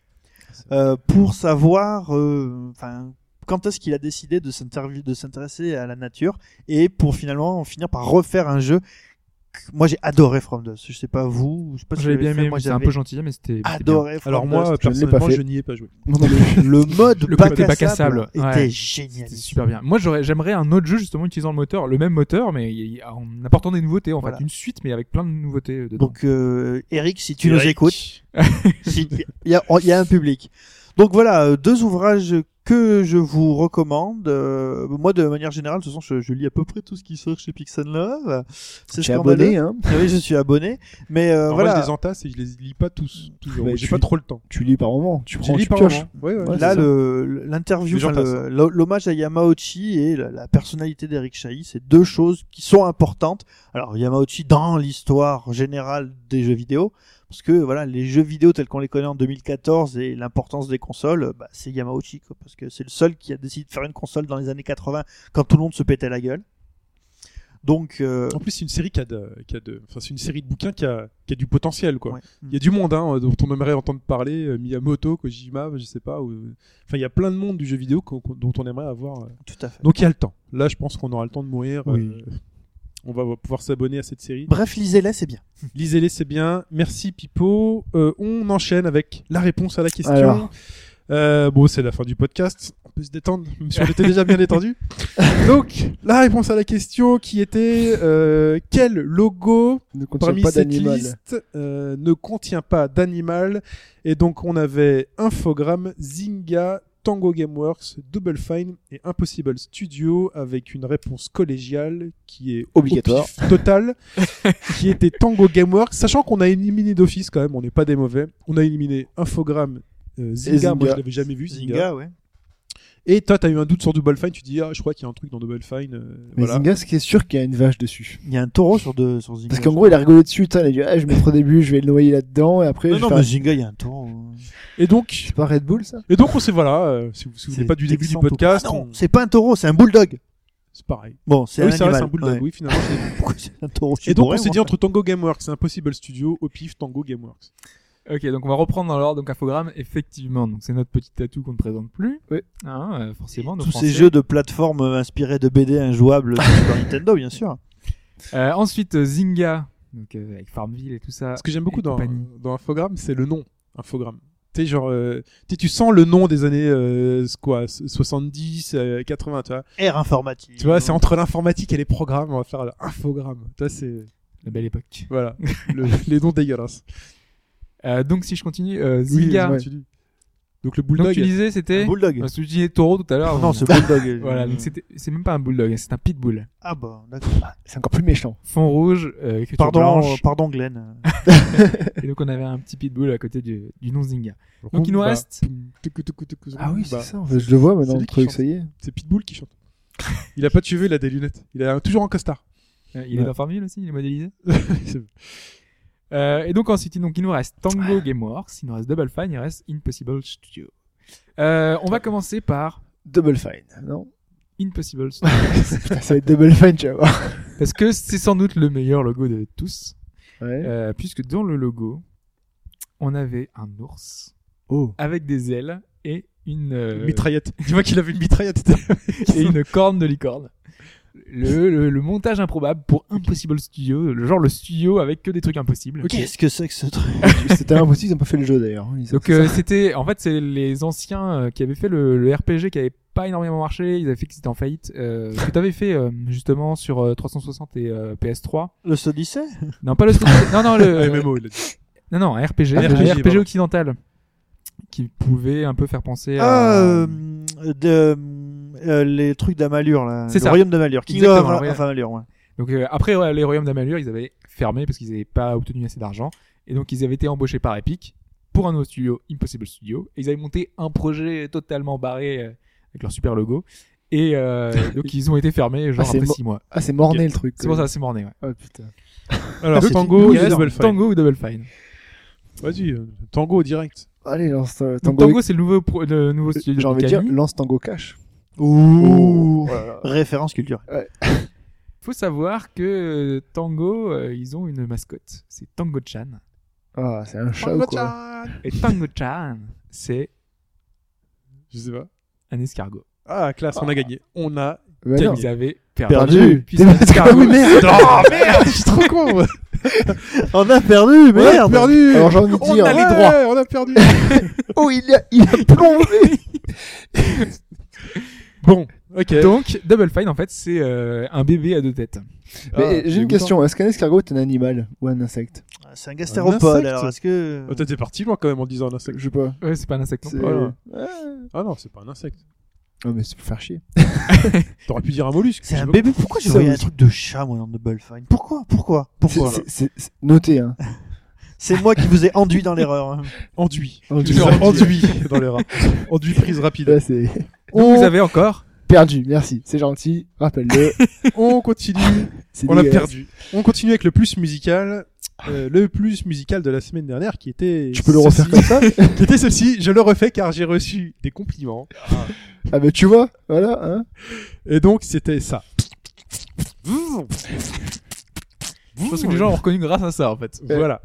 Speaker 2: Ah,
Speaker 4: euh, pour savoir, euh, enfin, quand est-ce qu'il a décidé de s'intervi- de s'intéresser à la nature et pour finalement finir par refaire un jeu. que- Moi j'ai adoré From Dust. Je sais pas vous, je sais pas si
Speaker 3: J'avais
Speaker 4: vous
Speaker 3: bien
Speaker 4: l'avez fait,
Speaker 3: aimé,
Speaker 4: moi
Speaker 3: c'était un
Speaker 4: j'avais
Speaker 3: peu gentil, mais c'était. c'était bien.
Speaker 4: adoré. From
Speaker 2: Alors
Speaker 4: Dust.
Speaker 2: moi,
Speaker 5: je ne l'ai pas
Speaker 2: personnellement,
Speaker 5: fait.
Speaker 2: je n'y ai pas joué.
Speaker 5: Non, non, mais
Speaker 4: le mode
Speaker 3: (laughs) Le
Speaker 4: bac,
Speaker 3: côté
Speaker 4: à
Speaker 3: bac à
Speaker 4: sable
Speaker 3: sable,
Speaker 4: était
Speaker 3: ouais.
Speaker 4: génial.
Speaker 3: C'était super bien. Moi, j'aurais, j'aimerais un autre jeu justement utilisant le moteur, le même moteur, mais il- il- en apportant des nouveautés, en
Speaker 4: Voilà.
Speaker 3: fait, une suite, mais avec plein de nouveautés dedans.
Speaker 4: Donc euh, Eric, si tu nous écoutes, si- il y, a- il y a un public. Donc voilà, euh, deux ouvrages que je vous recommande. Euh, moi, de manière générale, de toute façon, je, je lis à peu près tout ce qui sort chez Pixel Love. C'est
Speaker 5: j'ai abonné,
Speaker 4: scandaleux.
Speaker 5: hein.
Speaker 4: Oui, je suis abonné. Mais euh,
Speaker 2: Alors
Speaker 4: voilà.
Speaker 2: Moi, je les entasse et je les lis pas tous. toujours.
Speaker 5: Mais
Speaker 2: J'ai
Speaker 5: tu-
Speaker 2: pas trop le temps.
Speaker 5: Tu lis par moment. Tu
Speaker 2: J'ai
Speaker 5: prends,
Speaker 2: lis
Speaker 5: tu
Speaker 2: par
Speaker 5: pioches.
Speaker 2: moment. Ouais, ouais.
Speaker 5: Ouais,
Speaker 4: Là,
Speaker 5: c'est
Speaker 4: le- le- l'interview,
Speaker 2: Les gens
Speaker 4: enfin,
Speaker 2: passent,
Speaker 4: le- l'ho- l'hommage à Yamauchi et la, la personnalité d'Eric Chahi, c'est deux choses qui sont importantes. Alors, Yamauchi dans l'histoire générale des jeux vidéo, parce que voilà, les jeux vidéo tels qu'on les connaît en 2014 et l'importance des consoles, euh, bah, c'est Yamauchi, quoi, parce que c'est le seul qui a décidé de faire une console dans les années 80 quand tout le monde se pétait la gueule. Donc, euh,
Speaker 2: En plus, c'est une série qui a de, qui a de, enfin, c'est une série de bouquins qui a, qui a du potentiel, quoi.
Speaker 4: ouais.
Speaker 2: Il y a du monde, hein, dont on aimerait entendre parler, euh, Miyamoto, Kojima, je sais pas. ou- Enfin, il y a plein de monde du jeu vidéo qu'on- qu'on- dont on aimerait avoir. euh.
Speaker 4: tout à fait.
Speaker 2: Donc, il y a le temps. Là, je pense qu'on aura le temps de mourir.
Speaker 4: Oui.
Speaker 2: euh, on va pouvoir s'abonner à cette série.
Speaker 4: Bref, lisez-les, c'est bien.
Speaker 2: Lisez-les, c'est bien. Merci, Pipo. Euh, on enchaîne avec la réponse à la question.
Speaker 5: Alors.
Speaker 2: Euh, bon, c'est la fin du podcast. On peut se détendre, même si on était déjà bien détendu. Donc, la réponse à la question qui était euh, quel logo
Speaker 5: Ne
Speaker 2: parmi
Speaker 5: contient pas
Speaker 2: cette
Speaker 5: d'animal.
Speaker 2: liste euh, ne contient pas d'animal Et donc, on avait Infogrames, Zynga, Tango Gameworks, Double Fine et Impossible Studio avec une réponse collégiale qui est
Speaker 5: Obligatoire. (laughs)
Speaker 2: total qui était Tango Gameworks sachant qu'on a éliminé d'office quand même on n'est pas des mauvais on a éliminé Infogramme euh, Zynga,
Speaker 5: Et Zynga.
Speaker 2: moi je l'avais jamais vu Zynga.
Speaker 4: Zynga, ouais.
Speaker 2: et toi t'as eu un doute sur Double Fine tu dis ah je crois qu'il y a un truc dans Double Fine euh,
Speaker 5: Mais
Speaker 2: voilà
Speaker 5: Zynga, ce qui est sûr, qu'il y a une vache dessus.
Speaker 4: Il y a un taureau sur, deux, sur Zynga.
Speaker 5: Parce qu'en gros, il a rigolé dessus, putain, il a dit, ah, je mets trop au début, je vais le noyer là-dedans, et après,
Speaker 4: Non,
Speaker 5: je
Speaker 4: non,
Speaker 5: vais
Speaker 4: mais
Speaker 5: faire-
Speaker 4: Zynga, il y a un taureau.
Speaker 2: et donc
Speaker 5: c'est pas Red Bull, ça?
Speaker 2: et donc on s'est voilà euh, si vous vous souvenez
Speaker 4: C'est
Speaker 2: pas du début du
Speaker 4: Texan tout
Speaker 2: podcast
Speaker 4: court. Ah non,
Speaker 2: on-
Speaker 4: c'est pas un taureau, c'est un bulldog.
Speaker 2: c'est pareil
Speaker 4: Bon, c'est
Speaker 2: Ah
Speaker 4: un
Speaker 2: oui c'est vrai
Speaker 4: animal.
Speaker 2: c'est un bulldog
Speaker 4: Ouais.
Speaker 2: oui finalement
Speaker 4: (laughs)
Speaker 2: c'est-
Speaker 4: Pourquoi c'est un taureau Je
Speaker 2: et donc
Speaker 4: pourrais,
Speaker 2: on s'est
Speaker 4: moi.
Speaker 2: dit entre Tango Gameworks et Impossible Studio au pif Tango Gameworks
Speaker 3: Ok, donc on va reprendre dans l'ordre. Donc Infogrames, effectivement, donc c'est notre petit atout qu'on ne présente plus.
Speaker 5: Oui.
Speaker 3: Hein, euh, forcément, nos
Speaker 4: tous
Speaker 3: Français.
Speaker 4: ces jeux de plateforme euh, inspirés de BD injouables sur
Speaker 2: (laughs)
Speaker 4: Super Nintendo, bien sûr.
Speaker 3: Euh, ensuite, euh, Zynga, donc euh, avec Farmville et tout ça.
Speaker 2: ce que j'aime beaucoup
Speaker 3: Ah, Et
Speaker 2: dans
Speaker 3: compagnie.
Speaker 2: dans Infogrames c'est le nom Infogrames tu sais genre euh, tu sais, tu sens le nom des années euh, quoi 70 euh, 80 tu vois
Speaker 4: Air informatique.
Speaker 2: Tu vois, c'est entre l'informatique et les programmes, on va faire l'infogramme. Tu vois, c'est.
Speaker 3: La belle époque. (laughs)
Speaker 2: Voilà. Le- les noms dégueulasses.
Speaker 3: Euh, donc si je continue, euh, Zynga.
Speaker 5: ouais.
Speaker 2: Tu dis. Donc le
Speaker 3: Donc
Speaker 2: bulldog.
Speaker 3: tu disais,
Speaker 4: Un
Speaker 3: c'était.
Speaker 4: bulldog.
Speaker 2: Ah,
Speaker 3: Parce que tu disais taureau tout à l'heure. euh,
Speaker 4: non, c'est
Speaker 2: (laughs)
Speaker 4: Mm. bulldog. euh,
Speaker 3: Voilà, donc c'était- c'est même pas un bulldog, c'est un pitbull.
Speaker 4: Ah bah, d'accord.
Speaker 5: C'est encore plus méchant.
Speaker 3: Fond rouge, euh, écriture
Speaker 4: Pardon, euh,
Speaker 3: blanche.
Speaker 4: pardon Glenn.
Speaker 2: (laughs)
Speaker 3: Et donc on avait un petit pitbull à côté du, du non Zynga.
Speaker 2: Donc,
Speaker 3: il nous
Speaker 2: bah,
Speaker 3: reste-
Speaker 2: poum, tucu, tucu, tucu, bah,
Speaker 5: ça. Je le vois maintenant,
Speaker 2: C'est
Speaker 5: le
Speaker 2: lui
Speaker 5: truc,
Speaker 2: qui
Speaker 5: ça y est.
Speaker 2: C'est Pitbull qui chante. Il a pas de cheveux, il a des lunettes. Il a toujours en costard.
Speaker 3: Euh, il
Speaker 5: Ouais.
Speaker 3: est dans Farmville aussi, il est modélisé.
Speaker 2: C'est-
Speaker 3: Euh, et donc ensuite, donc, il nous reste Tango Gameworks, il nous reste Double Fine, il reste Impossible Studio. Euh, on va commencer par
Speaker 5: Double Fine. Non? (laughs)
Speaker 3: Impossible Studio.
Speaker 5: Putain, ça va être Double Fine, tu vas voir.
Speaker 3: parce que c'est sans doute le meilleur logo de tous.
Speaker 5: Ouais.
Speaker 3: Euh, puisque dans le logo, on avait un ours
Speaker 5: Oh.
Speaker 3: avec des ailes et une, euh,
Speaker 2: Une
Speaker 3: (laughs)
Speaker 2: mitraillette. Tu vois qu'il avait une mitraillette. (laughs)
Speaker 3: et une corne de licorne. Le, le- le montage improbable pour Impossible Studio, le genre le studio avec que des trucs impossibles.
Speaker 4: Qu'est-ce que c'est que ce truc
Speaker 5: C'était impossible, ils ont pas fait le jeu d'ailleurs. hein. Ils-
Speaker 3: Donc euh, c'était, en fait, c'est les anciens euh, qui avaient fait le, le RPG qui avait pas énormément marché, ils avaient fait que c'était en faillite. Euh, ce que t'avais fait euh, justement sur euh, 360 et euh, PS3.
Speaker 4: Le Odyssey
Speaker 2: (laughs)
Speaker 3: Non, pas le non non le
Speaker 2: Ah, MMO, il a dit.
Speaker 3: non non un RPG,
Speaker 2: Ah,
Speaker 3: un
Speaker 2: RPG,
Speaker 3: RPG
Speaker 2: pardon.
Speaker 3: occidental. qui pouvait un peu faire penser
Speaker 4: Ah,
Speaker 3: à.
Speaker 4: euh, de, euh, les trucs d'Amalur, là.
Speaker 3: C'est
Speaker 4: le
Speaker 3: ça.
Speaker 4: royaume d'Amalur. King
Speaker 3: Exactement,
Speaker 4: of
Speaker 3: le royaume.
Speaker 4: of Amalur, ouais.
Speaker 3: Donc euh, après ouais, les royaumes d'Amalur, ils avaient fermé parce qu'ils n'avaient pas obtenu assez d'argent et donc ils avaient été embauchés par Epic pour un nouveau studio, Impossible Studio, et ils avaient monté un projet totalement barré euh, avec leur super logo et euh,
Speaker 2: (laughs)
Speaker 3: donc ils ont été fermés genre
Speaker 5: Ah, c'est
Speaker 3: après
Speaker 5: mo-
Speaker 3: 6 mois.
Speaker 5: Ah, c'est morné le truc.
Speaker 3: C'est pour ça c'est morné ouais.
Speaker 5: Oh, putain.
Speaker 4: Ah,
Speaker 2: Alors,
Speaker 5: C'était
Speaker 2: Ah, Tango
Speaker 3: Il
Speaker 2: et
Speaker 3: reste
Speaker 2: Double Fine.
Speaker 3: Tango ou Double Fine.
Speaker 2: Vas-y, euh, Tango direct.
Speaker 5: Allez, lance euh,
Speaker 3: Donc,
Speaker 5: Tango. Euh,
Speaker 3: Tango c'est le nouveau pro- le nouveau studio de
Speaker 5: J'ai envie de dire,
Speaker 3: Mikami.
Speaker 5: lance Tango Cash.
Speaker 4: Ouh.
Speaker 5: Oh là là.
Speaker 4: Référence culturelle.
Speaker 3: Faut savoir que euh, Tango euh, ils ont une mascotte, c'est Tango-chan.
Speaker 5: Ah, c'est un
Speaker 2: bah,
Speaker 5: chat ou quoi
Speaker 3: Et Tango-chan, c'est
Speaker 2: Je sais pas.
Speaker 3: un escargot.
Speaker 2: Ah, classe, on a gagné. On a.
Speaker 5: Bah non.
Speaker 3: Qu'ils avaient perdu.
Speaker 4: Perdu.
Speaker 3: Puis c'est un
Speaker 5: Ah
Speaker 3: escargot.
Speaker 5: oui, merde.
Speaker 2: Oh merde, je suis trop con. (laughs) moi.
Speaker 4: On a perdu,
Speaker 2: On a
Speaker 4: merde.
Speaker 2: perdu.
Speaker 5: Alors j'ai envie de
Speaker 2: on
Speaker 5: dire.
Speaker 2: a les
Speaker 5: ouais,
Speaker 2: droits. On a perdu.
Speaker 5: Oh, il a, il a plombé.
Speaker 2: bon, ok.
Speaker 3: (laughs) Donc, Double Fine, en fait, c'est euh, un bébé à deux têtes.
Speaker 5: Mais
Speaker 2: Ah,
Speaker 5: j'ai une
Speaker 2: dégoûtant.
Speaker 5: question. Est-ce qu'un escargot est un animal ou un insecte
Speaker 4: Ah, C'est un gastéropode,
Speaker 2: insecte.
Speaker 4: alors est-ce que.
Speaker 2: Oh, T'étais parti loin quand même en disant un insecte.
Speaker 5: Je sais pas.
Speaker 3: Ouais, c'est pas un insecte non
Speaker 5: C'est-
Speaker 3: plus.
Speaker 2: voilà.
Speaker 5: Ah
Speaker 2: Ah non, c'est pas un insecte.
Speaker 5: Non, mais c'est pour faire chier.
Speaker 2: T'aurais pu dire un mollusque.
Speaker 4: C'est
Speaker 2: je sais
Speaker 4: un
Speaker 2: pas.
Speaker 4: bébé. Pourquoi j'ai
Speaker 5: Ça
Speaker 4: voyais un
Speaker 5: aussi.
Speaker 4: truc de chat, moi, dans Double Fine Pourquoi Pourquoi Pourquoi
Speaker 5: C'est- c'est- c'est- Notez,
Speaker 2: (laughs)
Speaker 5: hein.
Speaker 4: C'est moi qui vous ai enduit dans l'erreur. (laughs) hein.
Speaker 2: Enduit.
Speaker 5: Oh,
Speaker 2: Tu
Speaker 5: tu-
Speaker 2: les as enduits (laughs) dans les rats. Enduit prise rapide.
Speaker 5: Là, c'est (laughs) Oh.
Speaker 3: Donc,
Speaker 2: On-
Speaker 3: vous avez encore
Speaker 5: perdu. Merci. C'est gentil. Rappelle-le.
Speaker 2: On continue.
Speaker 5: C'est
Speaker 2: (laughs)
Speaker 5: euh,
Speaker 2: On a
Speaker 5: dégueulasse.
Speaker 2: perdu. On continue avec le plus musical. euh, le plus musical de la semaine dernière qui était.
Speaker 5: Tu peux le refaire
Speaker 2: ceci- (laughs) Qui était celle-ci. Je le refais car j'ai reçu des compliments.
Speaker 5: Ah, bah tu vois. Voilà, hein.
Speaker 2: Et donc, c'était ça.
Speaker 3: Je pense que les gens ont reconnu grâce à ça, en fait.
Speaker 2: Voilà.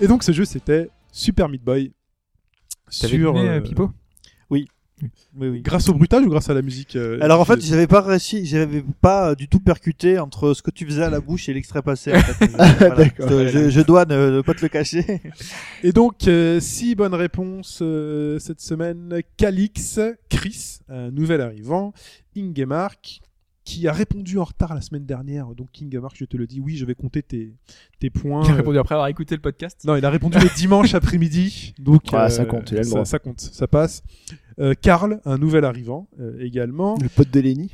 Speaker 2: Et donc ce jeu c'était Super Meat Boy
Speaker 3: T'avais
Speaker 2: sur
Speaker 3: deviné,
Speaker 2: euh,
Speaker 3: euh, Pipo
Speaker 4: Oui, oui.
Speaker 2: grâce au bruitage ou grâce à la musique euh,
Speaker 4: Alors en fait,
Speaker 2: de-
Speaker 4: j'avais pas réussi, j'avais pas euh, du tout percuté entre ce que tu faisais à la bouche et l'extrait passé. En (laughs) fait. Voilà.
Speaker 5: D'accord.
Speaker 4: Euh, Je, je dois ne, ne pas te le cacher.
Speaker 2: Et donc, euh, six bonnes réponses euh, cette semaine. Calix, Chris, un nouvel arrivant, Ingemark, qui a répondu en retard la semaine dernière. Donc, Ingemark, je te le dis, oui, je vais compter tes, tes points.
Speaker 3: Qui a
Speaker 2: Euh,
Speaker 3: répondu après avoir écouté le podcast
Speaker 2: non, il a répondu le dimanche (laughs) après-midi. Donc, euh,
Speaker 5: Ah, ça compte, il a le
Speaker 2: ça,
Speaker 5: droit.
Speaker 2: ça compte, ça passe. Euh, Karl, un nouvel arrivant euh, également.
Speaker 5: Le pote de
Speaker 2: (laughs)
Speaker 5: Lenny.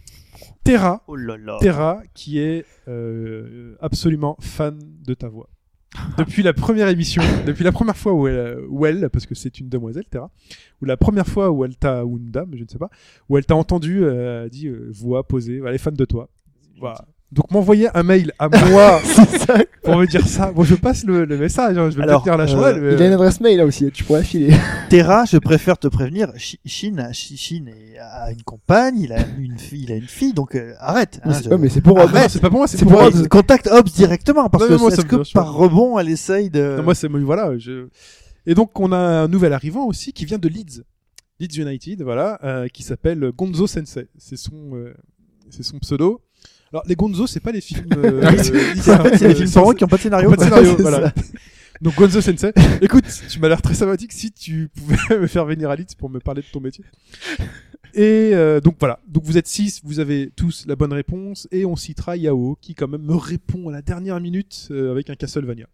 Speaker 2: Terra,
Speaker 4: (laughs) Oh là là.
Speaker 2: Terra, qui est euh, absolument fan de ta voix. Depuis la première émission, depuis la première fois où elle, où elle parce que c'est une demoiselle, Terra, ou la première fois où elle t'a, ou une dame, je ne sais pas, où elle t'a entendu, euh, elle a dit euh, voix posée, elle est fan de toi. Voilà. Donc m'envoyer un mail à moi
Speaker 5: C'est ça.
Speaker 2: pour me dire ça. Bon, je passe le, le message, hein, je vais
Speaker 4: Alors,
Speaker 2: peut-être dire la
Speaker 4: euh,
Speaker 2: chouette.
Speaker 5: Il a une adresse mail là aussi. Tu pourrais filer.
Speaker 4: Terra, je préfère te prévenir. Chi- Chine, a- Chi- Chine est- a une compagne, il a une fille, il a une fille, donc euh, arrête.
Speaker 2: Ah,
Speaker 4: hein, je-
Speaker 5: Ouais, (laughs) mais c'est pour.
Speaker 4: Arrête.
Speaker 2: c'est pas pour moi, c'est
Speaker 5: C'est
Speaker 2: pour,
Speaker 5: pour
Speaker 2: elle.
Speaker 5: elle.
Speaker 4: Contacte- Contacte Hobbs directement parce
Speaker 2: Non,
Speaker 4: que
Speaker 2: mais moi,
Speaker 4: est-ce
Speaker 2: ça me
Speaker 4: que
Speaker 2: dérange pas.
Speaker 4: par rebond elle essaye de.
Speaker 2: Non, moi, c'est voilà. Je... Et donc, on a un nouvel arrivant aussi qui vient de Leeds, Leeds United, voilà, euh, qui s'appelle Gonzo Sensei. C'est son, euh, c'est son pseudo. Alors, les Gonzo, c'est pas les films.
Speaker 4: (laughs)
Speaker 2: euh,
Speaker 4: Ah
Speaker 2: (laughs)
Speaker 4: C'est- en fait, c'est les films
Speaker 2: sans-
Speaker 4: porno qui ont pas de
Speaker 2: qui
Speaker 4: scénario.
Speaker 2: ont pas de
Speaker 4: quoi. (laughs)
Speaker 2: (laughs) scénario,
Speaker 5: C'est
Speaker 2: voilà.
Speaker 5: ça.
Speaker 2: Donc, Gonzo
Speaker 3: (laughs)
Speaker 2: Sensei. Écoute, tu m'as l'air très sympathique. Si tu pouvais (laughs) me faire venir à Leeds pour me parler de ton métier. Et euh, donc voilà, donc vous êtes 6, vous avez tous la bonne réponse, et on citera Yao qui quand même me répond à la dernière minute euh, avec un Castlevania.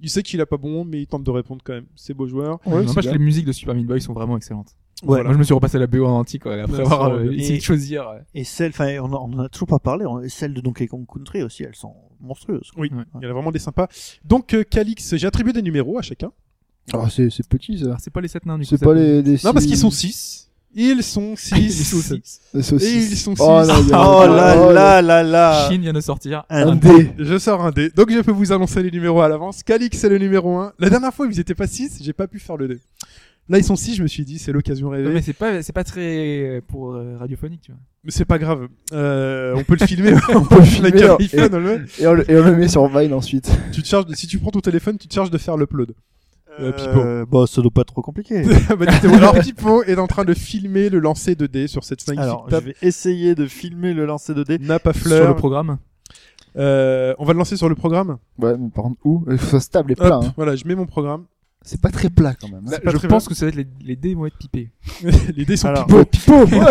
Speaker 2: Il sait qu'il a pas bon, mais il tente de répondre quand même. C'est beau joueur.
Speaker 5: Ouais, c'est
Speaker 3: N'empêche,
Speaker 5: bien.
Speaker 3: les musiques de Super Meat Boy sont vraiment excellentes.
Speaker 2: Voilà.
Speaker 3: Moi, je me suis repassé la BO en antique quoi, après
Speaker 2: Ouais,
Speaker 3: avoir
Speaker 2: ça,
Speaker 3: euh,
Speaker 2: ouais.
Speaker 3: essayé
Speaker 4: Et-
Speaker 3: de choisir. ouais.
Speaker 4: Et celle, enfin, on n'en a toujours pas parlé. on- et Celle de Donkey Kong Country aussi, elles sont monstrueuses. quoi.
Speaker 2: Oui,
Speaker 3: Ouais.
Speaker 2: il y en a vraiment des sympas. Donc, euh, Calix, j'ai attribué des numéros à chacun.
Speaker 5: Ah, c'est c'est petit ça.
Speaker 3: Ah, c'est pas les 7 nains du coup.
Speaker 5: C'est
Speaker 3: ça.
Speaker 5: pas les. les
Speaker 2: Non, parce
Speaker 5: six-
Speaker 2: qu'ils sont 6. Ils sont 6.
Speaker 3: (laughs) Ils sont
Speaker 5: les
Speaker 2: Et
Speaker 5: saucisses.
Speaker 2: ils sont
Speaker 5: Oh
Speaker 2: six.
Speaker 5: non, il y a-
Speaker 4: Oh là
Speaker 5: oh
Speaker 4: là là là.
Speaker 3: Chine vient de sortir.
Speaker 4: Un
Speaker 5: Un dé.
Speaker 2: Je sors un dé. Donc, je peux vous annoncer les numéros à l'avance. Calix est le numéro 1. La dernière fois, ils étaient pas 6. J'ai pas pu faire le dé. Là, ils sont 6. Je me suis dit, c'est l'occasion
Speaker 3: Non,
Speaker 2: rêvée.
Speaker 3: mais c'est pas, c'est pas très euh, pour euh, radiophonique, tu vois.
Speaker 2: Mais c'est pas grave. Euh, on peut le filmer. (laughs) on peut le filmer.
Speaker 5: filmer,
Speaker 2: avec
Speaker 5: et-
Speaker 2: l'iPhone, on le met.
Speaker 5: Et on le et on le met sur Vine ensuite.
Speaker 2: Tu te charges, de- si tu prends ton téléphone, tu te charges de faire l'upload. Euh,
Speaker 4: Euh, bah, ça doit pas être trop compliqué.
Speaker 2: (laughs) bah, dites-moi. Alors, (laughs) Pipo est en train de filmer le lancer de dés sur cette magnifique
Speaker 4: Alors, je
Speaker 2: table.
Speaker 4: vais essayer de filmer le lancer de dés.
Speaker 2: Nappe à
Speaker 3: Sur le
Speaker 2: fleurs.
Speaker 3: programme.
Speaker 2: Euh, on va le lancer sur le programme.
Speaker 5: Ouais, mais par contre, où Il faut stable et plat.
Speaker 2: Hop,
Speaker 5: hein.
Speaker 2: Voilà, je mets mon programme. (laughs)
Speaker 5: C'est pas très plat quand même. hein.
Speaker 2: Bah,
Speaker 3: Je
Speaker 2: pas très
Speaker 3: pense que ça va être les, les dés vont être pipés.
Speaker 2: les dés sont
Speaker 4: Alors-
Speaker 2: pipo.
Speaker 5: (laughs) Pipo, pipo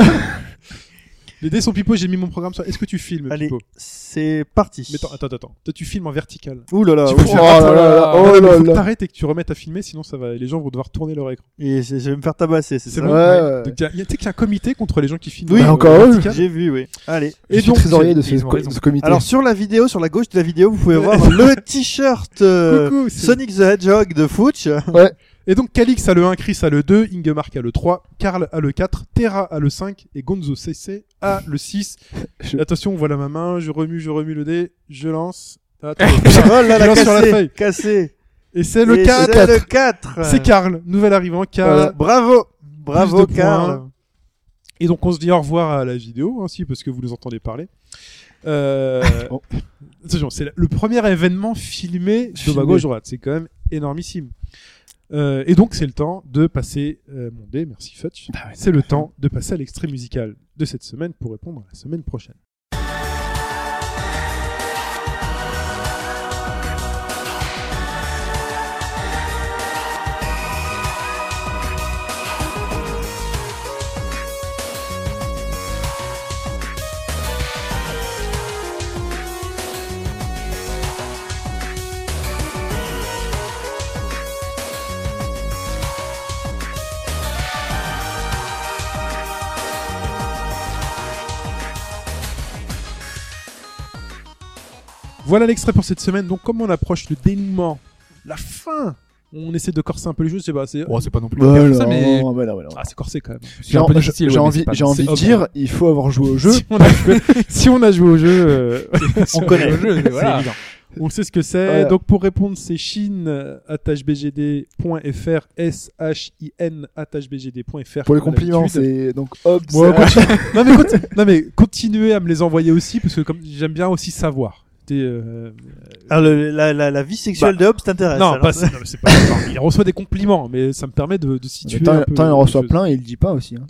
Speaker 2: Les dés sont pipo, j'ai mis mon programme sur. Est-ce que tu filmes,
Speaker 4: Allez,
Speaker 2: pipo
Speaker 4: c'est parti.
Speaker 2: Mais attends, attends, attends. Toi, tu filmes en vertical.
Speaker 4: Ouh là là.
Speaker 2: Tu
Speaker 4: ouh.
Speaker 2: peux
Speaker 5: Oh
Speaker 2: faire-
Speaker 5: là là
Speaker 2: Non,
Speaker 5: là, oh
Speaker 2: mais
Speaker 5: là
Speaker 2: faut que
Speaker 5: là
Speaker 2: t'arrêtes et que tu remettes à filmer, sinon ça va. Les gens vont devoir tourner leur écran.
Speaker 4: Et c'est- je vais me faire tabasser, c'est ça
Speaker 5: bon. Ouais, ouais.
Speaker 2: Donc, il y a- il y a- Tu sais qu'il y a un comité contre les gens qui filment.
Speaker 4: Oui.
Speaker 2: en
Speaker 4: Bah,
Speaker 5: encore eux.
Speaker 2: vertical.
Speaker 4: J'ai vu, oui. Allez.
Speaker 5: Je
Speaker 2: Et
Speaker 5: suis
Speaker 2: donc,
Speaker 5: trésorier de
Speaker 3: ils
Speaker 5: ce,
Speaker 3: ont
Speaker 5: co-
Speaker 3: raison.
Speaker 5: ce comité.
Speaker 4: Alors sur la vidéo, sur la gauche de la vidéo, vous pouvez voir
Speaker 2: (laughs)
Speaker 4: le t-shirt euh,
Speaker 2: Coucou, c'est-
Speaker 4: Sonic the Hedgehog de
Speaker 2: (laughs)
Speaker 4: Fooch. Oh
Speaker 2: Et donc Calix a le 1, Chris a le 2, Ingemark a le 3, Karl a le 4, Terra a le 5 et Gonzo CC a le 6.
Speaker 5: Je-
Speaker 2: Attention, voilà ma main, je remue, je remue le dé, je lance. Attends.
Speaker 4: Oh là là,
Speaker 2: lance sur la
Speaker 4: cassé,
Speaker 2: feuille.
Speaker 4: cassé.
Speaker 2: et c'est le
Speaker 4: Et
Speaker 2: 4.
Speaker 4: c'est le 4.
Speaker 2: C'est Karl, nouvel arrivant Karl.
Speaker 4: Voilà. Bravo. Bravo
Speaker 2: de
Speaker 4: Karl.
Speaker 2: points. Et donc on se dit au revoir à la vidéo aussi parce que vous nous entendez parler. (laughs) Euh,
Speaker 5: Bon.
Speaker 2: Attention, c'est le premier événement filmé de ma
Speaker 5: Filmé.
Speaker 2: gauche droite. C'est quand même énormissime. Euh, et donc c'est le temps de passer euh, mon dé, merci Fudge.
Speaker 5: Bah
Speaker 2: c'est le temps de passer à l'extrait musical de cette semaine pour répondre à la semaine prochaine. Voilà l'extrait pour cette semaine. Donc comme on approche le dénouement, la fin, on essaie de corser un peu les choses. C'est pas assez.
Speaker 3: Oh, c'est pas non plus
Speaker 5: Voilà,
Speaker 3: comme ça, mais
Speaker 5: ouais, là, ouais, là.
Speaker 2: Ah, c'est corsé quand même.
Speaker 3: c'est un peu
Speaker 5: J'ai-
Speaker 3: difficile.
Speaker 5: J'ai
Speaker 3: ouais, mais
Speaker 5: envie,
Speaker 3: c'est pas-
Speaker 5: j'ai envie
Speaker 3: c'est
Speaker 5: de
Speaker 3: ok.
Speaker 5: dire, il faut avoir joué au jeu.
Speaker 2: si, on a joué, si on a joué au jeu, euh,
Speaker 4: (laughs) On connaît.
Speaker 3: Le jeu, mais (laughs) voilà.
Speaker 2: (laughs) on sait ce que c'est.
Speaker 5: Voilà.
Speaker 2: Donc pour répondre, c'est euh, chine.bgd.fr, S-H-I-N, bgd.fr.
Speaker 5: Pour les
Speaker 2: comme
Speaker 5: compliments,
Speaker 2: d'habitude.
Speaker 5: c'est donc hop,
Speaker 2: Bon,
Speaker 5: ça- (laughs)
Speaker 2: continue- non, mais continue- non, mais continuez à me les envoyer aussi, parce que comme j'aime bien aussi savoir. Des, euh,
Speaker 4: Alors, Ah, le- la, la, la vie sexuelle de Hobbes t'intéresse.
Speaker 2: Bah, non,
Speaker 4: alors.
Speaker 2: pas, non, mais c'est pas. non, il reçoit des compliments, mais ça me permet de, de situer.
Speaker 5: Attends,
Speaker 2: un peu
Speaker 5: attends, il en
Speaker 2: les
Speaker 5: reçoit
Speaker 2: choses.
Speaker 5: plein et il le dit pas aussi. hein.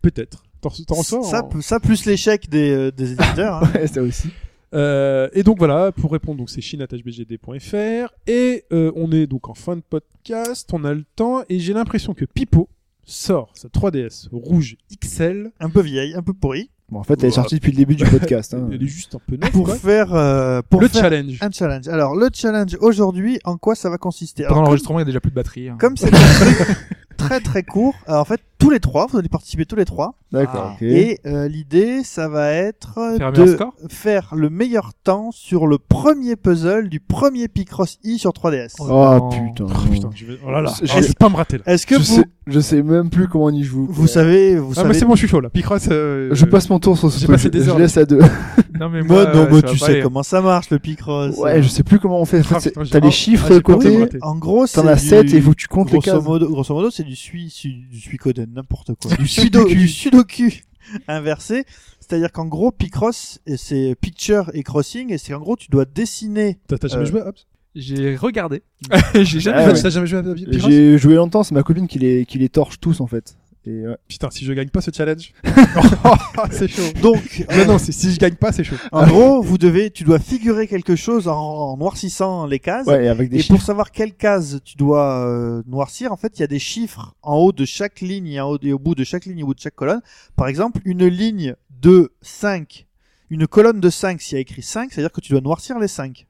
Speaker 2: Peut-être. T'en reçois- t'en reçois
Speaker 4: ça,
Speaker 2: en-
Speaker 4: ça plus l'échec des, euh, des éditeurs. hein.
Speaker 5: Ouais, ça aussi.
Speaker 2: Euh, et donc voilà, pour répondre, donc c'est chine.bgd.fr et euh, on est donc en fin de podcast, on a le temps et j'ai l'impression que Pipo sort sa 3DS rouge XL,
Speaker 4: Un peu vieille, un peu pourrie.
Speaker 5: Bon, en fait, elle est sortie depuis le début du podcast. hein.
Speaker 2: elle est juste un peu neuve
Speaker 4: Pour
Speaker 2: quoi.
Speaker 4: faire, euh, pour
Speaker 2: le
Speaker 4: faire
Speaker 2: challenge.
Speaker 4: un challenge. Alors le challenge aujourd'hui, en quoi ça va consister
Speaker 3: Pendant
Speaker 4: Alors, comme-
Speaker 3: l'enregistrement, il y a déjà plus de batterie. hein.
Speaker 2: (laughs)
Speaker 4: comme c'est un truc très très court, alors, en fait tous les trois, vous allez participer tous les trois.
Speaker 5: D'accord.
Speaker 3: Ah.
Speaker 5: ok.
Speaker 4: Et euh, l'idée, ça va être
Speaker 3: Faire un
Speaker 4: de
Speaker 3: meilleur score
Speaker 4: faire le meilleur temps sur le premier puzzle du premier Picross E sur 3DS.
Speaker 3: Oh.
Speaker 5: Oh
Speaker 3: Non.
Speaker 5: putain.
Speaker 2: Oh, putain, je vais... oh là là,
Speaker 5: Je-
Speaker 2: oh, je vais pas me rater là.
Speaker 4: Est-ce que
Speaker 5: Je
Speaker 4: vous,
Speaker 5: sais, je sais même plus comment on y joue.
Speaker 4: vous savez, vous
Speaker 2: Ah mais
Speaker 4: savez
Speaker 2: c'est bon, je suis chaud là. Picross. euh,
Speaker 5: Je passe mon tour sur ce
Speaker 2: J'ai
Speaker 5: jeu.
Speaker 2: passé des
Speaker 5: Je
Speaker 2: heures.
Speaker 5: laisse à deux.
Speaker 3: Non, mais
Speaker 4: Moi,
Speaker 3: moi,
Speaker 4: non,
Speaker 3: euh,
Speaker 4: moi,
Speaker 3: ça
Speaker 4: tu
Speaker 3: va
Speaker 4: sais
Speaker 3: pas,
Speaker 4: comment ça marche le Picross.
Speaker 5: (laughs) Ouais, je sais plus comment on fait. En fait,
Speaker 2: Ah,
Speaker 5: c'est-
Speaker 2: putain, j'ai-
Speaker 5: t'as
Speaker 2: ah,
Speaker 5: les chiffres
Speaker 2: ah, j'ai
Speaker 5: de
Speaker 2: pas osé me
Speaker 5: côté,
Speaker 2: rater.
Speaker 4: En gros, c'est
Speaker 5: t'en as
Speaker 4: du-
Speaker 5: 7 et il faut que tu comptes les
Speaker 4: Grosso
Speaker 5: cases.
Speaker 4: modo, grosso modo, c'est du sui, su- du suicoden, n'importe quoi. Du sudoku, du sudoku (laughs) inversé. C'est-à-dire qu'en gros, Picross, et c'est picture et crossing, et c'est en gros, tu dois dessiner.
Speaker 2: T'as t'as jamais
Speaker 4: Euh,
Speaker 2: joué à Hobbs
Speaker 3: J'ai regardé. (laughs) J'ai jamais
Speaker 5: Ah
Speaker 3: joué.
Speaker 5: ouais.
Speaker 2: T'as jamais joué à Picross
Speaker 5: J'ai joué longtemps, c'est ma copine qui les, qui les torche tous en fait. Et ouais.
Speaker 2: Putain, si je gagne pas ce challenge, (laughs) c'est chaud.
Speaker 5: (laughs)
Speaker 4: Donc,
Speaker 2: Non, non, c'est- si je gagne pas, c'est chaud.
Speaker 4: en gros, vous devez, tu dois figurer quelque chose en, en noircissant les cases.
Speaker 5: Ouais, et avec des
Speaker 4: Et
Speaker 5: chiffres.
Speaker 4: pour savoir quelle case tu dois euh, noircir, en fait, il y a des chiffres en haut de chaque ligne et, en haut, et au bout de chaque ligne et au bout de chaque colonne. Par exemple, une ligne de 5, une colonne de 5, s'il y a écrit 5, c'est-à-dire que tu dois noircir les 5.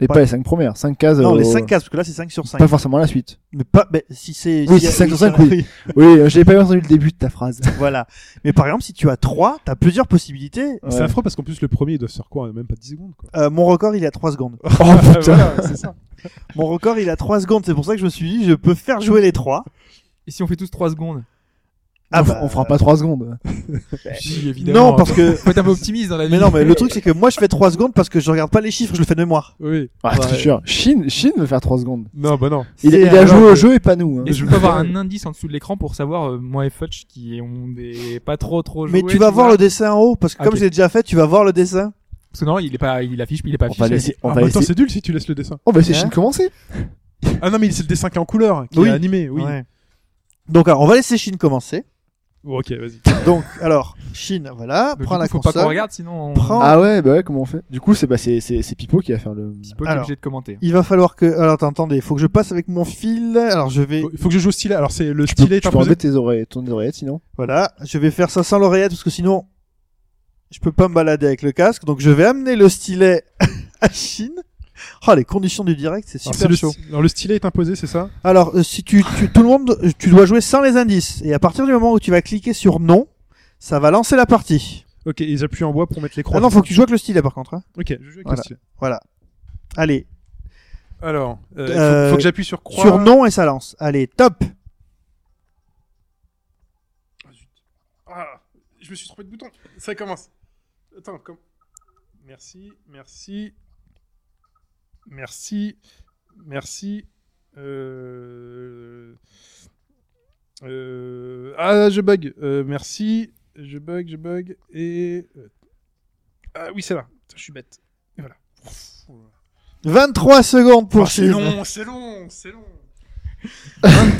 Speaker 5: Et pas les 5 premières, 5 cases.
Speaker 4: Non,
Speaker 5: euh,
Speaker 4: les 5 cases, parce que là, c'est 5 sur 5.
Speaker 5: Pas forcément la suite.
Speaker 4: Mais pas, mais si c'est.
Speaker 5: Oui,
Speaker 4: si y a-
Speaker 5: c'est cinq sur
Speaker 4: ça-
Speaker 5: cinq, oui. Oui, euh, j'ai pas bien entendu le début de ta phrase.
Speaker 4: (laughs) voilà. Mais par exemple, si tu as 3, tu as plusieurs possibilités.
Speaker 5: Ouais.
Speaker 2: C'est affreux parce qu'en plus le premier il doit se faire quoi Même pas 10 secondes quoi.
Speaker 4: Euh, mon record, il est à 3 secondes.
Speaker 5: Oh putain.
Speaker 2: Ah, Voilà, c'est ça.
Speaker 4: Mon record, il est à 3 secondes. C'est pour ça que je me suis dit, je peux faire jouer les 3.
Speaker 3: Et si on fait tous 3 secondes
Speaker 4: Ah
Speaker 5: on,
Speaker 4: bah,
Speaker 5: on fera pas hein. 3 secondes.
Speaker 3: Si, évidemment.
Speaker 4: Non, parce que.
Speaker 3: Faut être un peu optimiste dans la vie.
Speaker 4: Mais non, mais le truc, c'est que moi, je fais 3 secondes parce que je regarde pas les chiffres, je le fais de mémoire.
Speaker 2: Oui.
Speaker 5: Ah,
Speaker 4: Ouais.
Speaker 5: c'est sûr. Chine, Chine veut faire 3 secondes.
Speaker 2: Non, bah non.
Speaker 5: Il,
Speaker 4: C'est
Speaker 5: il
Speaker 4: un
Speaker 5: a joué
Speaker 4: genre
Speaker 5: au
Speaker 4: de-
Speaker 5: jeu et pas nous. hein.
Speaker 3: Et je peux avoir un indice en dessous de l'écran pour savoir, euh, moi et Fudge, qui ont des pas trop trop joué.
Speaker 4: Mais tu vas voir le dessin en haut, parce que
Speaker 2: Ah,
Speaker 4: comme
Speaker 3: Ok.
Speaker 4: je l'ai déjà fait, tu vas voir le dessin.
Speaker 3: Parce que non, il est pas, il affiche, il est pas
Speaker 5: On
Speaker 3: affiché.
Speaker 5: va laisser. On
Speaker 2: Ah,
Speaker 5: va
Speaker 2: bah, attends,
Speaker 5: laisser.
Speaker 2: c'est nul si tu laisses le dessin.
Speaker 5: On va laisser
Speaker 4: Hein
Speaker 5: Chine commencer.
Speaker 2: Ah non, mais c'est le dessin qui est en couleur, qui
Speaker 4: Oui.
Speaker 2: est animé, oui.
Speaker 4: Ouais. Donc alors, on va laisser Chine commencer.
Speaker 2: Bon, ok, vas-y.
Speaker 4: Donc alors, Chine, voilà,
Speaker 3: Donc,
Speaker 4: prends
Speaker 3: du coup,
Speaker 4: la
Speaker 3: faut
Speaker 4: console.
Speaker 3: pas qu'on regarde, sinon on
Speaker 4: Prends-
Speaker 5: Ah ouais, bah ouais, comment on fait Du coup, c'est bah, c'est- c'est c'est Pipo qui va faire le.
Speaker 3: peut
Speaker 4: Alors.
Speaker 3: obligé de commenter.
Speaker 4: Il va falloir que. Alors attends, attendez, il faut que je passe avec mon fil. Alors je vais.
Speaker 2: Faut, faut que je joue au stylet. Alors c'est le
Speaker 5: Tu peux,
Speaker 2: stylet est
Speaker 5: tu peux
Speaker 2: imposé.
Speaker 5: enlever tes oreilles, ton oreillette sinon.
Speaker 4: Voilà, je vais faire ça sans l'oreillette parce que sinon. Je peux pas me balader avec le casque. Donc je vais amener le stylet (laughs) à Chine. Oh, les conditions du direct, c'est
Speaker 2: Alors, c'est
Speaker 4: super
Speaker 2: le,
Speaker 4: chaud.
Speaker 2: sti- alors, le stylet est imposé, c'est ça
Speaker 4: Alors, euh, si tu, tu- tout le monde, euh, tu dois jouer sans les indices. Et à partir du moment où tu vas cliquer sur non, ça va lancer la partie.
Speaker 2: Ok, et j'appuie en bois pour mettre les croix.
Speaker 4: Ah non, faut que tu joues avec le stylet par contre. hein.
Speaker 2: Ok, je joue avec le
Speaker 4: Voilà.
Speaker 2: stylet.
Speaker 4: Voilà. Allez,
Speaker 2: Alors, euh, il
Speaker 4: Euh,
Speaker 2: faut, faut que j'appuie sur croix.
Speaker 4: sur non et ça lance. Allez, top.
Speaker 2: Ah, je me suis trompé de bouton. Ça commence. Attends, comme. Merci, merci, merci, merci. Euh... Euh... Ah, je bug. Euh, merci, je bug, je bug. Et euh, ah oui, c'est là. Putain, Je suis bête. Et voilà.
Speaker 4: 23 secondes pour
Speaker 2: Ah, c'est
Speaker 4: Chine.
Speaker 2: long, c'est long, c'est long.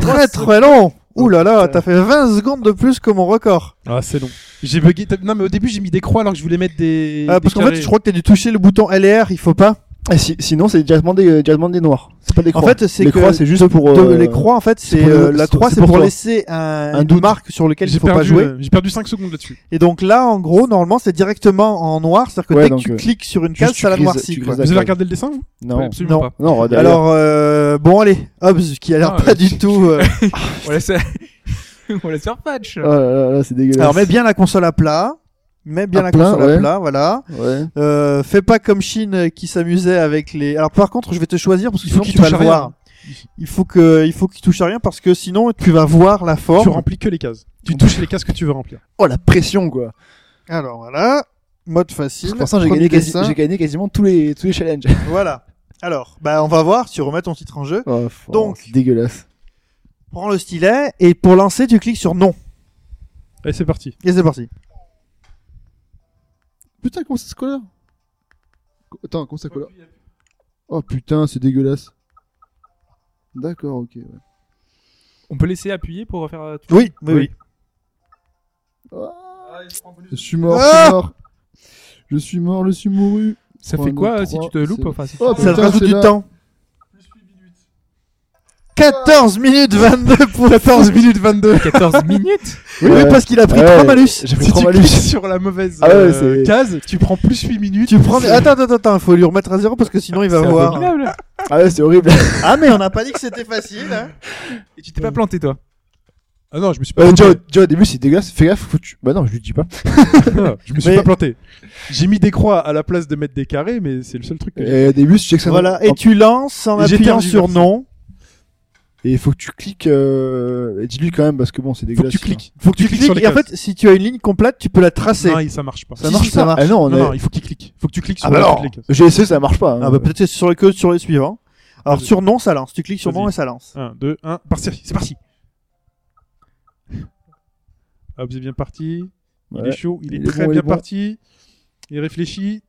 Speaker 4: Très très long. Ouh là là,
Speaker 2: putain.
Speaker 4: t'as fait 20 secondes de plus que mon record.
Speaker 2: Ah, c'est long. J'ai bugué. Non, mais au début j'ai mis des croix alors que je voulais mettre des.
Speaker 4: Ah, parce qu'en
Speaker 2: des
Speaker 4: fait,
Speaker 2: carrés.
Speaker 4: je crois que t'as dû toucher le bouton LR, il faut pas.
Speaker 5: Ah, si- sinon, c'est directement des, euh, directement des noirs. C'est pas des
Speaker 4: En
Speaker 5: croix.
Speaker 4: fait, c'est
Speaker 5: les
Speaker 4: que
Speaker 5: croix, c'est juste pour.
Speaker 4: de-
Speaker 5: euh,
Speaker 4: les croix, en fait, c'est
Speaker 5: pour le-
Speaker 4: euh, la
Speaker 5: c'est-
Speaker 4: 3,
Speaker 5: c'est
Speaker 4: c'est
Speaker 5: pour
Speaker 4: pour,
Speaker 5: toi.
Speaker 4: laisser un,
Speaker 5: Un
Speaker 4: une
Speaker 5: doute.
Speaker 4: marque sur lequel il
Speaker 2: J'ai
Speaker 4: faut pas
Speaker 2: perdu,
Speaker 4: jouer.
Speaker 2: euh, j'ai perdu 5 secondes là-dessus.
Speaker 4: Et donc là, en gros, normalement, c'est directement en noir, c'est-à-dire que
Speaker 5: Ouais,
Speaker 4: dès que
Speaker 5: donc,
Speaker 4: tu
Speaker 5: euh,
Speaker 4: cliques sur une
Speaker 5: juste
Speaker 4: case,
Speaker 5: tu
Speaker 4: ça la
Speaker 5: grises-
Speaker 4: noircit.
Speaker 5: tu
Speaker 4: quoi.
Speaker 5: grises
Speaker 2: Vous avez regardé le dessin vous
Speaker 5: Non.
Speaker 3: Absolument
Speaker 4: Non.
Speaker 3: pas.
Speaker 5: Non, regarde,
Speaker 4: Alors, euh, bon, allez, Hobbs, qui a l'air
Speaker 3: Ah,
Speaker 4: pas
Speaker 3: ouais.
Speaker 4: du tout. euh,
Speaker 3: On laisse, (laughs) on laisse faire patch.
Speaker 5: Oh là là, là, (laughs) c'est dégueulasse.
Speaker 4: Alors, mets bien la console à plat. Mets bien
Speaker 5: À
Speaker 4: la
Speaker 5: plat,
Speaker 4: console à
Speaker 5: ouais.
Speaker 4: plat, voilà.
Speaker 5: Ouais.
Speaker 4: Euh, fais pas comme Shin euh, qui s'amusait avec les. Alors, par contre, je vais te choisir parce que
Speaker 2: Il faut
Speaker 4: sinon
Speaker 2: qu'il
Speaker 4: tu vas
Speaker 2: touche
Speaker 4: le
Speaker 2: à rien.
Speaker 4: voir. Il faut que, il faut qu'il touche à rien parce que sinon tu vas voir la
Speaker 2: Tu
Speaker 4: forme.
Speaker 2: remplis que les cases. Tu touches les cases que tu veux remplir.
Speaker 5: Oh la pression quoi.
Speaker 4: Alors voilà, mode facile.
Speaker 5: C'est pour ça que j'ai
Speaker 4: premier
Speaker 5: gagné, quasi-
Speaker 4: dessin.
Speaker 5: j'ai gagné quasiment tous les tous les challenges.
Speaker 4: Voilà. Alors, bah on va voir. Tu remets ton titre en jeu.
Speaker 5: (laughs) Oh,
Speaker 4: Donc.
Speaker 5: c'est dégueulasse.
Speaker 4: Prends le stylet et pour lancer, tu cliques sur non.
Speaker 2: Allez, c'est parti.
Speaker 4: Et c'est parti.
Speaker 5: Putain, comment ça se colore Attends, comment ça colore Oh putain, c'est dégueulasse. D'accord, ok. ouais.
Speaker 3: On peut laisser appuyer pour faire. euh, tout-
Speaker 4: Oui, oui, oui.
Speaker 5: Je suis mort, je
Speaker 4: Ah
Speaker 5: suis mort. Je suis mort, je suis mouru.
Speaker 3: Ça
Speaker 5: Trois,
Speaker 3: fait quoi
Speaker 5: deux,
Speaker 3: euh, si
Speaker 5: trois,
Speaker 3: tu te loupes
Speaker 5: c'est-
Speaker 3: enfin, si
Speaker 5: Oh,
Speaker 3: tu-
Speaker 4: Ça te
Speaker 5: Putain,
Speaker 4: rajoute
Speaker 5: c'est
Speaker 4: du
Speaker 5: là.
Speaker 4: temps. 14 minutes 22 pour 14 minutes 22.
Speaker 3: 14 minutes
Speaker 4: Oui, mais
Speaker 5: Ouais.
Speaker 4: parce qu'il a Euh, pris
Speaker 5: Ouais.
Speaker 4: 3 malus.
Speaker 5: J'ai pris
Speaker 2: Si
Speaker 5: trop
Speaker 2: tu
Speaker 5: mal
Speaker 2: cliques (laughs) sur la mauvaise
Speaker 5: Ah ouais,
Speaker 2: euh,
Speaker 5: c'est-
Speaker 2: case, tu prends plus 8 minutes.
Speaker 4: Tu prends. Attends, attends, attends, il faut lui remettre à zéro parce que sinon il va
Speaker 3: C'est
Speaker 4: voir.
Speaker 3: abominable.
Speaker 5: Ah ouais, c'est horrible.
Speaker 4: Ah, mais on n'a pas dit que c'était facile. hein.
Speaker 3: Et tu t'es pas planté toi.
Speaker 2: Ah non, je me suis pas
Speaker 5: Euh,
Speaker 2: planté.
Speaker 5: déjà, déjà, au début, c'est dégueulasse. Fais gaffe, faut que tu... Bah non, je lui dis pas.
Speaker 2: Non, je me suis
Speaker 4: Mais-
Speaker 2: pas planté. J'ai mis des croix à la place de mettre des carrés, mais c'est le seul truc que j'ai.
Speaker 5: Et au début, si tu sais que ça
Speaker 4: Voilà, et tu lances en
Speaker 2: Et j'ai
Speaker 4: appuyant sur
Speaker 2: tergiversé.
Speaker 4: non.
Speaker 5: Et faut que tu cliques. Euh... Dis-lui quand même parce que bon, c'est
Speaker 2: Faut que
Speaker 5: dégueulasse.
Speaker 2: tu cliques. Faut que
Speaker 4: Tu cliques et en fait, si tu as une ligne complète, tu peux la tracer.
Speaker 2: Non, il- ça marche pas.
Speaker 4: Ça marche, ça marche.
Speaker 5: Ah non, on
Speaker 2: Non,
Speaker 5: est-
Speaker 2: non, il faut qu'il clique. Faut que tu cliques sur
Speaker 4: Ah bah
Speaker 2: la-
Speaker 4: non.
Speaker 2: toutes les cases.
Speaker 5: J'ai essayé, ça marche pas. hein.
Speaker 4: Ah bah peut-être c'est sur le que sur les suivants. Alors
Speaker 2: Vas-y.
Speaker 4: sur non ça lance, tu cliques sur non
Speaker 2: Vas-y.
Speaker 4: et ça lance.
Speaker 2: 1, 2, 1, parti. C'est parti. Hop, c'est bien parti. Il
Speaker 5: Ouais.
Speaker 2: est chaud, il est,
Speaker 5: Il est
Speaker 2: très
Speaker 5: bon, il est
Speaker 2: bien
Speaker 5: bon.
Speaker 2: parti. Il réfléchit.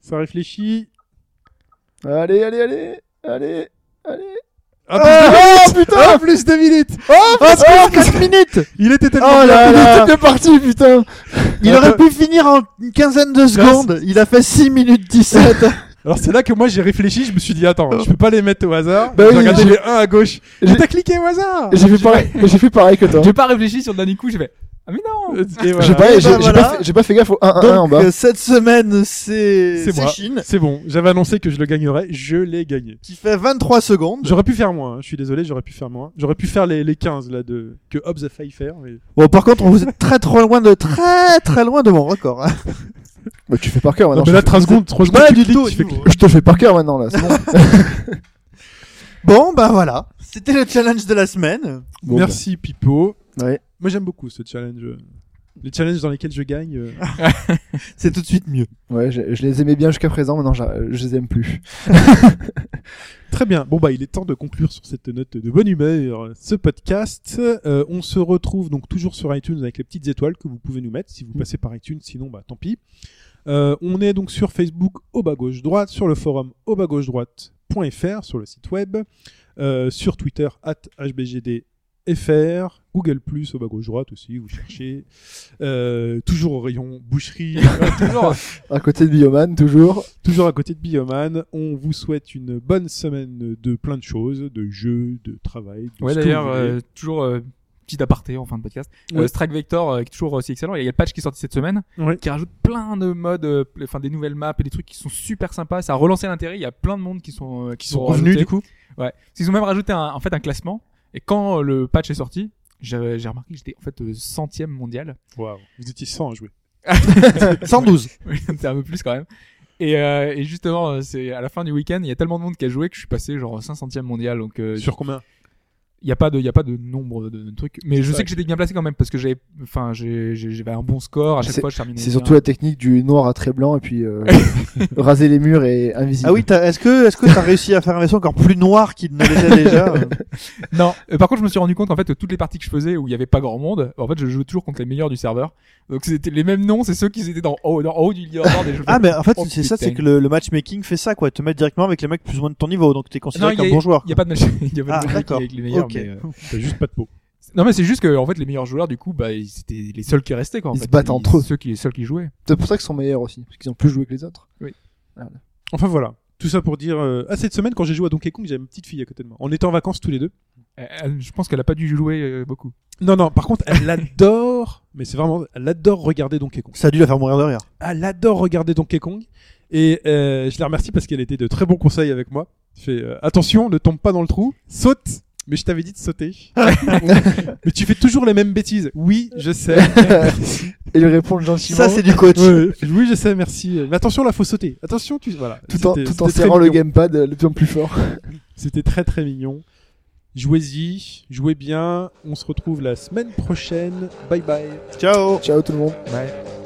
Speaker 2: Ça réfléchit.
Speaker 5: Allez, allez, allez, allez, allez.
Speaker 2: Ah,
Speaker 5: Ah, putain
Speaker 2: Ah, plus de minutes
Speaker 5: Oh,
Speaker 4: Ah,
Speaker 5: putain
Speaker 4: 4 minutes
Speaker 2: Il était tellement
Speaker 4: Oh
Speaker 2: bien.
Speaker 4: là
Speaker 5: Il
Speaker 4: là
Speaker 5: est toute partie, putain
Speaker 4: Il
Speaker 2: Ah,
Speaker 4: aurait pu finir en une quinzaine de secondes, il a fait 6 minutes 17.
Speaker 2: Alors c'est là que moi j'ai réfléchi, je me suis dit attends, je peux pas les mettre au hasard.
Speaker 5: Euh. Bah
Speaker 2: j'ai
Speaker 5: oui,
Speaker 2: regardé
Speaker 5: j'ai-
Speaker 2: les 1 à gauche.
Speaker 5: j'ai-
Speaker 2: J'ai cliqué au hasard.
Speaker 5: J'ai fait pareil, j'ai fait pareil que toi.
Speaker 3: J'ai pas réfléchi sur le dernier coup, j'ai fait. (laughs) Ah mais non
Speaker 2: Et
Speaker 5: J'ai
Speaker 2: voilà.
Speaker 5: pas,
Speaker 4: Et
Speaker 5: j'ai-
Speaker 4: bah
Speaker 5: j'ai
Speaker 4: voilà.
Speaker 5: pas fait- j'ai pas fait gaffe au 1-1 en
Speaker 4: Donc
Speaker 5: bas.
Speaker 4: euh, cette semaine c'est
Speaker 2: C'est
Speaker 4: c'est
Speaker 2: moi.
Speaker 4: Chine
Speaker 2: C'est bon, j'avais annoncé que je le gagnerais, je l'ai gagné.
Speaker 4: qui fait 23 secondes.
Speaker 2: J'aurais pu faire moins, hein, je suis désolé, j'aurais pu faire moins. J'aurais pu faire les, les 15 là de que Hobbs a failli faire mais
Speaker 4: Bon par contre, vous êtes très trop loin de très très loin de mon record. hein.
Speaker 5: Bah, tu fais par cœur
Speaker 2: Non,
Speaker 5: maintenant.
Speaker 2: mais
Speaker 5: je
Speaker 2: là
Speaker 5: te-
Speaker 2: 3 secondes, 3 secondes
Speaker 4: Pas
Speaker 2: tu
Speaker 4: du
Speaker 2: cliques,
Speaker 4: tout.
Speaker 2: tu fais
Speaker 4: au niveau.
Speaker 5: Je te fais par cœur maintenant là. c'est bon.
Speaker 4: Bon bah voilà, c'était le challenge de la semaine.
Speaker 5: Bon, bah.
Speaker 2: Merci Pipo.
Speaker 5: Ouais.
Speaker 2: Moi j'aime beaucoup ce challenge. Les challenges dans lesquels je gagne. euh,
Speaker 4: C'est tout de suite mieux.
Speaker 5: Ouais, je, je les aimais bien jusqu'à présent, maintenant j'a- je les aime plus.
Speaker 2: Très bien. Bon bah il est temps de conclure sur cette note de bonne humeur ce podcast. Euh, on se retrouve donc toujours sur iTunes avec les petites étoiles que vous pouvez nous mettre si vous passez par iTunes, sinon bah tant pis. Euh, on est donc sur Facebook au bas gauche droite, sur le forum au bas gauche droite.fr, sur le site web, euh, sur Twitter at hbgd FR, Google Plus au bas gauche droite aussi, vous cherchez. Euh, toujours au rayon boucherie, euh, toujours,
Speaker 5: À côté de Bioman, toujours.
Speaker 2: toujours à côté de Bioman. On vous souhaite une bonne semaine de plein de choses, de jeux, de travail. de
Speaker 3: Ouais,
Speaker 2: ce que
Speaker 3: d'ailleurs,
Speaker 2: vous voulez.
Speaker 3: euh, toujours euh, petit aparté en fin de podcast. Euh,
Speaker 2: Ouais.
Speaker 3: Strike Vector euh, qui est toujours aussi excellent. Il y a le patch qui est sorti cette semaine,
Speaker 2: Ouais.
Speaker 3: qui rajoute plein de modes, euh, pl- enfin des nouvelles maps et des trucs qui sont super sympas. Ça a relancé l'intérêt. Il y a plein de monde qui sont euh,
Speaker 2: qui sont
Speaker 3: ont
Speaker 2: revenus
Speaker 3: rajouté.
Speaker 2: du coup.
Speaker 3: Ouais. Ils ont même rajouté un, en fait un classement. Et quand euh, le patch est sorti, j'avais- j'ai remarqué que j'étais en fait euh, centième mondial. (laughs)
Speaker 2: Waouh, vous étiez 100 à jouer.
Speaker 4: 112.
Speaker 3: Oui, c'est un peu plus quand même. Et, euh, et justement, euh, c'est à la fin du week-end, il y a tellement de monde qui a joué que je suis passé genre 500e mondial. Donc euh,
Speaker 2: Sur combien
Speaker 3: Il y a pas de, il y a pas de nombre de, de trucs. Mais je
Speaker 2: Ouais.
Speaker 3: sais que j'étais bien placé quand même parce que j'avais, enfin, j'ai- j'ai- j'avais un bon score. À chaque
Speaker 5: C'est-
Speaker 3: fois, je terminais.
Speaker 5: C'est
Speaker 3: bien.
Speaker 5: surtout la technique du noir à très blanc et puis euh, raser les murs et invisible.
Speaker 4: Ah oui, t'as- est-ce que est-ce que t'as réussi à faire un vaisseau encore plus noir qu'il ne l'était déjà euh
Speaker 3: Non. Euh, par contre, je me suis rendu compte en fait que toutes les parties que je faisais où il y avait pas grand monde, en fait, je jouais toujours contre les meilleurs du serveur. Donc c'était les mêmes noms, c'est ceux qui étaient dans haut, dans haut du leaderboard. et (laughs) je-
Speaker 4: Ah mais en fait
Speaker 3: Oh,
Speaker 4: c'est ça,
Speaker 3: putain.
Speaker 4: c'est que le, le matchmaking fait ça quoi, te mettre directement avec les mecs plus ou moins de ton niveau, donc t'es
Speaker 3: Non,
Speaker 4: considéré
Speaker 3: il y
Speaker 4: comme
Speaker 3: a-
Speaker 4: bon joueur.
Speaker 3: Il y a pas de match. (laughs) Il y a pas
Speaker 4: Ah,
Speaker 3: de match
Speaker 4: d'accord.
Speaker 3: avec les meilleurs.
Speaker 4: Ok.
Speaker 3: mais, euh,
Speaker 2: T'as juste pas de peau.
Speaker 3: Non mais c'est juste que en fait les meilleurs joueurs du coup, bah ils- c'était les seuls qui restaient quoi. en
Speaker 5: Ils se
Speaker 3: fait.
Speaker 5: battent entre eux.
Speaker 3: Ceux qui, seuls qui jouaient.
Speaker 5: C'est pour ça qu'ils sont meilleurs aussi, parce qu'ils ont plus joué que les autres.
Speaker 2: Enfin voilà. Tout ça pour dire, euh, ah, cette semaine, quand j'ai joué à Donkey Kong, j'avais une petite fille à côté de moi. On était en vacances tous les deux.
Speaker 3: Euh, elle- je pense qu'elle a pas dû jouer euh, beaucoup.
Speaker 2: Non, non, par contre, elle (laughs) adore, mais c'est vraiment, elle adore regarder Donkey Kong.
Speaker 4: Ça a dû la faire mourir de rire.
Speaker 2: Elle adore regarder Donkey Kong. Et euh, je la remercie parce qu'elle était de très bons conseils avec moi. Je fais, euh, attention, ne tombe pas dans le trou, saute. Mais je t'avais dit de
Speaker 5: (laughs)
Speaker 2: sauter. mais tu fais toujours les mêmes bêtises. Oui, je
Speaker 5: (laughs)
Speaker 2: sais.
Speaker 5: Et le répondre gentiment,
Speaker 4: Ça c'est du coach.
Speaker 2: Ouais, oui, je sais, merci. Mais attention, là, faut sauter. Attention, tu. Voilà.
Speaker 5: tout en,
Speaker 2: C'était-
Speaker 5: tout en
Speaker 2: c'était très
Speaker 5: serrant le
Speaker 2: mignon.
Speaker 5: gamepad euh, de plus en plus fort.
Speaker 2: C'était très très mignon. Jouez-y, jouez bien. On se retrouve la semaine prochaine. Bye bye.
Speaker 4: Ciao.
Speaker 5: Ciao tout le monde.
Speaker 3: Ouais.